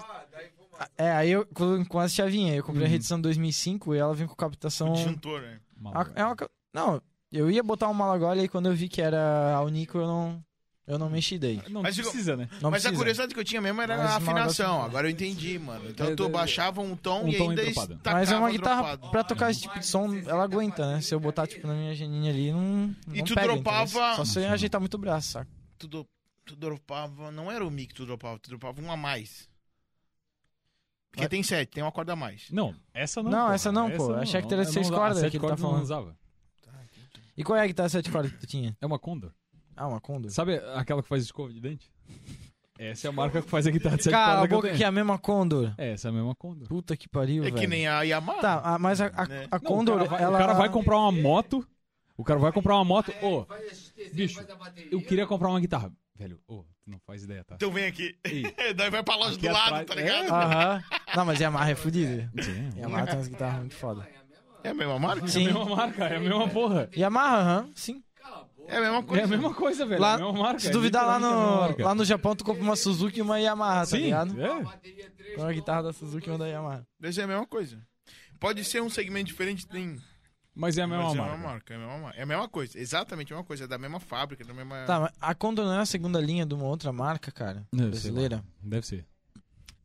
[SPEAKER 3] É, aí eu, com, com as chavinhas, eu comprei
[SPEAKER 1] Uhum.
[SPEAKER 3] a reedição de 2005 e ela vem com captação...
[SPEAKER 1] Disjuntor, né?
[SPEAKER 3] Ah, é uma ca- Não, eu ia botar um Malagoli e quando eu vi que era a Unico, eu não, eu não mexi daí.
[SPEAKER 5] Não
[SPEAKER 1] Mas, digo-
[SPEAKER 5] precisa, né?
[SPEAKER 3] Não
[SPEAKER 1] Mas a
[SPEAKER 3] precisa.
[SPEAKER 1] curiosidade que eu tinha mesmo era
[SPEAKER 3] Mas
[SPEAKER 1] a
[SPEAKER 3] o Malagoli-
[SPEAKER 1] afinação. Agora eu entendi, mano. Então
[SPEAKER 5] É,
[SPEAKER 1] tu
[SPEAKER 5] é, é.
[SPEAKER 1] baixava um tom
[SPEAKER 5] Um
[SPEAKER 1] e
[SPEAKER 5] tom
[SPEAKER 1] ainda
[SPEAKER 5] dropado.
[SPEAKER 1] estacava
[SPEAKER 3] Mas é uma guitarra
[SPEAKER 1] dropado.
[SPEAKER 3] pra tocar esse tipo de som, ela aguenta, né? Se eu botar, tipo, na minha geninha ali, não.
[SPEAKER 1] E
[SPEAKER 3] não
[SPEAKER 1] tu
[SPEAKER 3] pega,
[SPEAKER 1] dropava-
[SPEAKER 3] entendeu? Só se eu ajeitar muito o braço, saca?
[SPEAKER 1] Tu, do- tu dropava... Não era o mic que tu dropava, tu dropava um a mais. Porque tem sete, tem uma corda a mais.
[SPEAKER 5] Não, essa não.
[SPEAKER 3] Não,
[SPEAKER 5] porra.
[SPEAKER 3] essa não, pô. Achei que era
[SPEAKER 5] Ela não
[SPEAKER 3] seis
[SPEAKER 5] usava-
[SPEAKER 3] cordas
[SPEAKER 5] a sete
[SPEAKER 3] que ele tá
[SPEAKER 5] cordas não
[SPEAKER 3] falando.
[SPEAKER 5] usava.
[SPEAKER 3] E qual é a guitarra sete cordas que tu tinha?
[SPEAKER 5] É uma Condor.
[SPEAKER 3] Ah, uma Condor.
[SPEAKER 5] Sabe aquela que faz escova de dente? Essa é a marca que faz a guitarra de sete
[SPEAKER 3] Cara, a
[SPEAKER 5] cordas.
[SPEAKER 3] boca
[SPEAKER 5] eu
[SPEAKER 3] que é
[SPEAKER 5] tenho.
[SPEAKER 3] a mesma Condor.
[SPEAKER 5] É, essa é a mesma Condor.
[SPEAKER 3] Puta que pariu,
[SPEAKER 1] É
[SPEAKER 3] velho.
[SPEAKER 1] que nem a Yamaha.
[SPEAKER 3] Tá, a- mas a, a,
[SPEAKER 1] Né?
[SPEAKER 3] a
[SPEAKER 5] Não,
[SPEAKER 3] Condor,
[SPEAKER 5] o cara vai,
[SPEAKER 3] ela...
[SPEAKER 5] o cara vai comprar uma moto. O cara vai comprar uma moto. Ô, bicho, eu queria comprar uma guitarra. Velho, ô, tu não faz ideia, tá?
[SPEAKER 1] Então vem aqui.
[SPEAKER 5] Ei,
[SPEAKER 1] Daí vai pra loja
[SPEAKER 5] Aqui
[SPEAKER 1] do lado,
[SPEAKER 5] atrás-
[SPEAKER 1] tá ligado?
[SPEAKER 3] Aham. Não, mas Yamaha é fodida.
[SPEAKER 5] sim, é
[SPEAKER 3] Yamaha tem umas guitarras muito foda.
[SPEAKER 1] É a mesma marca?
[SPEAKER 5] a
[SPEAKER 3] Sim.
[SPEAKER 5] mesma marca, é a mesma porra.
[SPEAKER 3] Yamaha, aham, sim.
[SPEAKER 1] É a mesma
[SPEAKER 5] É a
[SPEAKER 1] coisa.
[SPEAKER 5] mesma coisa, velho.
[SPEAKER 3] Lá-
[SPEAKER 5] é a mesma marca.
[SPEAKER 3] Se
[SPEAKER 5] é
[SPEAKER 3] duvidar, lá
[SPEAKER 5] literalmente a mesma
[SPEAKER 3] no,
[SPEAKER 5] marca.
[SPEAKER 3] lá no Japão, tu compra uma Suzuki e uma Yamaha, tá
[SPEAKER 5] Sim,
[SPEAKER 3] ligado?
[SPEAKER 5] é.
[SPEAKER 3] Com a guitarra da Suzuki e uma da Yamaha.
[SPEAKER 1] Mas é a mesma coisa. Pode ser um segmento diferente, tem.
[SPEAKER 5] Mas é a mesma
[SPEAKER 1] mas é a
[SPEAKER 5] marca.
[SPEAKER 1] mesma marca. É a mesma marca. É a mesma coisa. Exatamente a mesma coisa. É da mesma fábrica, da mesma.
[SPEAKER 3] Tá, mas a Condor não é a segunda linha de uma outra marca, cara?
[SPEAKER 5] Não, sei lá.
[SPEAKER 3] brasileira?
[SPEAKER 5] Deve ser.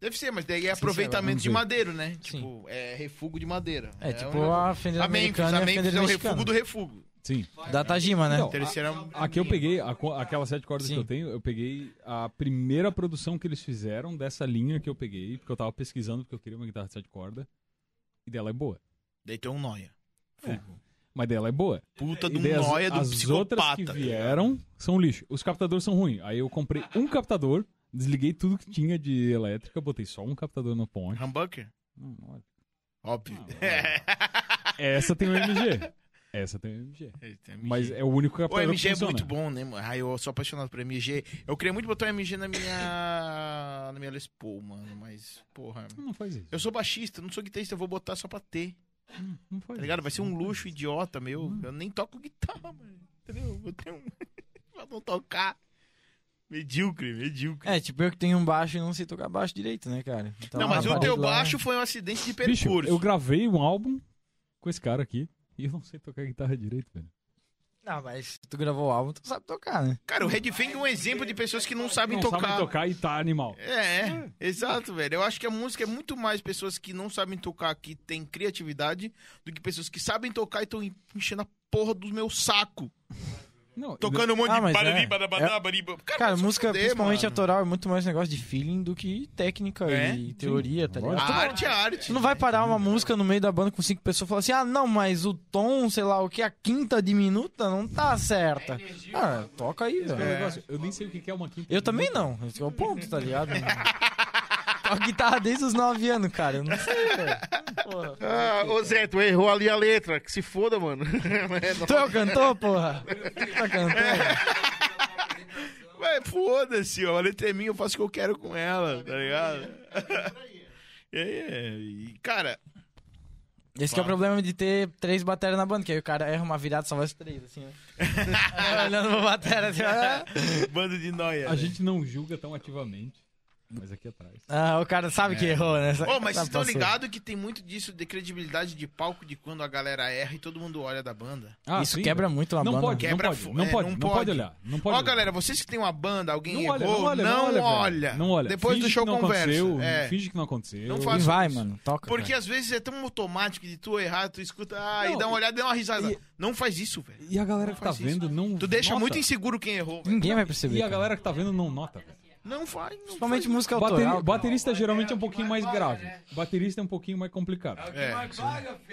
[SPEAKER 1] Deve ser, mas daí é aproveitamento
[SPEAKER 5] vamos
[SPEAKER 1] de
[SPEAKER 5] ver.
[SPEAKER 1] madeiro, né?
[SPEAKER 3] Sim.
[SPEAKER 1] Tipo, é refugo de madeira.
[SPEAKER 3] É, tipo
[SPEAKER 1] um-
[SPEAKER 3] a Fender
[SPEAKER 1] A Memphis,
[SPEAKER 3] americana
[SPEAKER 1] a
[SPEAKER 3] e a
[SPEAKER 1] Memphis
[SPEAKER 3] Fender
[SPEAKER 1] é o
[SPEAKER 3] mexicana.
[SPEAKER 1] refugo do refugo.
[SPEAKER 5] Sim.
[SPEAKER 3] Da Tajima, né?
[SPEAKER 5] Então,
[SPEAKER 1] Terceira. Ah,
[SPEAKER 5] Aqui eu peguei, a co- aquelas sete cordas
[SPEAKER 3] Sim.
[SPEAKER 5] que eu tenho, eu peguei a primeira produção que eles fizeram dessa linha que eu peguei, porque eu tava pesquisando, porque eu queria uma guitarra de sete cordas. E dela é boa.
[SPEAKER 1] Daí tem um noia.
[SPEAKER 5] Mas dela é boa.
[SPEAKER 1] Puta
[SPEAKER 5] E
[SPEAKER 1] do
[SPEAKER 5] daí as-
[SPEAKER 1] noia do
[SPEAKER 5] as outras que
[SPEAKER 1] psicopata. tá
[SPEAKER 5] vieram são lixo. Os captadores são ruins. Aí eu comprei um captador, desliguei tudo que tinha de elétrica, botei só um captador na ponte.
[SPEAKER 1] Humbucker?
[SPEAKER 5] Não, não olha.
[SPEAKER 1] Óbvio. É,
[SPEAKER 5] Não, é. Essa tem o MG. Essa tem o MG. Mas
[SPEAKER 1] Mas
[SPEAKER 5] é o único
[SPEAKER 1] o
[SPEAKER 5] captador
[SPEAKER 1] MG
[SPEAKER 5] que
[SPEAKER 1] é
[SPEAKER 5] funciona.
[SPEAKER 1] muito bom, né, mano? Ai, eu sou apaixonado por MG. Eu queria muito botar um MG na minha. na minha Les Paul, mano. Mas, porra.
[SPEAKER 5] Não faz isso.
[SPEAKER 1] Eu sou baixista, não sou guitarrista, eu vou botar só pra ter.
[SPEAKER 5] Não faz
[SPEAKER 1] Tá ligado? Vai ser um
[SPEAKER 5] Não faz
[SPEAKER 1] luxo idiota meu.
[SPEAKER 3] Hum.
[SPEAKER 1] Eu nem toco guitarra, mano. Entendeu? Vou ter um. pra não tocar. Medíocre, medíocre.
[SPEAKER 3] É, tipo eu que tenho um baixo e não sei tocar baixo direito, né, cara? Então,
[SPEAKER 1] não, mas
[SPEAKER 3] a
[SPEAKER 1] o teu
[SPEAKER 3] parede lá-
[SPEAKER 1] baixo foi um acidente de
[SPEAKER 5] Bicho,
[SPEAKER 1] percurso.
[SPEAKER 5] eu gravei um álbum com esse cara aqui e eu não sei tocar guitarra direito, velho.
[SPEAKER 3] Não, mas se tu gravou o álbum, tu sabe tocar, né?
[SPEAKER 1] Cara, o Red Fang é um exemplo de pessoas que não sabem
[SPEAKER 5] não
[SPEAKER 1] tocar.
[SPEAKER 5] sabe tocar e tá animal.
[SPEAKER 1] É, é, exato, velho. Eu acho que a música é muito mais pessoas que não sabem tocar, que têm criatividade, do que pessoas que sabem tocar e estão enchendo a porra do meu saco.
[SPEAKER 5] Não,
[SPEAKER 1] Tocando um monte
[SPEAKER 3] Ah,
[SPEAKER 1] de
[SPEAKER 3] mas é.
[SPEAKER 1] barari, badabadá, bariba.
[SPEAKER 3] Cara,
[SPEAKER 1] vai se
[SPEAKER 3] música,
[SPEAKER 1] fuder,
[SPEAKER 3] principalmente
[SPEAKER 1] mano.
[SPEAKER 3] autoral, é muito mais negócio de feeling do que técnica
[SPEAKER 1] É,
[SPEAKER 3] e teoria, tá ligado?
[SPEAKER 1] A arte é arte.
[SPEAKER 3] Tu não vai parar uma música no meio da banda com cinco pessoas e falar assim, ah, não, mas o tom, sei lá o que, a quinta diminuta não tá certa. Ah, toca aí,
[SPEAKER 5] eu,
[SPEAKER 3] velho.
[SPEAKER 5] eu nem sei o que que é uma quinta.
[SPEAKER 3] Eu também não, esse é o ponto, tá ligado? Toco guitarra desde os nove anos, cara, eu não sei, velho. Porra.
[SPEAKER 2] Ah, ô Zé, tu errou ali a letra. Que se foda, mano.
[SPEAKER 1] Então,
[SPEAKER 3] Tu é o cantor, porra? Tu é o cantor?
[SPEAKER 1] Ué, foda-se, ó. A letra é minha, eu faço o que eu quero com ela, tá ligado? É, e, cara,
[SPEAKER 3] Esse que é o problema de ter três baterias na banda, que aí o cara erra uma virada e só vai os três, assim, né? Aí olhando pra bateria, assim, ah.
[SPEAKER 1] bando de noia.
[SPEAKER 5] A gente não julga tão ativamente. Mas aqui atrás.
[SPEAKER 3] Ah, o cara sabe que errou, né?
[SPEAKER 1] Ô, mas
[SPEAKER 3] Tá
[SPEAKER 1] vocês estão
[SPEAKER 3] passando.
[SPEAKER 1] ligados que tem muito disso de credibilidade de palco de quando a galera erra e todo mundo olha da banda.
[SPEAKER 5] Ah,
[SPEAKER 3] Isso
[SPEAKER 5] sim,
[SPEAKER 3] quebra
[SPEAKER 5] velho.
[SPEAKER 3] muito a
[SPEAKER 5] não
[SPEAKER 3] banda. né?
[SPEAKER 5] Pode,
[SPEAKER 1] Quebra
[SPEAKER 5] não
[SPEAKER 1] fo-
[SPEAKER 5] pode, não
[SPEAKER 1] é,
[SPEAKER 5] pode,
[SPEAKER 1] não
[SPEAKER 5] não pode
[SPEAKER 1] pode.
[SPEAKER 5] olhar. Não
[SPEAKER 1] Ó,
[SPEAKER 5] pode olhar.
[SPEAKER 1] galera, vocês que tem uma banda, alguém
[SPEAKER 5] Não
[SPEAKER 1] errou,
[SPEAKER 5] olha, não
[SPEAKER 1] não,
[SPEAKER 5] olha, não olha,
[SPEAKER 1] olha.
[SPEAKER 5] velho. Não olha.
[SPEAKER 1] Depois
[SPEAKER 5] Finge
[SPEAKER 1] do show
[SPEAKER 5] que não
[SPEAKER 1] conversa.
[SPEAKER 5] aconteceu,
[SPEAKER 1] É.
[SPEAKER 5] Finge que não aconteceu.
[SPEAKER 1] Não
[SPEAKER 3] E
[SPEAKER 1] faz-
[SPEAKER 3] vai, mano. Toca.
[SPEAKER 1] Porque
[SPEAKER 3] cara.
[SPEAKER 1] às vezes é tão automático de tu errar, tu escuta, ah, e
[SPEAKER 5] Não,
[SPEAKER 1] dá uma olhada e dá uma risada.
[SPEAKER 5] e-
[SPEAKER 1] Não faz isso, velho.
[SPEAKER 5] E a galera que tá
[SPEAKER 1] faz isso.
[SPEAKER 5] vendo não.
[SPEAKER 1] Tu deixa
[SPEAKER 5] nota.
[SPEAKER 1] muito inseguro quem errou, velho.
[SPEAKER 3] Ninguém vai perceber.
[SPEAKER 5] E a
[SPEAKER 3] cara.
[SPEAKER 5] galera que tá vendo não nota. velho.
[SPEAKER 1] Não faz, não
[SPEAKER 3] Principalmente
[SPEAKER 1] faz.
[SPEAKER 3] música
[SPEAKER 5] Bateri-
[SPEAKER 3] autoral. cara.
[SPEAKER 5] Baterista geralmente é um pouquinho mais grave. Baterista é um pouquinho mais complicado.
[SPEAKER 1] É.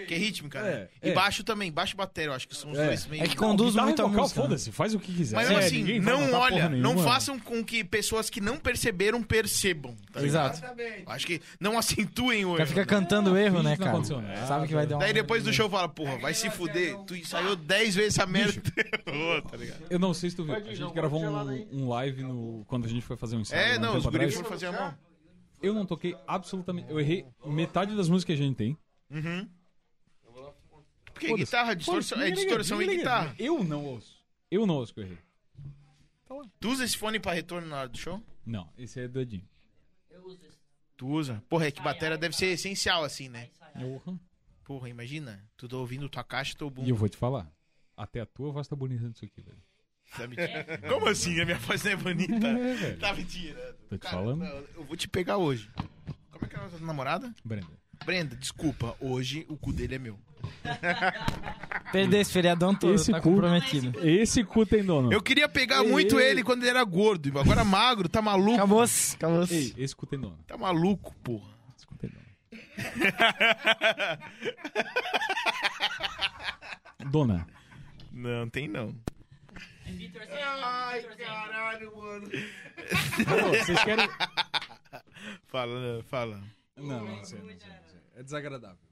[SPEAKER 1] Que é rítmica, né?
[SPEAKER 5] É,
[SPEAKER 1] E
[SPEAKER 5] é.
[SPEAKER 1] baixo também, baixo e bateria, eu acho que são os
[SPEAKER 5] É.
[SPEAKER 1] dois meio...
[SPEAKER 3] É que conduz
[SPEAKER 5] Guitarra e
[SPEAKER 3] muito a
[SPEAKER 5] vocal,
[SPEAKER 3] música. né?
[SPEAKER 5] Foda-se, faz o que quiser.
[SPEAKER 1] Mas mesmo
[SPEAKER 5] É,
[SPEAKER 1] assim,
[SPEAKER 5] ninguém vai
[SPEAKER 1] não
[SPEAKER 5] notar
[SPEAKER 1] olha,
[SPEAKER 5] porra
[SPEAKER 1] não um-
[SPEAKER 5] nenhuma.
[SPEAKER 1] façam com que pessoas que não perceberam percebam, tá ligado?
[SPEAKER 3] Exato.
[SPEAKER 1] Eu Acho que não acentuem o
[SPEAKER 5] Tá
[SPEAKER 3] O cara
[SPEAKER 1] erro.
[SPEAKER 3] fica cantando o erro,
[SPEAKER 5] finge
[SPEAKER 3] né,
[SPEAKER 5] que não
[SPEAKER 3] cara?
[SPEAKER 5] aconteceu nada.
[SPEAKER 3] Sabe que vai dar um uma.
[SPEAKER 1] Daí depois do show fala, porra, vai se fuder, tu ensaiou 10 vezes essa merda. Ô, tá ligado?
[SPEAKER 5] Eu não sei se tu viu. A gente gravou um, um live no, quando a gente foi fazer um ensaio.
[SPEAKER 1] É,
[SPEAKER 5] um
[SPEAKER 1] não,
[SPEAKER 5] tempo
[SPEAKER 1] os guris
[SPEAKER 5] atrás.
[SPEAKER 1] foram fazer a mão.
[SPEAKER 5] Eu não toquei absolutamente. Eu errei metade das músicas que a gente tem.
[SPEAKER 1] Porque
[SPEAKER 5] Foda-se.
[SPEAKER 1] guitarra, distorção, é distorção e guitarra.
[SPEAKER 5] Eu não ouço. Eu não ouço que eu errei.
[SPEAKER 1] Tu usa esse fone pra retorno na hora do show?
[SPEAKER 5] Não, esse é do Edinho.
[SPEAKER 1] Tu usa. Porra, é que bateria deve ser essencial assim, né?
[SPEAKER 5] Eu-
[SPEAKER 1] Porra, imagina, tu tá ouvindo tua caixa, teu
[SPEAKER 5] E eu
[SPEAKER 1] bumbo.
[SPEAKER 5] vou te falar. Até a tua voz tá bonita nisso aqui, velho.
[SPEAKER 1] Tá me- Como assim? A minha voz não é bonita? Tá me tirando.
[SPEAKER 5] Tô te
[SPEAKER 1] Cara,
[SPEAKER 5] falando.
[SPEAKER 1] não, eu vou te pegar hoje. Como é que é a nossa namorada?
[SPEAKER 5] Brenda.
[SPEAKER 1] Brenda, desculpa, hoje o cu dele é meu.
[SPEAKER 3] Perder esse feriadão todo,
[SPEAKER 5] Esse
[SPEAKER 3] tá
[SPEAKER 5] cu-
[SPEAKER 3] comprometido.
[SPEAKER 5] Esse cu tem dono.
[SPEAKER 1] Eu queria pegar muito ele quando ele era gordo, agora magro, tá maluco?
[SPEAKER 3] Acabou, acabou.
[SPEAKER 5] Ei, esse cu tem dono.
[SPEAKER 1] Tá maluco, porra.
[SPEAKER 5] Esse cu tem dono. Dona.
[SPEAKER 1] Não, tem não. Ai, caralho, mano.
[SPEAKER 5] Pô, Tá vocês querem.
[SPEAKER 1] Fala, fala.
[SPEAKER 5] Não, não sei, não sei, não sei. É desagradável.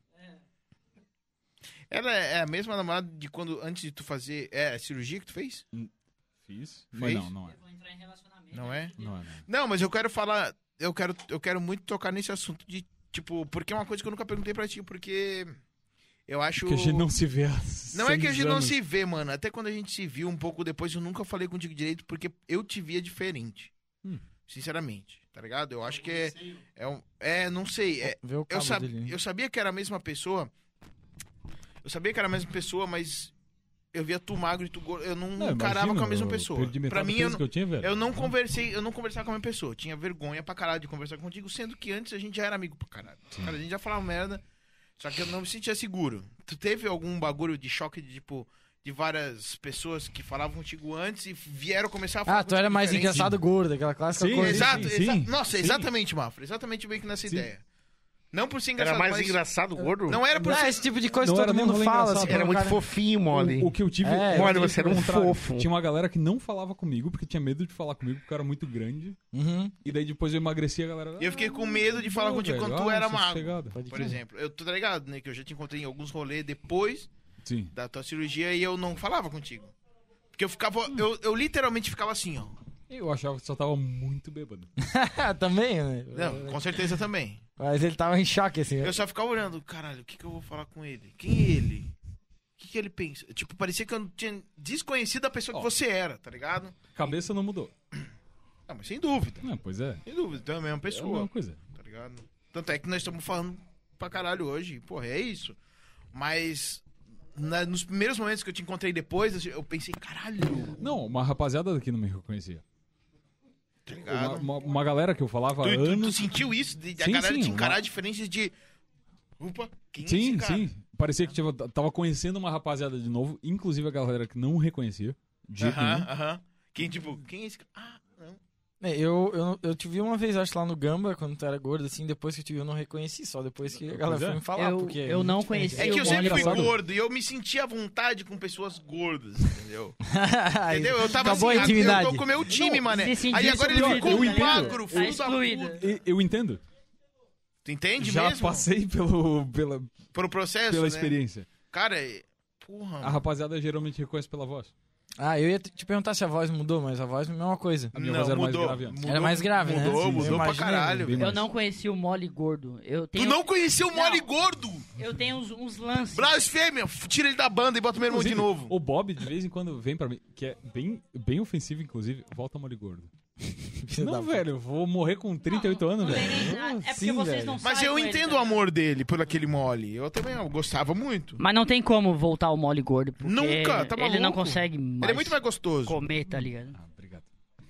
[SPEAKER 1] Ela é a mesma namorada de quando, antes de tu fazer, é a cirurgia que tu fez?
[SPEAKER 5] Fiz?
[SPEAKER 1] Fez?
[SPEAKER 5] Mas não, não é.
[SPEAKER 1] Não é?
[SPEAKER 5] Não é, não é.
[SPEAKER 1] Não, mas eu quero falar. Eu quero, eu quero muito tocar nesse assunto de, tipo, porque é uma coisa que eu nunca perguntei pra ti, porque eu acho.
[SPEAKER 5] Porque a gente não se vê. há
[SPEAKER 1] Não é que a gente
[SPEAKER 5] 100
[SPEAKER 1] não
[SPEAKER 5] anos.
[SPEAKER 1] se vê, mano. Até quando a gente se viu um pouco depois, eu nunca falei contigo direito, porque eu te via diferente.
[SPEAKER 5] Hum.
[SPEAKER 1] Sinceramente, tá ligado? Eu acho que é. É, um- é, não sei. é-
[SPEAKER 3] Vê o
[SPEAKER 1] eu,
[SPEAKER 3] cabo
[SPEAKER 1] sab-
[SPEAKER 3] dele, hein?
[SPEAKER 1] eu sabia que era a mesma pessoa. Eu sabia que era a mesma pessoa, mas eu via tu magro e tu gordo. Eu não,
[SPEAKER 5] Não, imagina,
[SPEAKER 1] encarava com a mesma
[SPEAKER 5] eu
[SPEAKER 1] pessoa.
[SPEAKER 5] perdi metade
[SPEAKER 1] Pra
[SPEAKER 5] do
[SPEAKER 1] mim,
[SPEAKER 5] peso
[SPEAKER 1] eu não,
[SPEAKER 5] que eu tinha, velho.
[SPEAKER 1] eu não conversei, eu não conversava com a minha pessoa. Eu tinha vergonha pra caralho de conversar contigo, sendo que antes a gente já era amigo pra caralho. Cara, a gente já falava merda, só que eu não me sentia seguro. Tu teve algum bagulho de choque de tipo de várias pessoas que falavam contigo antes e vieram começar a falar
[SPEAKER 3] Ah, tu era
[SPEAKER 1] contigo
[SPEAKER 3] mais
[SPEAKER 1] diferente?
[SPEAKER 3] engraçado gordo, aquela clássica
[SPEAKER 5] Sim,
[SPEAKER 3] coisa.
[SPEAKER 1] Exato,
[SPEAKER 5] Sim,
[SPEAKER 1] exa-
[SPEAKER 5] sim.
[SPEAKER 1] Nossa,
[SPEAKER 5] Sim.
[SPEAKER 1] exatamente, Mafra. Exatamente bem que nessa
[SPEAKER 5] Sim.
[SPEAKER 1] ideia. Não por ser
[SPEAKER 2] Era
[SPEAKER 1] engraçado,
[SPEAKER 2] mais
[SPEAKER 1] mas
[SPEAKER 2] engraçado, gordo?
[SPEAKER 1] não é tipo, era por
[SPEAKER 3] Ah,
[SPEAKER 1] ser...
[SPEAKER 3] esse tipo de coisa
[SPEAKER 5] Não
[SPEAKER 3] que
[SPEAKER 5] era
[SPEAKER 3] todo
[SPEAKER 5] nem
[SPEAKER 3] mundo
[SPEAKER 5] rolê
[SPEAKER 3] fala,
[SPEAKER 5] engraçado.
[SPEAKER 3] assim.
[SPEAKER 2] Era
[SPEAKER 3] pô,
[SPEAKER 2] muito
[SPEAKER 3] cara-
[SPEAKER 2] fofinho, mole.
[SPEAKER 5] O que eu tive.
[SPEAKER 3] É,
[SPEAKER 5] eu
[SPEAKER 2] olha,
[SPEAKER 5] tive
[SPEAKER 2] você
[SPEAKER 5] o
[SPEAKER 2] era um
[SPEAKER 5] contrário.
[SPEAKER 2] fofo.
[SPEAKER 5] Tinha uma galera que não falava comigo porque tinha medo de falar comigo porque eu era muito grande.
[SPEAKER 3] Uhum.
[SPEAKER 5] E daí depois eu emagreci a galera.
[SPEAKER 1] E eu fiquei
[SPEAKER 5] "Ah,
[SPEAKER 1] com medo de falar
[SPEAKER 5] não,
[SPEAKER 1] contigo
[SPEAKER 5] velho,
[SPEAKER 1] quando tu
[SPEAKER 5] ah,
[SPEAKER 1] era
[SPEAKER 5] você é
[SPEAKER 1] magro,
[SPEAKER 5] sossegado."
[SPEAKER 1] Por exemplo, eu tô tá ligado, né? Que eu já te encontrei em alguns rolês depois
[SPEAKER 5] Sim.
[SPEAKER 1] da tua cirurgia e eu não falava contigo. Porque eu ficava. Eu, eu literalmente ficava assim, ó.
[SPEAKER 5] Eu achava que só tava muito bêbado.
[SPEAKER 3] Também, né?
[SPEAKER 1] Não, com certeza também.
[SPEAKER 3] Mas ele tava em choque, assim.
[SPEAKER 1] Eu só ficava olhando, caralho, o que, que eu vou falar com ele? Quem é ele? O que, que ele pensa? Tipo, parecia que eu não tinha desconhecido a pessoa que
[SPEAKER 5] Ó.
[SPEAKER 1] você era, tá ligado?
[SPEAKER 5] Cabeça não mudou.
[SPEAKER 1] Não, mas sem dúvida,
[SPEAKER 5] Não, pois é.
[SPEAKER 1] sem dúvida. Então é a mesma
[SPEAKER 5] É a mesma
[SPEAKER 1] pessoa,
[SPEAKER 5] coisa.
[SPEAKER 1] tá ligado? Tanto é que nós estamos falando pra caralho hoje. Porra, é isso. Mas na- nos primeiros momentos que eu te encontrei depois, eu pensei, caralho,
[SPEAKER 5] Não, uma rapaziada daqui não me reconhecia.
[SPEAKER 1] tá ligado?
[SPEAKER 5] Uma, uma- uma galera que eu falava
[SPEAKER 1] Tu, tu- tu
[SPEAKER 5] anos.
[SPEAKER 1] sentiu isso? De, de a
[SPEAKER 5] Sim,
[SPEAKER 1] galera
[SPEAKER 5] sim,
[SPEAKER 1] te encarar
[SPEAKER 5] uma-
[SPEAKER 1] diferentes de. Opa, quem é
[SPEAKER 5] Sim,
[SPEAKER 1] esse cara?
[SPEAKER 5] sim. Parecia que tinha- tava conhecendo uma rapaziada de novo, inclusive a galera que não reconhecia. De um. uhum. jeito
[SPEAKER 1] Aham,
[SPEAKER 5] nenhum.
[SPEAKER 1] aham. Quem, tipo, quem é esse cara? Ah, não.
[SPEAKER 3] É, Eu, eu, eu te vi uma vez, acho, lá no Gamba, quando tu era gordo, assim, depois que eu te vi, eu não reconheci, só depois que a galera
[SPEAKER 5] Pois é.
[SPEAKER 3] foi me falar,
[SPEAKER 10] Eu-
[SPEAKER 3] porque... é
[SPEAKER 10] eu
[SPEAKER 3] muito
[SPEAKER 10] não
[SPEAKER 3] diferente.
[SPEAKER 10] conheci
[SPEAKER 1] É que eu
[SPEAKER 10] o
[SPEAKER 1] sempre fui
[SPEAKER 5] engraçado.
[SPEAKER 1] gordo e eu me sentia à vontade com pessoas gordas, entendeu? entendeu? Eu tava
[SPEAKER 3] Acabou a
[SPEAKER 1] assim, eu
[SPEAKER 3] intimidade.
[SPEAKER 1] tô com o meu time, mané.
[SPEAKER 10] se sentir
[SPEAKER 1] Aí agora ele
[SPEAKER 10] excluído,
[SPEAKER 1] ficou
[SPEAKER 5] né?
[SPEAKER 1] magro,
[SPEAKER 10] Tá
[SPEAKER 1] filho da
[SPEAKER 10] excluído.
[SPEAKER 1] puta.
[SPEAKER 5] E- Eu entendo.
[SPEAKER 1] Tu entende
[SPEAKER 5] Já
[SPEAKER 1] mesmo?
[SPEAKER 5] passei pelo, pela,
[SPEAKER 1] Pelo processo,
[SPEAKER 5] pela
[SPEAKER 1] né?
[SPEAKER 5] experiência. Ah,
[SPEAKER 1] Cara, é- porra,
[SPEAKER 5] A rapaziada geralmente reconhece pela voz.
[SPEAKER 3] Ah, eu ia te te perguntar se a voz mudou, mas a voz é a mesma coisa.
[SPEAKER 5] A minha
[SPEAKER 1] Não,
[SPEAKER 5] voz era
[SPEAKER 1] mudou.
[SPEAKER 5] mais grave antes.
[SPEAKER 3] Era mais grave, né?
[SPEAKER 1] mudou,
[SPEAKER 3] Sim, eu
[SPEAKER 1] mudou pra
[SPEAKER 3] imaginei.
[SPEAKER 1] caralho.
[SPEAKER 5] Bem
[SPEAKER 1] velho.
[SPEAKER 10] Eu
[SPEAKER 5] mais.
[SPEAKER 10] não conheci o mole gordo. Eu
[SPEAKER 1] Tu
[SPEAKER 10] tenho,
[SPEAKER 1] não conheceu o mole gordo!
[SPEAKER 10] eu tenho uns, uns lances.
[SPEAKER 1] Blasfêmia! F- Tira ele da banda e bota meu irmão de
[SPEAKER 5] Inclusive,
[SPEAKER 1] novo.
[SPEAKER 5] O Bob, de vez em quando, vem pra mim, que é bem, bem ofensivo, inclusive, volta mole gordo.
[SPEAKER 3] Filho da
[SPEAKER 5] Não,
[SPEAKER 3] puta.
[SPEAKER 5] velho, eu vou morrer com 38 anos, velho.
[SPEAKER 10] É porque
[SPEAKER 5] Sim,
[SPEAKER 10] vocês
[SPEAKER 5] velho.
[SPEAKER 10] não
[SPEAKER 1] Mas
[SPEAKER 10] saem
[SPEAKER 1] eu
[SPEAKER 10] com ele,
[SPEAKER 1] entendo
[SPEAKER 10] tá
[SPEAKER 1] o amor dele por aquele mole. Eu também eu gostava muito.
[SPEAKER 10] Mas não tem como voltar o mole gordo. Porque
[SPEAKER 1] Nunca, tá
[SPEAKER 10] Ele não
[SPEAKER 1] maluco?
[SPEAKER 10] consegue mais.
[SPEAKER 1] Ele é muito mais gostoso.
[SPEAKER 10] Comer, tá ligado?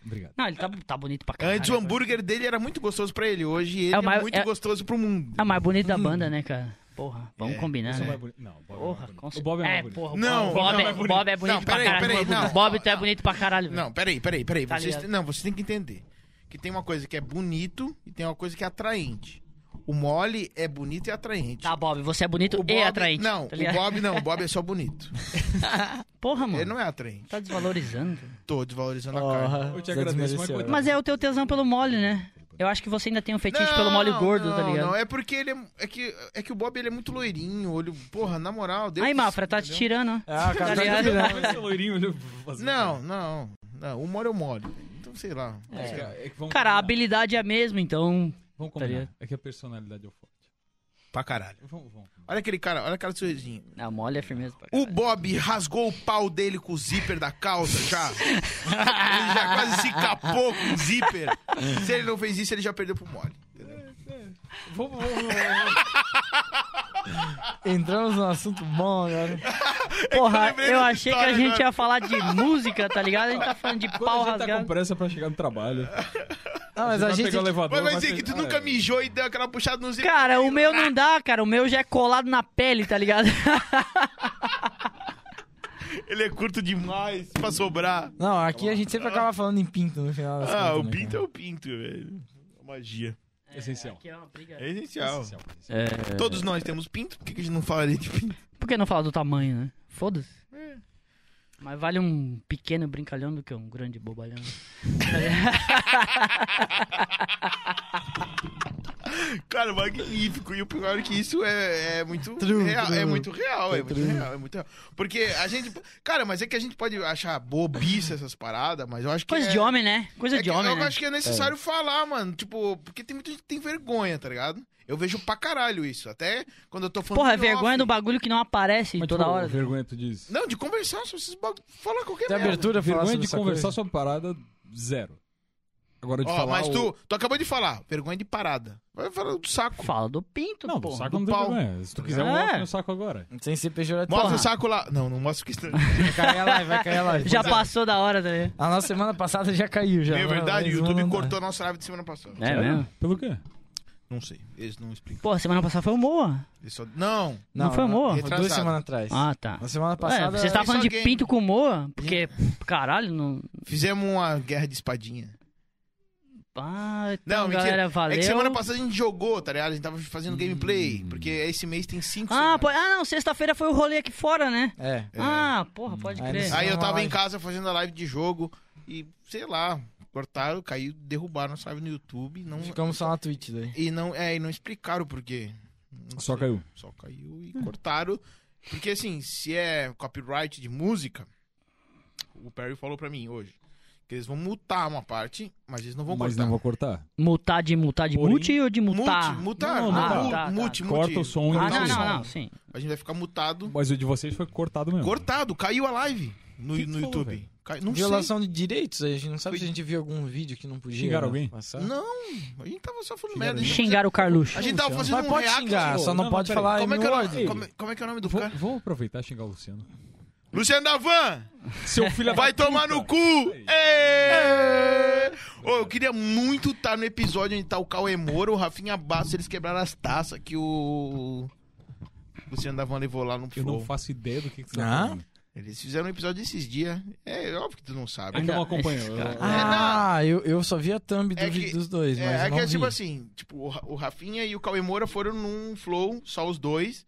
[SPEAKER 5] Obrigado.
[SPEAKER 10] Não, ele tá, tá bonito pra caralho.
[SPEAKER 1] Antes o hambúrguer dele era muito gostoso pra ele. Hoje ele
[SPEAKER 10] É
[SPEAKER 1] é,
[SPEAKER 10] o maior-
[SPEAKER 1] muito
[SPEAKER 10] é-
[SPEAKER 1] gostoso pro mundo.
[SPEAKER 10] É o mais bonito da banda, né, cara? Porra, vamos
[SPEAKER 1] Hum. É,
[SPEAKER 10] combinar,
[SPEAKER 5] Esse é
[SPEAKER 10] né?
[SPEAKER 5] mais bonito. Não, o Bob é mais
[SPEAKER 10] Porra,
[SPEAKER 5] bonito.
[SPEAKER 10] com
[SPEAKER 5] O Bob é mais
[SPEAKER 10] é,
[SPEAKER 5] bonito.
[SPEAKER 10] porra, o
[SPEAKER 1] Não,
[SPEAKER 10] Bob,
[SPEAKER 1] não,
[SPEAKER 10] é-
[SPEAKER 1] é
[SPEAKER 10] o Bob é bonito
[SPEAKER 1] Não,
[SPEAKER 10] pra
[SPEAKER 1] peraí,
[SPEAKER 10] caralho.
[SPEAKER 1] peraí, não.
[SPEAKER 10] o Bob tu é bonito pra caralho. velho.
[SPEAKER 1] Não, peraí, peraí, peraí.
[SPEAKER 10] Tá
[SPEAKER 1] Vocês,
[SPEAKER 10] ligado.
[SPEAKER 1] não, você tem que entender. Que tem uma coisa que é bonito e tem uma coisa que é atraente. O mole é bonito e atraente.
[SPEAKER 10] Tá, Bob, você é bonito
[SPEAKER 1] O
[SPEAKER 10] e
[SPEAKER 1] Bob-
[SPEAKER 10] atraente.
[SPEAKER 1] Não,
[SPEAKER 10] tá
[SPEAKER 1] o
[SPEAKER 10] ligado?
[SPEAKER 1] Bob não, o Bob é só bonito.
[SPEAKER 10] Porra, mano.
[SPEAKER 1] Ele não é atraente.
[SPEAKER 10] Tá desvalorizando.
[SPEAKER 1] Tô desvalorizando a carne.
[SPEAKER 3] Porra,
[SPEAKER 5] Eu te
[SPEAKER 3] você
[SPEAKER 5] agradeço, mas
[SPEAKER 3] desmereceu,
[SPEAKER 5] coitado.
[SPEAKER 3] né?
[SPEAKER 10] Mas é o teu tesão pelo mole, né? Eu acho que você ainda tem um fetiche pelo mole gordo, tá
[SPEAKER 1] não,
[SPEAKER 10] ligado?
[SPEAKER 1] Não, é porque ele é, é que é que o Bob ele é muito loirinho, olho, porra, na moral, Deus
[SPEAKER 10] Aí,
[SPEAKER 1] do céu,
[SPEAKER 10] Mafra, tá te
[SPEAKER 1] entendeu?
[SPEAKER 10] tirando, ó.
[SPEAKER 3] Ah, o cara tá
[SPEAKER 10] Tá ligado?
[SPEAKER 3] virando.
[SPEAKER 5] Esse loirinho, né? ele-
[SPEAKER 1] Não, não, não, o mole é o mole. Então sei lá.
[SPEAKER 5] É que- é que vamos
[SPEAKER 10] Cara, a
[SPEAKER 5] combinar.
[SPEAKER 10] habilidade é a mesma, então.
[SPEAKER 5] Vamos
[SPEAKER 10] Tá
[SPEAKER 5] combinar.
[SPEAKER 10] ligado?
[SPEAKER 5] É que a personalidade é o forte.
[SPEAKER 1] Pra caralho.
[SPEAKER 5] Vamos, vamos. combinar.
[SPEAKER 1] Olha aquele cara, olha aquela sorrisinho.
[SPEAKER 10] A mole é firmeza pra
[SPEAKER 1] O
[SPEAKER 10] caralho.
[SPEAKER 1] Bob rasgou o pau dele com o zíper da calça já. ele já quase se capou com o zíper. Se ele não fez isso, ele já perdeu pro mole.
[SPEAKER 5] Vamos, vamos, vamos, vamos.
[SPEAKER 3] Entramos num assunto bom agora.
[SPEAKER 10] Porra,
[SPEAKER 1] lembrei
[SPEAKER 10] eu
[SPEAKER 1] dessa
[SPEAKER 10] achei que a
[SPEAKER 1] é história né?
[SPEAKER 10] gente
[SPEAKER 1] agora.
[SPEAKER 10] ia falar de música, tá ligado? A gente tá falando de pau
[SPEAKER 5] Quando a gente tá com
[SPEAKER 10] rasgado.
[SPEAKER 5] pressa pra chegar no trabalho.
[SPEAKER 3] Não, Ah,
[SPEAKER 9] tá
[SPEAKER 3] mas a
[SPEAKER 5] vai
[SPEAKER 3] gente.
[SPEAKER 5] pegar o elevador,
[SPEAKER 1] Mas tá vai
[SPEAKER 5] vai
[SPEAKER 1] dizer
[SPEAKER 5] pe-
[SPEAKER 1] que tu
[SPEAKER 5] Ah,
[SPEAKER 1] nunca
[SPEAKER 5] é.
[SPEAKER 1] mijou e deu aquela puxada no zíper.
[SPEAKER 10] Cara, o meu não dá, cara. O meu já é colado na pele, tá ligado?
[SPEAKER 1] Ele é curto demais pra sobrar.
[SPEAKER 3] Não, aqui a gente sempre acaba falando em pinto no final. das
[SPEAKER 1] Ah,
[SPEAKER 3] contas,
[SPEAKER 1] o
[SPEAKER 3] né,
[SPEAKER 1] pinto é
[SPEAKER 3] cara?
[SPEAKER 1] o pinto, velho. É Magia.
[SPEAKER 5] Essencial.
[SPEAKER 1] É essencial.
[SPEAKER 5] Essencial.
[SPEAKER 1] Todos nós temos pinto, por que que a gente não falaria de pinto?
[SPEAKER 10] Por que não falar do tamanho, né? Foda-se.
[SPEAKER 1] É.
[SPEAKER 10] Mas vale um pequeno brincalhão do que um grande bobalhão.
[SPEAKER 1] Cara, magnífico. E o pior é que isso é, é muito
[SPEAKER 3] True,
[SPEAKER 1] real.
[SPEAKER 3] true.
[SPEAKER 1] É muito real, é,
[SPEAKER 3] É
[SPEAKER 1] muito
[SPEAKER 3] true.
[SPEAKER 1] real, é muito real. Porque a gente. Cara, mas é que a gente pode achar bobice essas paradas, mas eu acho que.
[SPEAKER 10] Coisa
[SPEAKER 1] é,
[SPEAKER 10] de homem, né? Coisa
[SPEAKER 1] é
[SPEAKER 10] de
[SPEAKER 1] que
[SPEAKER 10] homem,
[SPEAKER 1] Eu
[SPEAKER 10] né?
[SPEAKER 1] acho que é necessário falar, mano. Tipo, porque tem muita gente que tem vergonha, tá ligado? Eu vejo pra caralho isso. Até quando eu tô falando.
[SPEAKER 10] Porra, é
[SPEAKER 1] em off.
[SPEAKER 10] vergonha do bagulho que não aparece
[SPEAKER 5] Mas,
[SPEAKER 10] toda
[SPEAKER 5] tipo,
[SPEAKER 10] hora.
[SPEAKER 5] Vergonha, tu diz.
[SPEAKER 1] Não, de conversar sobre esses bagulho. Falar qualquer
[SPEAKER 3] Tem
[SPEAKER 1] merda.
[SPEAKER 3] é abertura pra falar
[SPEAKER 5] Vergonha
[SPEAKER 3] sobre
[SPEAKER 5] de
[SPEAKER 3] essa
[SPEAKER 5] conversar
[SPEAKER 3] coisa?
[SPEAKER 5] sobre parada, zero. Agora de
[SPEAKER 1] Ó,
[SPEAKER 5] falar.
[SPEAKER 1] mas
[SPEAKER 5] o-
[SPEAKER 1] tu, tu acabou de falar. Vergonha de parada. Vai falar do saco.
[SPEAKER 10] Fala do pinto,
[SPEAKER 5] Não, do
[SPEAKER 10] porra.
[SPEAKER 5] saco
[SPEAKER 1] do
[SPEAKER 5] não tem
[SPEAKER 1] pau.
[SPEAKER 5] vergonha. Se tu quiser, eu
[SPEAKER 10] É.
[SPEAKER 5] mostro no saco agora.
[SPEAKER 3] Sem ser pejorativo.
[SPEAKER 1] Mostra
[SPEAKER 10] Porra.
[SPEAKER 1] o saco lá. Não, não mostra o que está.
[SPEAKER 3] Vai cair a live, vai cair a live.
[SPEAKER 10] Já passou da hora, tá ligado?
[SPEAKER 3] A nossa semana passada já caiu, já.
[SPEAKER 1] É
[SPEAKER 3] mas-
[SPEAKER 1] verdade, o
[SPEAKER 3] mas
[SPEAKER 1] YouTube
[SPEAKER 3] não dá.
[SPEAKER 1] cortou a nossa live de semana passada.
[SPEAKER 10] É mesmo?
[SPEAKER 5] Pelo quê?
[SPEAKER 1] Não sei. Eles não explicam.
[SPEAKER 10] Pô, semana passada foi o Moa.
[SPEAKER 1] Eles só... Não.
[SPEAKER 10] Não foi, amor?
[SPEAKER 3] Foi duas
[SPEAKER 1] Retrasado.
[SPEAKER 3] semanas atrás.
[SPEAKER 10] Ah, tá.
[SPEAKER 3] Na semana
[SPEAKER 10] É,
[SPEAKER 3] passada.
[SPEAKER 10] você tá
[SPEAKER 1] Isso
[SPEAKER 10] falando
[SPEAKER 1] é
[SPEAKER 10] de
[SPEAKER 1] game.
[SPEAKER 10] pinto com Moa? Porque, caralho, não.
[SPEAKER 1] Fizemos uma guerra de espadinha.
[SPEAKER 10] Ah, então,
[SPEAKER 1] Não, mentira.
[SPEAKER 10] galera, valeu.
[SPEAKER 1] É que semana passada a gente jogou, tá ligado? A gente tava fazendo gameplay. Porque esse mês tem cinco
[SPEAKER 10] Ah,
[SPEAKER 1] semanas.
[SPEAKER 10] pô- ah, não, sexta-feira foi o rolê aqui fora, né?
[SPEAKER 3] É.
[SPEAKER 1] É.
[SPEAKER 10] Ah, porra, pode
[SPEAKER 3] Aí
[SPEAKER 10] crer.
[SPEAKER 3] nesse-
[SPEAKER 1] Aí eu tava em
[SPEAKER 3] Live.
[SPEAKER 1] casa fazendo a live de jogo e, sei lá, cortaram, caiu, derrubaram nossa live no YouTube. Não...
[SPEAKER 3] Ficamos só na Twitch daí.
[SPEAKER 1] E não, é, e não explicaram o porquê. Não
[SPEAKER 5] Só
[SPEAKER 1] sei.
[SPEAKER 5] caiu.
[SPEAKER 1] Só caiu
[SPEAKER 10] Hum.
[SPEAKER 1] e cortaram. Porque assim, se é copyright de música, o Perry falou pra mim hoje. Que eles vão multar uma parte, mas eles não vão
[SPEAKER 5] mas
[SPEAKER 1] cortar.
[SPEAKER 5] não vou cortar.
[SPEAKER 10] Mutar de mutar de
[SPEAKER 5] Porém-
[SPEAKER 10] mute ou de mutar?
[SPEAKER 1] Mute, mutar,
[SPEAKER 5] Não,
[SPEAKER 1] mu-
[SPEAKER 10] tá,
[SPEAKER 1] mu-
[SPEAKER 10] tá,
[SPEAKER 1] mute, mute.
[SPEAKER 5] Corta o som e
[SPEAKER 10] Ah,
[SPEAKER 5] muta
[SPEAKER 10] não,
[SPEAKER 5] o
[SPEAKER 10] não,
[SPEAKER 5] som.
[SPEAKER 10] não, sim.
[SPEAKER 1] A gente vai ficar mutado.
[SPEAKER 5] Mas o de vocês foi cortado mesmo.
[SPEAKER 1] Cortado, caiu a live no,
[SPEAKER 5] Que que
[SPEAKER 1] no
[SPEAKER 5] falou,
[SPEAKER 1] YouTube.
[SPEAKER 5] velho?
[SPEAKER 1] Cai- não
[SPEAKER 3] Violação de direitos, a gente não sabe
[SPEAKER 1] Foi-
[SPEAKER 3] se a gente viu algum vídeo que não podia.
[SPEAKER 5] Xingaram
[SPEAKER 3] né,
[SPEAKER 5] alguém?
[SPEAKER 3] passar.
[SPEAKER 1] sei. Não, a gente tava só falando merda.
[SPEAKER 5] Xingaram
[SPEAKER 1] A gente,
[SPEAKER 10] Xingar o Carluxo.
[SPEAKER 1] a gente tava fazendo
[SPEAKER 3] Mas
[SPEAKER 1] um
[SPEAKER 3] pode
[SPEAKER 1] react.
[SPEAKER 3] xingar, só
[SPEAKER 5] Não,
[SPEAKER 3] não
[SPEAKER 5] não,
[SPEAKER 3] pode
[SPEAKER 5] peraí.
[SPEAKER 3] falar
[SPEAKER 1] Como é, que é o
[SPEAKER 3] N-word.
[SPEAKER 1] nome, como, é- como é que é o nome do
[SPEAKER 5] Vou-
[SPEAKER 1] cara?
[SPEAKER 5] Vamos aproveitar e xingar o Luciano.
[SPEAKER 1] Luciano Davan!
[SPEAKER 5] Seu filho
[SPEAKER 1] Vai tomar no cu! Ê! Ô, eu queria muito estar no episódio onde tá o Cauê Moura, o Rafinha Basso, eles quebraram as taças que o Luciano Davan levou lá no
[SPEAKER 5] Eu não
[SPEAKER 1] flow.
[SPEAKER 5] faço ideia do que, que você tá
[SPEAKER 3] Ah?
[SPEAKER 5] falando.
[SPEAKER 1] Eles fizeram um episódio esses dias. É óbvio que tu não sabe.
[SPEAKER 5] É que eu não
[SPEAKER 10] Cara,
[SPEAKER 5] acompanho.
[SPEAKER 10] esse
[SPEAKER 5] eu-
[SPEAKER 10] cara-
[SPEAKER 3] Ah, eu, eu só vi a thumb do
[SPEAKER 1] É
[SPEAKER 3] vídeo
[SPEAKER 1] que-
[SPEAKER 3] dos dois, mas
[SPEAKER 1] É,
[SPEAKER 3] eu
[SPEAKER 1] é
[SPEAKER 3] não
[SPEAKER 1] que é
[SPEAKER 3] vi.
[SPEAKER 1] tipo assim, tipo, o Ra- o Rafinha e o Cauê Moura foram num flow, só os dois.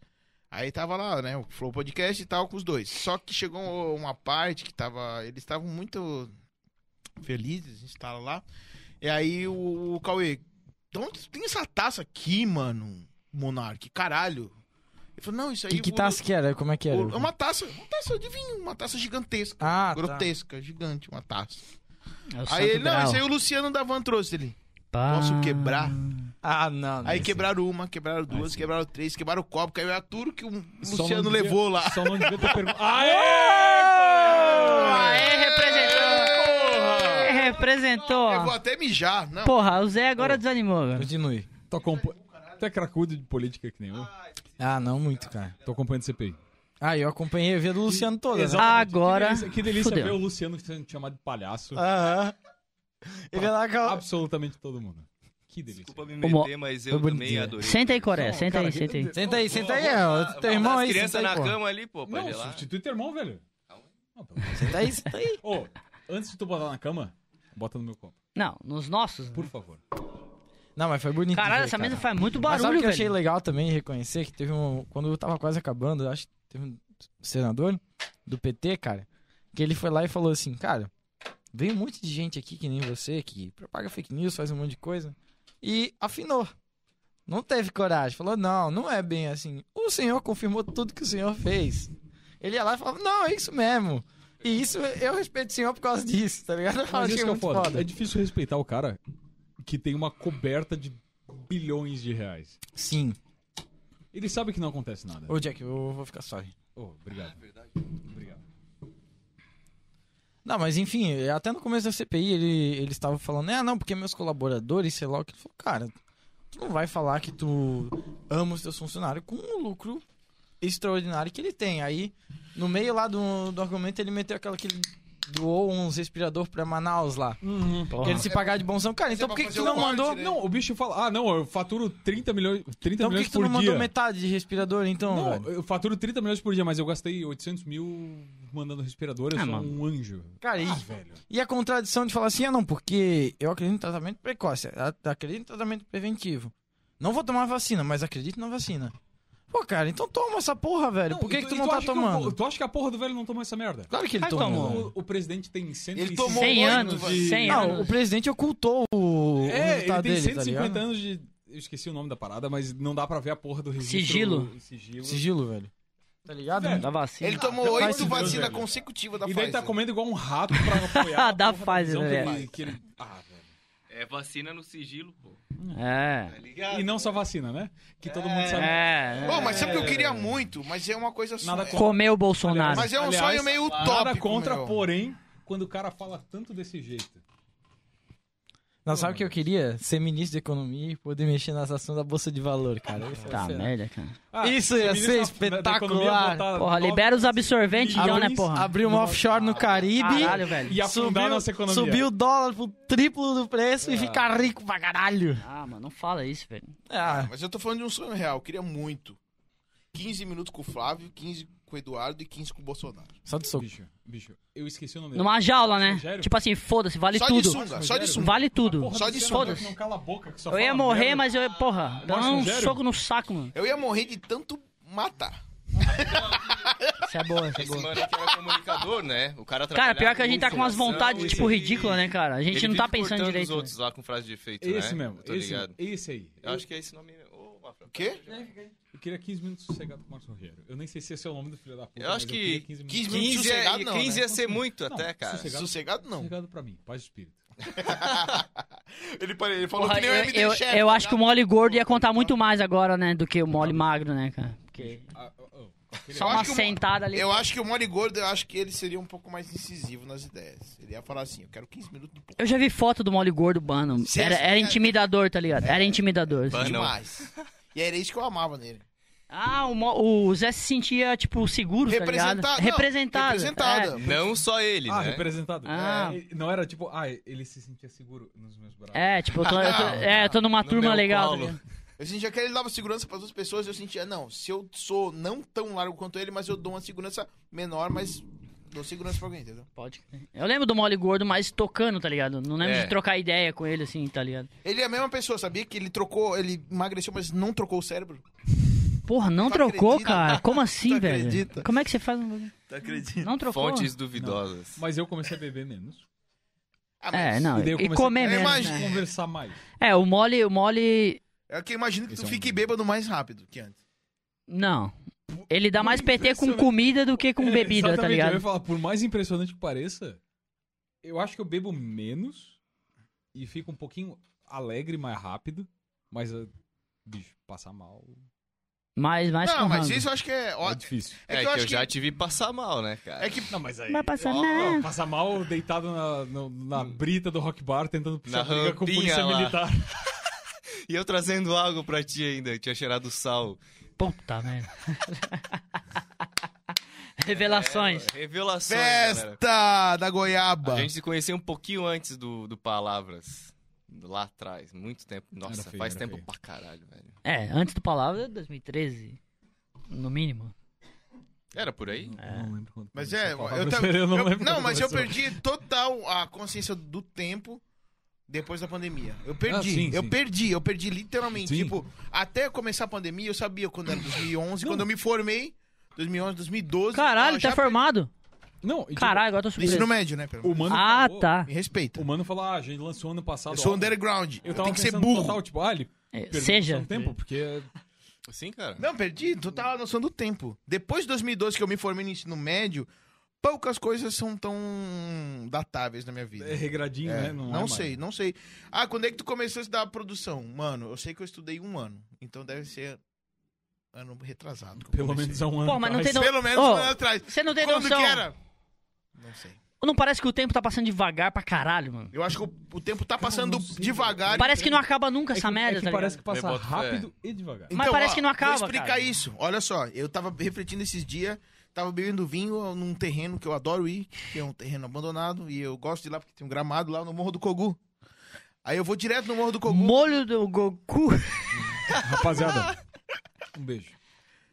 [SPEAKER 1] Aí tava lá, né, o flow podcast e tal com os dois. Só que chegou uma parte que tava, eles estavam muito felizes, a gente tava lá. E aí o, o Cauê, de onde tu tem essa taça aqui, mano, Monark? Caralho. Ele falou, não, isso aí...
[SPEAKER 3] Que, que
[SPEAKER 1] o-
[SPEAKER 3] taça que era? Como é que
[SPEAKER 1] o-
[SPEAKER 3] era?
[SPEAKER 1] É uma taça, uma taça de vinho, uma taça gigantesca.
[SPEAKER 3] Ah, tá.
[SPEAKER 1] grotesca, gigante, uma taça.
[SPEAKER 10] É o Santo
[SPEAKER 1] Aí ele, não,
[SPEAKER 10] Graal.
[SPEAKER 1] isso aí o Luciano Davan trouxe ele.
[SPEAKER 10] Pá.
[SPEAKER 1] Posso quebrar?
[SPEAKER 3] Ah, não. não.
[SPEAKER 1] Aí quebraram uma, quebraram duas, quebraram três, quebraram o copo, caiu era tudo que o Luciano levou lá.
[SPEAKER 5] Só não devia ter perguntado. Aê!
[SPEAKER 1] Ah, é,
[SPEAKER 10] É, Aê, representando!
[SPEAKER 1] Porra!
[SPEAKER 10] É, apresentou,
[SPEAKER 1] Eu vou
[SPEAKER 10] ó.
[SPEAKER 1] até mijar. Não.
[SPEAKER 10] Porra, o Zé agora desanimou, cara.
[SPEAKER 5] Continue. Tô acompan- Tu é cracudo de política que nem eu.
[SPEAKER 3] Ah, não muito, cara.
[SPEAKER 5] Tô acompanhando CPI.
[SPEAKER 3] Ah, eu acompanhei a via do Luciano toda. né?
[SPEAKER 5] Exatamente. Que delícia, que delícia
[SPEAKER 3] fudeu.
[SPEAKER 5] ver o Luciano sendo chamado de palhaço.
[SPEAKER 3] Ah, Aham. Ele é lá com
[SPEAKER 5] Absolutamente todo mundo. Que delícia. Desculpa
[SPEAKER 12] me
[SPEAKER 3] Como-
[SPEAKER 12] meter, mas eu
[SPEAKER 3] Foi
[SPEAKER 12] também
[SPEAKER 3] bonitinho.
[SPEAKER 12] adorei.
[SPEAKER 10] Senta aí, Coré.
[SPEAKER 12] Não,
[SPEAKER 10] Senta
[SPEAKER 12] cara,
[SPEAKER 10] aí,
[SPEAKER 12] que-
[SPEAKER 10] senta aí.
[SPEAKER 3] Senta aí, senta aí.
[SPEAKER 12] Vou-
[SPEAKER 3] ó.
[SPEAKER 12] vou
[SPEAKER 3] Teu
[SPEAKER 12] botar
[SPEAKER 3] irmão
[SPEAKER 12] as
[SPEAKER 3] aí,
[SPEAKER 12] crianças
[SPEAKER 3] senta aí,
[SPEAKER 12] na
[SPEAKER 3] pô.
[SPEAKER 12] cama ali, pô, pra
[SPEAKER 5] Não,
[SPEAKER 12] gelar.
[SPEAKER 5] substitui teu irmão, velho. Não, pelo amor de
[SPEAKER 3] Senta aí, senta aí.
[SPEAKER 5] Deus. Ô, antes de tu botar na cama, bota no meu copo,
[SPEAKER 10] Não, nos nossos.
[SPEAKER 5] por favor.
[SPEAKER 3] Não, mas foi bonito.
[SPEAKER 10] Caralho,
[SPEAKER 3] ver,
[SPEAKER 10] essa mesa
[SPEAKER 3] cara.
[SPEAKER 10] faz muito
[SPEAKER 3] Mas sabe o
[SPEAKER 10] barulho,
[SPEAKER 3] que eu achei
[SPEAKER 10] velho.
[SPEAKER 3] legal também reconhecer que teve um. Quando eu tava quase acabando, eu acho que teve um senador do PT, cara, que ele foi lá e falou assim, cara, veio um monte de gente aqui que nem você, que propaga fake news, faz um monte de coisa. E afinou. Não teve coragem. Falou, não, não é bem assim. O senhor confirmou tudo que o senhor fez. Ele ia lá e falava, não, é isso mesmo. E isso, eu respeito o senhor por causa disso, tá ligado? Eu
[SPEAKER 5] Mas
[SPEAKER 3] achei
[SPEAKER 5] isso que é o
[SPEAKER 3] muito
[SPEAKER 5] foda.
[SPEAKER 3] foda.
[SPEAKER 5] É difícil respeitar o cara que tem uma coberta de bilhões de reais.
[SPEAKER 3] Sim.
[SPEAKER 5] Ele sabe que não acontece nada.
[SPEAKER 3] Ô, Jack, eu vou ficar sorry.
[SPEAKER 5] Ô, obrigado. Obrigado.
[SPEAKER 3] Não, mas enfim, até no começo da CPI ele, ele estava falando, ah, não, porque meus colaboradores, sei lá o que. Ele falou, cara, tu não vai falar que tu ama os teus funcionários com o lucro extraordinário que ele tem. Aí, no meio lá do, do argumento, ele meteu aquela que ele doou uns respirador pra Manaus lá.
[SPEAKER 5] Uhum.
[SPEAKER 3] Que ele se pagar de bonzão. Cara,
[SPEAKER 5] é
[SPEAKER 3] então por que, que tu não
[SPEAKER 5] um
[SPEAKER 3] mandou.
[SPEAKER 5] Não, o né? bicho fala, ah, não, eu faturo 30 milhões, 30
[SPEAKER 3] Então por que,
[SPEAKER 5] milhões
[SPEAKER 3] que tu
[SPEAKER 5] por
[SPEAKER 3] não mandou
[SPEAKER 5] dia.
[SPEAKER 3] metade de respirador, então?
[SPEAKER 5] Não,
[SPEAKER 3] velho?
[SPEAKER 5] eu faturo 30 milhões por dia, mas eu gastei 800 mil mandando respirador, eu
[SPEAKER 10] Ah,
[SPEAKER 5] sou
[SPEAKER 10] mano.
[SPEAKER 5] um anjo.
[SPEAKER 3] Cara, e-
[SPEAKER 5] Ah, velho.
[SPEAKER 3] E a contradição de falar assim, ah não, porque eu acredito em tratamento precoce, a- acredito em tratamento preventivo. Não vou tomar vacina, mas acredito na vacina. Pô, cara, então toma essa porra, velho.
[SPEAKER 5] Não,
[SPEAKER 3] Por que,
[SPEAKER 5] e
[SPEAKER 3] que tu
[SPEAKER 5] e
[SPEAKER 3] não tá
[SPEAKER 5] acha que o-
[SPEAKER 3] tomando?
[SPEAKER 5] tu acha que a porra do velho não tomou essa merda?
[SPEAKER 3] Claro que ele
[SPEAKER 10] Mas
[SPEAKER 3] tomou.
[SPEAKER 10] tomou.
[SPEAKER 3] velho.
[SPEAKER 5] O, o presidente tem 150
[SPEAKER 1] Ele tomou
[SPEAKER 10] 100
[SPEAKER 1] oito,
[SPEAKER 10] anos,
[SPEAKER 1] velho.
[SPEAKER 10] 100
[SPEAKER 3] Não, o
[SPEAKER 10] anos.
[SPEAKER 3] presidente ocultou o, o
[SPEAKER 5] É, ele
[SPEAKER 3] resultado
[SPEAKER 5] tem
[SPEAKER 3] dele, tá
[SPEAKER 5] 150
[SPEAKER 3] ligado?
[SPEAKER 5] anos de. Eu esqueci o nome da parada, mas não dá pra ver a porra do registro.
[SPEAKER 10] Sigilo.
[SPEAKER 5] Sigilo.
[SPEAKER 3] Sigilo, velho. Tá ligado?
[SPEAKER 5] Velho,
[SPEAKER 10] Da vacina.
[SPEAKER 1] Ele tomou
[SPEAKER 5] Pelo
[SPEAKER 1] oito
[SPEAKER 5] amor de Deus,
[SPEAKER 10] é
[SPEAKER 1] vacinas
[SPEAKER 5] velho.
[SPEAKER 1] consecutivas da
[SPEAKER 5] E
[SPEAKER 1] Pfizer.
[SPEAKER 5] daí tá comendo igual um rato pra apoiar. a
[SPEAKER 10] Da
[SPEAKER 5] porra
[SPEAKER 10] Pfizer,
[SPEAKER 5] visão que
[SPEAKER 10] Ah, velho.
[SPEAKER 5] ele- que ele- Ah, velho.
[SPEAKER 12] É vacina no sigilo, pô.
[SPEAKER 10] É.
[SPEAKER 12] Tá ligado?
[SPEAKER 5] E não só vacina, né? Que todo mundo sabe.
[SPEAKER 10] É.
[SPEAKER 1] Pô, mas sabe o que eu queria muito? Mas é uma coisa só.
[SPEAKER 5] Nada
[SPEAKER 1] é-
[SPEAKER 5] contra.
[SPEAKER 10] Comeu o Bolsonaro.
[SPEAKER 1] Mas é um
[SPEAKER 5] Aliás,
[SPEAKER 1] sonho meio
[SPEAKER 5] Nada
[SPEAKER 1] utópico,
[SPEAKER 5] contra,
[SPEAKER 1] meu.
[SPEAKER 5] porém, quando o cara fala tanto desse jeito.
[SPEAKER 3] Não, sabe o que eu queria? Ser ministro de economia e poder mexer nas ações da Bolsa de Valor, cara. é Isso ia
[SPEAKER 10] Tá
[SPEAKER 3] ser-
[SPEAKER 10] merda, cara.
[SPEAKER 5] Ah,
[SPEAKER 3] Isso
[SPEAKER 5] se
[SPEAKER 3] ia
[SPEAKER 5] o ministro
[SPEAKER 3] ser
[SPEAKER 5] da- da- da economia
[SPEAKER 3] espetacular.
[SPEAKER 5] botar
[SPEAKER 10] Porra,
[SPEAKER 5] nove-
[SPEAKER 10] libera os absorventes então, né,
[SPEAKER 5] milhões
[SPEAKER 10] porra?
[SPEAKER 3] Abriu uma offshore no Caribe.
[SPEAKER 10] Caralho, velho.
[SPEAKER 5] E afundar a nossa economia. Ah.
[SPEAKER 3] Subiu o dólar pro triplo do preço e ficar rico pra caralho.
[SPEAKER 10] Ah, mano, não fala isso, velho.
[SPEAKER 3] Ah,
[SPEAKER 1] Mas eu tô falando de um sonho real, eu queria muito. 15 minutos com o Flávio, 15 com o Eduardo e 15 com o Bolsonaro.
[SPEAKER 3] só de soco.
[SPEAKER 5] Bicho, bicho, eu esqueci o nome dele.
[SPEAKER 10] Numa jaula, né?
[SPEAKER 5] Rogério?
[SPEAKER 10] Tipo assim, foda-se, vale
[SPEAKER 1] só de
[SPEAKER 10] tudo.
[SPEAKER 1] sunga, só de
[SPEAKER 5] Rogério?
[SPEAKER 1] sunga.
[SPEAKER 10] Vale tudo.
[SPEAKER 5] Porra é
[SPEAKER 1] Só
[SPEAKER 5] do
[SPEAKER 1] disso.
[SPEAKER 5] Senado,
[SPEAKER 10] Foda-se.
[SPEAKER 5] Não cala a boca, um que só
[SPEAKER 10] Eu ia
[SPEAKER 5] fala
[SPEAKER 10] morrer,
[SPEAKER 5] merda.
[SPEAKER 10] mas eu. Porra, dá
[SPEAKER 5] Márcio
[SPEAKER 10] um
[SPEAKER 5] Rogério?
[SPEAKER 10] soco no saco, mano.
[SPEAKER 1] Eu ia morrer de tanto matar.
[SPEAKER 10] Isso é boa, isso é
[SPEAKER 12] Esse
[SPEAKER 10] boa.
[SPEAKER 12] mano aqui era comunicador, né? O cara
[SPEAKER 10] Cara,
[SPEAKER 12] trabalhava
[SPEAKER 10] pior que a gente tá com umas
[SPEAKER 12] comunicação,
[SPEAKER 10] vontades,
[SPEAKER 12] ele
[SPEAKER 10] tipo,
[SPEAKER 12] vive-
[SPEAKER 10] ridícula, né, cara? A gente
[SPEAKER 12] ele
[SPEAKER 10] não tá
[SPEAKER 12] vive
[SPEAKER 10] pensando
[SPEAKER 12] cortando
[SPEAKER 10] direito.
[SPEAKER 12] os outros lá com frase de efeito, né?
[SPEAKER 5] Esse mesmo,
[SPEAKER 12] Eu tô
[SPEAKER 5] esse,
[SPEAKER 12] ligado.
[SPEAKER 5] mesmo, esse aí.
[SPEAKER 12] Eu
[SPEAKER 5] Eu-
[SPEAKER 12] acho que é esse nome. Ô, Mafra,
[SPEAKER 1] O quê?
[SPEAKER 5] Eu queria 15 minutos sossegado com o Márcio Rogério. Eu nem sei se esse é o nome do filho da puta.
[SPEAKER 12] Eu acho
[SPEAKER 5] mas
[SPEAKER 12] que
[SPEAKER 5] queria 15 minutos.
[SPEAKER 1] 15 minutos
[SPEAKER 12] 15, é,
[SPEAKER 1] sossegado, não,
[SPEAKER 12] 15
[SPEAKER 1] né?
[SPEAKER 12] ia ser muito
[SPEAKER 5] Não,
[SPEAKER 12] até, cara.
[SPEAKER 5] sossegado.
[SPEAKER 1] Sossegado não.
[SPEAKER 5] Sossegado pra mim, paz de espírito. é-
[SPEAKER 1] Ele, pare- ele falou
[SPEAKER 10] Porra,
[SPEAKER 1] que nem o MD
[SPEAKER 10] eu, eu,
[SPEAKER 1] chefe,
[SPEAKER 10] eu
[SPEAKER 1] tá
[SPEAKER 10] acho que o
[SPEAKER 1] ligado?
[SPEAKER 10] mole gordo ia contar muito mais agora, né? Do que o mole magro, né, cara? Porque
[SPEAKER 5] Ah, oh, oh.
[SPEAKER 10] só
[SPEAKER 1] Eu
[SPEAKER 10] uma
[SPEAKER 1] acho que o-
[SPEAKER 10] sentada ali.
[SPEAKER 1] Eu acho que o Mori Gordo, eu acho que ele seria um pouco mais incisivo nas ideias. Ele ia falar assim, eu quero 15 minutos de porra.
[SPEAKER 10] Eu já vi foto do mole gordo, mano.
[SPEAKER 1] Sim,
[SPEAKER 10] Era,
[SPEAKER 1] sim.
[SPEAKER 10] era intimidador, tá ligado? Era intimidador. assim.
[SPEAKER 12] Ah, não.
[SPEAKER 1] Demais. E era isso que eu amava nele.
[SPEAKER 10] Ah, o, Mo- o Zé se sentia, tipo, seguro, tá ligado?
[SPEAKER 1] Representada.
[SPEAKER 10] Representado. é.
[SPEAKER 1] Representada.
[SPEAKER 12] Não só ele,
[SPEAKER 5] Ah,
[SPEAKER 12] né?
[SPEAKER 5] representado.
[SPEAKER 10] Ah.
[SPEAKER 5] É, não era tipo, ah, ele se sentia seguro nos meus braços.
[SPEAKER 10] É, é, tipo, eu tô, eu tô- é, eu tô numa
[SPEAKER 12] No
[SPEAKER 10] turma
[SPEAKER 12] meu
[SPEAKER 10] legal.
[SPEAKER 12] colo.
[SPEAKER 10] tá ligado?
[SPEAKER 1] Eu sentia que ele dava segurança para outras pessoas, eu sentia, não, se eu sou não tão largo quanto ele, mas eu dou uma segurança menor, mas dou segurança pra alguém, entendeu?
[SPEAKER 10] Pode. crer. Eu lembro do mole gordo, mas tocando, tá ligado? Não lembro
[SPEAKER 12] É.
[SPEAKER 10] de trocar ideia com ele, assim, tá ligado?
[SPEAKER 1] Ele é a mesma pessoa, sabia que ele trocou, ele emagreceu, mas não trocou o cérebro?
[SPEAKER 10] Porra, não
[SPEAKER 1] Tu
[SPEAKER 10] trocou,
[SPEAKER 1] acredita?
[SPEAKER 10] cara? Como assim,
[SPEAKER 1] Tu
[SPEAKER 10] velho?
[SPEAKER 1] acredita?
[SPEAKER 10] Como é que você faz um bagulho?
[SPEAKER 12] Tu acredita?
[SPEAKER 10] Não trocou?
[SPEAKER 12] Fontes duvidosas.
[SPEAKER 5] Tá Mas eu comecei a beber menos.
[SPEAKER 1] Ah, mas
[SPEAKER 10] É, não.
[SPEAKER 5] daí
[SPEAKER 10] E,
[SPEAKER 5] eu comecei
[SPEAKER 10] comer
[SPEAKER 5] a
[SPEAKER 10] mesmo.
[SPEAKER 1] imagino.
[SPEAKER 10] né?
[SPEAKER 5] conversar mais.
[SPEAKER 10] É, o mole, o mole.
[SPEAKER 1] É que eu imagino que
[SPEAKER 5] Esse
[SPEAKER 1] tu
[SPEAKER 5] é um-
[SPEAKER 1] fique bêbado mais rápido que antes.
[SPEAKER 10] Não. Ele dá mais PT com
[SPEAKER 5] impressionante.
[SPEAKER 10] comida do que com
[SPEAKER 5] É,
[SPEAKER 10] bebida, tá
[SPEAKER 5] exatamente, Eu ia
[SPEAKER 10] ligado?
[SPEAKER 5] falar, por mais impressionante que pareça, eu acho que eu bebo menos e fico um pouquinho alegre mais rápido, mas, ah, bicho, passar mal.
[SPEAKER 10] Mas, mas
[SPEAKER 1] não,
[SPEAKER 10] com
[SPEAKER 1] mas
[SPEAKER 10] rango.
[SPEAKER 1] isso eu acho que é. ó-
[SPEAKER 5] difícil.
[SPEAKER 12] É,
[SPEAKER 1] que
[SPEAKER 12] que,
[SPEAKER 1] eu
[SPEAKER 12] eu,
[SPEAKER 1] acho que-
[SPEAKER 12] já te vi passar mal, né, cara?
[SPEAKER 1] É que.
[SPEAKER 9] Não, mas aí.
[SPEAKER 10] Vai passar né?
[SPEAKER 9] Ó,
[SPEAKER 10] mal.
[SPEAKER 9] Passa mal deitado na, no- na
[SPEAKER 1] Hum.
[SPEAKER 9] brita do Rock Bar tentando puxar
[SPEAKER 12] Na
[SPEAKER 9] briga com
[SPEAKER 12] rampinha
[SPEAKER 9] polícia
[SPEAKER 12] lá.
[SPEAKER 9] militar.
[SPEAKER 12] E eu trazendo algo pra ti ainda, eu tinha cheirado sal.
[SPEAKER 10] Puta merda. Revelações.
[SPEAKER 12] É, revelações, galera.
[SPEAKER 1] Festa da
[SPEAKER 12] A
[SPEAKER 1] goiaba.
[SPEAKER 12] gente se conheceu um pouquinho antes do, do Palavras. Lá atrás, muito tempo. Nossa,
[SPEAKER 5] feio,
[SPEAKER 12] faz
[SPEAKER 5] era
[SPEAKER 12] tempo
[SPEAKER 5] feio.
[SPEAKER 12] pra caralho, velho.
[SPEAKER 10] É, antes do Palavra, 2013. No mínimo.
[SPEAKER 12] Era por aí?
[SPEAKER 9] Não lembro quando.
[SPEAKER 1] É. Mas
[SPEAKER 9] começou
[SPEAKER 1] é,
[SPEAKER 9] a
[SPEAKER 1] eu,
[SPEAKER 9] palavra,
[SPEAKER 1] também.
[SPEAKER 9] eu não
[SPEAKER 1] eu-
[SPEAKER 9] lembro
[SPEAKER 1] não,
[SPEAKER 9] quando
[SPEAKER 1] mas eu
[SPEAKER 9] começou.
[SPEAKER 1] perdi total a consciência do tempo depois da pandemia. Eu perdi,
[SPEAKER 9] Ah, sim,
[SPEAKER 1] eu
[SPEAKER 9] sim.
[SPEAKER 1] perdi, eu perdi literalmente.
[SPEAKER 9] Sim.
[SPEAKER 1] Tipo, até começar a pandemia, eu sabia quando era 2011, quando eu me formei, 2011, 2012.
[SPEAKER 10] Caralho,
[SPEAKER 1] eu
[SPEAKER 10] tá
[SPEAKER 1] já-
[SPEAKER 10] formado?
[SPEAKER 9] Não, e tipo,
[SPEAKER 10] Caralho, agora eu tô
[SPEAKER 1] do Ensino
[SPEAKER 10] surpreso.
[SPEAKER 1] médio, né? pelo
[SPEAKER 9] o
[SPEAKER 1] menos.
[SPEAKER 5] é-
[SPEAKER 9] mano
[SPEAKER 10] Ah,
[SPEAKER 9] falou-
[SPEAKER 10] tá.
[SPEAKER 1] Me respeita.
[SPEAKER 9] O mano falou, ah, a gente lançou ano passado.
[SPEAKER 1] Eu sou
[SPEAKER 9] ó,
[SPEAKER 1] underground. Eu,
[SPEAKER 9] Eu tava
[SPEAKER 1] tenho que ser
[SPEAKER 9] pensando
[SPEAKER 1] burro.
[SPEAKER 9] total, tipo, ah, ele
[SPEAKER 10] É,
[SPEAKER 9] perdeu
[SPEAKER 10] Seja.
[SPEAKER 5] um
[SPEAKER 9] noção do tempo, porque
[SPEAKER 12] Sim, cara.
[SPEAKER 1] Não, perdi total a noção do tempo. Depois de 2012, que eu me formei no ensino médio, poucas coisas são tão datáveis na minha vida.
[SPEAKER 9] é regradinho,
[SPEAKER 1] É,
[SPEAKER 9] né? Não,
[SPEAKER 1] não
[SPEAKER 9] é mais.
[SPEAKER 1] sei, não sei. Ah, quando é que tu começou a estudar produção? Mano, eu sei que eu estudei um ano. Então deve ser ano retrasado. que eu
[SPEAKER 9] Pelo
[SPEAKER 1] comecei.
[SPEAKER 9] menos é um ano.
[SPEAKER 10] Pô, mas não
[SPEAKER 9] atrás.
[SPEAKER 10] tem no-
[SPEAKER 1] Pelo menos
[SPEAKER 10] Ô,
[SPEAKER 1] um ano atrás.
[SPEAKER 10] Você não tem
[SPEAKER 1] Quando
[SPEAKER 10] noção.
[SPEAKER 1] que era? Não sei.
[SPEAKER 10] Não parece que o tempo tá passando devagar pra caralho, mano.
[SPEAKER 1] Eu acho que o, o tempo tá passando
[SPEAKER 9] não sei,
[SPEAKER 1] devagar.
[SPEAKER 10] Parece que não acaba
[SPEAKER 9] É
[SPEAKER 10] nunca
[SPEAKER 9] que-
[SPEAKER 10] essa
[SPEAKER 9] é
[SPEAKER 10] merda,
[SPEAKER 9] que
[SPEAKER 10] tá
[SPEAKER 9] parece
[SPEAKER 10] ligado?
[SPEAKER 9] que passa
[SPEAKER 12] Eu boto fé.
[SPEAKER 9] rápido e devagar.
[SPEAKER 10] Mas parece que não acaba,
[SPEAKER 1] Então, Vou explicar
[SPEAKER 10] cara.
[SPEAKER 1] isso. Olha só, eu tava refletindo esses dias, tava bebendo vinho num terreno que eu adoro ir, que é um terreno abandonado, e eu gosto de ir lá porque tem um gramado lá no Morro do Cogu. Aí eu vou direto no Morro do Cogu.
[SPEAKER 10] Molho do Goku.
[SPEAKER 9] Rapaziada, um beijo.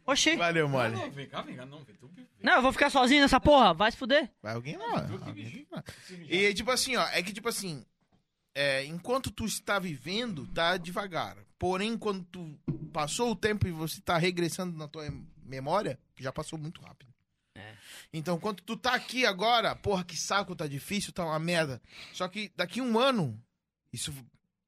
[SPEAKER 10] Oxi.
[SPEAKER 1] Valeu,
[SPEAKER 5] Ah,
[SPEAKER 1] mole.
[SPEAKER 9] Não, vem cá, vem cá, não, vem tu.
[SPEAKER 10] Não, eu vou ficar sozinho nessa porra. Vai se fuder.
[SPEAKER 1] Vai alguém lá. alguém lá. E tipo assim, ó, é que tipo assim, é, enquanto tu está vivendo, tá devagar. Porém, quando tu passou o tempo e você tá regressando na tua memória, que já passou muito rápido.
[SPEAKER 10] É.
[SPEAKER 1] Então, quando tu tá aqui agora, porra, que saco, tá difícil, tá uma merda. Só que daqui um ano, isso.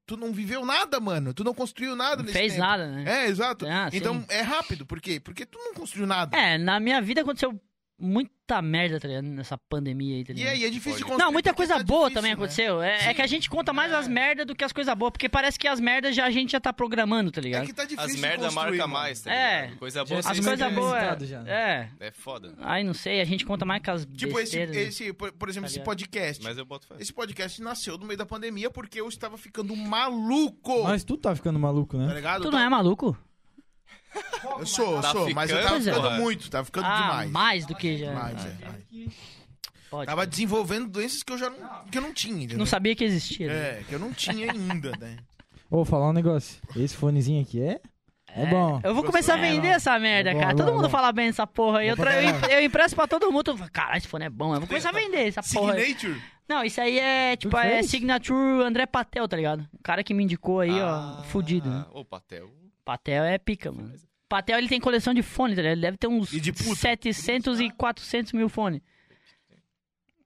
[SPEAKER 1] Tu não viveu nada, mano. Tu não construiu nada
[SPEAKER 10] Não
[SPEAKER 1] nesse
[SPEAKER 10] fez
[SPEAKER 1] tempo.
[SPEAKER 10] nada, né?
[SPEAKER 1] É, exato.
[SPEAKER 10] Ah, sim.
[SPEAKER 1] então é rápido. Por quê? Porque tu não construiu nada.
[SPEAKER 10] É, na minha vida aconteceu muita merda, tá ligado? Nessa pandemia aí, tá
[SPEAKER 1] E
[SPEAKER 10] ligado?
[SPEAKER 1] aí é difícil de construir.
[SPEAKER 10] Não, muita
[SPEAKER 1] porque
[SPEAKER 10] coisa
[SPEAKER 1] tá
[SPEAKER 10] boa
[SPEAKER 1] difícil,
[SPEAKER 10] também
[SPEAKER 1] né?
[SPEAKER 10] aconteceu. É, é que a gente conta mais as merdas do que as coisas boas, porque parece que as merdas já a gente já tá programando, tá
[SPEAKER 1] É
[SPEAKER 10] ligado?
[SPEAKER 1] que tá difícil
[SPEAKER 12] As
[SPEAKER 1] de
[SPEAKER 12] merda
[SPEAKER 1] construir,
[SPEAKER 12] marca
[SPEAKER 1] mano.
[SPEAKER 12] mais, tá
[SPEAKER 10] É.
[SPEAKER 12] ligado? Coisa
[SPEAKER 3] Já
[SPEAKER 12] boa.
[SPEAKER 10] As
[SPEAKER 3] Vocês
[SPEAKER 12] sempre
[SPEAKER 10] coisas
[SPEAKER 3] têm
[SPEAKER 10] boas.
[SPEAKER 3] resultado já,
[SPEAKER 1] né?
[SPEAKER 10] É.
[SPEAKER 12] É foda.
[SPEAKER 10] Aí não sei, a gente conta mais com as
[SPEAKER 1] tá. Tipo, esse,
[SPEAKER 10] besteiras. né?
[SPEAKER 1] esse, por, por exemplo, esse
[SPEAKER 10] Aliás.
[SPEAKER 1] podcast.
[SPEAKER 12] Mas eu boto fé.
[SPEAKER 1] Esse podcast nasceu no meio da pandemia porque eu estava ficando maluco.
[SPEAKER 3] Mas tu tá ficando maluco,
[SPEAKER 1] Tá
[SPEAKER 3] né?
[SPEAKER 1] ligado?
[SPEAKER 10] Tu não é maluco?
[SPEAKER 1] Eu sou, eu
[SPEAKER 12] Tá
[SPEAKER 1] sou, mas eu tava
[SPEAKER 12] ficando,
[SPEAKER 1] ficando
[SPEAKER 12] porra.
[SPEAKER 1] muito, tava ficando
[SPEAKER 10] ah,
[SPEAKER 1] demais.
[SPEAKER 10] mais do que já. Ah,
[SPEAKER 1] Demais, é.
[SPEAKER 10] Pode.
[SPEAKER 1] Tava desenvolvendo doenças que eu já não, que eu não tinha, entendeu?
[SPEAKER 10] Não sabia que existia. né?
[SPEAKER 1] É, que eu não tinha ainda, né?
[SPEAKER 3] Ô, falar um negócio. Esse fonezinho aqui é. É, bom.
[SPEAKER 10] Eu vou começar a
[SPEAKER 3] É,
[SPEAKER 10] vender
[SPEAKER 3] não.
[SPEAKER 10] essa merda,
[SPEAKER 3] É bom,
[SPEAKER 10] cara.
[SPEAKER 3] é
[SPEAKER 10] Todo
[SPEAKER 3] bom,
[SPEAKER 10] mundo
[SPEAKER 3] é bom.
[SPEAKER 10] fala bem dessa porra. aí. Eu,
[SPEAKER 3] Bom
[SPEAKER 10] tra...
[SPEAKER 3] pra
[SPEAKER 10] eu,
[SPEAKER 3] caralho.
[SPEAKER 10] eu impresso pra todo mundo. Eu falo, Caralho, esse fone é bom. Eu vou começar a vender essa porra. aí."
[SPEAKER 1] Signature.
[SPEAKER 10] Não, isso aí é tipo,
[SPEAKER 3] que foi
[SPEAKER 10] é
[SPEAKER 3] isso?
[SPEAKER 10] Signature André Patel, tá ligado? O cara que me indicou aí,
[SPEAKER 1] Ah.
[SPEAKER 12] Ah,
[SPEAKER 10] ó, fudido. Né?
[SPEAKER 12] Ô, Patel.
[SPEAKER 10] Patel é pica, mano. Patel, ele tem coleção de fone, tá ligado? Ele deve ter uns
[SPEAKER 1] E de puta.
[SPEAKER 10] 700 e 400 mil fone.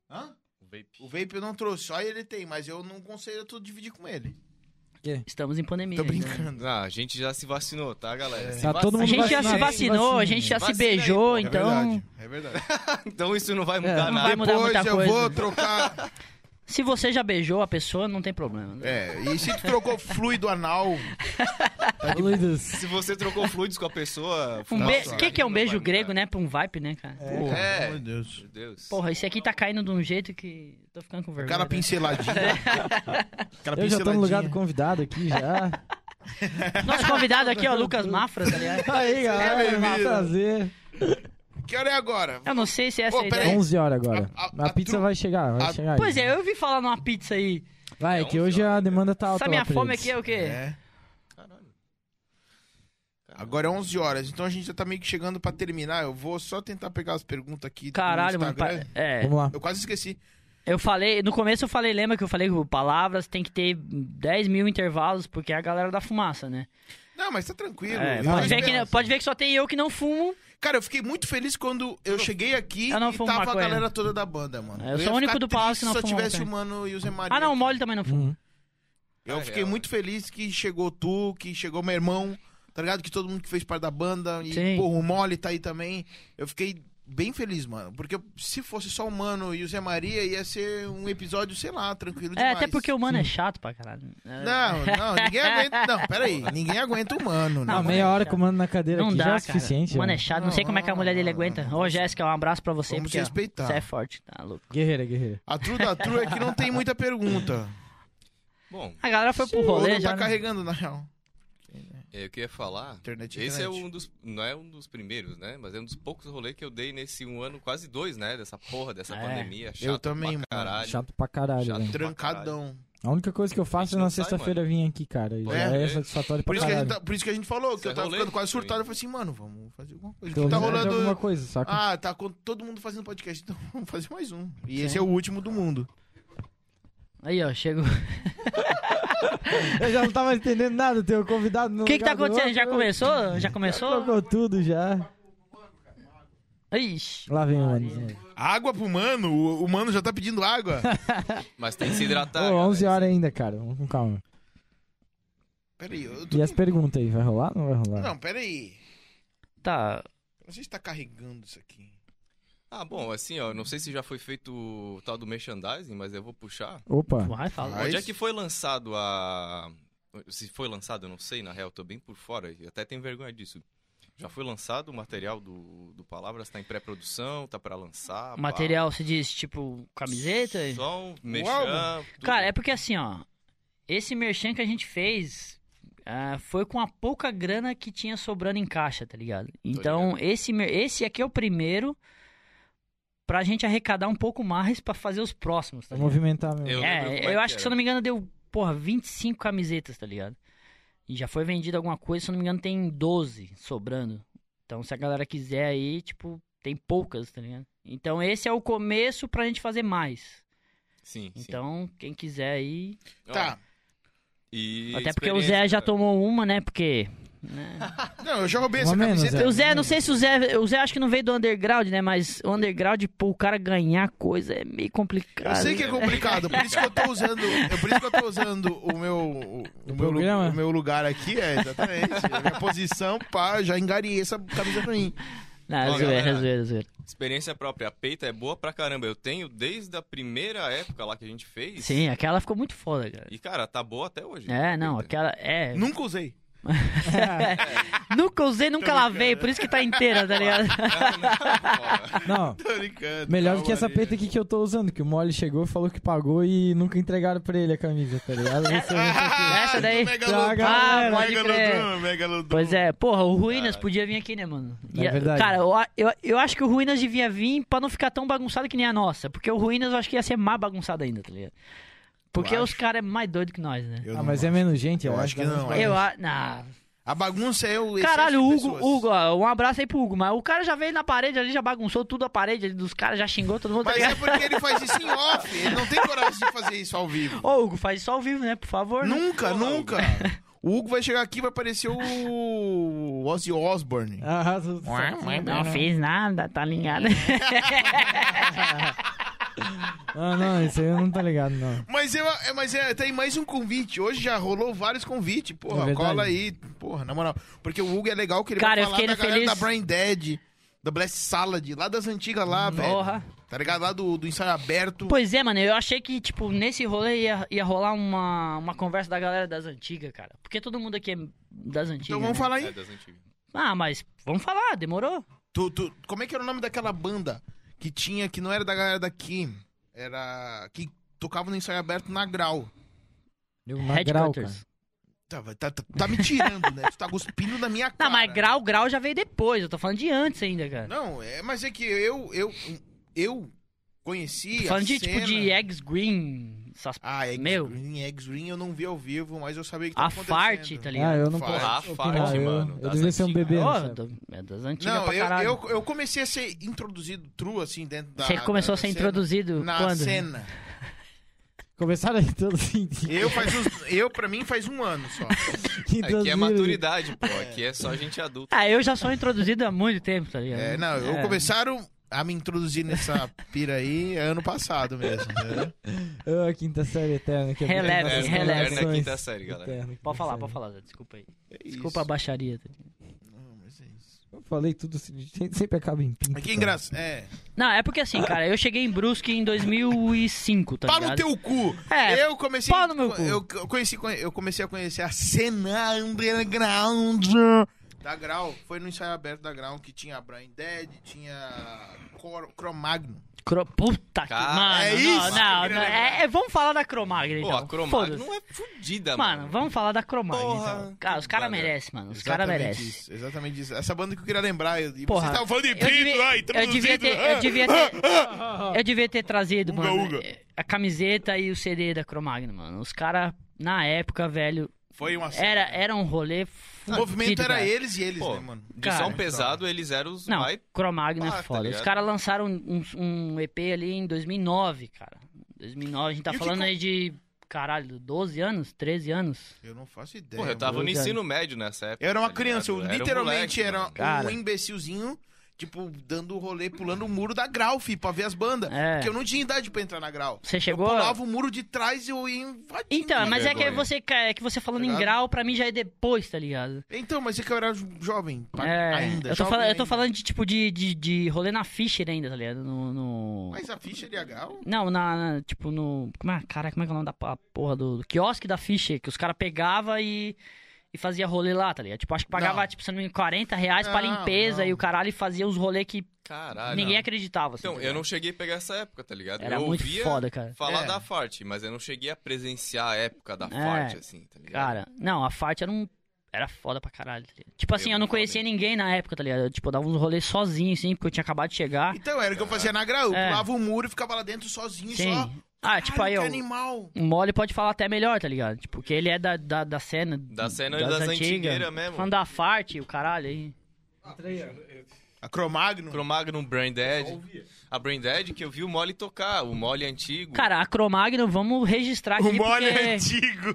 [SPEAKER 1] Hã?
[SPEAKER 12] O vape.
[SPEAKER 1] O vape eu não trouxe, só ele tem, mas eu não conselho tu dividir com ele.
[SPEAKER 10] Estamos em pandemia.
[SPEAKER 1] Tô
[SPEAKER 10] ainda, né?
[SPEAKER 1] brincando.
[SPEAKER 12] Ah, a gente já se vacinou, tá, galera? Se
[SPEAKER 3] Tá todo
[SPEAKER 10] A
[SPEAKER 3] mundo
[SPEAKER 10] gente já se
[SPEAKER 3] vacinado,
[SPEAKER 10] vacinou, a gente já se
[SPEAKER 12] Vacina aí,
[SPEAKER 10] beijou,
[SPEAKER 12] pô. É
[SPEAKER 10] então
[SPEAKER 1] É verdade. Ah,
[SPEAKER 12] Então isso não vai mudar
[SPEAKER 3] É.
[SPEAKER 10] não
[SPEAKER 12] nada.
[SPEAKER 10] vai mudar
[SPEAKER 1] Depois
[SPEAKER 10] muita
[SPEAKER 1] eu
[SPEAKER 10] coisa.
[SPEAKER 1] vou trocar.
[SPEAKER 10] Se você já beijou a pessoa, não tem problema. né?
[SPEAKER 1] É, e se tu trocou fluido anal,
[SPEAKER 3] Tá Luiz.
[SPEAKER 12] Se você trocou fluidos com a pessoa.
[SPEAKER 10] Um
[SPEAKER 12] nossa,
[SPEAKER 10] be... O que, que é um
[SPEAKER 12] não vai
[SPEAKER 10] beijo
[SPEAKER 12] mudar.
[SPEAKER 10] grego, né? Pra um vibe, né, cara?
[SPEAKER 1] Porra,
[SPEAKER 12] É.
[SPEAKER 1] pelo amor de Deus.
[SPEAKER 12] Meu Deus.
[SPEAKER 10] Porra, esse aqui tá caindo de um jeito que tô ficando com vergonha.
[SPEAKER 1] Cara
[SPEAKER 10] né?
[SPEAKER 1] pinceladinho. Cara
[SPEAKER 3] Eu já tô no lugar do
[SPEAKER 1] pinceladinho.
[SPEAKER 3] convidado aqui já.
[SPEAKER 10] Nosso convidado aqui, ó, Lucas Mafra, tá ligado?
[SPEAKER 3] Aí, galera.
[SPEAKER 1] bem-vindo.
[SPEAKER 3] Um prazer.
[SPEAKER 1] Que hora é agora?
[SPEAKER 10] Eu não sei se é essa
[SPEAKER 1] Ô,
[SPEAKER 10] a
[SPEAKER 1] peraí.
[SPEAKER 10] ideia.
[SPEAKER 3] 11 horas agora.
[SPEAKER 1] A-
[SPEAKER 3] A,
[SPEAKER 1] a- a
[SPEAKER 3] pizza
[SPEAKER 1] tru-
[SPEAKER 3] vai chegar, vai
[SPEAKER 1] a-
[SPEAKER 3] chegar aí.
[SPEAKER 10] Pois é, eu ouvi falar numa pizza aí.
[SPEAKER 3] Vai,
[SPEAKER 12] É
[SPEAKER 3] que
[SPEAKER 12] 11
[SPEAKER 3] hoje a
[SPEAKER 1] né?
[SPEAKER 12] horas,
[SPEAKER 3] demanda tá alta
[SPEAKER 10] Essa
[SPEAKER 3] lá
[SPEAKER 10] minha
[SPEAKER 3] pra
[SPEAKER 10] fome
[SPEAKER 3] eles.
[SPEAKER 10] aqui é o quê?
[SPEAKER 1] É.
[SPEAKER 12] Caralho.
[SPEAKER 1] Agora é 11 horas, então a gente já tá meio que chegando pra terminar. Eu vou só tentar pegar as perguntas aqui. do
[SPEAKER 10] Caralho, mano.
[SPEAKER 1] Instagram.
[SPEAKER 10] pa- É,
[SPEAKER 3] Vamos lá.
[SPEAKER 1] Eu quase esqueci.
[SPEAKER 10] eu falei, no começo eu falei, lembra que eu falei que palavras tem que ter 10 mil intervalos, porque é a galera da fumaça, né?
[SPEAKER 1] Não, mas tá tranquilo.
[SPEAKER 10] É,
[SPEAKER 1] Eu
[SPEAKER 10] pode,
[SPEAKER 1] espero-
[SPEAKER 10] ver que, pode ver que só tem eu que não fumo.
[SPEAKER 1] assim. Cara, eu fiquei muito feliz quando eu cheguei aqui
[SPEAKER 10] Eu não
[SPEAKER 1] e
[SPEAKER 10] fumo
[SPEAKER 1] tava
[SPEAKER 10] maconha.
[SPEAKER 1] a galera toda da banda, mano.
[SPEAKER 10] É, eu sou
[SPEAKER 1] ia
[SPEAKER 10] o único
[SPEAKER 1] ficar
[SPEAKER 10] do
[SPEAKER 1] triste
[SPEAKER 10] Palácio que não
[SPEAKER 1] Se só
[SPEAKER 10] fuma
[SPEAKER 1] tivesse o
[SPEAKER 10] maconha.
[SPEAKER 1] Mano e o Zé Maria.
[SPEAKER 10] Ah, não, o
[SPEAKER 1] aqui.
[SPEAKER 10] Mole também não fuma.
[SPEAKER 3] Uhum.
[SPEAKER 1] Eu
[SPEAKER 12] Ah, é,
[SPEAKER 1] fiquei
[SPEAKER 12] ó.
[SPEAKER 1] muito feliz que chegou tu, que chegou meu irmão, tá ligado? Que todo mundo que fez parte da banda. E,
[SPEAKER 10] Sim.
[SPEAKER 1] porra, o Mole tá aí também. Eu fiquei bem feliz, mano. Porque se fosse só o Mano e o Zé Maria, ia ser um episódio, sei lá, tranquilo
[SPEAKER 10] É,
[SPEAKER 1] Uhum. demais.
[SPEAKER 10] até porque o mano é chato pra caralho.
[SPEAKER 1] Não, não, ninguém aguenta. Não, peraí. Ninguém aguenta o mano, né?
[SPEAKER 3] Não, Ah, meia hora com o mano na cadeira
[SPEAKER 10] é, Não
[SPEAKER 3] aqui
[SPEAKER 10] dá,
[SPEAKER 3] já é
[SPEAKER 10] cara.
[SPEAKER 3] o suficiente.
[SPEAKER 10] O mano
[SPEAKER 3] né?
[SPEAKER 10] é chato, não, sei como é que a mulher dele aguenta. Ô, Jéssica, um abraço pra você.
[SPEAKER 1] Vamos
[SPEAKER 10] porque, ó,
[SPEAKER 1] respeitar.
[SPEAKER 10] Você é forte, tá louco.
[SPEAKER 3] Guerreira, guerreira.
[SPEAKER 1] A tru da tru é que não tem muita pergunta.
[SPEAKER 12] Bom,
[SPEAKER 10] A galera foi pro
[SPEAKER 1] Ou
[SPEAKER 10] rolê
[SPEAKER 1] não
[SPEAKER 10] já.
[SPEAKER 1] tá
[SPEAKER 10] né?
[SPEAKER 1] carregando, na real.
[SPEAKER 12] é, eu queria falar.
[SPEAKER 1] Internet,
[SPEAKER 12] Esse é
[SPEAKER 1] internet.
[SPEAKER 12] um dos. Não é um dos primeiros, né? Mas é um dos poucos rolês que eu dei nesse um ano, quase dois, né? Dessa porra, dessa
[SPEAKER 10] É,
[SPEAKER 12] pandemia. Chato
[SPEAKER 1] Eu também,
[SPEAKER 12] pra
[SPEAKER 1] mano.
[SPEAKER 12] caralho.
[SPEAKER 3] Chato pra caralho,
[SPEAKER 12] Chato.
[SPEAKER 3] velho.
[SPEAKER 1] Trancadão.
[SPEAKER 3] A única coisa que eu faço
[SPEAKER 12] A gente
[SPEAKER 3] é na
[SPEAKER 12] não sai,
[SPEAKER 3] sexta-feira vir aqui, cara. E
[SPEAKER 12] É,
[SPEAKER 3] já é,
[SPEAKER 12] é.
[SPEAKER 3] satisfatório
[SPEAKER 1] Por
[SPEAKER 3] pra
[SPEAKER 1] isso, que a gente
[SPEAKER 3] caralho.
[SPEAKER 1] tá- por isso que a gente falou, que
[SPEAKER 12] Isso
[SPEAKER 1] eu
[SPEAKER 12] é
[SPEAKER 1] tava
[SPEAKER 12] rolê
[SPEAKER 1] ficando quase
[SPEAKER 12] também.
[SPEAKER 1] surtado. Eu falei assim, mano, vamos fazer alguma coisa.
[SPEAKER 3] Pelo
[SPEAKER 1] tá
[SPEAKER 3] menos é de alguma
[SPEAKER 1] rolando.
[SPEAKER 3] coisa, saca?
[SPEAKER 1] Ah, tá com todo mundo fazendo podcast, então vamos fazer mais um. E esse é o último do mundo.
[SPEAKER 10] Aí, ó, chegou.
[SPEAKER 3] Eu já não tava entendendo nada, teu convidado no
[SPEAKER 10] O que que tá
[SPEAKER 3] lugar do
[SPEAKER 10] acontecendo? Já
[SPEAKER 3] outro.
[SPEAKER 10] começou? Já começou?
[SPEAKER 3] Tocou tudo já.
[SPEAKER 10] Ixi.
[SPEAKER 3] Lá vem o manozinho.
[SPEAKER 1] Água pro mano? O, o mano já tá pedindo água.
[SPEAKER 12] Mas tem que se hidratar.
[SPEAKER 3] Ô,
[SPEAKER 12] galera.
[SPEAKER 3] 11 horas ainda, cara. Vamos com calma.
[SPEAKER 1] Peraí, eu tô...
[SPEAKER 3] E as perguntas aí, vai rolar ou não vai rolar?
[SPEAKER 1] Não, peraí.
[SPEAKER 10] Tá.
[SPEAKER 1] Eu Não sei se tá carregando isso aqui.
[SPEAKER 12] Ah, bom, assim, ó, não sei se já foi feito o tal do merchandising, mas eu vou puxar.
[SPEAKER 3] Opa.
[SPEAKER 10] Vai, fala.
[SPEAKER 1] Mas-
[SPEAKER 12] Onde é que foi lançado a. Se foi lançado, eu não sei, na real, eu tô bem por fora, e até tenho vergonha disso. Já foi lançado o material do, do Palavras, tá em pré-produção, tá pra lançar. pá.
[SPEAKER 10] Material, se diz, tipo, camiseta?
[SPEAKER 12] Som, mexão. tudo.
[SPEAKER 10] Cara, é porque assim, ó. Esse merchan que a gente fez ah, foi com a pouca grana que tinha sobrando em caixa, tá ligado? Então, esse, mer- esse aqui é o primeiro pra gente arrecadar um pouco mais pra fazer os próximos, tá
[SPEAKER 3] Vai
[SPEAKER 10] ligado?
[SPEAKER 3] movimentar mesmo.
[SPEAKER 12] Eu lembro como
[SPEAKER 10] É, eu,
[SPEAKER 12] é que
[SPEAKER 10] acho que, se
[SPEAKER 12] era.
[SPEAKER 10] eu não me engano, deu, porra, 25 camisetas, tá ligado? E já foi vendido alguma coisa, se eu não me engano, tem 12 sobrando. Então, se a galera quiser aí, tipo, tem poucas, tá ligado? Então, esse é o começo pra gente fazer mais.
[SPEAKER 12] Sim, sim.
[SPEAKER 10] Então, quem quiser aí.
[SPEAKER 12] Ó,
[SPEAKER 1] Tá.
[SPEAKER 12] e
[SPEAKER 10] Até porque o Zé
[SPEAKER 12] experiência,
[SPEAKER 10] já
[SPEAKER 12] cara.
[SPEAKER 10] tomou uma, né? Porque. né?
[SPEAKER 1] Não, eu já roubei
[SPEAKER 3] Mais
[SPEAKER 1] essa
[SPEAKER 3] ou menos,
[SPEAKER 1] camiseta.
[SPEAKER 3] é.
[SPEAKER 10] O Zé, não sei se o Zé. O Zé acho que não veio do underground, né? Mas o underground, pô, o cara ganhar coisa é meio complicado.
[SPEAKER 1] Eu sei que é complicado, por isso que eu tô usando, é por isso que eu tô usando o meu o,
[SPEAKER 3] O
[SPEAKER 1] o meu, lu-
[SPEAKER 3] programa?
[SPEAKER 1] o meu lugar aqui, é exatamente. A minha posição, pá, já engariei essa camisa pra mim.
[SPEAKER 10] Não, é
[SPEAKER 12] Ó,
[SPEAKER 10] zoeira, é
[SPEAKER 12] galera.
[SPEAKER 10] zoeira, é zoeira.
[SPEAKER 12] Experiência própria. A peita é boa pra caramba. Eu tenho desde a primeira época lá que a gente fez.
[SPEAKER 10] Sim, aquela ficou muito foda, cara.
[SPEAKER 12] E, cara, tá boa até hoje.
[SPEAKER 10] É, não,
[SPEAKER 12] Peita.
[SPEAKER 10] aquela. É.
[SPEAKER 1] Nunca usei.
[SPEAKER 10] Nunca usei, nunca lavei, por isso que tá inteira, tá ligado?
[SPEAKER 3] Não,
[SPEAKER 1] Tô brincando. tá
[SPEAKER 3] melhor do que essa
[SPEAKER 1] calma,
[SPEAKER 3] peita aqui que eu tô usando, que o Mole chegou, falou que pagou e nunca entregaram pra ele a camisa, tá ligado? Esse é muito-
[SPEAKER 1] Ah,
[SPEAKER 10] Essa daí.
[SPEAKER 1] né? Megalodon,
[SPEAKER 10] Ah, pode
[SPEAKER 1] Megalodon,
[SPEAKER 10] crer.
[SPEAKER 1] Megalodon.
[SPEAKER 10] Pois é, porra, o Ruínas podia vir aqui, né, mano?
[SPEAKER 3] É
[SPEAKER 10] E a-
[SPEAKER 3] verdade.
[SPEAKER 10] Cara, eu, a- eu, eu acho que o Ruínas devia vir pra não ficar tão bagunçado que nem a nossa. Porque o Ruínas eu acho que ia ser mais bagunçado ainda, tá ligado? Porque
[SPEAKER 1] Eu
[SPEAKER 10] os caras é mais doido que nós, né?
[SPEAKER 1] Eu
[SPEAKER 3] Ah,
[SPEAKER 1] não
[SPEAKER 3] mas é
[SPEAKER 1] gosto.
[SPEAKER 3] menos gente, eu,
[SPEAKER 1] Eu acho que
[SPEAKER 3] dá
[SPEAKER 1] não,
[SPEAKER 3] mais
[SPEAKER 1] é.
[SPEAKER 10] Eu
[SPEAKER 3] pra-
[SPEAKER 10] acho. Nah.
[SPEAKER 1] A bagunça é o excesso
[SPEAKER 10] Caralho, o
[SPEAKER 1] de
[SPEAKER 10] Hugo,
[SPEAKER 1] pessoas.
[SPEAKER 10] Hugo, ó, um abraço aí pro Hugo, mas o cara já veio na parede ali, já bagunçou tudo a parede ali dos caras, já xingou todo mundo, tá
[SPEAKER 1] Mas é
[SPEAKER 10] ligado?
[SPEAKER 1] porque ele faz isso em off, ele não tem coragem de fazer isso ao vivo.
[SPEAKER 10] Ô, Hugo, faz isso ao vivo, né? Por favor. né?
[SPEAKER 1] Nunca, nunca. O Hugo vai chegar aqui e vai aparecer o Ozzy Osbourne.
[SPEAKER 3] Ah, tu- tu-
[SPEAKER 1] é,
[SPEAKER 10] Não fez nada, tá ligado?
[SPEAKER 3] Não, Ah, não, isso aí eu não tô ligado, não.
[SPEAKER 1] Mas, eu, é, mas é, tem mais um convite. Hoje já rolou vários convites.
[SPEAKER 3] É
[SPEAKER 1] Porra,
[SPEAKER 3] verdade.
[SPEAKER 1] cola aí. Porra, na moral. Porque o Hugo é legal que ele
[SPEAKER 10] Cara,
[SPEAKER 1] vai
[SPEAKER 10] eu
[SPEAKER 1] falar
[SPEAKER 10] fiquei
[SPEAKER 1] da galera
[SPEAKER 10] feliz.
[SPEAKER 1] da Brain Dead, da Blast Salad, lá das antigas lá, velho.
[SPEAKER 10] Porra.
[SPEAKER 1] Tá ligado? Lá do, do ensaio aberto.
[SPEAKER 10] Pois é, mano, eu achei que, tipo, nesse rolê ia, ia rolar uma, uma conversa da galera das antigas, cara. Porque todo mundo aqui é das antigas.
[SPEAKER 1] então vamos
[SPEAKER 10] né?
[SPEAKER 1] falar
[SPEAKER 12] É,
[SPEAKER 1] aí.
[SPEAKER 12] das antigas.
[SPEAKER 10] Ah, mas vamos falar, demorou?
[SPEAKER 1] Tu, tu- como é que era o nome daquela banda que tinha, que não era da galera daqui? Era. que tocava no ensaio aberto na grau.
[SPEAKER 3] Eu, na grau, cara.
[SPEAKER 10] Headcutters.
[SPEAKER 1] Tá, vai- tá, tá, tá me tirando, né? Tu tá cuspindo na minha cara.
[SPEAKER 10] Não, mas grau, grau já veio depois. Eu tô falando de antes ainda, cara.
[SPEAKER 1] Não, é, mas é que eu. Eu, eu conheci.
[SPEAKER 10] tô
[SPEAKER 1] a
[SPEAKER 10] falando de, tipo,
[SPEAKER 1] cena-
[SPEAKER 10] de Eggs Green, essas...
[SPEAKER 1] Ah, Eggs
[SPEAKER 10] Meu.
[SPEAKER 1] Green, Eggs Green eu não vi ao vivo, mas eu sabia que tava
[SPEAKER 10] a Fart,
[SPEAKER 1] acontecendo.
[SPEAKER 10] tá
[SPEAKER 3] Ah,
[SPEAKER 10] ligado?
[SPEAKER 3] eu não
[SPEAKER 1] Fala.
[SPEAKER 3] posso.
[SPEAKER 12] Rafa,
[SPEAKER 3] opinar,
[SPEAKER 12] Farte,
[SPEAKER 3] eu,
[SPEAKER 12] mano,
[SPEAKER 3] eu
[SPEAKER 12] das
[SPEAKER 3] devia ser um
[SPEAKER 12] antigas.
[SPEAKER 3] bebê.
[SPEAKER 10] Ó,
[SPEAKER 3] nessa época.
[SPEAKER 10] do- é das antigas
[SPEAKER 1] Não,
[SPEAKER 10] pra
[SPEAKER 1] eu,
[SPEAKER 10] caralho.
[SPEAKER 1] eu, eu comecei a ser introduzido true, assim, dentro da.
[SPEAKER 10] Você começou
[SPEAKER 1] da-
[SPEAKER 10] a ser
[SPEAKER 1] da cena.
[SPEAKER 10] introduzido
[SPEAKER 1] Na
[SPEAKER 10] quando?
[SPEAKER 1] cena.
[SPEAKER 3] Começaram aí todos sentidos.
[SPEAKER 1] Eu, faz uns, eu, pra mim, faz um ano só.
[SPEAKER 12] Aqui é maturidade, pô. Aqui é só gente adulta.
[SPEAKER 10] Ah, eu já sou introduzido há muito tempo, tá ligado?
[SPEAKER 1] É, não, eu
[SPEAKER 10] É.
[SPEAKER 1] começaram a me introduzir nessa pira aí ano passado mesmo. né?
[SPEAKER 3] Ah, quinta série eterna. Que é
[SPEAKER 10] Releve,
[SPEAKER 3] muito nossas
[SPEAKER 10] releve.
[SPEAKER 12] Eterna
[SPEAKER 3] relações.
[SPEAKER 12] quinta série, galera.
[SPEAKER 3] Eterna, quinta
[SPEAKER 10] Pode falar,
[SPEAKER 3] série.
[SPEAKER 10] pode falar, Zé, desculpa aí.
[SPEAKER 1] É isso.
[SPEAKER 10] Desculpa a baixaria. tá ligado?
[SPEAKER 1] Não, mas é isso.
[SPEAKER 3] Eu falei tudo assim, gente, sempre acaba em pinto.
[SPEAKER 1] É que engraçado. É.
[SPEAKER 10] Não, é porque assim, cara, eu cheguei em Brusque em 2005, tá
[SPEAKER 1] Pau no
[SPEAKER 10] ligado?
[SPEAKER 1] teu cu!
[SPEAKER 10] É,
[SPEAKER 1] eu comecei.
[SPEAKER 10] pau no meu cu.
[SPEAKER 1] Eu, eu conheci, eu comecei a conhecer a cena underground da Grau. Foi no ensaio aberto da Grau que tinha Brian Dead, tinha Cor- Cromagno.
[SPEAKER 10] Cro- Puta que...
[SPEAKER 12] Cara,
[SPEAKER 10] Mano,
[SPEAKER 1] é
[SPEAKER 10] não,
[SPEAKER 1] isso?
[SPEAKER 10] não, não, é, é- vamos falar da Cromagna, então.
[SPEAKER 12] Pô, a Cromagno
[SPEAKER 10] Foda-se.
[SPEAKER 12] não é fudida, mano.
[SPEAKER 10] Mano, vamos falar da Cromagna,
[SPEAKER 12] Porra,
[SPEAKER 10] então. Cara, os caras
[SPEAKER 12] brother.
[SPEAKER 10] merecem, mano. Os caras
[SPEAKER 1] Exatamente
[SPEAKER 10] merecem.
[SPEAKER 1] isso, exatamente isso. Essa banda que eu queria lembrar. Eu, e
[SPEAKER 10] Porra,
[SPEAKER 1] vocês estavam falando de
[SPEAKER 10] eu
[SPEAKER 1] Brito,
[SPEAKER 10] devia-
[SPEAKER 1] ah,
[SPEAKER 10] eu devia ter- eu devia ter- Eu devia ter trazido,
[SPEAKER 1] Uga,
[SPEAKER 10] mano,
[SPEAKER 1] uga.
[SPEAKER 10] a camiseta e o CD da Cromagno, mano. Os caras, na época, velho,
[SPEAKER 1] Foi uma cena.
[SPEAKER 10] era, é. era um rolê
[SPEAKER 1] O movimento
[SPEAKER 10] fudido,
[SPEAKER 1] era
[SPEAKER 10] cara.
[SPEAKER 1] eles e eles,
[SPEAKER 12] Pô,
[SPEAKER 1] né, mano?
[SPEAKER 12] De
[SPEAKER 10] Cara,
[SPEAKER 12] som pesado, eles eram os
[SPEAKER 10] Não,
[SPEAKER 12] mais...
[SPEAKER 10] Cromagno
[SPEAKER 12] pá,
[SPEAKER 10] é
[SPEAKER 12] tá
[SPEAKER 10] foda. Os
[SPEAKER 12] ligado?
[SPEAKER 10] caras lançaram um, um EP ali em 2009, cara. 2009, a gente tá
[SPEAKER 1] E o que
[SPEAKER 10] falando
[SPEAKER 1] com-
[SPEAKER 10] aí de, caralho, 12 anos, 13 anos.
[SPEAKER 1] Eu não faço ideia.
[SPEAKER 10] É,
[SPEAKER 12] Porra, eu tava
[SPEAKER 1] mano.
[SPEAKER 12] no ensino médio nessa época.
[SPEAKER 1] Eu era uma
[SPEAKER 12] tá
[SPEAKER 1] criança, eu
[SPEAKER 12] ligado? um
[SPEAKER 1] literalmente
[SPEAKER 12] moleque,
[SPEAKER 1] era um,
[SPEAKER 12] mano.
[SPEAKER 10] Cara.
[SPEAKER 1] imbecilzinho, tipo, dando rolê, pulando o muro da Grau, fi, pra ver as bandas.
[SPEAKER 10] É.
[SPEAKER 1] Porque eu não tinha idade pra entrar na Grau.
[SPEAKER 10] Você
[SPEAKER 1] Eu
[SPEAKER 10] chegou...
[SPEAKER 1] pulava um o muro de trás e eu ia invadindo.
[SPEAKER 10] Então,
[SPEAKER 12] Que
[SPEAKER 10] mas é que
[SPEAKER 12] vergonha.
[SPEAKER 10] você, cara, é que você falando em
[SPEAKER 1] Tá Ligado?
[SPEAKER 10] grau, pra mim já é depois, tá ligado?
[SPEAKER 1] Então, mas é que eu era jo- jovem pa-
[SPEAKER 10] É,
[SPEAKER 1] ainda.
[SPEAKER 10] Eu tô,
[SPEAKER 1] jovem
[SPEAKER 10] falando, eu tô
[SPEAKER 1] ainda.
[SPEAKER 10] falando de tipo de, de, de rolê na Fischer ainda, tá ligado? No. no-
[SPEAKER 1] Mas a ficha é de um. Grau...
[SPEAKER 10] Não, na, na- Tipo, no. Como é, cara, como é que é o nome da pa- porra do, do quiosque da Fischer? Que os caras pegavam e. E fazia rolê lá, tá ligado? Tipo, acho que pagava,
[SPEAKER 1] Não.
[SPEAKER 10] tipo, se não me engano, 40 reais pra
[SPEAKER 1] Não,
[SPEAKER 10] limpeza
[SPEAKER 1] não.
[SPEAKER 10] e o caralho e fazia os rolê que
[SPEAKER 12] Caralho.
[SPEAKER 10] ninguém acreditava. Assim,
[SPEAKER 12] Ah, Então,
[SPEAKER 10] tá
[SPEAKER 12] eu
[SPEAKER 10] ligado?
[SPEAKER 12] não cheguei a pegar essa época, tá ligado?
[SPEAKER 10] Era
[SPEAKER 12] eu
[SPEAKER 10] muito
[SPEAKER 12] ouvia
[SPEAKER 10] foda, cara.
[SPEAKER 12] falar
[SPEAKER 1] É.
[SPEAKER 12] da Fart, mas eu não cheguei a presenciar a época da
[SPEAKER 10] É.
[SPEAKER 12] Fart, assim, tá ligado?
[SPEAKER 10] Cara, não, a Fart era um. Era foda pra caralho. Tá ligado? tipo assim, eu,
[SPEAKER 12] Eu
[SPEAKER 10] não
[SPEAKER 12] não
[SPEAKER 10] conhecia ninguém na época, tá ligado? Eu, tipo, eu dava uns rolês sozinho, assim, porque eu tinha acabado de chegar.
[SPEAKER 1] Então, era o que eu fazia na Grau. Eu
[SPEAKER 10] É.
[SPEAKER 1] pulava o muro e ficava lá dentro sozinho,
[SPEAKER 10] Sim.
[SPEAKER 1] só...
[SPEAKER 10] Ah, tipo,
[SPEAKER 1] Caralho,
[SPEAKER 10] aí,
[SPEAKER 1] que
[SPEAKER 10] ó.
[SPEAKER 1] animal.
[SPEAKER 10] O Mole pode falar até melhor, tá ligado? Tipo, porque ele é da, da, da cena.
[SPEAKER 12] Da cena das antigueiras mesmo.
[SPEAKER 10] Falando da Fart, o caralho aí.
[SPEAKER 1] A Cromagno.
[SPEAKER 12] Chromagno, Brain Dead. A Brain Dead que eu vi o Mole tocar, o é Mole antigo.
[SPEAKER 10] Cara, a Cromagno, vamos registrar aqui.
[SPEAKER 1] O mole
[SPEAKER 10] porque...
[SPEAKER 1] antigo.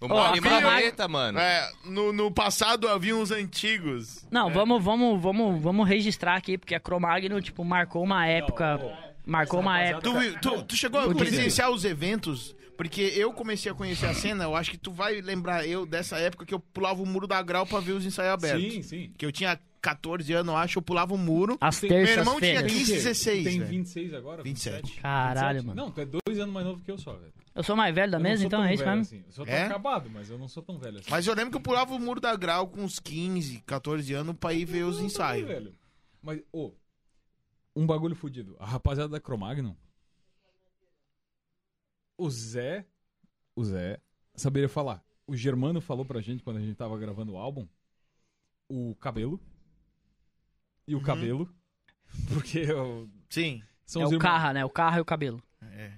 [SPEAKER 12] o
[SPEAKER 10] ó, a
[SPEAKER 12] Mole
[SPEAKER 10] Chromagno-
[SPEAKER 12] Marreta, mano.
[SPEAKER 1] É, no, no passado havia uns antigos.
[SPEAKER 10] Não, vamos, vamos, vamos, vamos registrar aqui, porque a Cromagno, tipo, marcou uma época. marcou uma época.
[SPEAKER 1] Tu, viu- tu, tu chegou a presenciar os eventos? Porque eu comecei a conhecer a cena, eu acho que tu vai lembrar eu dessa época que eu pulava o muro da grau pra ver os ensaios abertos.
[SPEAKER 5] Sim, sim.
[SPEAKER 1] Que eu tinha 14 anos, eu acho, eu pulava o muro.
[SPEAKER 10] As
[SPEAKER 5] Meu
[SPEAKER 1] Meu irmão tinha 15,
[SPEAKER 5] Tem o quê?
[SPEAKER 10] terças-feiras.
[SPEAKER 1] 16.
[SPEAKER 5] Tem
[SPEAKER 1] É velho.
[SPEAKER 5] 26 agora?
[SPEAKER 1] 27.
[SPEAKER 5] 27.
[SPEAKER 10] Caralho,
[SPEAKER 5] 27?
[SPEAKER 10] mano.
[SPEAKER 5] Não, tu é dois anos mais novo que eu só, velho.
[SPEAKER 10] Eu sou mais velho da
[SPEAKER 5] Eu não
[SPEAKER 10] mesa,
[SPEAKER 5] sou
[SPEAKER 10] então
[SPEAKER 5] tão
[SPEAKER 10] é isso
[SPEAKER 5] velho
[SPEAKER 10] mesmo?
[SPEAKER 5] Assim. Eu sou tão
[SPEAKER 1] É?
[SPEAKER 5] acabado, mas eu não sou tão velho assim.
[SPEAKER 1] Mas eu lembro que eu pulava o muro da grau com uns 15, 14 anos pra ir ver
[SPEAKER 5] Eu
[SPEAKER 1] os
[SPEAKER 5] também,
[SPEAKER 1] ensaios.
[SPEAKER 5] velho. Mas, ô, um bagulho fudido. A rapaziada da Cromagnon. O Zé. O Zé. Saberia falar. O Germano falou pra gente quando a gente tava gravando o álbum. O cabelo. E o
[SPEAKER 1] Uhum.
[SPEAKER 5] cabelo. Porque eu-
[SPEAKER 1] Sim.
[SPEAKER 5] são
[SPEAKER 10] é
[SPEAKER 5] os
[SPEAKER 10] o
[SPEAKER 5] irmãos.
[SPEAKER 10] carro, né? O carro e o cabelo.
[SPEAKER 1] É.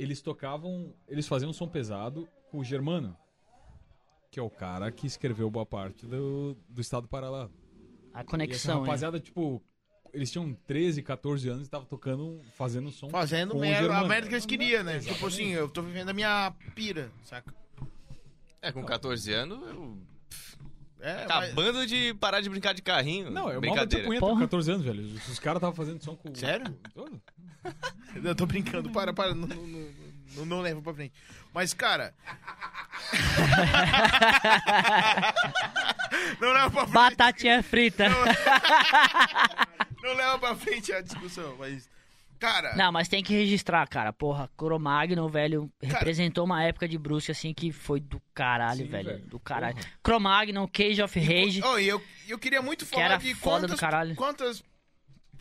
[SPEAKER 5] Eles tocavam. Eles faziam um som pesado com o Germano. Que é o cara que escreveu boa parte do, do Estado Paralelo.
[SPEAKER 10] A
[SPEAKER 5] E essa
[SPEAKER 10] conexão. né?
[SPEAKER 5] rapaziada, tipo, eles tinham 13, 14 anos e estavam tocando, fazendo som.
[SPEAKER 1] Fazendo
[SPEAKER 5] Com o
[SPEAKER 1] merda, a
[SPEAKER 5] Germano.
[SPEAKER 1] merda que eles queriam, né? Tipo assim, eu tô vivendo a minha pira, saca?
[SPEAKER 12] É, com 14 anos, eu...
[SPEAKER 1] É, mas- é
[SPEAKER 12] acabando de parar de brincar de carrinho.
[SPEAKER 5] Não, é eu mal
[SPEAKER 12] brincadeira.
[SPEAKER 5] punha com
[SPEAKER 10] Porra.
[SPEAKER 5] 14 anos, velho. Os os caras estavam fazendo som com.
[SPEAKER 1] Sério?
[SPEAKER 5] com-
[SPEAKER 1] Eu tô brincando, para, para, não, não, não, não- não leva pra frente. Mas, cara. não leva pra frente.
[SPEAKER 10] Batatinha frita.
[SPEAKER 1] Não leva pra frente a discussão, mas. Cara,
[SPEAKER 10] Não, mas tem que registrar, cara. Porra, Cromagno, velho,
[SPEAKER 1] Cara-
[SPEAKER 10] representou uma época de Brusque, assim, que foi do caralho,
[SPEAKER 5] Sim,
[SPEAKER 10] velho.
[SPEAKER 5] velho.
[SPEAKER 10] Do caralho.
[SPEAKER 5] Porra.
[SPEAKER 10] Cromagno, Cage of Rage.
[SPEAKER 1] oh, e eu, eu queria muito falar
[SPEAKER 10] era
[SPEAKER 1] de
[SPEAKER 10] foda do
[SPEAKER 1] quantas,
[SPEAKER 10] caralho.
[SPEAKER 1] quantas.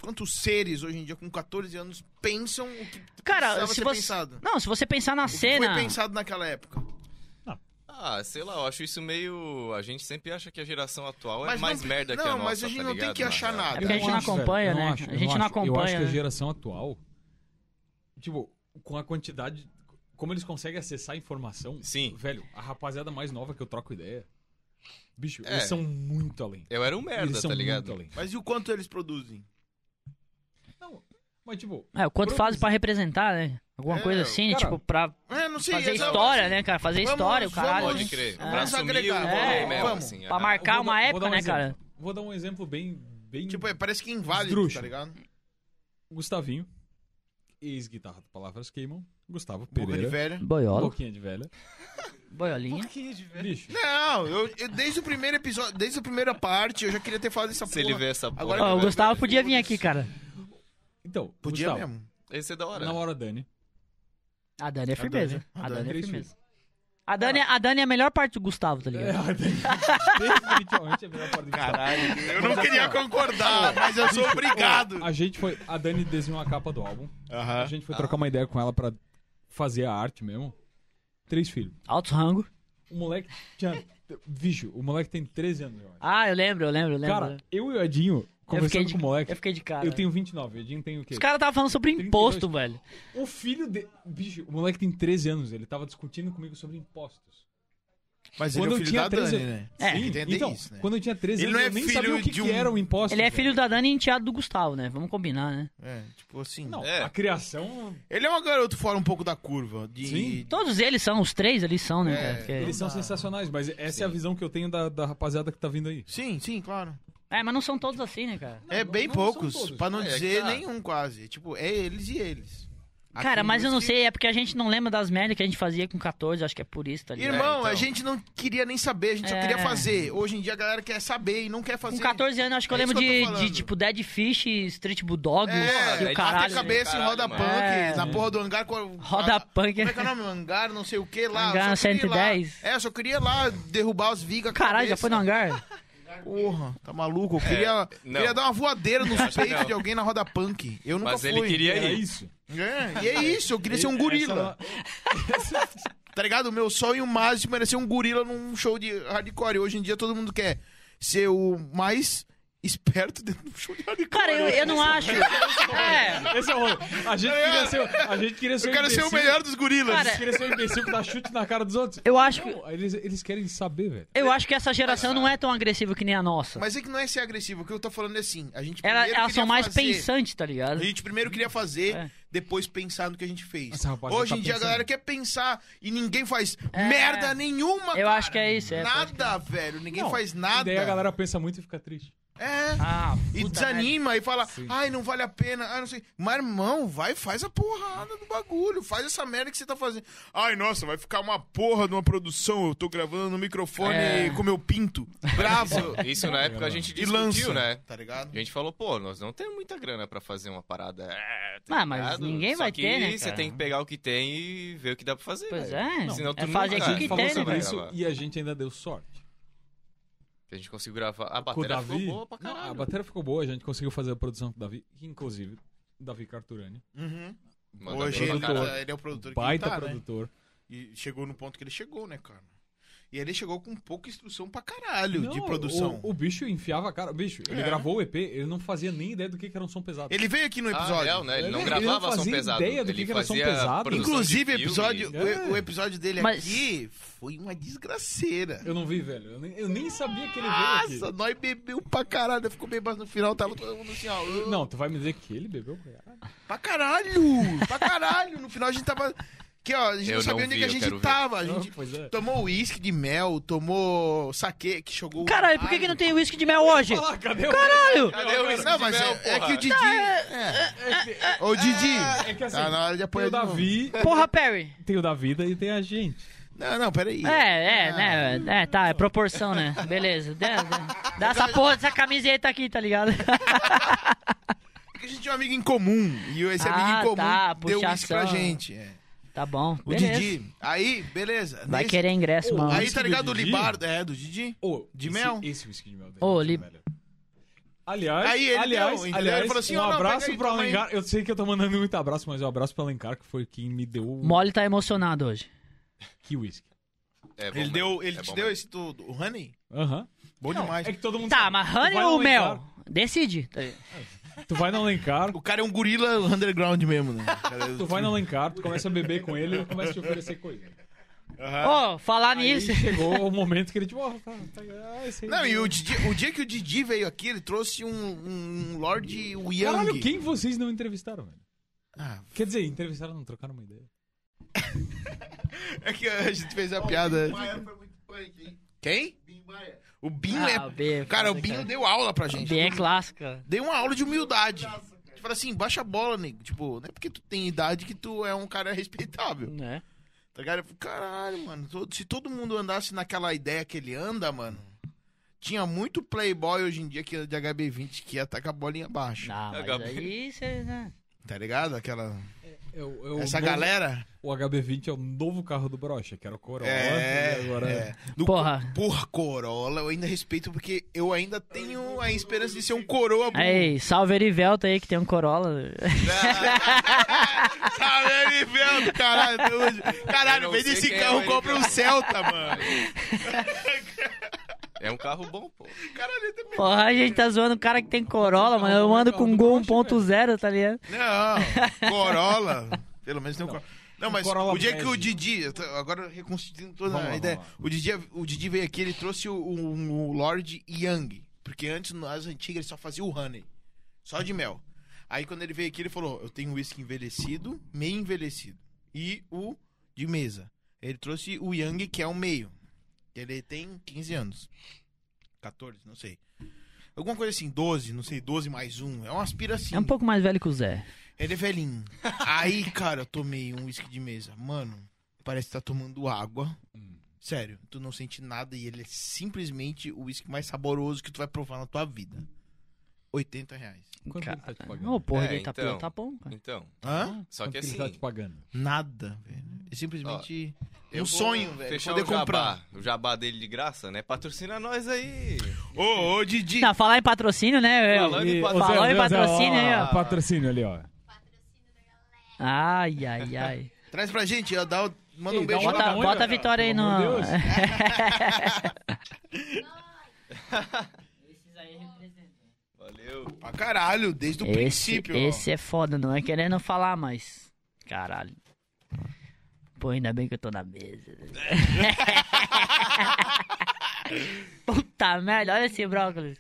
[SPEAKER 1] Quantos seres hoje em dia com 14 anos pensam o que
[SPEAKER 10] Cara,
[SPEAKER 1] precisava
[SPEAKER 10] se
[SPEAKER 1] ser
[SPEAKER 10] você.
[SPEAKER 1] pensado?
[SPEAKER 10] Não, se você pensar na
[SPEAKER 1] O que
[SPEAKER 10] cena.
[SPEAKER 1] Foi pensado naquela época.
[SPEAKER 12] Ah, sei lá, eu acho isso meio. A gente sempre acha que a geração atual é
[SPEAKER 1] Mas
[SPEAKER 12] mais
[SPEAKER 1] não-
[SPEAKER 12] merda que a
[SPEAKER 1] não,
[SPEAKER 12] nossa.
[SPEAKER 1] mas a gente
[SPEAKER 12] tá
[SPEAKER 1] não tem
[SPEAKER 12] ligado,
[SPEAKER 1] que
[SPEAKER 12] na
[SPEAKER 1] achar
[SPEAKER 12] real.
[SPEAKER 1] nada.
[SPEAKER 10] É porque a gente não
[SPEAKER 5] acho, velho.
[SPEAKER 10] acompanha,
[SPEAKER 5] Eu
[SPEAKER 10] né?
[SPEAKER 5] acho,
[SPEAKER 10] A
[SPEAKER 5] eu
[SPEAKER 10] gente não
[SPEAKER 5] acho. Eu
[SPEAKER 10] acompanha,
[SPEAKER 5] acho que a
[SPEAKER 10] né?
[SPEAKER 5] geração atual, tipo, com a quantidade. Como eles conseguem acessar a informação.
[SPEAKER 12] Sim.
[SPEAKER 5] Velho, a rapaziada mais nova que eu troco ideia. Bicho,
[SPEAKER 12] É.
[SPEAKER 5] eles são muito além.
[SPEAKER 12] Eu era um merda,
[SPEAKER 5] eles são
[SPEAKER 12] tá
[SPEAKER 5] muito
[SPEAKER 12] ligado?
[SPEAKER 5] além.
[SPEAKER 1] Mas e o quanto eles produzem?
[SPEAKER 5] Mas, tipo,
[SPEAKER 10] É, o quanto
[SPEAKER 5] Produzir.
[SPEAKER 10] faz pra representar, né? Alguma
[SPEAKER 1] É,
[SPEAKER 10] coisa assim,
[SPEAKER 5] cara,
[SPEAKER 10] tipo, pra
[SPEAKER 1] É, não sei.
[SPEAKER 10] fazer
[SPEAKER 1] essa-
[SPEAKER 10] história, né, cara? Fazer
[SPEAKER 1] Vamos,
[SPEAKER 10] história, o caralho.
[SPEAKER 1] vamos.
[SPEAKER 12] Pode crer.
[SPEAKER 10] É.
[SPEAKER 12] Pra assumir o
[SPEAKER 1] Vamos
[SPEAKER 10] agregar.
[SPEAKER 12] rolê
[SPEAKER 10] É,
[SPEAKER 12] mesmo,
[SPEAKER 1] vamos.
[SPEAKER 12] assim.
[SPEAKER 10] Pra
[SPEAKER 12] é.
[SPEAKER 10] marcar
[SPEAKER 5] vou dar-
[SPEAKER 10] uma
[SPEAKER 5] vou
[SPEAKER 10] época,
[SPEAKER 5] dar um
[SPEAKER 10] né,
[SPEAKER 5] exemplo.
[SPEAKER 10] cara?
[SPEAKER 5] Vou dar um exemplo bem. bem
[SPEAKER 1] Tipo, é, parece que é inválido,
[SPEAKER 5] Esdrúxulo.
[SPEAKER 1] tá ligado?
[SPEAKER 5] Gustavinho, ex-guitarra do Palavras Queimam, Gustavo
[SPEAKER 6] Boca de
[SPEAKER 5] Pereira.
[SPEAKER 6] velha.
[SPEAKER 10] Boiola.
[SPEAKER 5] Boquinha de velha.
[SPEAKER 10] Boiolinha.
[SPEAKER 5] Bicho.
[SPEAKER 1] Não, eu, eu- desde o primeiro episódio, desde a primeira parte, eu já queria ter falado essa
[SPEAKER 12] Se
[SPEAKER 1] porra.
[SPEAKER 12] ele vê essa porra.
[SPEAKER 1] Agora
[SPEAKER 10] Ó,
[SPEAKER 1] que
[SPEAKER 10] o
[SPEAKER 1] eu-
[SPEAKER 10] Gustavo podia vir aqui, cara.
[SPEAKER 5] Então,
[SPEAKER 1] Podia
[SPEAKER 5] Gustavo,
[SPEAKER 1] mesmo.
[SPEAKER 12] Esse é da hora.
[SPEAKER 5] na hora, Dani.
[SPEAKER 10] A Dani é firmeza. A Dani é
[SPEAKER 5] Dani.
[SPEAKER 10] firmeza. A Dani, a Dani é a melhor parte do Gustavo, tá
[SPEAKER 5] É,
[SPEAKER 10] ligado?
[SPEAKER 5] a Dani. Definitivamente é a melhor parte do Gustavo.
[SPEAKER 1] Eu não
[SPEAKER 5] assim,
[SPEAKER 1] queria concordar, mas eu sou obrigado.
[SPEAKER 5] A gente foi. A Dani desenhou a capa do álbum. A
[SPEAKER 1] Aham.
[SPEAKER 5] gente foi trocar uma ideia com ela pra fazer a arte mesmo. Três filhos.
[SPEAKER 10] Alto rango.
[SPEAKER 5] O moleque tinha. Bicho, o moleque tem 13 anos, eu acho.
[SPEAKER 10] Ah, eu lembro, eu lembro, eu lembro.
[SPEAKER 5] Cara, eu e o Edinho, conversando
[SPEAKER 10] de-
[SPEAKER 5] com o moleque.
[SPEAKER 10] eu fiquei de cara.
[SPEAKER 5] Eu tenho 29, o Edinho tem o quê?
[SPEAKER 10] Os caras estavam falando sobre
[SPEAKER 5] 32.
[SPEAKER 10] imposto, velho.
[SPEAKER 5] O filho de. Bicho, o moleque tem 13 anos, ele tava discutindo comigo sobre impostos.
[SPEAKER 1] Mas ele
[SPEAKER 5] Quando
[SPEAKER 1] é o
[SPEAKER 5] eu
[SPEAKER 1] filho
[SPEAKER 5] tinha
[SPEAKER 1] da
[SPEAKER 5] 13
[SPEAKER 1] Dani, né?
[SPEAKER 10] É,
[SPEAKER 1] Sim, entender
[SPEAKER 5] então,
[SPEAKER 1] isso, né?
[SPEAKER 5] quando eu tinha 13
[SPEAKER 1] Ele
[SPEAKER 5] anos,
[SPEAKER 1] não é
[SPEAKER 5] eu nem
[SPEAKER 1] filho
[SPEAKER 5] sabia o
[SPEAKER 1] de
[SPEAKER 5] que, que
[SPEAKER 1] um-
[SPEAKER 5] era o imposto.
[SPEAKER 10] Ele é
[SPEAKER 5] velho.
[SPEAKER 10] filho da Dani e enteado do Gustavo, né? Vamos combinar, né?
[SPEAKER 1] É, tipo assim.
[SPEAKER 10] um-
[SPEAKER 5] Não,
[SPEAKER 12] É.
[SPEAKER 5] a criação.
[SPEAKER 1] Ele é um garoto fora um pouco da curva. De...
[SPEAKER 5] Sim.
[SPEAKER 10] Todos eles são, os três ali são,
[SPEAKER 1] É,
[SPEAKER 10] né? cara? Porque-
[SPEAKER 5] Eles são sensacionais, mas essa é a visão que eu tenho da, da rapaziada que tá vindo aí.
[SPEAKER 1] Sim, sim, claro.
[SPEAKER 10] É, mas não são todos assim, né, cara?
[SPEAKER 1] é
[SPEAKER 5] não-
[SPEAKER 1] bem
[SPEAKER 5] não são
[SPEAKER 1] poucos,
[SPEAKER 5] todos.
[SPEAKER 1] pra não
[SPEAKER 12] É, é que
[SPEAKER 1] dizer
[SPEAKER 12] tá.
[SPEAKER 1] nenhum quase. Tipo, é eles e eles.
[SPEAKER 10] Cara,
[SPEAKER 1] Aqui
[SPEAKER 10] mas eu
[SPEAKER 1] nos
[SPEAKER 10] não
[SPEAKER 1] que-
[SPEAKER 10] sei, é porque a gente não lembra das merdas que a gente fazia com 14, acho que é por isso, tá ligado?
[SPEAKER 1] Irmão,
[SPEAKER 12] É, então.
[SPEAKER 1] a gente não queria nem saber, a gente só
[SPEAKER 10] É.
[SPEAKER 1] queria fazer. Hoje em dia a galera quer saber e não quer fazer.
[SPEAKER 10] Com 14 anos, acho que eu
[SPEAKER 1] É isso
[SPEAKER 10] lembro
[SPEAKER 1] que eu tô
[SPEAKER 10] de, de,
[SPEAKER 1] falando.
[SPEAKER 10] tipo, Dead Fish, Street Bulldog,
[SPEAKER 1] É,
[SPEAKER 10] e o
[SPEAKER 12] é,
[SPEAKER 1] bate
[SPEAKER 10] caralho.
[SPEAKER 1] a cabeça
[SPEAKER 12] né?
[SPEAKER 1] em roda
[SPEAKER 12] Caralho,
[SPEAKER 1] punk,
[SPEAKER 10] mano.
[SPEAKER 1] na porra do hangar. com a-
[SPEAKER 10] Roda
[SPEAKER 1] a-
[SPEAKER 10] punk.
[SPEAKER 1] Como é que é o nome? Hangar, não sei o que lá. eu
[SPEAKER 10] Hangar
[SPEAKER 1] só queria ir
[SPEAKER 10] 110.
[SPEAKER 1] Lá. É, eu só queria ir lá derrubar os vigas. com a
[SPEAKER 10] Caralho, já
[SPEAKER 1] cabeça.
[SPEAKER 10] foi no hangar?
[SPEAKER 1] Porra, tá maluco? Eu queria,
[SPEAKER 12] É, não.
[SPEAKER 1] queria dar uma voadeira nos
[SPEAKER 12] Acho que
[SPEAKER 1] peitos
[SPEAKER 12] não.
[SPEAKER 1] de alguém na roda punk. Eu nunca
[SPEAKER 12] Mas
[SPEAKER 1] fui.
[SPEAKER 12] ele queria
[SPEAKER 5] Era
[SPEAKER 12] ir.
[SPEAKER 5] isso.
[SPEAKER 1] É, e é isso, eu queria ser um gorila. Tá ligado? O meu sonho máximo era ser um gorila num show de hardcore. Hoje em dia todo mundo quer ser o mais esperto dentro de um show de hardcore.
[SPEAKER 10] Cara, eu, eu não acho. É,
[SPEAKER 5] Esse é o rolê. A gente queria ser, a gente queria ser
[SPEAKER 1] Eu
[SPEAKER 10] um
[SPEAKER 1] quero ser o
[SPEAKER 5] imbecil.
[SPEAKER 1] melhor dos gorilas.
[SPEAKER 5] A gente queria ser um imbecil que dá chute na cara dos outros.
[SPEAKER 10] eu acho que.
[SPEAKER 5] Não, eles, eles querem saber, velho.
[SPEAKER 10] Eu acho que essa geração não é tão agressiva que nem a nossa.
[SPEAKER 1] Mas é que não é ser agressivo. O que eu tô falando é assim, a gente
[SPEAKER 10] Ela-
[SPEAKER 1] primeiro
[SPEAKER 10] elas
[SPEAKER 1] queria
[SPEAKER 10] são mais
[SPEAKER 1] fazer-
[SPEAKER 10] pensantes, tá ligado?
[SPEAKER 1] A gente primeiro queria fazer,
[SPEAKER 10] É.
[SPEAKER 1] depois pensar no que a gente fez.
[SPEAKER 5] Essa rapaziada
[SPEAKER 1] Hoje em
[SPEAKER 5] tá
[SPEAKER 1] dia a
[SPEAKER 5] pensando.
[SPEAKER 1] galera quer pensar e ninguém faz
[SPEAKER 10] É.
[SPEAKER 1] merda nenhuma,
[SPEAKER 10] Eu
[SPEAKER 1] cara.
[SPEAKER 10] acho que é isso, é, pode
[SPEAKER 1] Nada, velho. Ninguém
[SPEAKER 5] Não,
[SPEAKER 1] faz
[SPEAKER 5] E
[SPEAKER 1] nada.
[SPEAKER 5] daí a galera pensa muito e fica triste.
[SPEAKER 1] É.
[SPEAKER 10] Ah,
[SPEAKER 1] E
[SPEAKER 10] puta
[SPEAKER 1] desanima e fala, ai, não vale a pena, ai, não sei. Mas, irmão, vai, faz a porrada do bagulho, faz essa merda que você tá fazendo. Ai, nossa, vai ficar uma porra de uma produção, eu tô gravando no microfone
[SPEAKER 10] É.
[SPEAKER 1] com meu pinto, bravo,
[SPEAKER 12] Isso na época a gente
[SPEAKER 1] e
[SPEAKER 12] discutiu,
[SPEAKER 1] lança,
[SPEAKER 12] né?
[SPEAKER 1] tá ligado?
[SPEAKER 12] A gente falou, pô, nós não temos muita grana pra fazer uma parada. é, tá
[SPEAKER 10] Ah, mas
[SPEAKER 12] ligado?
[SPEAKER 10] ninguém
[SPEAKER 12] Só
[SPEAKER 10] vai
[SPEAKER 12] que
[SPEAKER 10] ter, né,
[SPEAKER 12] Você
[SPEAKER 10] cara?
[SPEAKER 12] tem que pegar o que tem e ver o que dá pra fazer.
[SPEAKER 10] Pois
[SPEAKER 12] velho.
[SPEAKER 10] é,
[SPEAKER 12] Não, Senão
[SPEAKER 10] é
[SPEAKER 12] tu
[SPEAKER 10] fazer
[SPEAKER 12] nunca
[SPEAKER 10] aqui que
[SPEAKER 12] falou
[SPEAKER 10] tem, né,
[SPEAKER 12] sobre
[SPEAKER 10] velho?
[SPEAKER 12] isso.
[SPEAKER 5] e a gente ainda deu sorte.
[SPEAKER 12] A gente conseguiu gravar.
[SPEAKER 5] Com
[SPEAKER 12] A
[SPEAKER 5] o
[SPEAKER 12] bateria
[SPEAKER 5] Davi.
[SPEAKER 12] ficou boa pra
[SPEAKER 5] Não, a
[SPEAKER 12] caralho.
[SPEAKER 5] bateria ficou boa, a gente conseguiu fazer a produção com o Davi, que inclusive Davi Carturani.
[SPEAKER 1] Uhum.
[SPEAKER 12] Manda
[SPEAKER 1] Hoje
[SPEAKER 12] bem
[SPEAKER 1] ele,
[SPEAKER 5] produtor.
[SPEAKER 12] pra caralho.
[SPEAKER 1] tá- ele é o produtor que
[SPEAKER 5] Baita
[SPEAKER 1] ele tá, né?
[SPEAKER 5] produtor.
[SPEAKER 1] E chegou no ponto que ele chegou, né, cara? E ele chegou com pouca instrução pra caralho de
[SPEAKER 5] Não,
[SPEAKER 1] produção.
[SPEAKER 5] O, o bicho enfiava a cara. Bicho, ele
[SPEAKER 1] É.
[SPEAKER 5] gravou o EP, ele não fazia nem ideia do que, que era um som pesado.
[SPEAKER 1] Ele veio aqui no episódio.
[SPEAKER 12] Ah, real, né? Ele não
[SPEAKER 5] Ele não
[SPEAKER 12] gravava som
[SPEAKER 5] fazia
[SPEAKER 12] pesado.
[SPEAKER 5] ideia do
[SPEAKER 12] Ele
[SPEAKER 5] que que era som
[SPEAKER 12] fazia
[SPEAKER 5] pesado.
[SPEAKER 12] produção de
[SPEAKER 1] Inclusive, o
[SPEAKER 12] filme.
[SPEAKER 1] episódio,
[SPEAKER 5] É.
[SPEAKER 1] o, o episódio dele
[SPEAKER 10] Mas-
[SPEAKER 1] aqui foi uma desgraceira.
[SPEAKER 5] Eu não vi, velho. Eu nem, eu nem sabia que ele veio
[SPEAKER 1] Nossa,
[SPEAKER 5] aqui.
[SPEAKER 1] nós bebeu pra caralho. Ficou bebendo no final, tava todo mundo assim, ó. "Ah,
[SPEAKER 5] Não, tu vai me dizer que ele bebeu? cara?
[SPEAKER 1] Pra caralho! Pra caralho! No final a gente tava. Que, ó, a gente
[SPEAKER 12] Eu
[SPEAKER 1] não sabia
[SPEAKER 12] não
[SPEAKER 1] onde é
[SPEAKER 12] vi,
[SPEAKER 1] que a
[SPEAKER 12] eu
[SPEAKER 1] gente
[SPEAKER 12] quero ver.
[SPEAKER 1] tava. A gente
[SPEAKER 5] Ah, pois é.
[SPEAKER 1] tomou uísque de mel, tomou saque que jogou.
[SPEAKER 10] Caralho, por que, que não tem uísque de mel hoje?
[SPEAKER 5] Ah, cadê o...
[SPEAKER 10] Caralho!
[SPEAKER 12] Cadê o
[SPEAKER 1] Não, mas
[SPEAKER 12] Isabel,
[SPEAKER 1] é, é
[SPEAKER 12] porra?
[SPEAKER 1] que o Didi. É. Ô, Didi!
[SPEAKER 5] É que assim,
[SPEAKER 1] Tá na hora de
[SPEAKER 5] tem
[SPEAKER 1] apoiar.
[SPEAKER 5] o
[SPEAKER 1] de novo.
[SPEAKER 5] Davi,
[SPEAKER 10] Porra, Perry.
[SPEAKER 5] tem o da vida e tem a gente.
[SPEAKER 1] Não, não, peraí.
[SPEAKER 10] É, é, né? É, tá, é proporção, né? Beleza. Dá, dá- dá essa porra dessa camiseta aqui, tá ligado?
[SPEAKER 1] Porque a gente tinha um amigo em comum. E esse
[SPEAKER 10] Ah,
[SPEAKER 1] amigo em comum
[SPEAKER 10] tá,
[SPEAKER 1] deu uísque pra
[SPEAKER 10] puxação.
[SPEAKER 1] gente. é.
[SPEAKER 10] Tá bom.
[SPEAKER 1] O
[SPEAKER 10] Beleza.
[SPEAKER 1] Didi. Aí, beleza.
[SPEAKER 10] Vai
[SPEAKER 1] Nesse-
[SPEAKER 10] querer um ingresso,
[SPEAKER 5] Ô,
[SPEAKER 10] mano.
[SPEAKER 1] Aí, tá
[SPEAKER 5] do
[SPEAKER 1] ligado? O
[SPEAKER 5] Didi?
[SPEAKER 1] Libardo. É, do Didi.
[SPEAKER 5] Ô,
[SPEAKER 1] De
[SPEAKER 5] esse-
[SPEAKER 1] mel?
[SPEAKER 5] Esse whisky de mel dele.
[SPEAKER 10] Ô, li-
[SPEAKER 5] velho. Aliás,
[SPEAKER 1] Aí ele
[SPEAKER 5] aliás,
[SPEAKER 1] deu, entendeu?
[SPEAKER 5] aliás,
[SPEAKER 1] Ele falou assim,
[SPEAKER 5] um
[SPEAKER 1] ó, não,
[SPEAKER 5] abraço
[SPEAKER 1] pega aí,
[SPEAKER 5] pro
[SPEAKER 1] toma aí.
[SPEAKER 5] Alencar. Eu sei que eu tô mandando muito abraço, mas um abraço pro Alencar, que foi quem me deu o
[SPEAKER 10] Mole tá emocionado hoje.
[SPEAKER 5] que whisky.
[SPEAKER 12] É
[SPEAKER 1] Ele,
[SPEAKER 12] bom mesmo,
[SPEAKER 1] deu,
[SPEAKER 12] é
[SPEAKER 1] ele te
[SPEAKER 12] bom
[SPEAKER 1] deu
[SPEAKER 12] mesmo.
[SPEAKER 1] esse do, do honey?
[SPEAKER 5] Aham.
[SPEAKER 1] Bom demais.
[SPEAKER 5] É que todo mundo
[SPEAKER 10] Tá,
[SPEAKER 1] Então,
[SPEAKER 5] sabe.
[SPEAKER 10] mas
[SPEAKER 5] Tu
[SPEAKER 10] honey
[SPEAKER 5] vai
[SPEAKER 10] ou
[SPEAKER 5] no
[SPEAKER 10] mel?
[SPEAKER 5] Alencar,
[SPEAKER 10] Decide. tá ligado?
[SPEAKER 5] Tu vai no Alencar,
[SPEAKER 1] O cara é um gorila underground mesmo, né?
[SPEAKER 5] tu vai no Alencar, tu começa a beber com ele e ele começa a te oferecer coisa.
[SPEAKER 1] É.
[SPEAKER 10] Ô,
[SPEAKER 5] Aí
[SPEAKER 10] falar Tá nisso.
[SPEAKER 5] chegou o momento que ele tipo, ó, tá, tá, ah, esse aí
[SPEAKER 1] Não, e
[SPEAKER 5] deu.
[SPEAKER 1] o, Didi, o dia que o Didi veio aqui, ele trouxe um, um Lord Yang.
[SPEAKER 5] Caralho, quem vocês não entrevistaram, velho?
[SPEAKER 1] Ah,
[SPEAKER 5] Quer dizer, entrevistaram, não trocaram uma ideia.
[SPEAKER 1] é que a gente fez a piada. Quem? O Binho
[SPEAKER 10] Ah,
[SPEAKER 1] é.
[SPEAKER 10] o B,
[SPEAKER 1] Cara, o
[SPEAKER 10] foda,
[SPEAKER 1] Binho deu aula pra gente.
[SPEAKER 10] B é clássica.
[SPEAKER 1] Deu uma aula de humildade. Tipo assim, baixa a bola, nego. Tipo, não é porque tu tem idade que tu é um cara respeitável.
[SPEAKER 10] Né?
[SPEAKER 1] Tá ligado? Eu falo, Caralho, mano. todo- Se todo mundo andasse naquela ideia que ele anda, mano. Tinha muito playboy hoje em dia que anda de HB20 que ataca a bolinha baixa.
[SPEAKER 10] Ah, mas aí você. né?
[SPEAKER 1] Tá ligado? Aquela.
[SPEAKER 5] É o- é o
[SPEAKER 1] Essa
[SPEAKER 5] novo-
[SPEAKER 1] galera.
[SPEAKER 5] O HB20 é o novo carro do Brocha, que era o
[SPEAKER 12] Então,
[SPEAKER 5] Corolla. né?
[SPEAKER 1] É,
[SPEAKER 5] e agora
[SPEAKER 1] é.
[SPEAKER 10] Porra.
[SPEAKER 1] Por Corolla, eu ainda respeito porque eu ainda tenho a esperança de ser um coroa bom.
[SPEAKER 10] Aí, salve Erivelto aí que tem um Corolla.
[SPEAKER 1] Tá vendo, inferno, caralho? Tu- Caralho,
[SPEAKER 12] Eu não
[SPEAKER 1] vende
[SPEAKER 12] sei
[SPEAKER 1] esse
[SPEAKER 12] quem é
[SPEAKER 1] carro,
[SPEAKER 12] o
[SPEAKER 1] compra um
[SPEAKER 12] Erivelto.
[SPEAKER 1] Celta, mano.
[SPEAKER 12] É um carro bom, pô.
[SPEAKER 10] Porra, a gente tá zoando o cara que tem Corolla, mano. Eu ando com um Gol 1.0, tá ligado?
[SPEAKER 1] Não, Corolla. Pelo menos tem um Corolla. Não, mas
[SPEAKER 5] Corolla
[SPEAKER 1] o dia que
[SPEAKER 5] bege.
[SPEAKER 1] o Didi. eu tô- Agora reconstituindo toda
[SPEAKER 5] Vamos
[SPEAKER 1] a
[SPEAKER 5] lá,
[SPEAKER 1] ideia.
[SPEAKER 5] vamos
[SPEAKER 1] O Didi, o Didi veio aqui, ele trouxe o, o- o Lord Young. Porque antes, nas antigas, ele só fazia o honey. Só de mel. Aí quando ele veio aqui, ele falou: Eu tenho whisky envelhecido, meio envelhecido. E o de mesa. Ele trouxe o Young, que é o meio. Ele tem 15 anos. 14, não sei. Alguma coisa assim, 12, não sei, 12 mais um. É um aspiracinho.
[SPEAKER 10] É um pouco mais velho que o Zé.
[SPEAKER 1] Ele é velhinho. Aí, cara, eu tomei um uísque de mesa. Mano, parece que tá tomando água.
[SPEAKER 12] Hum.
[SPEAKER 1] Sério, tu não sente nada e ele é simplesmente o uísque mais saboroso que tu vai provar na tua vida. 80 reais.
[SPEAKER 12] Então?
[SPEAKER 5] Quanto
[SPEAKER 10] Cara,
[SPEAKER 5] ele tá te pagando?
[SPEAKER 10] Ô, porra,
[SPEAKER 12] É,
[SPEAKER 10] ele tá,
[SPEAKER 12] então.
[SPEAKER 10] tá bom, cara.
[SPEAKER 12] Então,
[SPEAKER 1] Hã?
[SPEAKER 12] só que
[SPEAKER 5] Quanto ele tá
[SPEAKER 12] assim...
[SPEAKER 5] te pagando?
[SPEAKER 1] Nada, velho. É simplesmente um
[SPEAKER 12] eu vou
[SPEAKER 1] sonho, velho.
[SPEAKER 12] Fechar
[SPEAKER 1] poder
[SPEAKER 12] o jabá,
[SPEAKER 1] comprar.
[SPEAKER 12] o jabá dele de graça, né? Patrocina nós aí.
[SPEAKER 1] Ô, ô, Didi.
[SPEAKER 10] Não, falar em patrocínio, né?
[SPEAKER 12] Falando em
[SPEAKER 10] E-
[SPEAKER 12] patrocínio.
[SPEAKER 10] falou
[SPEAKER 5] Zé,
[SPEAKER 10] em
[SPEAKER 5] Zé, Zé,
[SPEAKER 10] patrocínio aí, ó.
[SPEAKER 12] ó.
[SPEAKER 5] Patrocínio ali, ó.
[SPEAKER 10] Ai, ai, ai.
[SPEAKER 1] Traz pra gente, ó, dá, o- manda um
[SPEAKER 5] Ei, dá
[SPEAKER 1] beijo.
[SPEAKER 5] uma-
[SPEAKER 1] lá.
[SPEAKER 10] Bota,
[SPEAKER 5] Olha,
[SPEAKER 10] bota a
[SPEAKER 5] cara,
[SPEAKER 10] vitória aí
[SPEAKER 5] pelo
[SPEAKER 10] no. É,
[SPEAKER 5] amor de
[SPEAKER 12] Valeu.
[SPEAKER 1] Pra caralho, desde o
[SPEAKER 10] esse,
[SPEAKER 1] princípio. ó.
[SPEAKER 10] esse é foda, não é querendo falar, mas. Caralho. Pô, ainda bem que eu tô na mesa. Puta merda, olha esse brócolis.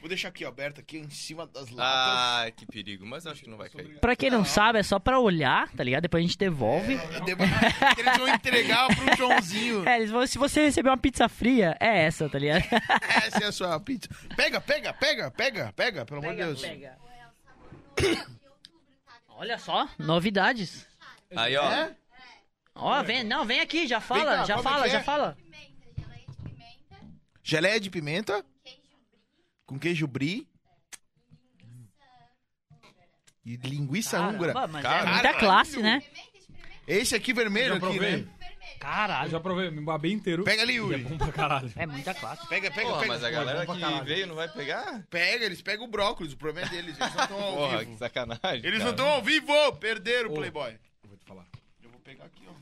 [SPEAKER 1] Vou deixar aqui, ó, aberto aqui em cima das latas.
[SPEAKER 12] Ai, Ah, que perigo. Mas eu acho que não vai cair.
[SPEAKER 10] Pra quem não sabe, é só pra olhar, tá ligado? Depois a gente devolve.
[SPEAKER 1] É Que Eles vão entregar pro Joãozinho.
[SPEAKER 10] É, eles vão, se você receber uma pizza fria, é essa, tá ligado?
[SPEAKER 1] Essa é a sua pizza. Pega, pega, pega, pega, pega, pelo amor de Deus.
[SPEAKER 10] Olha só, novidades.
[SPEAKER 12] Aí, ó.
[SPEAKER 1] É?
[SPEAKER 10] Ó, vem, não, vem aqui, já
[SPEAKER 1] Vem
[SPEAKER 10] fala,
[SPEAKER 1] cá,
[SPEAKER 10] já
[SPEAKER 1] como é
[SPEAKER 10] fala,
[SPEAKER 1] que
[SPEAKER 10] já
[SPEAKER 1] é?
[SPEAKER 10] fala.
[SPEAKER 1] Geleia de pimenta. Com queijo brie. E linguiça húngara.
[SPEAKER 10] Caramba, mas é
[SPEAKER 12] Caralho.
[SPEAKER 10] muita classe, né?
[SPEAKER 1] Esse aqui vermelho
[SPEAKER 5] Já
[SPEAKER 1] aqui,
[SPEAKER 5] provei.
[SPEAKER 1] né?
[SPEAKER 5] Eu
[SPEAKER 10] Caralho,
[SPEAKER 5] Ah, já provei, me babei inteiro.
[SPEAKER 1] Pega ali,
[SPEAKER 5] E é
[SPEAKER 1] Yuri.
[SPEAKER 5] bom pra caralho.
[SPEAKER 10] é muita classe.
[SPEAKER 1] Pega, pega,
[SPEAKER 12] Porra,
[SPEAKER 1] pega.
[SPEAKER 12] mas a galera que veio não vai pegar?
[SPEAKER 1] Pega, eles pegam o brócolis, o problema é deles. Eles não estão ao
[SPEAKER 12] Porra, que
[SPEAKER 1] vivo.
[SPEAKER 12] sacanagem.
[SPEAKER 1] Eles não
[SPEAKER 12] cara.
[SPEAKER 1] estão ao vivo, perderam o Playboy.
[SPEAKER 5] Vou te falar.
[SPEAKER 1] Eu vou pegar aqui, ó.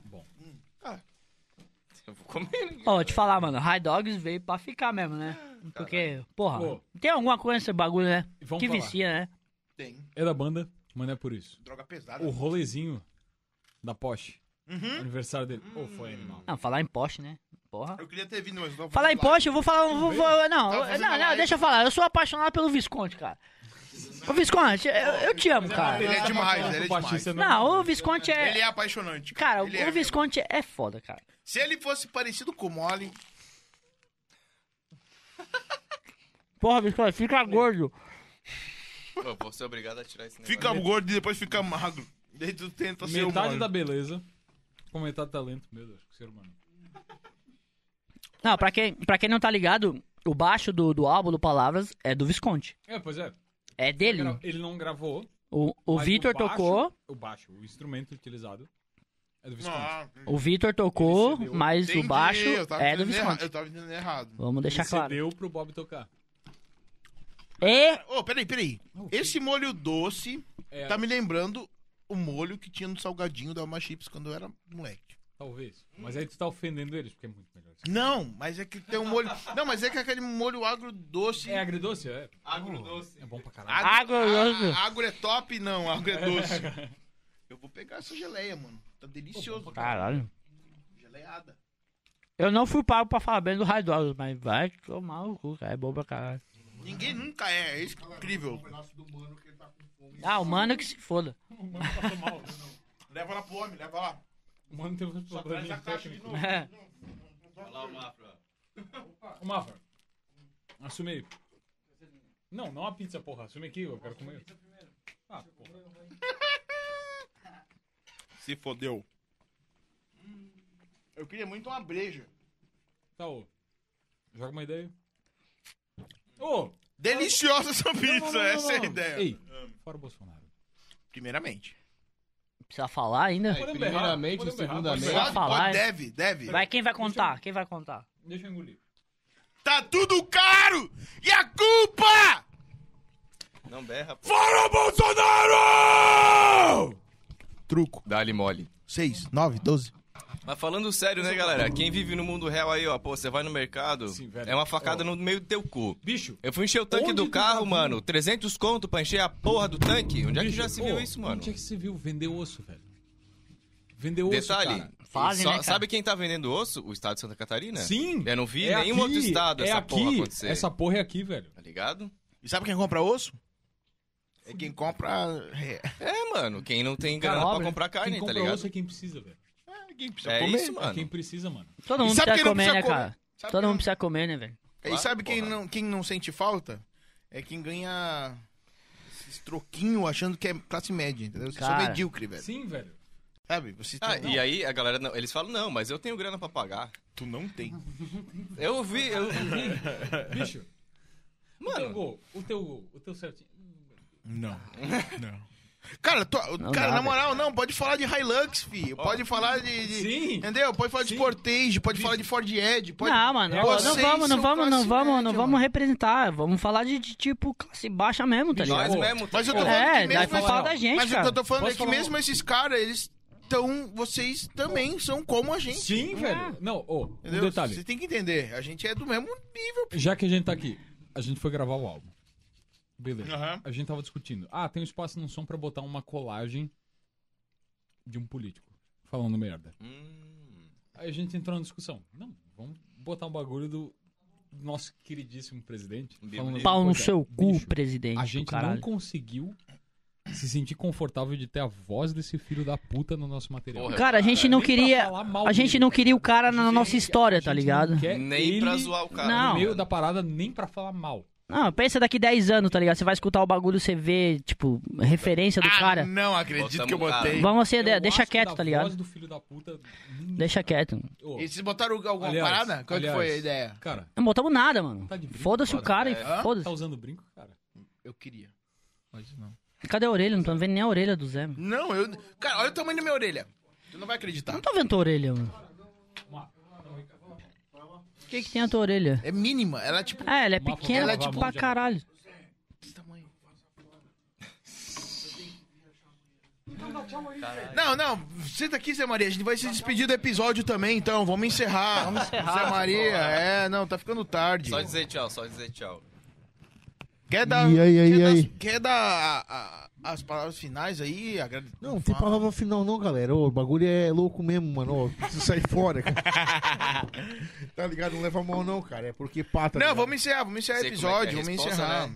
[SPEAKER 12] Eu vou comer. né?
[SPEAKER 10] Ó, te falar, mano, High Dogs veio pra ficar mesmo, né? Porque, porra,
[SPEAKER 5] Pô.
[SPEAKER 10] tem alguma coisa nesse bagulho, né?
[SPEAKER 5] E vamos
[SPEAKER 10] que
[SPEAKER 5] falar.
[SPEAKER 10] vicia, né?
[SPEAKER 1] Tem.
[SPEAKER 5] É da banda, mas não é por isso.
[SPEAKER 1] Droga pesada.
[SPEAKER 5] O rolezinho da Porsche.
[SPEAKER 1] Uhum.
[SPEAKER 5] Aniversário dele. Pô, foi animal.
[SPEAKER 10] Não, falar em Porsche, né? Porra.
[SPEAKER 1] Eu queria ter vindo, mas não
[SPEAKER 10] Falar em Porsche, eu vou falar. eu vou- vou- não,
[SPEAKER 1] Tava
[SPEAKER 10] eu-
[SPEAKER 1] tá fazendo
[SPEAKER 10] não,
[SPEAKER 1] a
[SPEAKER 10] não,
[SPEAKER 1] live.
[SPEAKER 10] deixa eu falar. Eu sou apaixonado pelo Visconde, cara. Ô, Visconde, eu, eu te amo, cara.
[SPEAKER 1] Ele é demais, ele é
[SPEAKER 5] O
[SPEAKER 1] demais.
[SPEAKER 5] Batista
[SPEAKER 10] Não, o Visconde
[SPEAKER 1] Ele
[SPEAKER 10] é.
[SPEAKER 1] é apaixonante.
[SPEAKER 10] Cara,
[SPEAKER 1] Ele é,
[SPEAKER 10] o Visconde é foda, cara.
[SPEAKER 1] Se ele fosse parecido com o Molly,
[SPEAKER 10] Porra, Visconde, fica gordo.
[SPEAKER 12] Pô, vou ser obrigado a tirar esse negócio.
[SPEAKER 1] fica gordo e depois fica magro. Daí tu tenta ser o
[SPEAKER 5] Metade
[SPEAKER 1] Molly.
[SPEAKER 5] da beleza, com metade do talento. Meu Deus, que ser humano.
[SPEAKER 10] Não, pra quem, pra quem não tá ligado, o baixo do, do álbum do Palavras é do Visconde.
[SPEAKER 5] É, pois é.
[SPEAKER 10] É dele.
[SPEAKER 5] Gra- Ele não gravou.
[SPEAKER 10] O, o
[SPEAKER 5] mas
[SPEAKER 10] Vitor
[SPEAKER 5] baixo-
[SPEAKER 10] tocou.
[SPEAKER 5] O baixo, o instrumento utilizado é do Visconde.
[SPEAKER 1] Ah,
[SPEAKER 10] O Vitor tocou,
[SPEAKER 5] Ele cedeu.
[SPEAKER 10] mas o
[SPEAKER 1] entendi,
[SPEAKER 10] baixo
[SPEAKER 1] eu tava
[SPEAKER 10] é do
[SPEAKER 1] entendendo erra-
[SPEAKER 10] Visconde.
[SPEAKER 1] Eu tava entendendo errado.
[SPEAKER 10] Vamos deixar
[SPEAKER 5] Ele
[SPEAKER 10] claro.
[SPEAKER 5] cedeu pro Bob tocar.
[SPEAKER 10] E
[SPEAKER 1] Ô, peraí, peraí. Esse molho doce
[SPEAKER 5] É,
[SPEAKER 1] tá me lembrando o molho que tinha no salgadinho da Alma Chips quando eu era moleque.
[SPEAKER 5] Talvez. Mas aí tu tá ofendendo eles, porque é muito melhor.
[SPEAKER 1] Não, mas é que tem um molho... Não, mas é que é aquele molho agro-doce...
[SPEAKER 5] É agridoce? É.
[SPEAKER 12] Agrodoce.
[SPEAKER 5] É bom pra caralho.
[SPEAKER 1] Agro,
[SPEAKER 10] Agro-doce.
[SPEAKER 1] a- agro é top, não. Agro é doce. Eu vou pegar essa geleia, mano. Tá delicioso.
[SPEAKER 10] Caralho.
[SPEAKER 1] Geleiada.
[SPEAKER 10] Eu não fui pago pra falar bem do High Dogs, mas vai tomar o cu, cara. É boba, caralho.
[SPEAKER 1] Ninguém nunca é, é incrível.
[SPEAKER 5] um tá-
[SPEAKER 10] Ah, o mano que se foda.
[SPEAKER 1] Leva lá pro homem, leva lá.
[SPEAKER 5] O mano tem um probleminha técnico. Ô, Mafra. Assume aí. Não, não a pizza, porra. Assume aqui, eu quero comer. Ah, porra.
[SPEAKER 1] Se fodeu.
[SPEAKER 13] Eu queria muito uma breja.
[SPEAKER 5] Tá, ô. Joga uma ideia. Ô!
[SPEAKER 1] Deliciosa essa
[SPEAKER 5] Não,
[SPEAKER 1] pizza,
[SPEAKER 5] não, não, não,
[SPEAKER 1] essa é a
[SPEAKER 5] não.
[SPEAKER 1] ideia.
[SPEAKER 5] Ei, fora o Bolsonaro.
[SPEAKER 1] Primeiramente.
[SPEAKER 10] Precisa falar ainda?
[SPEAKER 5] Podemos berrar,
[SPEAKER 2] primeiramente,
[SPEAKER 5] podemos
[SPEAKER 2] segundamente.
[SPEAKER 5] berrar,
[SPEAKER 10] Precisa falar, hein?
[SPEAKER 1] deve, deve.
[SPEAKER 10] Vai, quem vai contar? Quem vai contar?
[SPEAKER 5] pode- Deixa eu engolir.
[SPEAKER 1] Tá tudo caro! E a culpa!
[SPEAKER 12] Não berra, pô.
[SPEAKER 1] Fora o Bolsonaro! Truco.
[SPEAKER 12] Dá-lhe mole.
[SPEAKER 1] 6, 9, 12.
[SPEAKER 12] Mas falando sério, né, galera? Quem vive no mundo real aí, ó, pô, você vai no mercado, é uma facada no meio do teu cu.
[SPEAKER 5] Bicho.
[SPEAKER 12] Eu fui encher o tanque
[SPEAKER 5] Onde tá
[SPEAKER 12] do
[SPEAKER 5] tu
[SPEAKER 12] carro,
[SPEAKER 5] já
[SPEAKER 12] mano. 300 conto pra encher a porra do tanque. Onde é que
[SPEAKER 5] Bicho,
[SPEAKER 12] já se viu
[SPEAKER 5] ô,
[SPEAKER 12] isso, mano?
[SPEAKER 5] Onde é que você viu vender osso, velho? Vender osso,
[SPEAKER 12] Detalhe,
[SPEAKER 5] cara.
[SPEAKER 12] só- sabe quem tá vendendo osso? O estado de Santa Catarina.
[SPEAKER 5] Sim.
[SPEAKER 12] Eu não vi
[SPEAKER 5] É
[SPEAKER 12] nenhum
[SPEAKER 5] aqui,
[SPEAKER 12] outro estado
[SPEAKER 5] é
[SPEAKER 12] essa
[SPEAKER 5] aqui,
[SPEAKER 12] porra acontecer.
[SPEAKER 5] Essa porra é aqui, velho.
[SPEAKER 12] Tá ligado?
[SPEAKER 1] E sabe quem compra osso? É quem compra. É,
[SPEAKER 12] É, mano, quem não tem grana
[SPEAKER 5] Caralho,
[SPEAKER 12] pra comprar carne,
[SPEAKER 5] quem
[SPEAKER 12] tá
[SPEAKER 5] compra
[SPEAKER 12] ligado?
[SPEAKER 5] osso é quem precisa, velho.
[SPEAKER 1] quem precisa
[SPEAKER 12] É
[SPEAKER 1] comer.
[SPEAKER 12] isso,
[SPEAKER 5] É
[SPEAKER 12] mano.
[SPEAKER 5] quem precisa, mano.
[SPEAKER 1] E
[SPEAKER 10] Todo mundo
[SPEAKER 1] sabe
[SPEAKER 10] precisa
[SPEAKER 1] quem não
[SPEAKER 10] comer,
[SPEAKER 1] precisa
[SPEAKER 10] né, cara?
[SPEAKER 1] comer? Sabe
[SPEAKER 10] Todo
[SPEAKER 1] quem
[SPEAKER 10] mundo
[SPEAKER 1] não-
[SPEAKER 10] precisa comer, né, velho?
[SPEAKER 1] E sabe quem
[SPEAKER 12] porra.
[SPEAKER 1] não, quem não sente falta? É quem ganha esses troquinho achando que é classe média, entendeu? Você
[SPEAKER 10] Cara.
[SPEAKER 1] são medíocre, velho.
[SPEAKER 5] Sim, velho.
[SPEAKER 1] Sabe? Você
[SPEAKER 12] Ah,
[SPEAKER 1] não,
[SPEAKER 12] e aí a galera, não- eles falam, não, mas eu tenho grana pra pagar.
[SPEAKER 1] tu não tem.
[SPEAKER 12] Eu vi, eu vi.
[SPEAKER 5] Bicho, o teu
[SPEAKER 12] Mano,
[SPEAKER 5] gol, o teu gol, o teu certinho.
[SPEAKER 1] Não. Não. Cara, tô-
[SPEAKER 10] Não
[SPEAKER 1] cara
[SPEAKER 10] dá,
[SPEAKER 1] na moral, não, pode falar de Hilux, filho. Pode falar de. de-
[SPEAKER 5] Sim.
[SPEAKER 12] é
[SPEAKER 1] Entendeu? Pode falar de
[SPEAKER 5] Sim.
[SPEAKER 1] Sportage, pode falar de Ford Edge, pode.
[SPEAKER 10] Não, mano, não,
[SPEAKER 1] Vocês
[SPEAKER 10] não vamos, não
[SPEAKER 1] são
[SPEAKER 10] vamos,
[SPEAKER 1] classe
[SPEAKER 10] não vamos, não
[SPEAKER 1] média,
[SPEAKER 10] vamos
[SPEAKER 1] mano.
[SPEAKER 10] representar. Vamos falar de, de tipo classe baixa mesmo, tá ligado?
[SPEAKER 12] nós
[SPEAKER 5] ligado?
[SPEAKER 12] mesmo.
[SPEAKER 1] Mas eu tô
[SPEAKER 12] ligado?
[SPEAKER 1] falando
[SPEAKER 10] É,
[SPEAKER 1] que
[SPEAKER 10] daí
[SPEAKER 1] mesmo
[SPEAKER 10] pra
[SPEAKER 1] esse-
[SPEAKER 10] falar da gente,
[SPEAKER 1] Mas o que eu
[SPEAKER 10] cara.
[SPEAKER 1] tô falando
[SPEAKER 5] Posso
[SPEAKER 1] é que
[SPEAKER 5] falar um uma-
[SPEAKER 1] mesmo esses caras, eles estão. Vocês também são como a gente.
[SPEAKER 5] Sim,
[SPEAKER 12] Ah.
[SPEAKER 5] velho. Não, ô, um
[SPEAKER 1] Entendeu?
[SPEAKER 5] detalhe.
[SPEAKER 1] Você tem que entender, a gente é do mesmo nível.
[SPEAKER 5] Já que a gente tá aqui, a gente foi gravar o álbum. Beleza. A gente tava discutindo. Ah, tem um espaço no som pra botar uma colagem de um político falando merda.
[SPEAKER 12] Hum,
[SPEAKER 5] Aí a gente entrou na discussão. Não, vamos botar um bagulho do nosso queridíssimo presidente.
[SPEAKER 12] Bibo
[SPEAKER 5] falando
[SPEAKER 12] Neto.
[SPEAKER 10] Pau no
[SPEAKER 5] coisa.
[SPEAKER 10] seu cu,
[SPEAKER 5] Bicho,
[SPEAKER 10] presidente.
[SPEAKER 5] A
[SPEAKER 10] do
[SPEAKER 5] gente
[SPEAKER 10] caralho.
[SPEAKER 5] não conseguiu se sentir confortável de ter a voz desse filho da puta no nosso material.
[SPEAKER 12] Porra,
[SPEAKER 10] Cara, a gente não
[SPEAKER 5] Nem pra
[SPEAKER 10] queria.
[SPEAKER 5] falar mal
[SPEAKER 10] A gente
[SPEAKER 5] dele.
[SPEAKER 10] não queria o cara
[SPEAKER 5] A
[SPEAKER 10] na
[SPEAKER 5] gente
[SPEAKER 10] nossa
[SPEAKER 5] não- a
[SPEAKER 10] história,
[SPEAKER 5] gente
[SPEAKER 10] tá
[SPEAKER 5] não
[SPEAKER 10] ligado?
[SPEAKER 5] quer
[SPEAKER 12] nem pra
[SPEAKER 5] ele
[SPEAKER 12] zoar o cara.
[SPEAKER 10] Não.
[SPEAKER 5] No meio da parada, nem pra falar mal.
[SPEAKER 10] Não, pensa daqui 10 anos, tá ligado? Você vai escutar o bagulho, você vê, tipo, referência do cara.
[SPEAKER 1] não acredito
[SPEAKER 12] Botamos
[SPEAKER 1] que eu botei.
[SPEAKER 10] Vamos ser,
[SPEAKER 5] Ah, Eu
[SPEAKER 10] deixa
[SPEAKER 5] acho que da
[SPEAKER 10] quieto, tá
[SPEAKER 5] voz
[SPEAKER 10] ligado?
[SPEAKER 5] do filho da puta.
[SPEAKER 10] Deixa quieto.
[SPEAKER 5] Ô,
[SPEAKER 1] E vocês botaram alguma
[SPEAKER 5] Aliás,
[SPEAKER 1] é parada? Qual que
[SPEAKER 5] aliás.
[SPEAKER 1] foi a ideia?
[SPEAKER 5] Cara,
[SPEAKER 10] Não botamos nada, mano.
[SPEAKER 5] Tá de brinco,
[SPEAKER 10] Foda-se o cara e
[SPEAKER 1] Hã?
[SPEAKER 5] tá
[SPEAKER 10] foda-se.
[SPEAKER 5] usando brinco, cara?
[SPEAKER 1] Eu queria. Mas não.
[SPEAKER 10] Cadê a orelha? Não tô vendo nem a orelha do Zé, mano.
[SPEAKER 1] Não, eu. Cara, olha o tamanho da minha orelha. Tu não vai acreditar.
[SPEAKER 10] Não tô vendo tua orelha, mano. O que que tem a tua orelha?
[SPEAKER 1] É mínima. Ela é tipo.
[SPEAKER 10] É, ela é
[SPEAKER 5] Uma
[SPEAKER 10] pequena,
[SPEAKER 5] favela,
[SPEAKER 10] ela é tipo
[SPEAKER 5] vamos
[SPEAKER 10] pra
[SPEAKER 5] já.
[SPEAKER 10] caralho.
[SPEAKER 1] Esse tamanho. Não, não, senta aqui, Zé Maria. A gente vai se despedir do episódio também, então. Vamos encerrar. Vamos encerrar. Zé Maria, é, não, tá ficando tarde.
[SPEAKER 12] Só dizer tchau, só dizer tchau.
[SPEAKER 1] Quer dar,
[SPEAKER 2] E aí, aí,
[SPEAKER 1] quer
[SPEAKER 2] aí?
[SPEAKER 1] dar, quer dar a- a- as palavras finais aí? Agrade...
[SPEAKER 2] Não, não tem palavra final não, galera. Ô, o bagulho é louco mesmo, mano. Ô, precisa sair fora, cara. tá ligado? Não leva a mão não, cara. É porque pata.
[SPEAKER 1] Não, vamos encerrar, vamos encerrar o
[SPEAKER 12] Sei como é que é a
[SPEAKER 1] episódio, vamos
[SPEAKER 12] resposta,
[SPEAKER 1] encerrar.
[SPEAKER 12] né?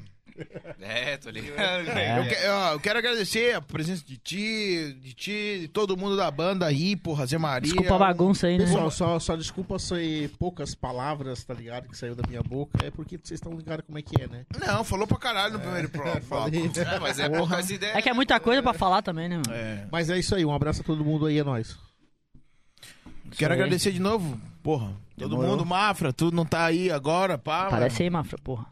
[SPEAKER 12] É, tô ligado.
[SPEAKER 1] Eu,
[SPEAKER 2] É.
[SPEAKER 1] que- ó, eu quero agradecer a presença de ti, de ti, de todo mundo da banda aí, porra, Zé Maria.
[SPEAKER 10] Desculpa a bagunça aí, né?
[SPEAKER 2] Pessoal, só, só desculpa sair poucas palavras, tá ligado? Que saiu da minha boca. É porque vocês estão ligados como é que é, né?
[SPEAKER 1] Não, falou pra caralho no primeiro
[SPEAKER 2] É,
[SPEAKER 1] pro- bloco.
[SPEAKER 2] falei.
[SPEAKER 12] É, mas é
[SPEAKER 2] Porra.
[SPEAKER 12] pouca essa ideia.
[SPEAKER 10] É que é muita coisa pra falar também, né, mano?
[SPEAKER 1] É.
[SPEAKER 2] Mas é isso aí. Um abraço a todo mundo aí, é nóis.
[SPEAKER 1] Quero
[SPEAKER 10] aí.
[SPEAKER 1] agradecer de novo, porra. Todo
[SPEAKER 2] Demorou.
[SPEAKER 1] mundo, Mafra, tu não tá aí agora, pá.
[SPEAKER 10] Parece aí, Mafra, porra.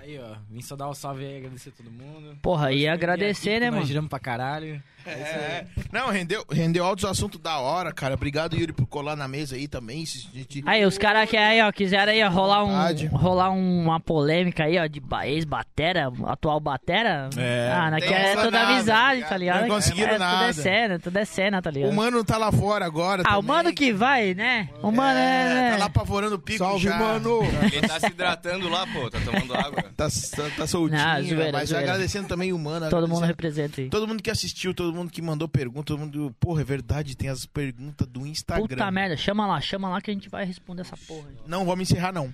[SPEAKER 3] Aí, ó. Vim só dar um salve aí, agradecer todo mundo.
[SPEAKER 10] Porra,
[SPEAKER 3] Aqui
[SPEAKER 10] e agradecer,
[SPEAKER 3] que
[SPEAKER 10] né,
[SPEAKER 3] Nós
[SPEAKER 10] mano?
[SPEAKER 3] giramos pra caralho.
[SPEAKER 1] É, não, rendeu, rendeu altos assuntos da hora, cara. Obrigado, Yuri, por colar na mesa aí também. se- se- se-
[SPEAKER 10] Aí, os caras que aí, ó, quiseram aí, ó, rolar,
[SPEAKER 1] Vontade.
[SPEAKER 10] um, rolar uma polêmica aí, ó, de ba- ex-batera, atual batera.
[SPEAKER 1] É.
[SPEAKER 10] Ah, naquela
[SPEAKER 1] Tem
[SPEAKER 10] é
[SPEAKER 1] essa
[SPEAKER 10] toda
[SPEAKER 1] nada,
[SPEAKER 10] amizade,
[SPEAKER 1] tá
[SPEAKER 10] tá
[SPEAKER 1] ligado?
[SPEAKER 10] ligado?
[SPEAKER 1] Não conseguiram
[SPEAKER 10] é, Tudo
[SPEAKER 1] nada.
[SPEAKER 10] é cena, tudo é cena, tá ligado?
[SPEAKER 1] O mano tá lá fora agora.
[SPEAKER 10] ah, o
[SPEAKER 1] também.
[SPEAKER 10] mano que vai, né? O mano
[SPEAKER 1] É,
[SPEAKER 10] é...
[SPEAKER 1] tá lá apavorando o pico
[SPEAKER 2] Salve,
[SPEAKER 1] já.
[SPEAKER 2] mano!
[SPEAKER 12] Ele tá se hidratando lá, pô, tá tomando água.
[SPEAKER 1] Tá, tá, tá soltinho,
[SPEAKER 10] Não, zoeira,
[SPEAKER 1] mas
[SPEAKER 10] zoeira.
[SPEAKER 1] agradecendo também o mano.
[SPEAKER 10] Todo mundo
[SPEAKER 1] agradecendo
[SPEAKER 10] representa aí.
[SPEAKER 1] Todo mundo que assistiu, todo mundo que mandou pergunta, todo mundo. Porra, é verdade, tem as perguntas do Instagram.
[SPEAKER 10] Puta merda, chama lá, chama lá que a gente vai responder essa porra. aí.
[SPEAKER 1] Não, vamos encerrar, não.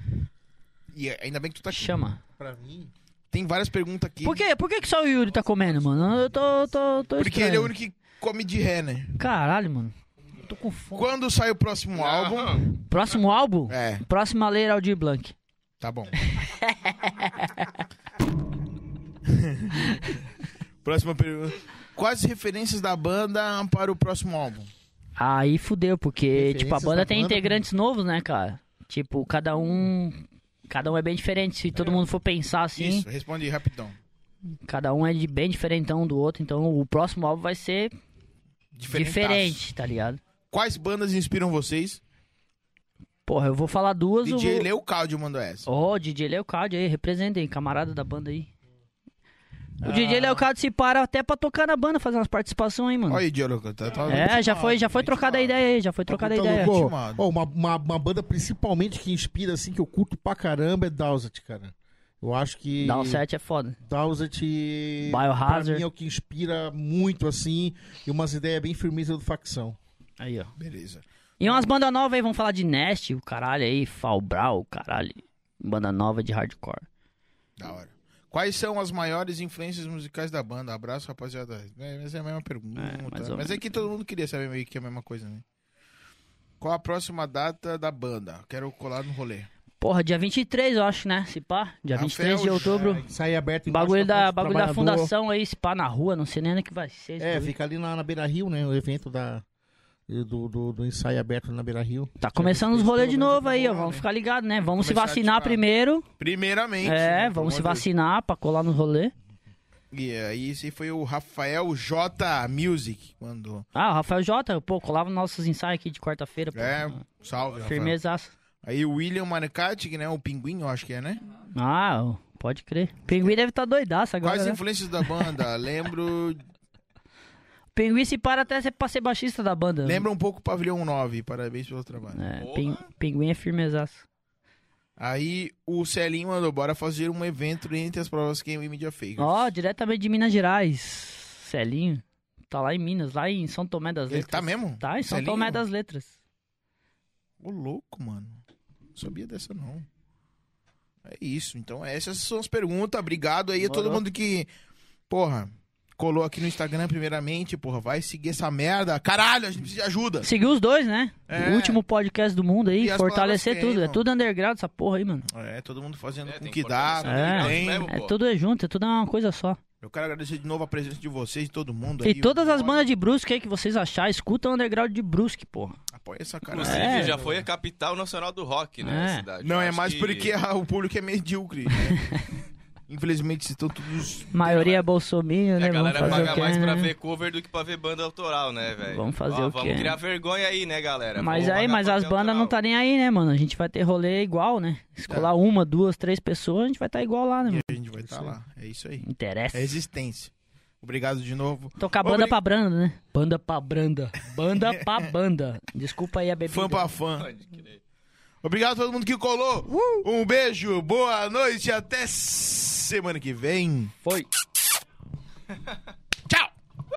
[SPEAKER 1] E ainda bem que tu tá aqui.
[SPEAKER 10] Chama.
[SPEAKER 2] Pra mim,
[SPEAKER 1] Tem várias perguntas aqui.
[SPEAKER 10] Por que, por que, que só o Yuri tá comendo, mano? Eu tô, tô, tô
[SPEAKER 1] Porque
[SPEAKER 10] estranho.
[SPEAKER 1] ele é o único que come de ré, né?
[SPEAKER 10] Caralho, mano. Eu tô com fome.
[SPEAKER 1] Quando sai o próximo álbum.
[SPEAKER 10] Próximo álbum?
[SPEAKER 1] É,
[SPEAKER 10] Próxima Lei Aldir Blanc.
[SPEAKER 1] tá bom. Próxima pergunta. Quais referências da banda para o próximo álbum?
[SPEAKER 10] Aí fudeu, porque, tipo, a
[SPEAKER 1] Referências da
[SPEAKER 10] banda tem
[SPEAKER 1] banda?
[SPEAKER 10] integrantes novos, né, cara? Tipo, cada um. Cada um é bem diferente. Se todo mundo for pensar assim,
[SPEAKER 1] Isso, responde rapidão.
[SPEAKER 10] cada um é de bem diferentão um do outro, então o próximo álbum vai ser diferente, tá ligado?
[SPEAKER 1] Quais bandas inspiram vocês?
[SPEAKER 10] Porra, eu vou falar duas. eu
[SPEAKER 1] DJ
[SPEAKER 10] vou-
[SPEAKER 1] Leocádio mandou essa.
[SPEAKER 10] Ó, oh, DJ Leocádio aí, representem, camarada da banda aí. O
[SPEAKER 1] Ah.
[SPEAKER 10] DJ Leocádio se para até pra tocar na banda, fazer umas participações aí, mano.
[SPEAKER 1] Olha aí, DJ Leocádio. Tá, tá-
[SPEAKER 10] é, já foi, já foi trocada a ideia aí, já foi trocada a
[SPEAKER 2] Então,
[SPEAKER 10] ideia.
[SPEAKER 2] pô, ó, uma, uma, uma banda principalmente que inspira, assim, que eu curto pra caramba é Dowsett, cara. Eu acho que.
[SPEAKER 10] Dowsett é foda.
[SPEAKER 2] Dowsett.
[SPEAKER 10] Biohazard.
[SPEAKER 2] Pra mim é o que inspira muito, assim, e umas ideias bem firmeza do facção.
[SPEAKER 10] Aí, ó.
[SPEAKER 1] Beleza.
[SPEAKER 10] E umas bandas novas aí, vamos falar de Nest, o caralho aí, Falbral, caralho. Banda nova de hardcore.
[SPEAKER 1] Da hora. Quais são as maiores influências musicais da banda? Abraço, rapaziada. É, Mas é a mesma pergunta.
[SPEAKER 10] mais ou
[SPEAKER 1] mas é
[SPEAKER 10] menos.
[SPEAKER 1] que todo mundo queria saber meio que a mesma coisa, né? Qual a próxima data da banda? Quero colar no rolê.
[SPEAKER 10] Porra, dia 23, eu acho, né? Se pá, dia
[SPEAKER 1] Ah,
[SPEAKER 10] 23 de
[SPEAKER 1] Felge.
[SPEAKER 10] outubro.
[SPEAKER 1] É,
[SPEAKER 2] Sai aberto embaixo
[SPEAKER 10] Bagulho
[SPEAKER 2] da
[SPEAKER 10] da,
[SPEAKER 2] Ponte
[SPEAKER 10] bagulho da
[SPEAKER 2] Trabalhador.
[SPEAKER 10] fundação aí, se pá, na rua, não sei nem onde que vai ser. esse
[SPEAKER 2] É,
[SPEAKER 10] bagulho.
[SPEAKER 2] fica ali na, na Beira Rio, né? O evento da, do, do, do ensaio aberto na Beira Rio.
[SPEAKER 10] Tá começando os rolês de novo aí, ó. Vamos ficar ligados, né? Vamos se
[SPEAKER 1] Começar a
[SPEAKER 10] vacinar
[SPEAKER 1] ativar.
[SPEAKER 10] primeiro.
[SPEAKER 1] Primeiramente.
[SPEAKER 10] É,
[SPEAKER 1] né, pelo
[SPEAKER 10] vamos se
[SPEAKER 1] amor de
[SPEAKER 10] vacinar pra colar no rolê.
[SPEAKER 1] Deus. E é, aí, esse foi o Rafael J Music que mandou.
[SPEAKER 10] Ah, o Rafael Jota, pô, colava nos nossos ensaios aqui de quarta-feira. pô. Ah,
[SPEAKER 1] É, salve, Rafael.
[SPEAKER 10] Firmezaço.
[SPEAKER 1] Aí o William Marcati, né? O pinguim, eu acho que é, né?
[SPEAKER 10] Ah, pode crer. O Pinguim deve estar doidaço agora.
[SPEAKER 1] Quais
[SPEAKER 10] né?
[SPEAKER 1] influências da banda? Lembro.
[SPEAKER 10] O Pinguim se para até ser- pra ser baixista da banda.
[SPEAKER 1] Lembra um pouco o Pavilhão 9. Parabéns pelo trabalho.
[SPEAKER 10] É, pin- Pinguim é firmezaço.
[SPEAKER 1] Aí o Celinho mandou, bora fazer um evento entre as provas Game e Media Fake.
[SPEAKER 10] Ó, diretamente de Minas Gerais. Celinho. Tá lá em Minas, lá em São Tomé das
[SPEAKER 1] Ele
[SPEAKER 10] Letras.
[SPEAKER 1] tá mesmo?
[SPEAKER 10] Tá, em São
[SPEAKER 1] Celinho?
[SPEAKER 10] Tomé das Letras.
[SPEAKER 1] Ô, louco, mano. Não sabia dessa, não. É isso. Então, essas são as perguntas. Obrigado aí a todo
[SPEAKER 14] Demorou.
[SPEAKER 1] mundo que, porra, colou aqui no Instagram primeiramente. Porra, vai seguir essa merda. Caralho, a gente precisa de ajuda.
[SPEAKER 10] Seguiu os dois, né?
[SPEAKER 1] É.
[SPEAKER 10] O último podcast do mundo aí,
[SPEAKER 1] E as
[SPEAKER 10] fortalecer
[SPEAKER 1] palavras
[SPEAKER 10] tudo. É
[SPEAKER 1] queimam.
[SPEAKER 10] tudo underground essa porra aí, mano.
[SPEAKER 1] É, todo mundo fazendo com o que dá.
[SPEAKER 12] né?
[SPEAKER 10] É,
[SPEAKER 1] tem.
[SPEAKER 10] é tudo é junto, é tudo uma coisa só.
[SPEAKER 1] Eu quero agradecer de novo a presença de vocês, de todo mundo.
[SPEAKER 10] E
[SPEAKER 1] aí.
[SPEAKER 10] todas as bandas de Brusque aí que vocês acharem, escuta o underground de Brusque, porra.
[SPEAKER 1] Apoia essa cara.
[SPEAKER 12] Inclusive,
[SPEAKER 10] É.
[SPEAKER 12] já foi a capital nacional do rock, né?
[SPEAKER 10] É.
[SPEAKER 12] na cidade.
[SPEAKER 1] Não,
[SPEAKER 12] Eu
[SPEAKER 1] é
[SPEAKER 12] acho
[SPEAKER 1] mais
[SPEAKER 12] que-
[SPEAKER 1] porque a- o público é medíocre. né? Infelizmente, estão todos.
[SPEAKER 10] Maioria é bolsominho, né?
[SPEAKER 12] A
[SPEAKER 10] Vamos
[SPEAKER 12] galera
[SPEAKER 10] fazer
[SPEAKER 12] paga
[SPEAKER 10] o quê,
[SPEAKER 12] mais pra
[SPEAKER 10] né?
[SPEAKER 12] ver cover do que pra ver banda autoral, né, velho?
[SPEAKER 10] Vamos fazer
[SPEAKER 12] Ó,
[SPEAKER 10] o
[SPEAKER 12] Vamos
[SPEAKER 10] quê?
[SPEAKER 12] criar vergonha aí, né, galera?
[SPEAKER 10] Mas
[SPEAKER 12] Vamos
[SPEAKER 10] aí,
[SPEAKER 12] pagar
[SPEAKER 10] mas
[SPEAKER 12] pra
[SPEAKER 10] as
[SPEAKER 12] ver
[SPEAKER 10] bandas não tá nem aí, né, mano? A gente vai ter rolê igual, né? Se colar uma, duas, três pessoas, a gente vai estar igual lá, né, mano?
[SPEAKER 1] A gente vai estar lá. É isso aí.
[SPEAKER 10] Interessa.
[SPEAKER 1] É resistência. Obrigado de novo.
[SPEAKER 10] Tocar banda pra branda, né? Banda pra branda. Banda pra banda. Desculpa aí a bebida.
[SPEAKER 1] Fã pra fã. Obrigado a todo mundo que colou. Um beijo, boa noite. Até semana que vem.
[SPEAKER 10] Foi.